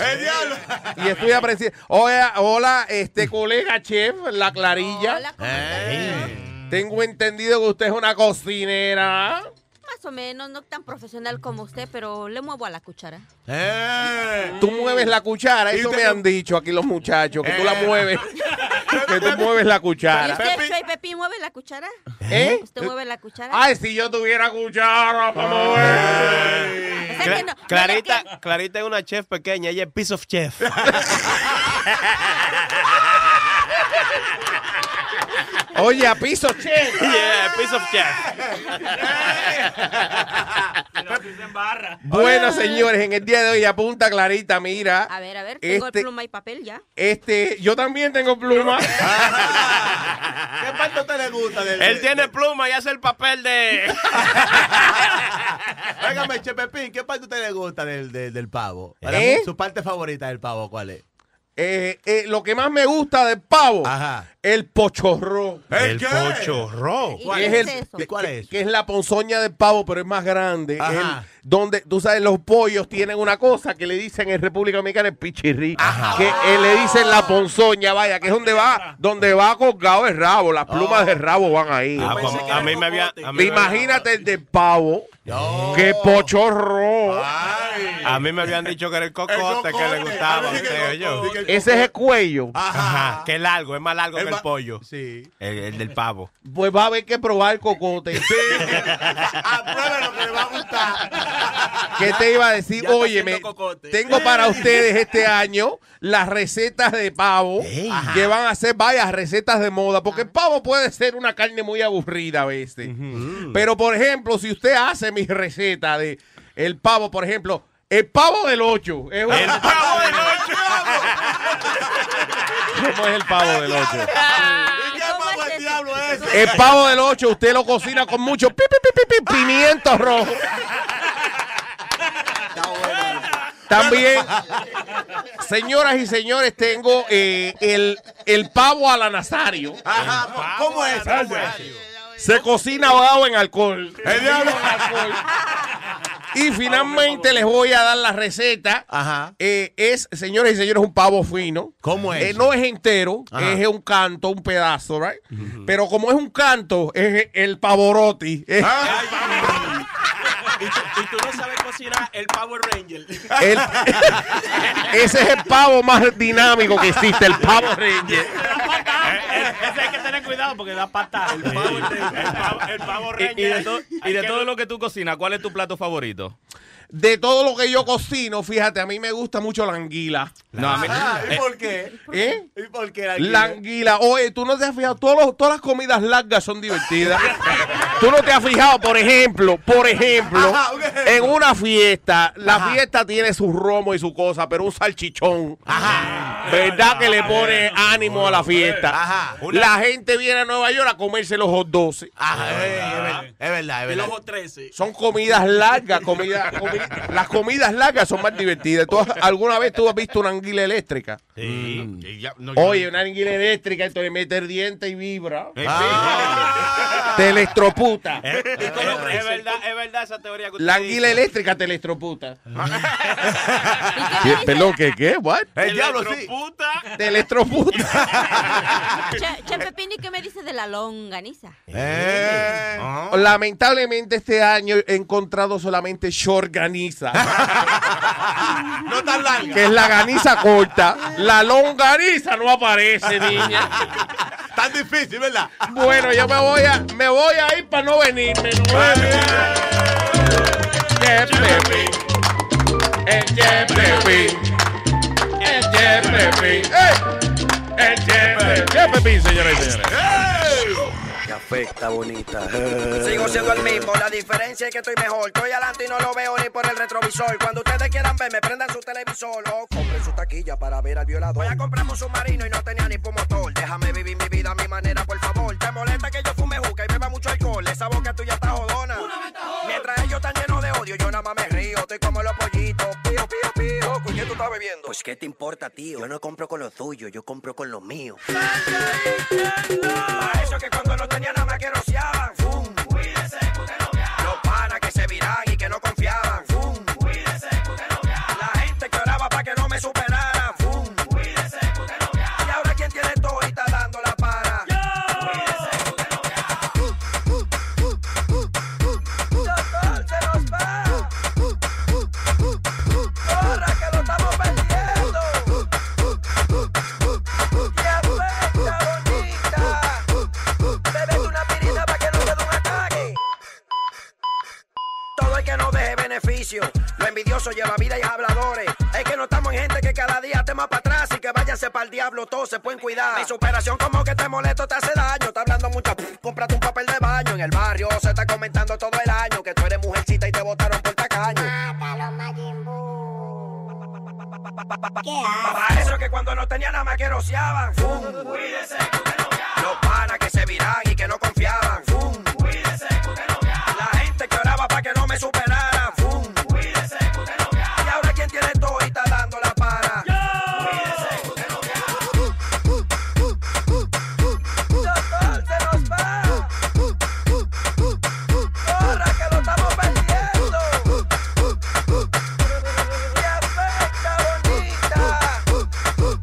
Speaker 5: Y estoy aprendiendo. Hola, hola, este colega chef, la clarilla. Eh. Tengo entendido que usted es una cocinera.
Speaker 20: Más o menos, no tan profesional como usted, pero le muevo a la cuchara.
Speaker 5: Tú mueves la cuchara, eso me han dicho aquí los muchachos, que tú la mueves. que tú mueves la cuchara.
Speaker 20: ¿Usted, Pepi, Pepi, mueve la cuchara?
Speaker 5: ¿Eh?
Speaker 20: ¿Usted mueve la
Speaker 6: Ah,
Speaker 20: cuchara?
Speaker 5: Ay, si yo tuviera cuchara
Speaker 19: Ah.
Speaker 5: para mover.
Speaker 2: Clarita, Clarita es una chef pequeña, ella es piece of chef.
Speaker 5: Oye, a piso chef.
Speaker 2: Yeah, piece of chef.
Speaker 5: Bueno, señores, en el día de hoy apunta Clarita, mira.
Speaker 20: A ver, a ver, tengo
Speaker 5: Este-
Speaker 20: el pluma y papel ya.
Speaker 5: Este, yo también tengo pluma.
Speaker 19: ¿Qué parte a usted le gusta? Del...
Speaker 2: Él tiene pluma y hace el papel de.
Speaker 19: Óigame, che, Pepín, ¿qué parte a usted le gusta del, del, del pavo?
Speaker 5: ¿Eh?
Speaker 19: ¿Su parte favorita del pavo cuál es?
Speaker 5: Eh, eh, lo que más me gusta del pavo, el pochorro.
Speaker 19: ¿El ¿El qué? pochorró? ¿Y
Speaker 5: Que
Speaker 19: qué
Speaker 5: el-
Speaker 19: es eso?
Speaker 5: que-
Speaker 19: ¿Cuál es?
Speaker 5: Que es la ponzoña del pavo, pero es más grande.
Speaker 19: Ajá.
Speaker 5: Es el- donde, tú sabes, los pollos tienen una cosa que le dicen en República Dominicana el pichirri. Que eh, le dicen la ponzoña, vaya, que es donde va, donde va colgado
Speaker 19: Oh. Ah,
Speaker 5: el rabo. Las plumas del rabo van ahí.
Speaker 2: A mí me había. a mí me había-
Speaker 5: Imagínate el del pavo.
Speaker 6: ¡Qué pochorro!
Speaker 2: A mí me habían dicho que era el cocote, que le gustaba a usted, yo.
Speaker 6: Ese es el cuello.
Speaker 2: Ah. Ajá, que es largo, es más largo que el pollo. Sí. El, el del pavo.
Speaker 6: Pues va a haber que probar el cocote.
Speaker 5: lo que le va a gustar.
Speaker 6: ¿Qué te iba a decir? Óyeme, tengo para ustedes este año las recetas de pavo que van a ser varias recetas de moda, porque el pavo puede ser una carne muy aburrida a veces. Pero, por ejemplo, si usted hace mi receta de el pavo, por ejemplo, el pavo del 8. El pavo del 8. ¿Cómo es el pavo del 8?
Speaker 5: ¿Y qué pavo el diablo
Speaker 8: eh.
Speaker 5: es ese?
Speaker 6: El pavo del 8 usted lo cocina con mucho pi, pi, pi, pi, pi, pimiento rojo. También, señoras y señores, tengo eh, el, el pavo a la Nazario.
Speaker 5: ¿Cómo es? ¿Cómo es?
Speaker 6: Se cocina ahogado en alcohol. Y finalmente les voy a dar la receta. Eh, es, señores y señores, un pavo fino.
Speaker 34: ¿Cómo es?
Speaker 6: Eh, no es entero,
Speaker 34: Ajá.
Speaker 6: es un canto, un pedazo, ¿right? Pero como es un canto, es el pavorotti. Es-
Speaker 35: Y tú, y tú no sabes cocinar el Power Ranger.
Speaker 6: El- ese es el pavo más dinámico que existe, el pavo Ranger.
Speaker 23: Ese hay que tener cuidado porque da patada. El pavo, el, pavo, el pavo
Speaker 30: Y, y de, to- y de
Speaker 23: Hay que-
Speaker 30: todo lo que tú cocinas, ¿cuál es tu plato favorito?
Speaker 6: De todo lo que yo cocino, fíjate, a mí me gusta mucho la anguila.
Speaker 30: No, a mí-
Speaker 35: Ah,
Speaker 6: ¿Y por qué? ¿Eh?
Speaker 5: ¿Y por qué la
Speaker 6: La anguila. Oye, tú no te has fijado, Todos los- todas las comidas largas son divertidas. tú no te has fijado, por ejemplo, por ejemplo,
Speaker 5: Ajá, un ejemplo.
Speaker 6: en una fiesta, la
Speaker 5: Ajá.
Speaker 6: fiesta tiene su romo y su cosa, pero un salchichón.
Speaker 36: Ah,
Speaker 6: ¿Verdad que le pone ánimo a la fiesta?
Speaker 34: Ajá.
Speaker 6: La gente viene a Nueva York a comerse los hot 12.
Speaker 34: Es verdad, es verdad.
Speaker 35: Ojo 13.
Speaker 6: Son comidas largas, comida, comi- las comidas largas son más divertidas. ¿Tú has- ¿Alguna vez tú has visto una anguila eléctrica?
Speaker 36: Y ya- no,
Speaker 6: Oye,
Speaker 36: yo-
Speaker 6: una anguila eléctrica, entonces mete el diente y vibra.
Speaker 23: Eh,
Speaker 6: Te
Speaker 36: Te le-
Speaker 6: electroputa.
Speaker 23: eh, Es verdad, es verdad esa teoría que usted
Speaker 6: La anguila
Speaker 23: dice.
Speaker 6: eléctrica te electroputa. Perdón, ¿qué? ¿Qué? What?
Speaker 34: El diablo, sí.
Speaker 6: Te electroputa.
Speaker 20: Che, che Pepino, ¿y qué me dices de la longaniza?
Speaker 34: Eh,
Speaker 6: Eh. Lamentablemente este año he encontrado solamente shorganiza.
Speaker 34: No tan larga.
Speaker 6: Que es la ganiza corta. La longaniza no aparece, niña.
Speaker 34: Tan difícil, ¿verdad?
Speaker 6: Bueno, yo me voy a, me voy a ir para no venirme. ¿no? Che Pepín. El Che Pepín. El Che Pepín. ¡Ey! El Che Pepín. Che Pepín, señores y señores.
Speaker 37: Café está bonita.
Speaker 29: Sigo siendo el mismo, la diferencia es que estoy mejor. Estoy adelante y no lo veo ni por el retrovisor. Cuando ustedes quieran verme, prendan su televisor o compren su taquilla para ver al violador. Ya compramos un submarino y no tenía ni motor. Déjame vivir mi vida a mi manera, por favor. Te molesta que yo fume juca y beba mucho alcohol. Esa boca tuya está jodona. Mientras ellos están llenos de odio, yo nada más me río. Estoy como los pollitos. Pío, pío, pío. ¿Con qué tú estás bebiendo? Pues qué te importa, tío. Yo no compro con lo tuyo, yo compro con lo mío. Pa' eso que cuando no tenía nada más que rociaban. Fum, cuídese que usted no viaja. Los panas que se viran y que no confiaban. Fum, cuídese que usted no viaja. La gente que oraba para que no me superara. Fum, cuídese que usted no viaja. Y ahora quien tiene todo y está dando la para. Cuídese que usted no viaja. Doctor, se nos va. Ahora que lo estamos perdiendo. Bebete una pirita para que no te dé un ataque. Todo el que no deje beneficio, lo envidioso lleva vida y habladores. Es que no estamos en gente que cada día esté más para atrás y que váyanse para el diablo, todos se pueden cuidar. Mi superación como que te molesto, te hace daño, está hablando mucho. Cómprate un papel de baño en el barrio, se está comentando todo el año que tú eres mujercita y te votaron por tacaño. Para eso que cuando no tenía nada más que rociaban. Fum, cuídese que usted no viaja. Los panas que se viran y que no confiaban. Fum, cuídese que usted no viaja. La gente que oraba para que no me superara. Fum, cuídese que usted no viaja. Y ahora quien tiene todo y está dando la para. Cuídese que usted no viaja. Doctor, se nos va. Ahora que lo estamos perdiendo.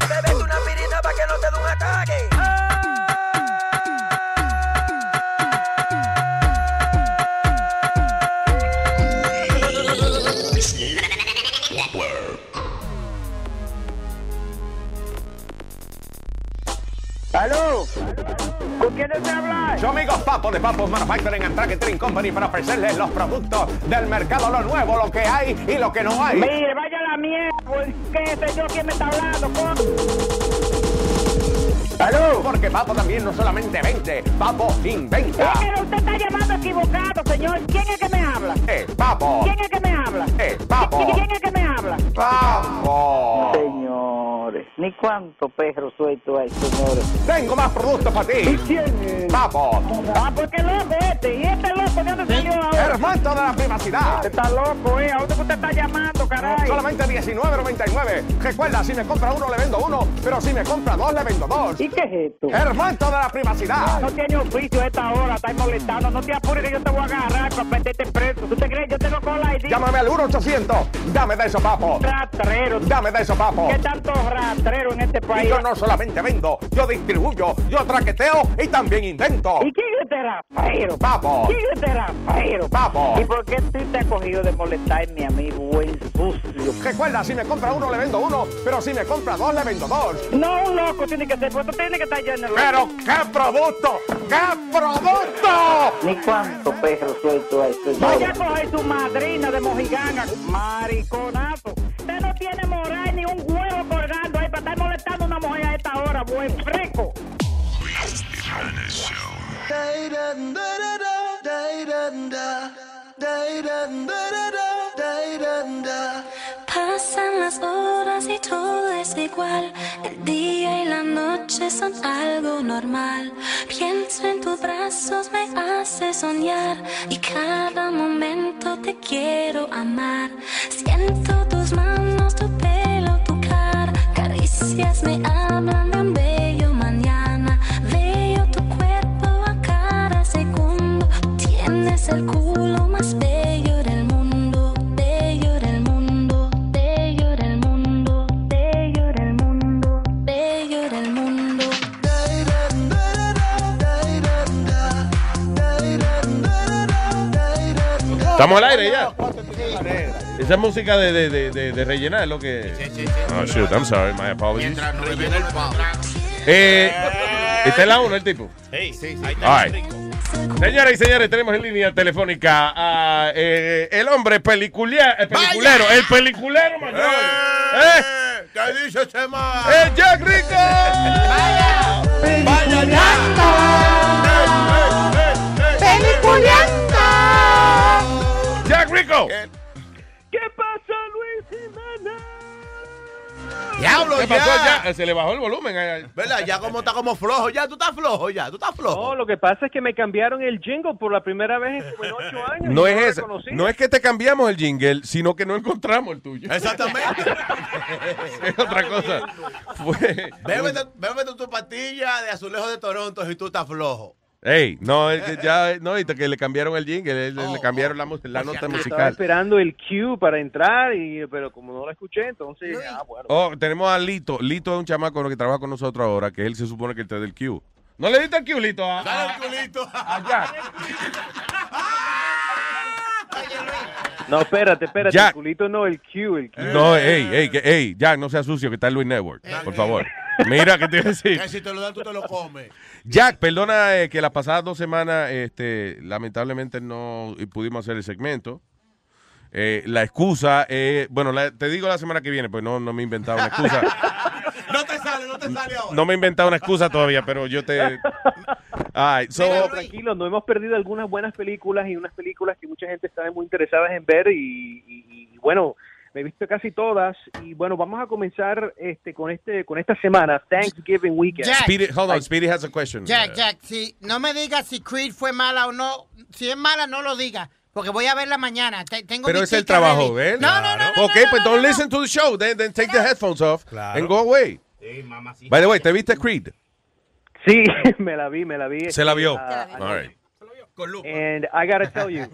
Speaker 29: Bebete una pirita para que no te dé un ataque.
Speaker 5: ¡Aló!
Speaker 8: ¿Con quién desea hablar?
Speaker 5: Yo, amigos Papo de Papos Manufacturing and Packaging Company para ofrecerles los productos del mercado, lo nuevo, lo que hay y lo que no hay.
Speaker 8: Mire, vaya a la mierda, pues, qué sé yo quién me está hablando, con...
Speaker 5: ¡Aló! Porque Papo también no solamente vende, Papo inventa.
Speaker 8: Pero usted está llamando equivocado, señor. ¿Quién es que me habla?
Speaker 5: ¡Eh, Papo!
Speaker 8: ¿Quién es que me habla?
Speaker 5: ¡Eh, Papo!
Speaker 8: ¿Qui- ¿Quién es que me habla?
Speaker 5: Ah.
Speaker 8: Ah,
Speaker 5: ¡Papo!
Speaker 8: Señores, ni cuánto perro suelto hay, señores.
Speaker 5: Tengo más productos para ti. Papo.
Speaker 8: Ah, pues qué loco este. ¿Y este loco de dónde salió ahora?
Speaker 5: Hermano de la privacidad.
Speaker 8: Está loco, ¿eh? ¿A dónde usted está llamando, caray?
Speaker 5: Solamente 19.99. Recuerda, si me compra uno, le vendo uno. Pero si me compra dos, le vendo dos.
Speaker 8: ¿Y qué es esto?
Speaker 5: Hermano de la privacidad.
Speaker 8: No tiene oficio a esta hora, estáis molestando. No te apures que yo te voy a agarrar para meterte preso. ¿Tú te crees? Yo tengo cola y
Speaker 5: Llámame al 1-800. Dame de eso, papo.
Speaker 8: Ratrero.
Speaker 5: Dame de eso, papo.
Speaker 8: ¿Qué tanto ratrero en este país?
Speaker 5: Y yo no solamente vendo, yo distribuyo, yo traqueteo y también invento.
Speaker 8: ¿Y quién es este rapero?
Speaker 5: Papo.
Speaker 8: ¿Quién es este rapero?
Speaker 5: Papo.
Speaker 8: ¿Y por qué tú te has cogido de molestar mi amigo buen sucio?
Speaker 5: Recuerda, si me compra uno, le vendo uno. Pero si me compra dos, le vendo dos.
Speaker 8: No, un loco tiene que ser, pues tú tienes que estar lleno de
Speaker 5: Pero qué producto, qué producto.
Speaker 8: Ni cuánto perro suelto hay, Voy a coger su madrina de mojiganga, mariconazo. Usted no tiene moral ni un huevo colgando ahí para estar molestando a una mujer a esta hora, buen fresco.
Speaker 38: Pasan las horas y todo es igual. El día y la noche son algo normal. Pienso en tus brazos, me hace soñar. Y cada momento te quiero amar. Siento tus manos, tu pelo, tu cara. Caricias me hablan de un bello mañana. Veo tu cuerpo a cada segundo. Tienes el culo más bello del mundo. Bello del mundo. Bello del mundo. Bello del mundo. Bello del mundo.
Speaker 6: Estamos al aire ya. Esa es música de, de, de, de, de rellenar, lo que. Oh, shoot, I'm sorry, my apologies.
Speaker 39: Mientras no viene el pavo.
Speaker 6: Eh, ¿Está en la 1 el tipo?
Speaker 5: Eh,
Speaker 39: Sí, sí.
Speaker 6: All right. Señoras y señores, tenemos en línea telefónica a eh, el hombre peliculea- eh, peliculero, el peliculero mayor. ¡Eh!
Speaker 5: ¿Qué dice ese man?
Speaker 6: ¡El Jack Rico! ¡Vaya!
Speaker 5: ¡Vaya
Speaker 6: ¡Jack Rico!
Speaker 5: ¿Qué pasa, Luis Jiménez? Diablo,
Speaker 6: ¿Qué
Speaker 5: ya.
Speaker 6: pasó, Jack? Se le bajó el volumen. eh.
Speaker 5: ¿Verdad? Ya como está como flojo, ya tú estás flojo, ya tú estás flojo.
Speaker 40: No, lo que pasa es que me cambiaron el jingle por la primera vez en como en ocho años.
Speaker 6: No
Speaker 40: y
Speaker 6: es
Speaker 40: lo
Speaker 6: eso.
Speaker 40: reconocí.
Speaker 6: No es que te cambiamos el jingle, sino que no encontramos el tuyo.
Speaker 5: Exactamente.
Speaker 6: es otra cosa. Fue-
Speaker 5: Bébete, bébete tu pastilla de azulejo de Toronto si tú estás flojo.
Speaker 6: Ey, no, es que ya, no, y que le cambiaron el jingle, le, le cambiaron la, mu- la nota
Speaker 40: Oh, Estaba
Speaker 6: musical.
Speaker 40: esperando el cue para entrar, y, pero como no la escuché, entonces, ah, bueno.
Speaker 6: Oh, tenemos a Lito. Lito es un chamaco que trabaja con nosotros ahora, que él se supone que está del Q. ¿No le diste el ah? Q, Lito? A, a- a Jack.
Speaker 40: No, espérate, espérate,
Speaker 6: Jack.
Speaker 40: el culito no, el cue, el cue.
Speaker 6: No, eh. ey, ey, que, ey, Jack, no sea sucio, que está en Luis Network, por favor. Mira, que te iba a decir.
Speaker 5: Que Eh, si te lo dan, tú te lo comes.
Speaker 6: Jack, perdona eh, que las pasadas dos semanas, este, lamentablemente no pudimos hacer el segmento. Eh, la excusa, eh, bueno, la- te digo la semana que viene, pues no, no me he inventado una excusa.
Speaker 5: No te sale, no te sale ahora.
Speaker 6: No me he inventado una excusa todavía, pero yo te. Ay, so,
Speaker 40: Pero tranquilo, no hemos perdido algunas buenas películas y unas películas que mucha gente está muy interesada en ver y, y- y, bueno, me he visto casi todas y bueno, vamos a comenzar este con este con esta semana Thanksgiving weekend.
Speaker 3: Jack.
Speaker 6: Speedy, hold on, Speedy has a question. Eh,
Speaker 3: Jack, Jack, si no me digas si Creed fue mala o no. Si es mala, no lo digas. Porque voy a verla mañana. Te- tengo
Speaker 6: Pero
Speaker 3: mi
Speaker 6: es el
Speaker 3: ticket
Speaker 6: trabajo,
Speaker 3: ready.
Speaker 6: ¿ves?
Speaker 3: No, no, no. no,
Speaker 6: ok, pues don't listen to the show, then, then take the headphones off and go away.
Speaker 39: Sí, mamá, sí.
Speaker 6: By the way, ¿te viste Creed?
Speaker 40: Sí, me la vi, me la vi.
Speaker 6: Se la vio.
Speaker 40: Ah,
Speaker 6: All right.
Speaker 40: And I gotta tell you,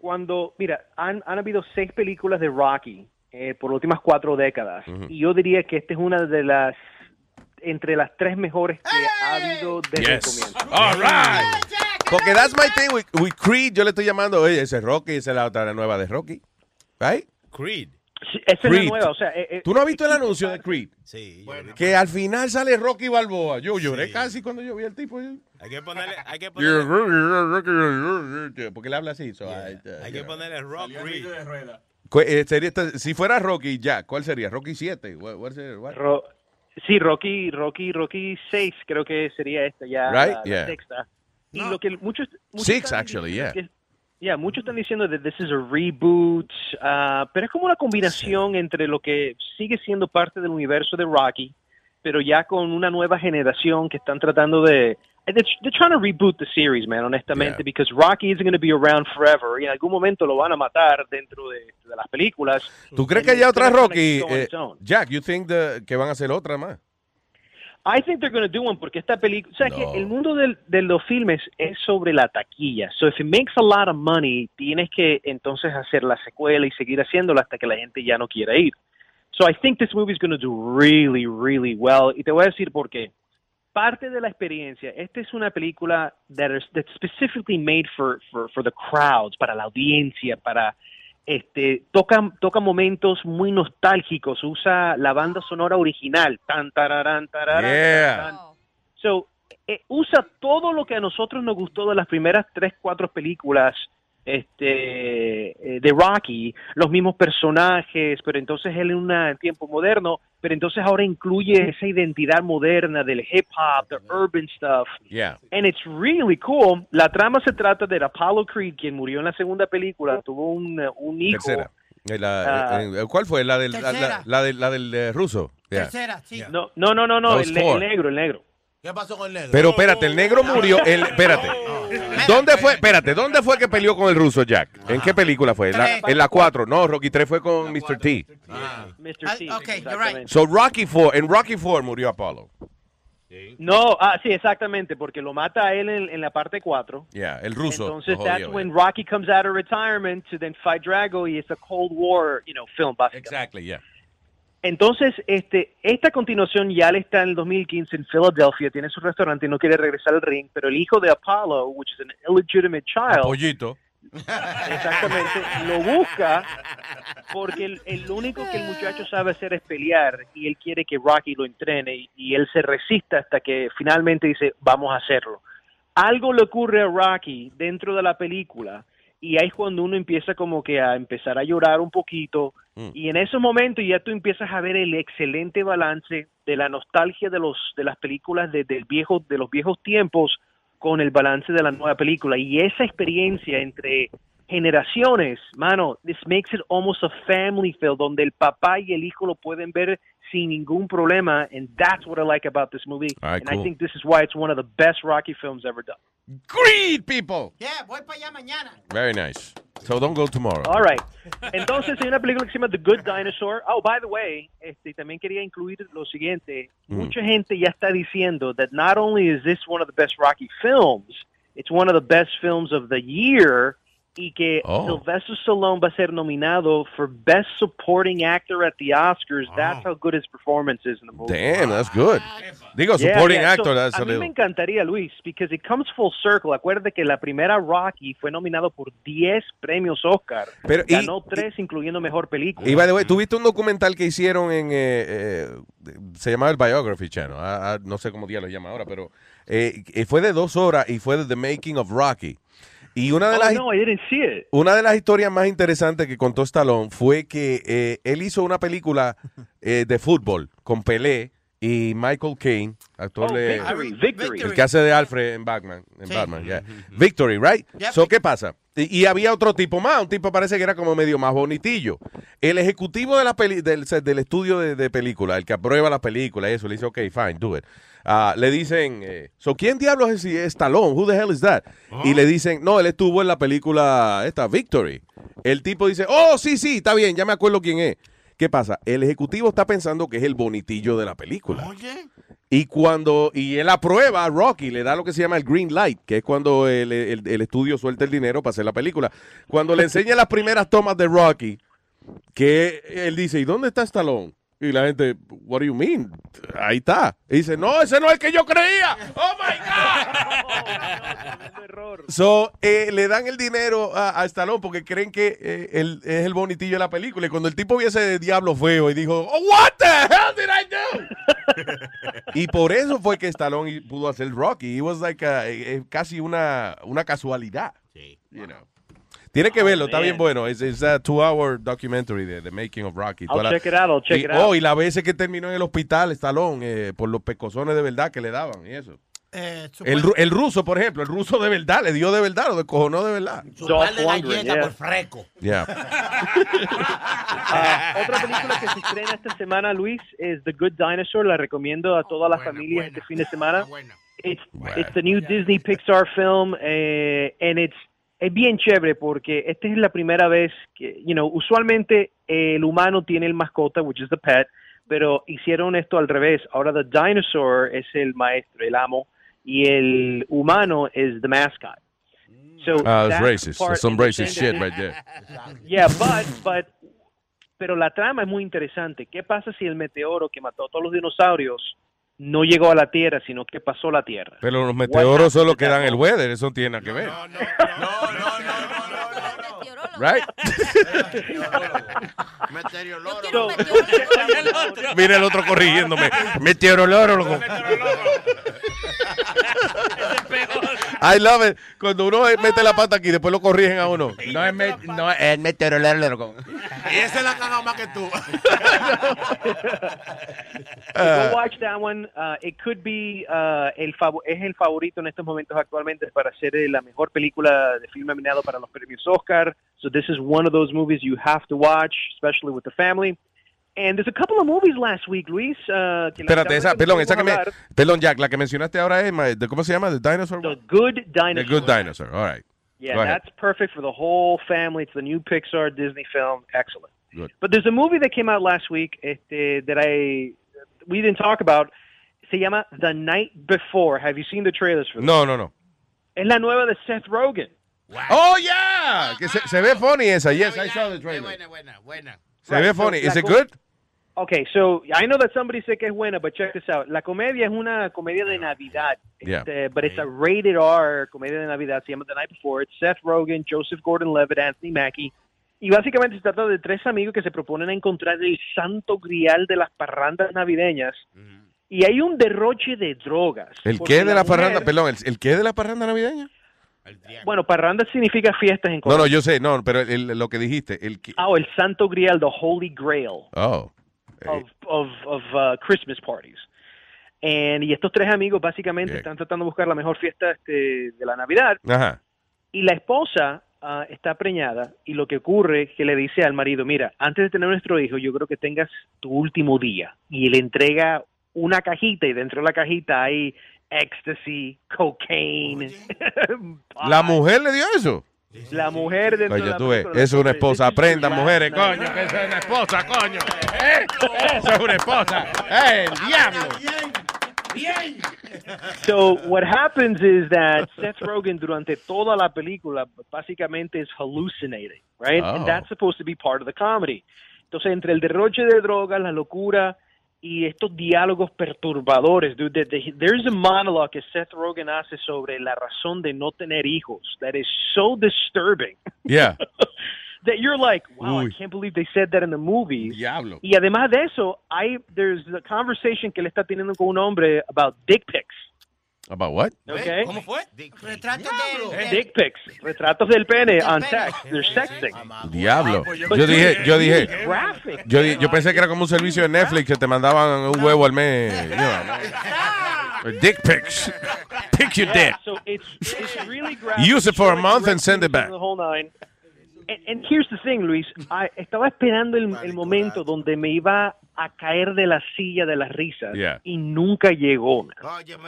Speaker 40: cuando, mira, han, han habido seis películas de Rocky eh, por las últimas cuatro décadas. Y yo diría que esta es una de las, entre las tres mejores que ha habido desde el
Speaker 6: Yes.
Speaker 40: comienzo.
Speaker 8: Ah.
Speaker 6: All right. Porque that's my thing with, with Creed. Yo le estoy llamando, oye, ese es Rocky, esa es la otra la nueva de Rocky. Right?
Speaker 5: Creed.
Speaker 40: Sí, esa es la
Speaker 6: Creed.
Speaker 40: nueva, o sea, eh, eh,
Speaker 6: ¿Tú no has visto el anuncio de Creed?
Speaker 2: Sí.
Speaker 6: Que al final sale Rocky Balboa. Yo lloré casi cuando yo vi al tipo.
Speaker 2: Hay que ponerle, hay que ponerle,
Speaker 6: Porque le habla así. so, ay,
Speaker 2: hay que ponerle rock Creed.
Speaker 6: Cu- eh, sería esta- si fuera Rocky ya, ¿cuál sería? Rocky 7. What- what's it- what?
Speaker 40: Ro- sí, Rocky, Rocky, Rocky 6 creo que sería esta ya la-
Speaker 6: Right,
Speaker 40: la,
Speaker 6: yeah.
Speaker 40: sexta. Y lo que muchos, muchos
Speaker 6: Six,
Speaker 40: están
Speaker 6: actually, yeah.
Speaker 40: diciendo que- yeah, muchos están diciendo that this is a reboot, ah, pero es como una combinación entre lo que sigue siendo parte del universo de Rocky, pero ya con una nueva generación que están tratando de they're, they're trying to reboot the series, man, honestamente, because Rocky isn't going to be around forever y en algún momento lo van a matar dentro de, de las películas.
Speaker 6: ¿Tú crees que
Speaker 40: And
Speaker 6: haya
Speaker 40: it's
Speaker 6: otra
Speaker 40: gonna
Speaker 6: Rocky?
Speaker 40: go on
Speaker 6: eh,
Speaker 40: its own.
Speaker 6: Jack, you think the- que van a hacer otra más?
Speaker 40: I think they're going to do one porque esta película, o sea,
Speaker 6: No.
Speaker 40: que el mundo del- de los filmes es sobre la taquilla. So if it makes a lot of money, tienes que entonces hacer la secuela y seguir haciéndola hasta que la gente ya no quiera ir. So I think this movie is going to do really, really well. Y te voy a decir por qué. Parte de la experiencia, esta es una película that is, that's specifically made for, for, for the crowds, para la audiencia, para este, toca, toca momentos muy nostálgicos, usa la banda sonora original, tan tararán, tararán,
Speaker 6: Yeah.
Speaker 40: tararán. So, eh, usa todo lo que a nosotros nos gustó de las primeras tres, cuatro películas este, eh, de Rocky, los mismos personajes, pero entonces él en un tiempo moderno, pero entonces ahora incluye esa identidad moderna del hip hop, the urban stuff.
Speaker 6: Yeah.
Speaker 40: And it's really cool. La trama se trata de Apollo Creed, quien murió en la segunda película, tuvo un, eh, un hijo.
Speaker 6: Tercera. Eh, la-
Speaker 40: Ah.
Speaker 6: eh, eh, ¿Cuál fue? La del, la, la-
Speaker 40: Tercera.
Speaker 6: la del, la del eh, ruso. Yeah.
Speaker 40: No, no, no, no, no,
Speaker 6: That was
Speaker 40: el, ne-
Speaker 6: four.
Speaker 40: el negro, el negro.
Speaker 19: ¿Qué pasó con el negro?
Speaker 6: Pero espérate, el negro murió. El, espérate. ¿Dónde fue? Espérate, ¿dónde fue que peleó con el ruso Jack? ¿En qué película fue? La-
Speaker 40: Tres.
Speaker 6: en la 4. No, Rocky 3 fue con Mr. T.
Speaker 40: Mr. T. Okay, Ah, you're right.
Speaker 6: So Rocky 4, en Rocky 4 murió Apollo.
Speaker 40: No, ah, sí, exactamente, porque lo mata a él en, en la parte 4.
Speaker 6: Yeah, el ruso.
Speaker 40: Entonces,
Speaker 6: lo
Speaker 40: that's
Speaker 6: jodió,
Speaker 40: when Rocky comes out of retirement to then fight Drago y it's a Cold War, you know, film, básicamente.
Speaker 6: Exactly, yeah.
Speaker 40: Entonces, este, esta continuación ya le está en el 2015 en Filadelfia, tiene su restaurante y no quiere regresar al ring, pero el hijo de Apollo, which is an illegitimate child,
Speaker 6: Pollito.
Speaker 40: Exactamente. Lo busca porque el, el único que el muchacho sabe hacer es pelear y él quiere que Rocky lo entrene y, y él se resiste hasta que finalmente dice, vamos a hacerlo. Algo le ocurre a Rocky dentro de la película y ahí es cuando uno empieza como que a empezar a llorar un poquito
Speaker 6: Mm.
Speaker 40: y en esos momentos ya tú empiezas a ver el excelente balance de la nostalgia de los de las películas de, del viejo de los viejos tiempos con el balance de la nueva película y esa experiencia entre generaciones, mano, this makes it almost a family feel donde el papá y el hijo lo pueden ver sin ningún problema and that's what I like about this movie
Speaker 6: All right,
Speaker 40: and
Speaker 6: cool.
Speaker 40: I think this is why it's one of the best Rocky films ever done.
Speaker 6: Creed, people.
Speaker 40: Yeah, voy para allá mañana.
Speaker 6: Very nice. So don't go tomorrow.
Speaker 40: All right. Entonces hay una película que se llama The Good Dinosaur. Oh, by the way, este, también quería incluir lo siguiente. Mucha gente ya está diciendo that not only is this one of the best Rocky films, it's one of the best films of the year y que
Speaker 6: Oh.
Speaker 40: Sylvester Stallone va a ser nominado for Best Supporting Actor at the Oscars. That's how good his performance is in the movie.
Speaker 6: Damn, that's good. Digo,
Speaker 40: Yeah,
Speaker 6: supporting
Speaker 40: yeah. So,
Speaker 6: actor. that's a
Speaker 40: a mí me
Speaker 6: little.
Speaker 40: encantaría, Luis, because it comes full circle. Acuérdate que la primera Rocky fue nominado por 10 premios Oscar.
Speaker 6: Pero, y-
Speaker 40: Ganó 3, incluyendo Mejor Película.
Speaker 6: Y by the way, ¿tuviste un documental que hicieron en. eh, eh, se llamaba el Biography Channel. Ah, ah, no sé cómo día lo llama ahora, pero. eh, eh, fue de dos horas y fue de The Making of Rocky. Y una de
Speaker 40: Oh,
Speaker 6: las.
Speaker 40: no, I didn't see it.
Speaker 6: Una de las historias más interesantes que contó Stallone fue que eh, él hizo una película eh, de fútbol con Pelé y Michael Caine, actor
Speaker 40: Oh,
Speaker 6: de
Speaker 40: Victory, Victory.
Speaker 6: el que hace de Alfred en Batman, en Batman, yeah. Victory, right? So qué pasa? Y, y había otro tipo más, un tipo parece que era como medio más bonitillo. El ejecutivo de la peli- del, del estudio de, de película, el que aprueba la película, y eso le dice, ok, fine, do it. Ah, le dicen, eh, so quién diablos es, es Stallone? Who the hell is that? Y le dicen, no, él estuvo en la película esta Victory. El tipo dice, oh, sí, sí, está bien, ya me acuerdo quién es. ¿Qué pasa? El ejecutivo está pensando que es el bonitillo de la película. Y cuando, y él aprueba a Rocky, le da lo que se llama el green light, que es cuando el, el- el estudio suelta el dinero para hacer la película. Cuando le enseña las primeras tomas de Rocky, que él dice, ¿y dónde está Stallone? Y la gente, what do you mean? Ahí está. Y dice, no, ese no es el que yo creía. Oh my God. So, eh, le dan el dinero a, a Stallone porque creen que eh, él es el bonitillo de la película. Y cuando el tipo vio ese diablo feo y dijo, oh, what the hell did I do? y por eso fue que Stallone y- pudo hacer Rocky. It was like a- eh, eh, casi una, una casualidad. You know. Tiene que verlo, está
Speaker 12: Ah, man.
Speaker 6: bien bueno. Es un two-hour documentary de The Making of Rocky.
Speaker 12: I'll
Speaker 6: Toda la-
Speaker 12: Ah, check it out, I'll check
Speaker 6: y-
Speaker 12: it out.
Speaker 6: oh, y la veces que terminó en el hospital, Stallone, eh, por los pecosones de verdad que le daban y eso.
Speaker 3: Eh, su
Speaker 6: El,
Speaker 3: par-
Speaker 6: ru- el ruso, por ejemplo, el ruso de verdad, le dio de verdad, lo descojonó de verdad.
Speaker 3: su par de galletas por fresco.
Speaker 6: Yeah.
Speaker 40: Ah, otra película que se estrena esta semana, Luis, es The Good Dinosaur. La recomiendo a toda la familia este fin de semana. It's, it's the new Disney Pixar film, eh, and it's es bien chévere porque esta es la primera vez que, you know, usualmente eh, el humano tiene el mascota, which is the pet, pero hicieron esto al revés. Ahora the dinosaur es el maestro, el amo, y el humano es the mascot. So
Speaker 6: Ah, it's
Speaker 40: that
Speaker 6: racist.
Speaker 40: part
Speaker 6: That's some
Speaker 40: in the
Speaker 6: racist
Speaker 40: thing-
Speaker 6: shit right there.
Speaker 40: Yeah, but, but, pero la trama es muy interesante. ¿Qué pasa si el meteoro que mató a todos los dinosaurios no llegó a la Tierra, sino que pasó la Tierra?
Speaker 6: Pero los meteoros solo quedan el weather, eso no tiene nada que ver. Right?
Speaker 21: Meteorólogo.
Speaker 6: Mira el otro corrigiéndome. Meteorólogo. I love it. Cuando uno mete la pata aquí, después lo corrigen a uno. No es, me- no, es meteorólogo. Eh,
Speaker 19: Y esa es la caga más que
Speaker 6: oh.
Speaker 19: tú.
Speaker 6: Ah.
Speaker 40: Go watch that one. Uh, it could be uh, el fav- es el favorito en estos momentos actualmente para ser eh, la mejor película de film nominado para los premios Oscar. So this is one of those movies you have to watch, especially with the family. And there's a couple of movies last week, Luis. Uh, que
Speaker 6: Espérate, esa, perdón, esa que me,
Speaker 40: lamentablemente
Speaker 6: perdón, Jack, la que mencionaste ahora es, ma- de- ¿cómo se llama? The Dinosaur. The
Speaker 40: Good Dinosaur.
Speaker 6: The Good Dinosaur, all right.
Speaker 40: Yeah,
Speaker 6: Go ahead.
Speaker 40: that's perfect for the whole family. It's the new Pixar Disney film. Excellent.
Speaker 6: Good.
Speaker 40: But there's a movie that came out last week este, that I we didn't talk about. Se llama The Night Before. Have you seen the trailers for this?
Speaker 6: No, no, no.
Speaker 40: Es la nueva de Seth Rogen.
Speaker 6: Oh, yeah. Que se, se ve funny esa, yes, I saw the trailer. Se ve
Speaker 40: Right, so
Speaker 6: funny.
Speaker 40: la
Speaker 6: Is it
Speaker 40: co-
Speaker 6: good?
Speaker 40: Okay, so I know that somebody said que es buena, but check this out. La comedia es una comedia de Navidad,
Speaker 6: Yeah.
Speaker 40: este, but it's a rated R comedia de Navidad. Se llama The Night Before. It's Seth Rogen, Joseph Gordon-Levitt, Anthony Mackie. Y básicamente se trata de tres amigos que se proponen a encontrar el santo grial de las parrandas navideñas.
Speaker 6: Mm-hmm.
Speaker 40: Y hay un derroche de drogas.
Speaker 6: ¿El
Speaker 40: porque
Speaker 6: qué de la
Speaker 40: mujer-
Speaker 6: parranda? Perdón, ¿el, el qué de la parranda navideña?
Speaker 40: Bueno, parranda significa fiestas en
Speaker 6: No,
Speaker 40: Colombia.
Speaker 6: no, yo sé, no, pero el- lo que dijiste, el que...
Speaker 40: Ah, o el santo grial, the holy grail.
Speaker 6: Oh.
Speaker 40: of, of, of uh, Christmas parties. And, y estos tres amigos básicamente
Speaker 6: Bien.
Speaker 40: están tratando de buscar la mejor fiesta este, de la Navidad.
Speaker 6: Ajá.
Speaker 40: Y la esposa ah, está preñada y lo que ocurre es que le dice al marido, mira, antes de tener nuestro hijo, yo creo que tengas tu último día. Y le entrega una cajita y dentro de la cajita hay ecstasy, cocaine.
Speaker 6: ¿La mujer le dio eso?
Speaker 40: la mujer dentro
Speaker 6: Coño,
Speaker 40: de
Speaker 6: tú
Speaker 40: la
Speaker 6: ves, eso es una esposa. Aprendan, mujeres, coño.
Speaker 40: que es una esposa, coño.
Speaker 6: Eso es una esposa. ¡Eh, el diablo!
Speaker 23: Bien.
Speaker 40: So what happens is that Seth Rogen durante toda la película básicamente is hallucinating, right?
Speaker 23: Oh.
Speaker 40: And that's supposed to be part of the comedy. Entonces entre el derroche de drogas, la locura y estos diálogos perturbadores, dude, that they- there's a monologue que Seth Rogen hace sobre la razón de no tener hijos that is so disturbing
Speaker 6: Yeah.
Speaker 40: that you're like, wow,
Speaker 6: Uy.
Speaker 40: I can't believe they said that in the movie.
Speaker 6: Diablo.
Speaker 40: Y además de eso, hay there's a conversation que le está teniendo con un hombre about dick pics.
Speaker 6: About what?
Speaker 40: Okay.
Speaker 19: ¿Cómo
Speaker 40: fue?
Speaker 19: Retrato
Speaker 40: Eh, Dick pics, retratos del pene, on text, they're sexting.
Speaker 6: Diablo.
Speaker 40: But
Speaker 6: Yo dije, yo dije,
Speaker 40: it's graphic.
Speaker 6: yo, di- yo pensé que era como un servicio de Netflix que te mandaban un huevo al mes. you know. Dick pics. Pick your
Speaker 40: Yeah,
Speaker 6: dick.
Speaker 40: So it's, it's really graphic.
Speaker 6: Use it for a
Speaker 40: showing
Speaker 6: month and send it
Speaker 40: erections
Speaker 6: back.
Speaker 40: and The whole nine. And, and here's the thing, Luis. I- estaba esperando el, el momento donde me iba a caer de la silla de las risas
Speaker 6: Yeah.
Speaker 40: y nunca llegó. man.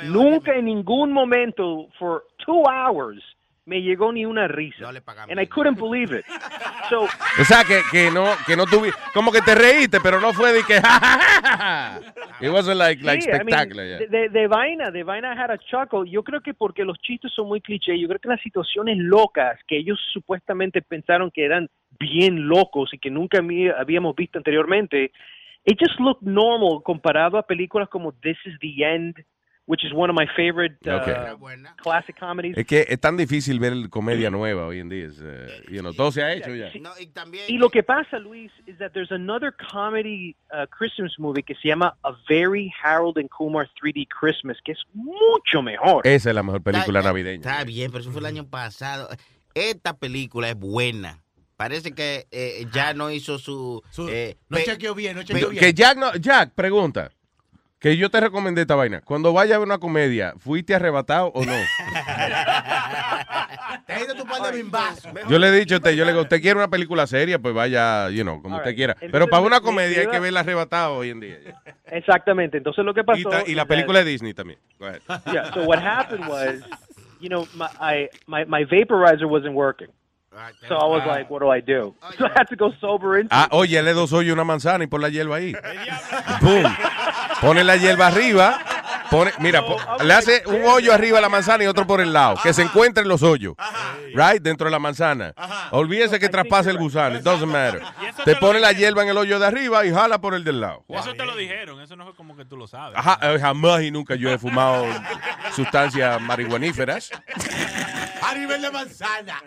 Speaker 40: nunca en ningún momento, for two hours, me llegó ni una risa. and I couldn't believe it. So
Speaker 6: O sea, que, que no, que no tuvi, como que te reíste, pero no fue de que, ja, ja, ja, ja, ja. It wasn't like, like
Speaker 40: Sí, I mean,
Speaker 6: spectacular, yeah.
Speaker 40: de, de- de vaina, de vaina had a chuckle. Yo creo que porque los chistes son muy cliché, yo creo que las situaciones locas que ellos supuestamente pensaron que eran bien locos y que nunca mi- habíamos visto anteriormente, it just looked normal comparado a películas como This is the End, which is one of my favorite uh,
Speaker 6: Okay.
Speaker 40: classic comedies.
Speaker 6: Es que es tan difícil ver comedia nueva hoy en día. es, eh, you know, todo se ha hecho ya.
Speaker 40: Y lo que pasa, Luis, is that there's another comedy uh, Christmas movie que se llama A Very Harold and Kumar 3D Christmas, que es mucho mejor.
Speaker 6: Esa es la mejor película
Speaker 21: Está-
Speaker 6: navideña.
Speaker 21: Está bien, pero eso fue el año pasado. Esta película es buena. Parece que eh, ya no hizo su... eh,
Speaker 19: No
Speaker 21: pe-
Speaker 19: chequeó bien, no chequeó bien.
Speaker 6: Ah. Que Jack, no- Jack, pregunta. Que yo te recomendé esta vaina. Cuando vaya a ver una comedia, ¿fuiste arrebatado o no?
Speaker 19: Te has ido tu par de bimbazos.
Speaker 6: Yo le he dicho a usted, yo le digo, usted quiere una película seria, pues vaya, you know, como
Speaker 40: All
Speaker 6: usted
Speaker 40: right.
Speaker 6: quiera.
Speaker 40: Entonces,
Speaker 6: Pero para una
Speaker 40: me-
Speaker 6: comedia
Speaker 40: me
Speaker 6: hay
Speaker 40: lleva-
Speaker 6: que verla arrebatada hoy en día.
Speaker 40: Exactamente. Entonces lo que pasó
Speaker 6: Y, ta- y la
Speaker 40: is that-
Speaker 6: película de Disney también. Go ahead.
Speaker 40: yeah. So what happened was, you know, my I, my, my vaporizer wasn't working, so I was like, what do I do? So I had to go sober into.
Speaker 6: Ah, oye, le dos hoyos una manzana y pon la hierba ahí. ¡Pum! Pone la hierba arriba. Pone, mira, po- le hace un hoyo arriba a la manzana y otro por el lado. Que se encuentren los hoyos. Right? Dentro de la manzana. Olvídese que traspase el gusano. It doesn't matter.
Speaker 1: pues. Y eso te
Speaker 6: Te
Speaker 1: lo
Speaker 6: pone la hierba en el hoyo de arriba y jala por el del lado.
Speaker 1: Eso te lo dijeron, eso no fue como que tú lo sabes.
Speaker 6: Ajá, eh, jamás y nunca yo he fumado sustancias marihuaníferas.
Speaker 19: A nivel de manzana.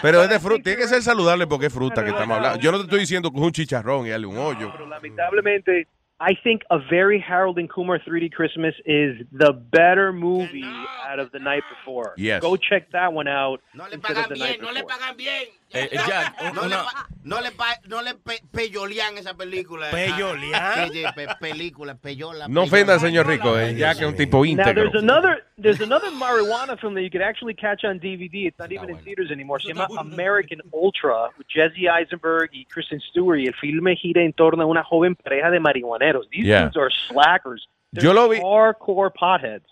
Speaker 6: Pero es de fruta. Tiene que ser saludable porque es fruta que estamos hablando. Yo no te estoy diciendo que es un chicharrón y darle un hoyo.
Speaker 40: Lamentablemente, I think a very Harold and Kumar 3D Christmas is the better movie out of the night before.
Speaker 6: Yes.
Speaker 40: Go check that one out. instead of the night
Speaker 21: bien, no le
Speaker 40: before.
Speaker 21: pagan bien.
Speaker 40: Eh, eh, Jack, un-
Speaker 21: no,
Speaker 40: una-
Speaker 21: le, pa- no le, pa- no le pe- peyolean esa película.
Speaker 40: ¿Peyolean?
Speaker 21: Peye- pe- película, peyola.
Speaker 6: No ofenda al señor rico, eh, ya que es un tipo
Speaker 40: Now
Speaker 6: íntegro.
Speaker 40: there's another there's another marijuana film that you could actually catch on DVD. It's not even in theaters anymore. Se llama American Ultra with Jesse Eisenberg y Kristen Stewart. Y el filme gira en torno a una joven pareja de marihuaneros. These
Speaker 6: Yeah.
Speaker 40: dudes are slackers. They're
Speaker 6: Yo lo vi-
Speaker 40: hardcore potheads.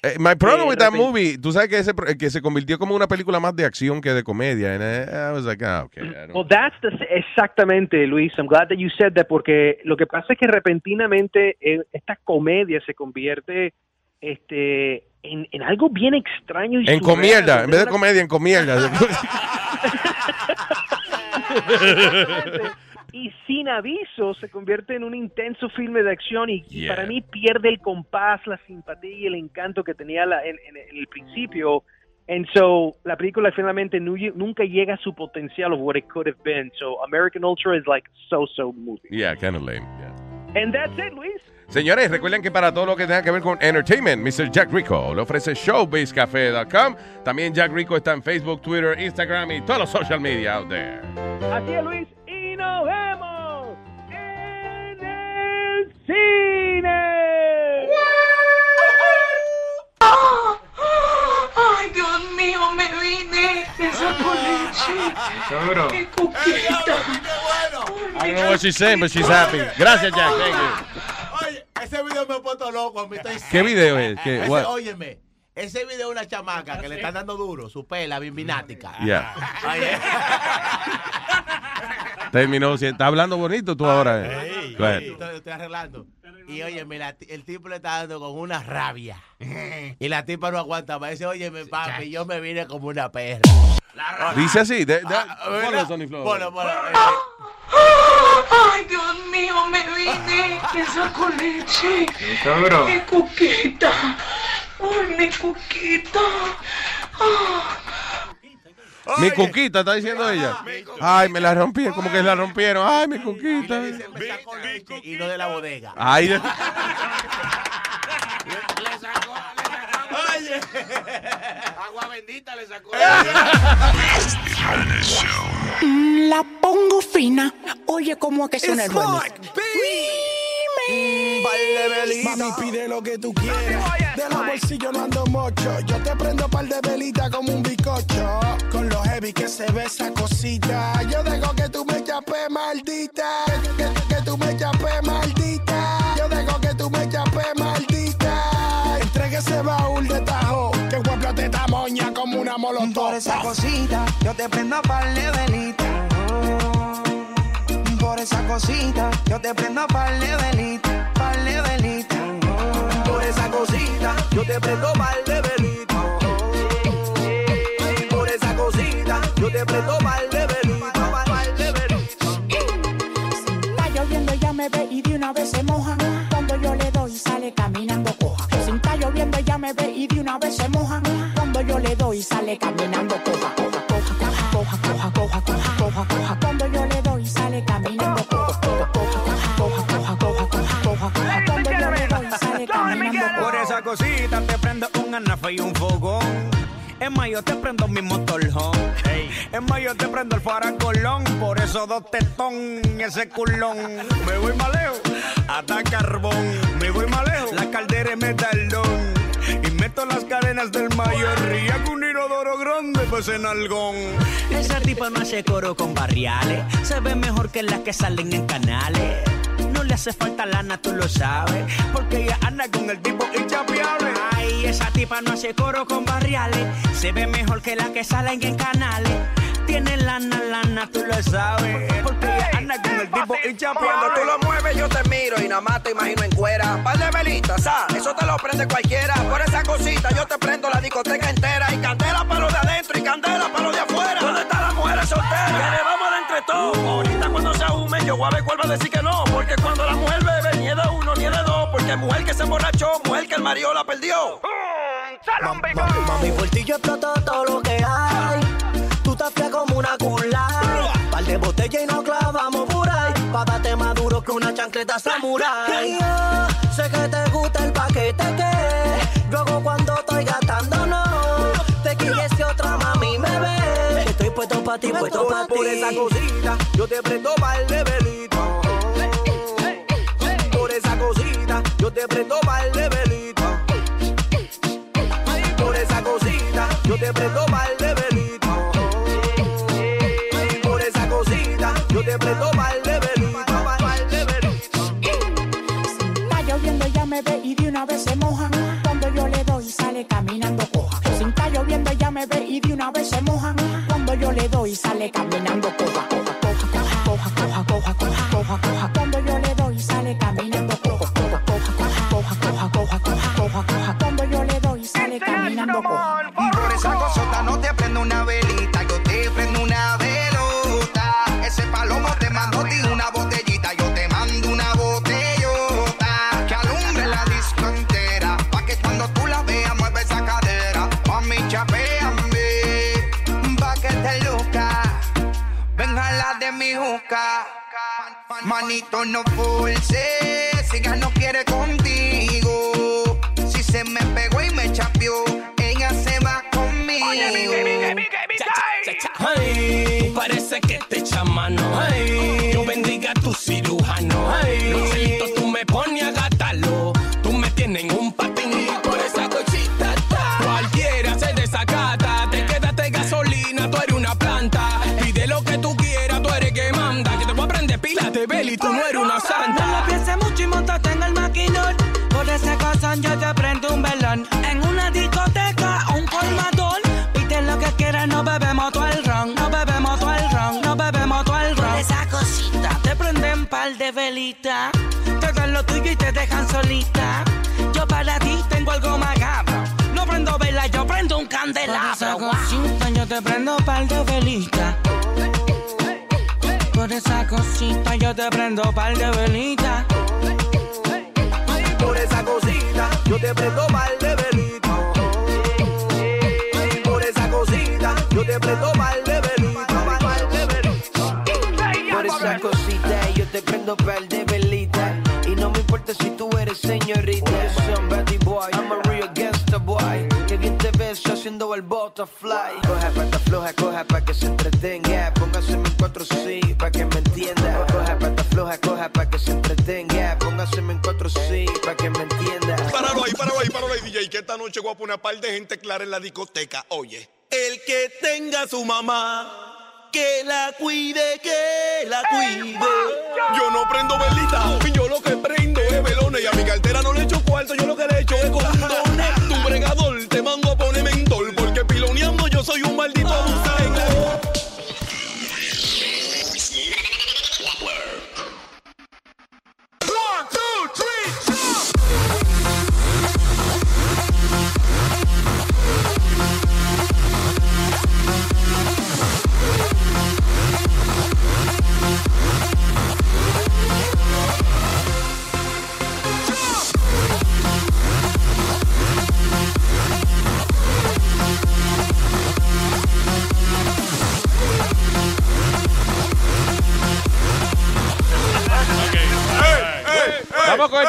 Speaker 6: Eh, my problem
Speaker 40: Eh,
Speaker 6: with that
Speaker 40: repito.
Speaker 6: movie, tú sabes que ese pro- que se convirtió como una película más de acción que de comedia. And I, I was like, ah, okay. I don't-
Speaker 40: Well, that's the exactamente, Luis. I'm glad that you said that porque lo que pasa es que repentinamente eh, esta comedia se convierte este en, en algo bien extraño y
Speaker 6: En
Speaker 40: surreal,
Speaker 6: comierda, en vez de
Speaker 40: una-
Speaker 6: comedia, en comierda.
Speaker 40: Exactamente. y sin aviso se convierte en un intenso filme de acción y, y
Speaker 6: Yeah.
Speaker 40: para mí pierde el compás, la simpatía y el encanto que tenía la- en, en- en el principio. And so la película finalmente nu- nunca llega a su potencial of what it could have been. So American Ultra is like so-so movie.
Speaker 6: yeah, kind of lame. yeah.
Speaker 40: And that's it, Luis.
Speaker 6: Señores, recuerden que para todo lo que tenga que ver con entertainment, Mr. Jack Rico le ofrece showbizcafe.com. También Jack Rico está en Facebook, Twitter, Instagram y todos los social media out there.
Speaker 40: Así es, Luis. Y nos vemos en el cine.
Speaker 8: ¡Ay, Dios mío, me vine! ¡Esa con leche!
Speaker 6: Seguro.
Speaker 8: ¡Qué coqueta!
Speaker 6: I don't know what she's saying, but she's happy. Gracias, Jack.
Speaker 19: Ah,
Speaker 6: Thank you.
Speaker 19: Oye, ese video me ha puesto loco. a mí estoy-
Speaker 6: ¿Qué video es? ¿Qué?
Speaker 19: Ese-
Speaker 6: What?
Speaker 19: óyeme, ese video de una chamaca que le están dando duro, su pela, bimbinática.
Speaker 6: Yeah.
Speaker 19: Oye,
Speaker 6: Terminó. si Está hablando bonito tú ahora. eh. Go ahead.
Speaker 19: Estoy, estoy arreglando. Y óyeme, la ti- el tipo le está dando con una rabia. Y la tipa no aguanta más. Dice, óyeme, papi, yo me vine como una perra.
Speaker 6: Dice así. de- de-
Speaker 19: Ponlo, Ponlo, ponlo.
Speaker 8: ¡Ay, Dios mío, me vine! ¡Esa con leche!
Speaker 6: Seguro.
Speaker 8: ¡Qué coqueta! ¡Ay, mi coqueta! Ah.
Speaker 6: Mi cuquita, está diciendo ella. Ay, me la rompieron. Como que la rompieron. Ay, mi cuquita.
Speaker 19: Y no de la bodega.
Speaker 6: Ay, de-
Speaker 19: Oye.
Speaker 21: Agua bendita le sacó.
Speaker 8: La pongo fina. Oye, cómo es que suena el ruedo.
Speaker 5: Mami, pide lo que tú quieras. De los bolsillos no ando mocho. Yo te prendo par de velita como un bizcocho. Con lo heavy que se ve esa cosita. Yo dejo que tú me chapes, maldita. Que, que- que tú me chapes, maldita. Yo dejo que tú me chapes, maldita. Entregue ese baúl de tajo. Que guapla te moña como una molotov. Por esa cosita, yo te prendo par de velita. Por esa cosita, yo te prendo par de velita, par de velita. Por esa cosita, yo te prendo par de velita. Por esa cosita, yo te prendo par de velita, par de velita.
Speaker 8: Está lloviendo, ya me ve y de una vez.
Speaker 26: y sale caminando coja, coja, coja, coja, coja, coja, coja, coja, coja, coja. Cuando yo le doy sale caminando coja, coja, coja, coja, coja, coja, coja, coja, coja. Cuando yo le doy sale caminando coja.
Speaker 29: Por esa cosita te prendo un anafe y un fogón. En mayo te prendo mi motorhome. En mayo te prendo el faracolón. Por eso dos tetón, ese culón. Me voy maleo hasta carbón. Me voy maleo, la caldera me da el don. Y meto las cadenas del mayor. Y hago un inodoro grande, pues en algón.
Speaker 25: Esa tipa no hace coro con barriales. Se ve mejor que las que salen en canales. No le hace falta lana, tú lo sabes. Porque ella anda con el tipo inchapeable. Ay, esa tipa no hace coro con barriales. Se ve mejor que las que salen en canales. Tiene lana, lana, tú lo sabes. Porque ella anda con el tipo
Speaker 8: Cuando
Speaker 25: inchapeable.
Speaker 8: tú lo mueves, yo te miro y nada más te imagino en cuera. Par de velitas, ah, eso te lo prende cualquiera. Por esa cosita, yo te prendo la discoteca entera. Y candela para lo de adentro y candela para lo de afuera. ¿Dónde están las mujeres solteras? Que le vamos a dar entre todos. Ahorita cuando se ahume, yo voy a ver cuál va a decir que no. Porque cuando la mujer bebe, ni es de uno ni es de dos. Porque mujer que se emborrachó, mujer que el marido la perdió.
Speaker 29: Mami, por ti yo exploto todo lo que hay. Tú te frías como una culay. Par de botella y nos clavamos por ahí. Pa' darte más duro que una chancleta samurai. Y yo sé que te gusta el paquete que yo hago cuando estoy gastando, no. Te quilles que otra mami me ve. Estoy puesto pa' ti, puesto pa' ti. Por esa cosita yo te prendo par de velito. Por esa cosita yo te prendo par de velito. Por esa cosita yo te prendo mal de velito. Por esa cosita yo te prendo mal de velito. mal de velito.
Speaker 26: Está lloviendo, ella me ve y de una vez se moja. Cuando yo le doy, sale caminando coja. Si está lloviendo, ella me ve y de una vez se moja. Cuando yo le doy, sale caminando coja, coja, coja, coja, coja, coja, coja, coja, coja, coja. Cuando yo le doy, sale caminando coja, coja, coja, coja, coja, coja, coja, coja, coja, coja. Cuando yo le doy, sale caminando coja.
Speaker 29: oh. Por esa cosota no te prendo una velita, yo te prendo una velota. Ese palomo te mando a ti una botellita, yo te mando una botellota. Que alumbre la disco entera, pa' que cuando tú la veas mueve esa cadera. Mami, chapeame, pa' que te luzca. Venga la de mi juca. Manito no pulse, si ya no quiere contigo. Si se me pegó y me chapeó, ella se va conmigo.
Speaker 33: Ay, parece que este te echa mano. Ay, yo bendiga a tu cirujano. Ay, los celitos tú me pones a gátalo. Tú me tienes en un patín. Por esa cochita ta. Cualquiera se desacata. Te quedaste gasolina, tú eres una planta. Pide lo que tú quieras, tú eres que manda. Que te voy a prender pilas de beli, tú no eres una santa.
Speaker 41: No lo pienses mucho y montate en el maquinón. Por ese cosón yo te prendo un velón. En una discoteca o un colmadón. Pide lo que quieras, no bebemos todo el ron. No bebemos todo el ron, no bebemos todo el ron. Por esa cosita te prenden par de velita. Te dan lo tuyo y te dejan solita. Yo para ti tengo algo macabro. No prendo vela, yo prendo un Por esa candelabro. cosita yo te prendo par de velita. Por esa cosita yo te prendo par de velita.
Speaker 29: Por esa cosita, yo te prendo mal de velito. Por esa cosita, yo te prendo mal de velito. Mal de velito.
Speaker 5: Por esa cosita yo te prendo par de velita Y no me importa si tú eres señorita Son bad boy, I'm a real gangsta boy Que bien te ves haciendo el butterfly Coja pata floja, coja pa' que se entretenga Póngase en cuatro sí, pa' que me entienda Coja pata floja, coja pa' que se entretenga Póngase en cuatro sí, pa' que me entienda
Speaker 41: Páralo ahí, páralo ahí, páralo ahí, DJ, que esta noche voy a poner a par de gente clara en la discoteca. Oye.
Speaker 5: El que tenga su mamá, que la cuide, que la cuide.
Speaker 41: Yo no prendo velita, yo lo que prendo es velones. Y a mi cartera no le echo cuarto, yo lo que le echo es condones. Tu bregador te mando a poner mentol, porque piloneando yo soy un maldito abusado.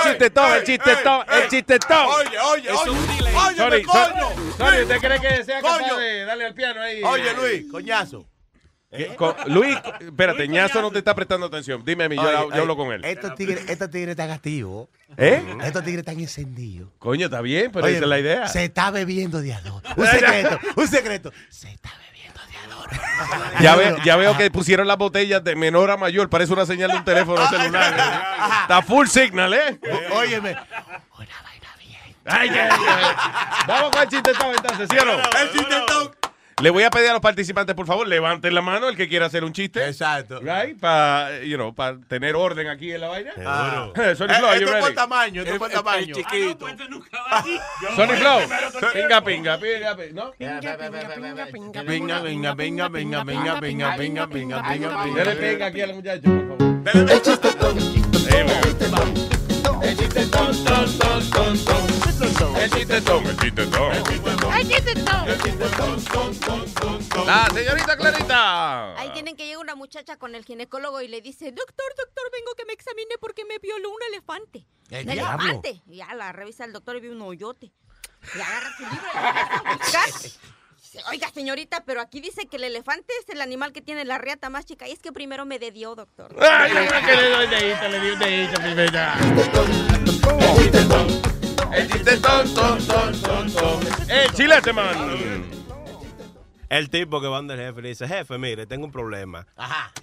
Speaker 5: chistetón, el chistetón, el chistetón.
Speaker 6: Oye, oye, oye. Oye,
Speaker 5: Sorry,
Speaker 6: coño.
Speaker 5: sorry, sorry, ¿usted cree que sea capaz de darle al piano ahí?
Speaker 6: Oye,
Speaker 19: Luis, coñazo.
Speaker 6: Co- ¿Eh? Luis, espérate, ñazo no te está prestando atención. Dime a mí, yo,
Speaker 19: Oye,
Speaker 6: la- yo
Speaker 19: oye, este-
Speaker 6: hablo con él.
Speaker 19: Estos tigres estos tigres están activos.
Speaker 6: ¿Eh?
Speaker 19: Estos tigres están encendidos.
Speaker 6: Coño, está bien, pero
Speaker 19: Oye,
Speaker 6: esa es la idea.
Speaker 19: Se está bebiendo de ador. Un secreto, un secreto.
Speaker 6: Ya, ve- ya veo que pusieron las botellas de menor a mayor, parece una señal de un teléfono celular. ¿eh? Está full signal, ¿eh?
Speaker 19: Óyeme.
Speaker 6: Ay, ay, ay. Vamos con el chistetón entonces, ¿cierto? El chistetón. Le voy a pedir a los participantes, por favor, levanten la mano el que quiera hacer un chiste.
Speaker 19: Exacto.
Speaker 6: Right? Para you know, pa tener orden aquí en la vaina.
Speaker 19: Seguro.
Speaker 6: Sony Flow, are you
Speaker 19: Esto es
Speaker 6: ready?
Speaker 19: por tamaño, esto es por tamaño.
Speaker 6: chiquito. Sony Flow. Pinga, pinga, pinga, pinga. ¿No?
Speaker 19: Venga, venga, venga, venga, venga, venga, venga, venga, venga, venga.
Speaker 6: Dele pinga aquí al muchacho, por favor.
Speaker 5: El chistetón, ton, ton, ton, ton. El chistetón, el chistetón.
Speaker 6: La señorita Clarita.
Speaker 20: Ahí tienen que llegar una muchacha con el ginecólogo y le dice, doctor, doctor, vengo que me examine porque me violó un elefante.
Speaker 5: ¡El
Speaker 20: un
Speaker 5: diablo!
Speaker 20: elefante. Y ya la revisa el doctor y ve un hoyote. Y agarra su libro y lo empieza a buscar. Dice, Oiga, señorita, pero aquí dice que el elefante es el animal que tiene la riata más chica. Y es que primero me dedió, doctor.
Speaker 5: Ay, yo creo que le doy dedito, le di un dedito primero.
Speaker 6: El chistetón, ton, ton, ton, ton. El Eh, chilete, man.
Speaker 2: Eh, Mm. El tipo que va donde el jefe le dice, jefe, mire, tengo un problema.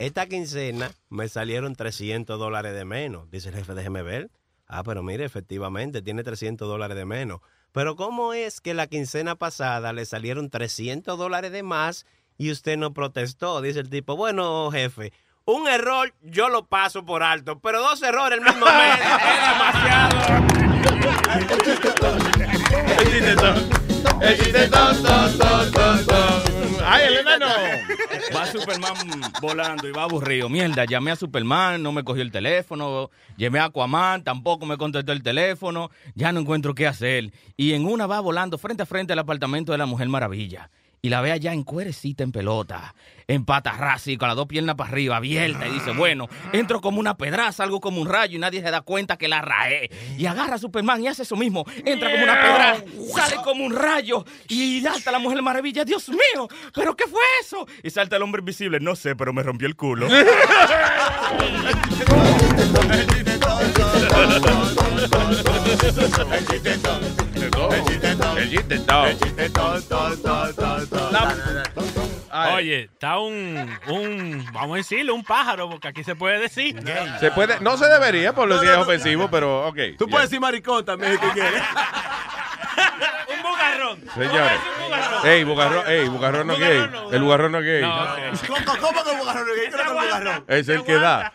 Speaker 2: Esta quincena me salieron 300 dólares de menos. Dice el jefe, déjeme ver. Ah, pero mire, efectivamente, tiene 300 dólares de menos. Pero ¿cómo es que la quincena pasada le salieron 300 dólares de más y usted no protestó? Dice el tipo, bueno, jefe, un error yo lo paso por alto, pero dos errores el mismo mes es demasiado.
Speaker 5: El chistetón, el chistetón, ton, ton, ton, ton. Ay, el enano.
Speaker 30: Va Superman volando y va aburrido. Mierda, llamé a Superman, no me cogió el teléfono. Llamé a Aquaman, tampoco me contestó el teléfono. Ya no encuentro qué hacer. Y en una va volando frente a frente al apartamento de la Mujer Maravilla. Y la ve allá en cuerecita, en pelota, en patas y con las dos piernas para arriba, abierta. Y dice, bueno, entro como una pedraza, algo como un rayo y nadie se da cuenta que la raé. Y agarra a Superman y hace eso mismo. Entra como una pedraza, sale como un rayo y salta la Mujer Maravilla. Dios mío, ¿pero qué fue eso? Y salta el hombre invisible. No sé, pero me rompió el culo.
Speaker 5: El chistetón.
Speaker 1: Oye, está un, un, vamos a decirle, un pájaro, porque aquí se puede decir.
Speaker 6: Se puede, no se debería, por lo si es ofensivo, pero ok. Tú puedes
Speaker 19: decir maricón también si tú quieres.
Speaker 1: un bugarrón.
Speaker 6: Señores. Ey, bugarrón, ey, bugarrón no es gay. El bugarrón no es gay.
Speaker 19: ¿Cómo, cómo que bugarrón? ¿Qué es lo que es bugarrón?
Speaker 6: Es el que da.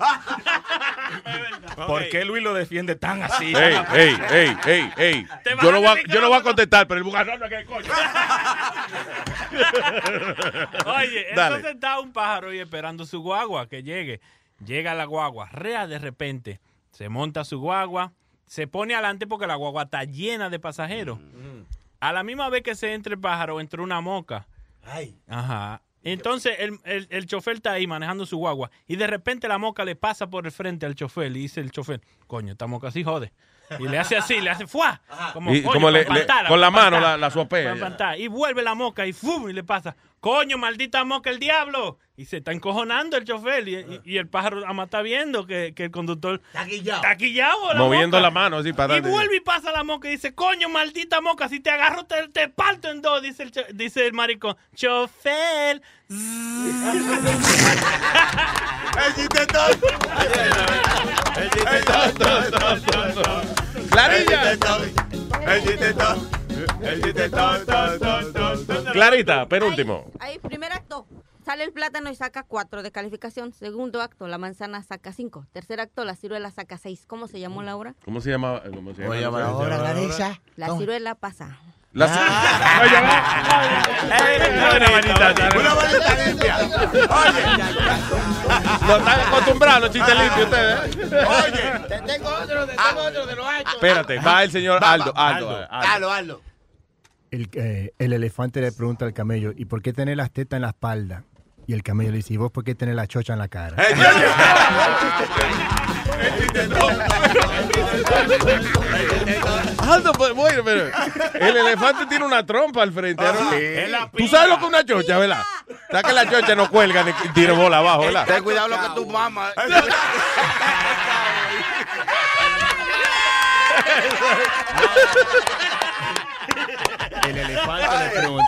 Speaker 30: ¿Por qué Luis lo defiende tan así?
Speaker 6: Ey, ey, ey, ey, ey. Yo no voy a, yo no voy a contestar, pero el bugarrón no es gay, coño.
Speaker 1: Oye,
Speaker 6: Dale.
Speaker 1: entonces está un pájaro y esperando su guagua que llegue. Llega la guagua, rea de repente. Se monta su guagua, se pone adelante porque la guagua está llena de pasajeros.
Speaker 5: Mm.
Speaker 1: A la misma vez que se entra el pájaro, entró una moca. Ajá. Entonces el, el- el chofer está ahí manejando su guagua y de repente la moca le pasa por el frente al chofer y dice el chofer, coño, esta moca sí jode. Y le hace así, le hace fuá. Como,
Speaker 6: Y
Speaker 1: coño,
Speaker 6: como
Speaker 1: pa'
Speaker 6: le- le-
Speaker 1: empantarla,
Speaker 6: con
Speaker 1: pa'
Speaker 6: la mano
Speaker 1: empantarla.
Speaker 6: la- la suapea,
Speaker 1: Pa'
Speaker 6: ya.
Speaker 1: empantar. Y vuelve la moca y ¡fum! y le pasa, coño, maldita moca el diablo. Y se está encojonando el chofer y, y- y el pájaro ama está viendo que, que el conductor está quillado. la
Speaker 6: Moviendo
Speaker 1: moca.
Speaker 6: la mano así para
Speaker 1: Y
Speaker 6: darle-
Speaker 1: vuelve y pasa la moca y dice, coño, maldita moca, si te agarro te, te parto en dos, dice el, cho- dice el maricón. Chofer.
Speaker 5: Clarilla.
Speaker 6: Clarita, penúltimo.
Speaker 20: Ahí, primer acto. Sale el plátano y saca cuatro de calificación. Segundo acto, la manzana saca cinco. Tercer acto, la ciruela saca seis. ¿Cómo se llamó la obra?
Speaker 6: ¿Cómo se llama? ¿Cómo se llama?
Speaker 5: Oye, ahora,
Speaker 6: ¿Cómo se llama?
Speaker 20: La ciruela pasa.
Speaker 6: La ci- Oye, va. Una manita. Una manita limpia. Oye. Lo están acostumbrados los chistes limpios ustedes. ¿eh?
Speaker 21: Te tengo otro, te tengo otro de los altos.
Speaker 6: Espérate, va el señor Aldo. Aldo. Aldo.
Speaker 21: Aldo.
Speaker 25: El, eh, el elefante le pregunta al camello, ¿y por qué tener las tetas en la espalda? Y el camello le dice, ¿y vos por qué tenés la chocha en la cara?
Speaker 6: Aldo, pues, bueno, pero el elefante tiene una trompa al frente. ¿no? Tú sabes lo que es una chocha, ¿verdad? Está que la chocha no cuelga ni tira bola abajo, ¿verdad?
Speaker 21: Ten cuidado lo que tú mamas.
Speaker 25: El elefante, le preguntó,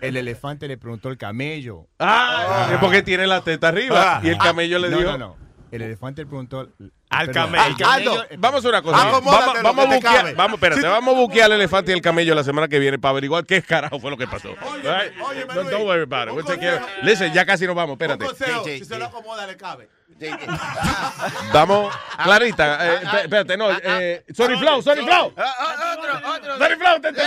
Speaker 25: el elefante le preguntó al camello. Ah.
Speaker 6: Ah, es porque tiene la teta arriba y el camello le
Speaker 25: No,
Speaker 6: dio.
Speaker 25: No, no, El elefante le preguntó al,
Speaker 6: Al
Speaker 25: perdón,
Speaker 6: camello.
Speaker 25: al camello-
Speaker 6: Aldo, vamos a una cosa.
Speaker 25: Acomódate lo
Speaker 6: Vamos, vamos
Speaker 25: que
Speaker 6: a
Speaker 25: te
Speaker 6: buquear,
Speaker 25: cabe.
Speaker 6: vamos, espérate,
Speaker 25: Sí.
Speaker 6: vamos a buquear al elefante y el camello la semana que viene para averiguar qué carajo fue lo que pasó. Right? No, don't worry about it. We'll take care of it. Listen, ya casi nos vamos, espérate.
Speaker 5: si se lo acomoda, le cabe.
Speaker 6: Vamos, Clarita, eh, espé- espérate, no, eh, Sorry Flow, Sorry Flow.
Speaker 21: Otro, otro.
Speaker 6: Dale, Flau, te- te-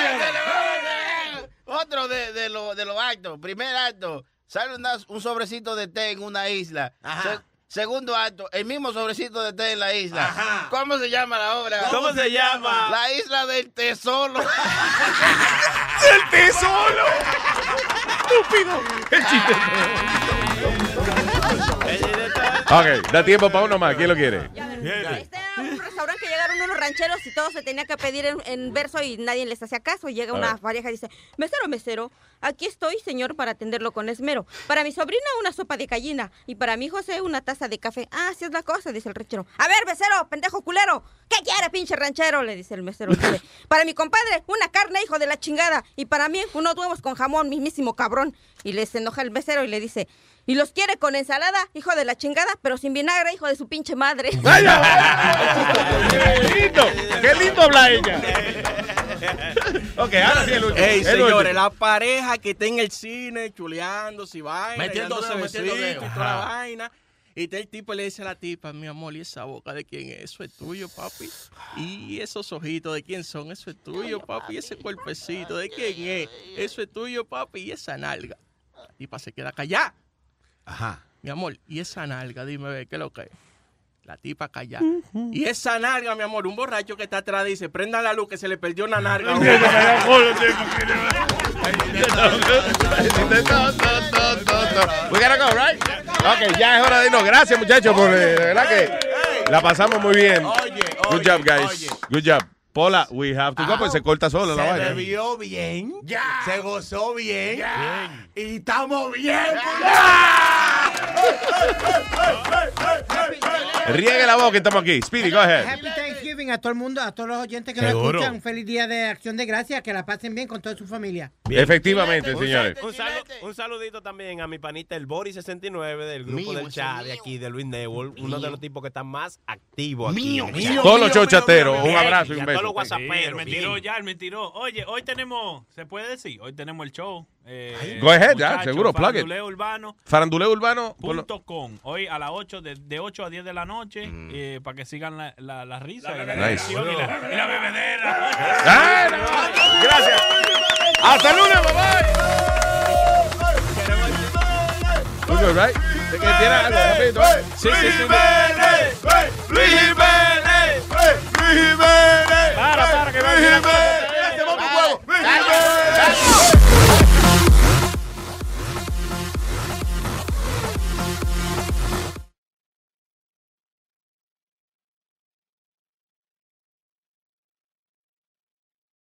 Speaker 21: Otro de, de los de los actos. Primer acto, sale una- un sobrecito de té en una isla. Se- segundo acto, el mismo sobrecito de té en la isla. ¿Cómo se llama la obra?
Speaker 6: ¿Cómo se llama?
Speaker 21: La isla del tesoro.
Speaker 6: ¡El tesoro! ¡Estúpido! El chiste. Ok, da tiempo para uno más. ¿Quién lo quiere?
Speaker 20: un restaurante que llegaron unos rancheros y todo se tenía que pedir en, en verso y nadie les hacía caso. Llega
Speaker 12: A
Speaker 20: una
Speaker 12: ver.
Speaker 20: pareja y dice, mesero, mesero, aquí estoy, señor, para atenderlo con esmero. Para mi sobrina una sopa de gallina y para mi José una taza de café. Ah, así es la cosa, dice el ranchero. A ver, mesero, pendejo culero, ¿qué quiere, pinche ranchero? Le dice el mesero. Dice, para mi compadre, una carne, hijo de la chingada. Y para mí, unos huevos con jamón, mismísimo cabrón. Y les enoja el mesero y le dice... Y los quiere con ensalada, hijo de la chingada, pero sin vinagre, hijo de su pinche madre.
Speaker 6: ¡Qué lindo! ¡Qué lindo habla ella! Ok, ahora sí el último.
Speaker 33: Ey,
Speaker 6: El
Speaker 33: señores,
Speaker 6: último.
Speaker 33: la pareja que está en el cine chuleándose y vaina.
Speaker 6: Metiendo
Speaker 33: dándose
Speaker 6: dedo, metiendo
Speaker 33: besitos
Speaker 6: dedo.
Speaker 33: y toda la
Speaker 6: Ajá.
Speaker 33: vaina. Y está el tipo y le dice a la tipa, mi amor, ¿y esa boca de quién es? Eso es tuyo, papi. ¿Y esos ojitos de quién son? Eso es tuyo, papi. ¿Y ese cuerpecito de quién es? Eso es tuyo, papi. ¿Y esa nalga? La tipa se queda callada.
Speaker 5: Ajá.
Speaker 33: Mi amor, ¿y esa nalga? Dime, ve, ¿qué es lo que es? La tipa callada. Y esa nalga, mi amor, un borracho que está atrás dice, prenda la luz que se le perdió una nalga.
Speaker 5: Ah,
Speaker 6: We gotta go, right? Ok, ya es hora de irnos. Gracias, muchachos, por eh, de verdad que la pasamos muy bien. Good job, guys. Good job. Pola, we have to go, pues se corta sola la
Speaker 5: Se
Speaker 6: vaina.
Speaker 5: bebió bien. Se gozó bien. Y estamos bien.
Speaker 6: Riegue la voz que estamos aquí. Speedy, go ahead.
Speaker 3: Happy Thanksgiving a todo el mundo, a todos los oyentes que
Speaker 6: Seguro.
Speaker 3: nos escuchan. Feliz día de acción de gracias, que la pasen bien con toda su familia.
Speaker 6: Efectivamente,
Speaker 2: Un sal-
Speaker 6: señores.
Speaker 2: Un, salu- un saludito también a mi panita el Boris 69 del grupo
Speaker 6: Mío,
Speaker 2: del
Speaker 6: ese
Speaker 2: chat de aquí de Luis Network, uno de los tipos que está más activo aquí.
Speaker 6: Mío,
Speaker 2: en el
Speaker 6: mío,
Speaker 2: chat.
Speaker 6: mío, Todos los mío, chochateros, mío, mío. un abrazo y
Speaker 2: Y
Speaker 6: un
Speaker 2: a
Speaker 6: beso.
Speaker 2: Todos los
Speaker 1: Sí, él
Speaker 2: whatsapperos.
Speaker 1: me
Speaker 2: bien.
Speaker 1: tiró ya, él me tiró. Oye, hoy tenemos, ¿se puede decir? Hoy tenemos el show. Eh,
Speaker 6: Go ahead, ya, seguro, plug it.
Speaker 1: faranduleo urbano.
Speaker 6: Faranduleo urbano. con lo-
Speaker 1: Punto com. Hoy a las 8, de, de 8 a 10 de la noche,
Speaker 6: Mm.
Speaker 1: eh, para que sigan la, la, la risa. y la
Speaker 6: Nice.
Speaker 1: diversión y la- y la bebedera.
Speaker 6: Ah, no. Gracias. Hasta el lunes, papá. We good, right? Te que tiene algo, rapidito, eh.
Speaker 8: Luis Jiménez, eh, Luis Jiménez, eh, Luis Jiménez. Para, para, que va Luis Jiménez. Este vamos huevo. Luis Jiménez.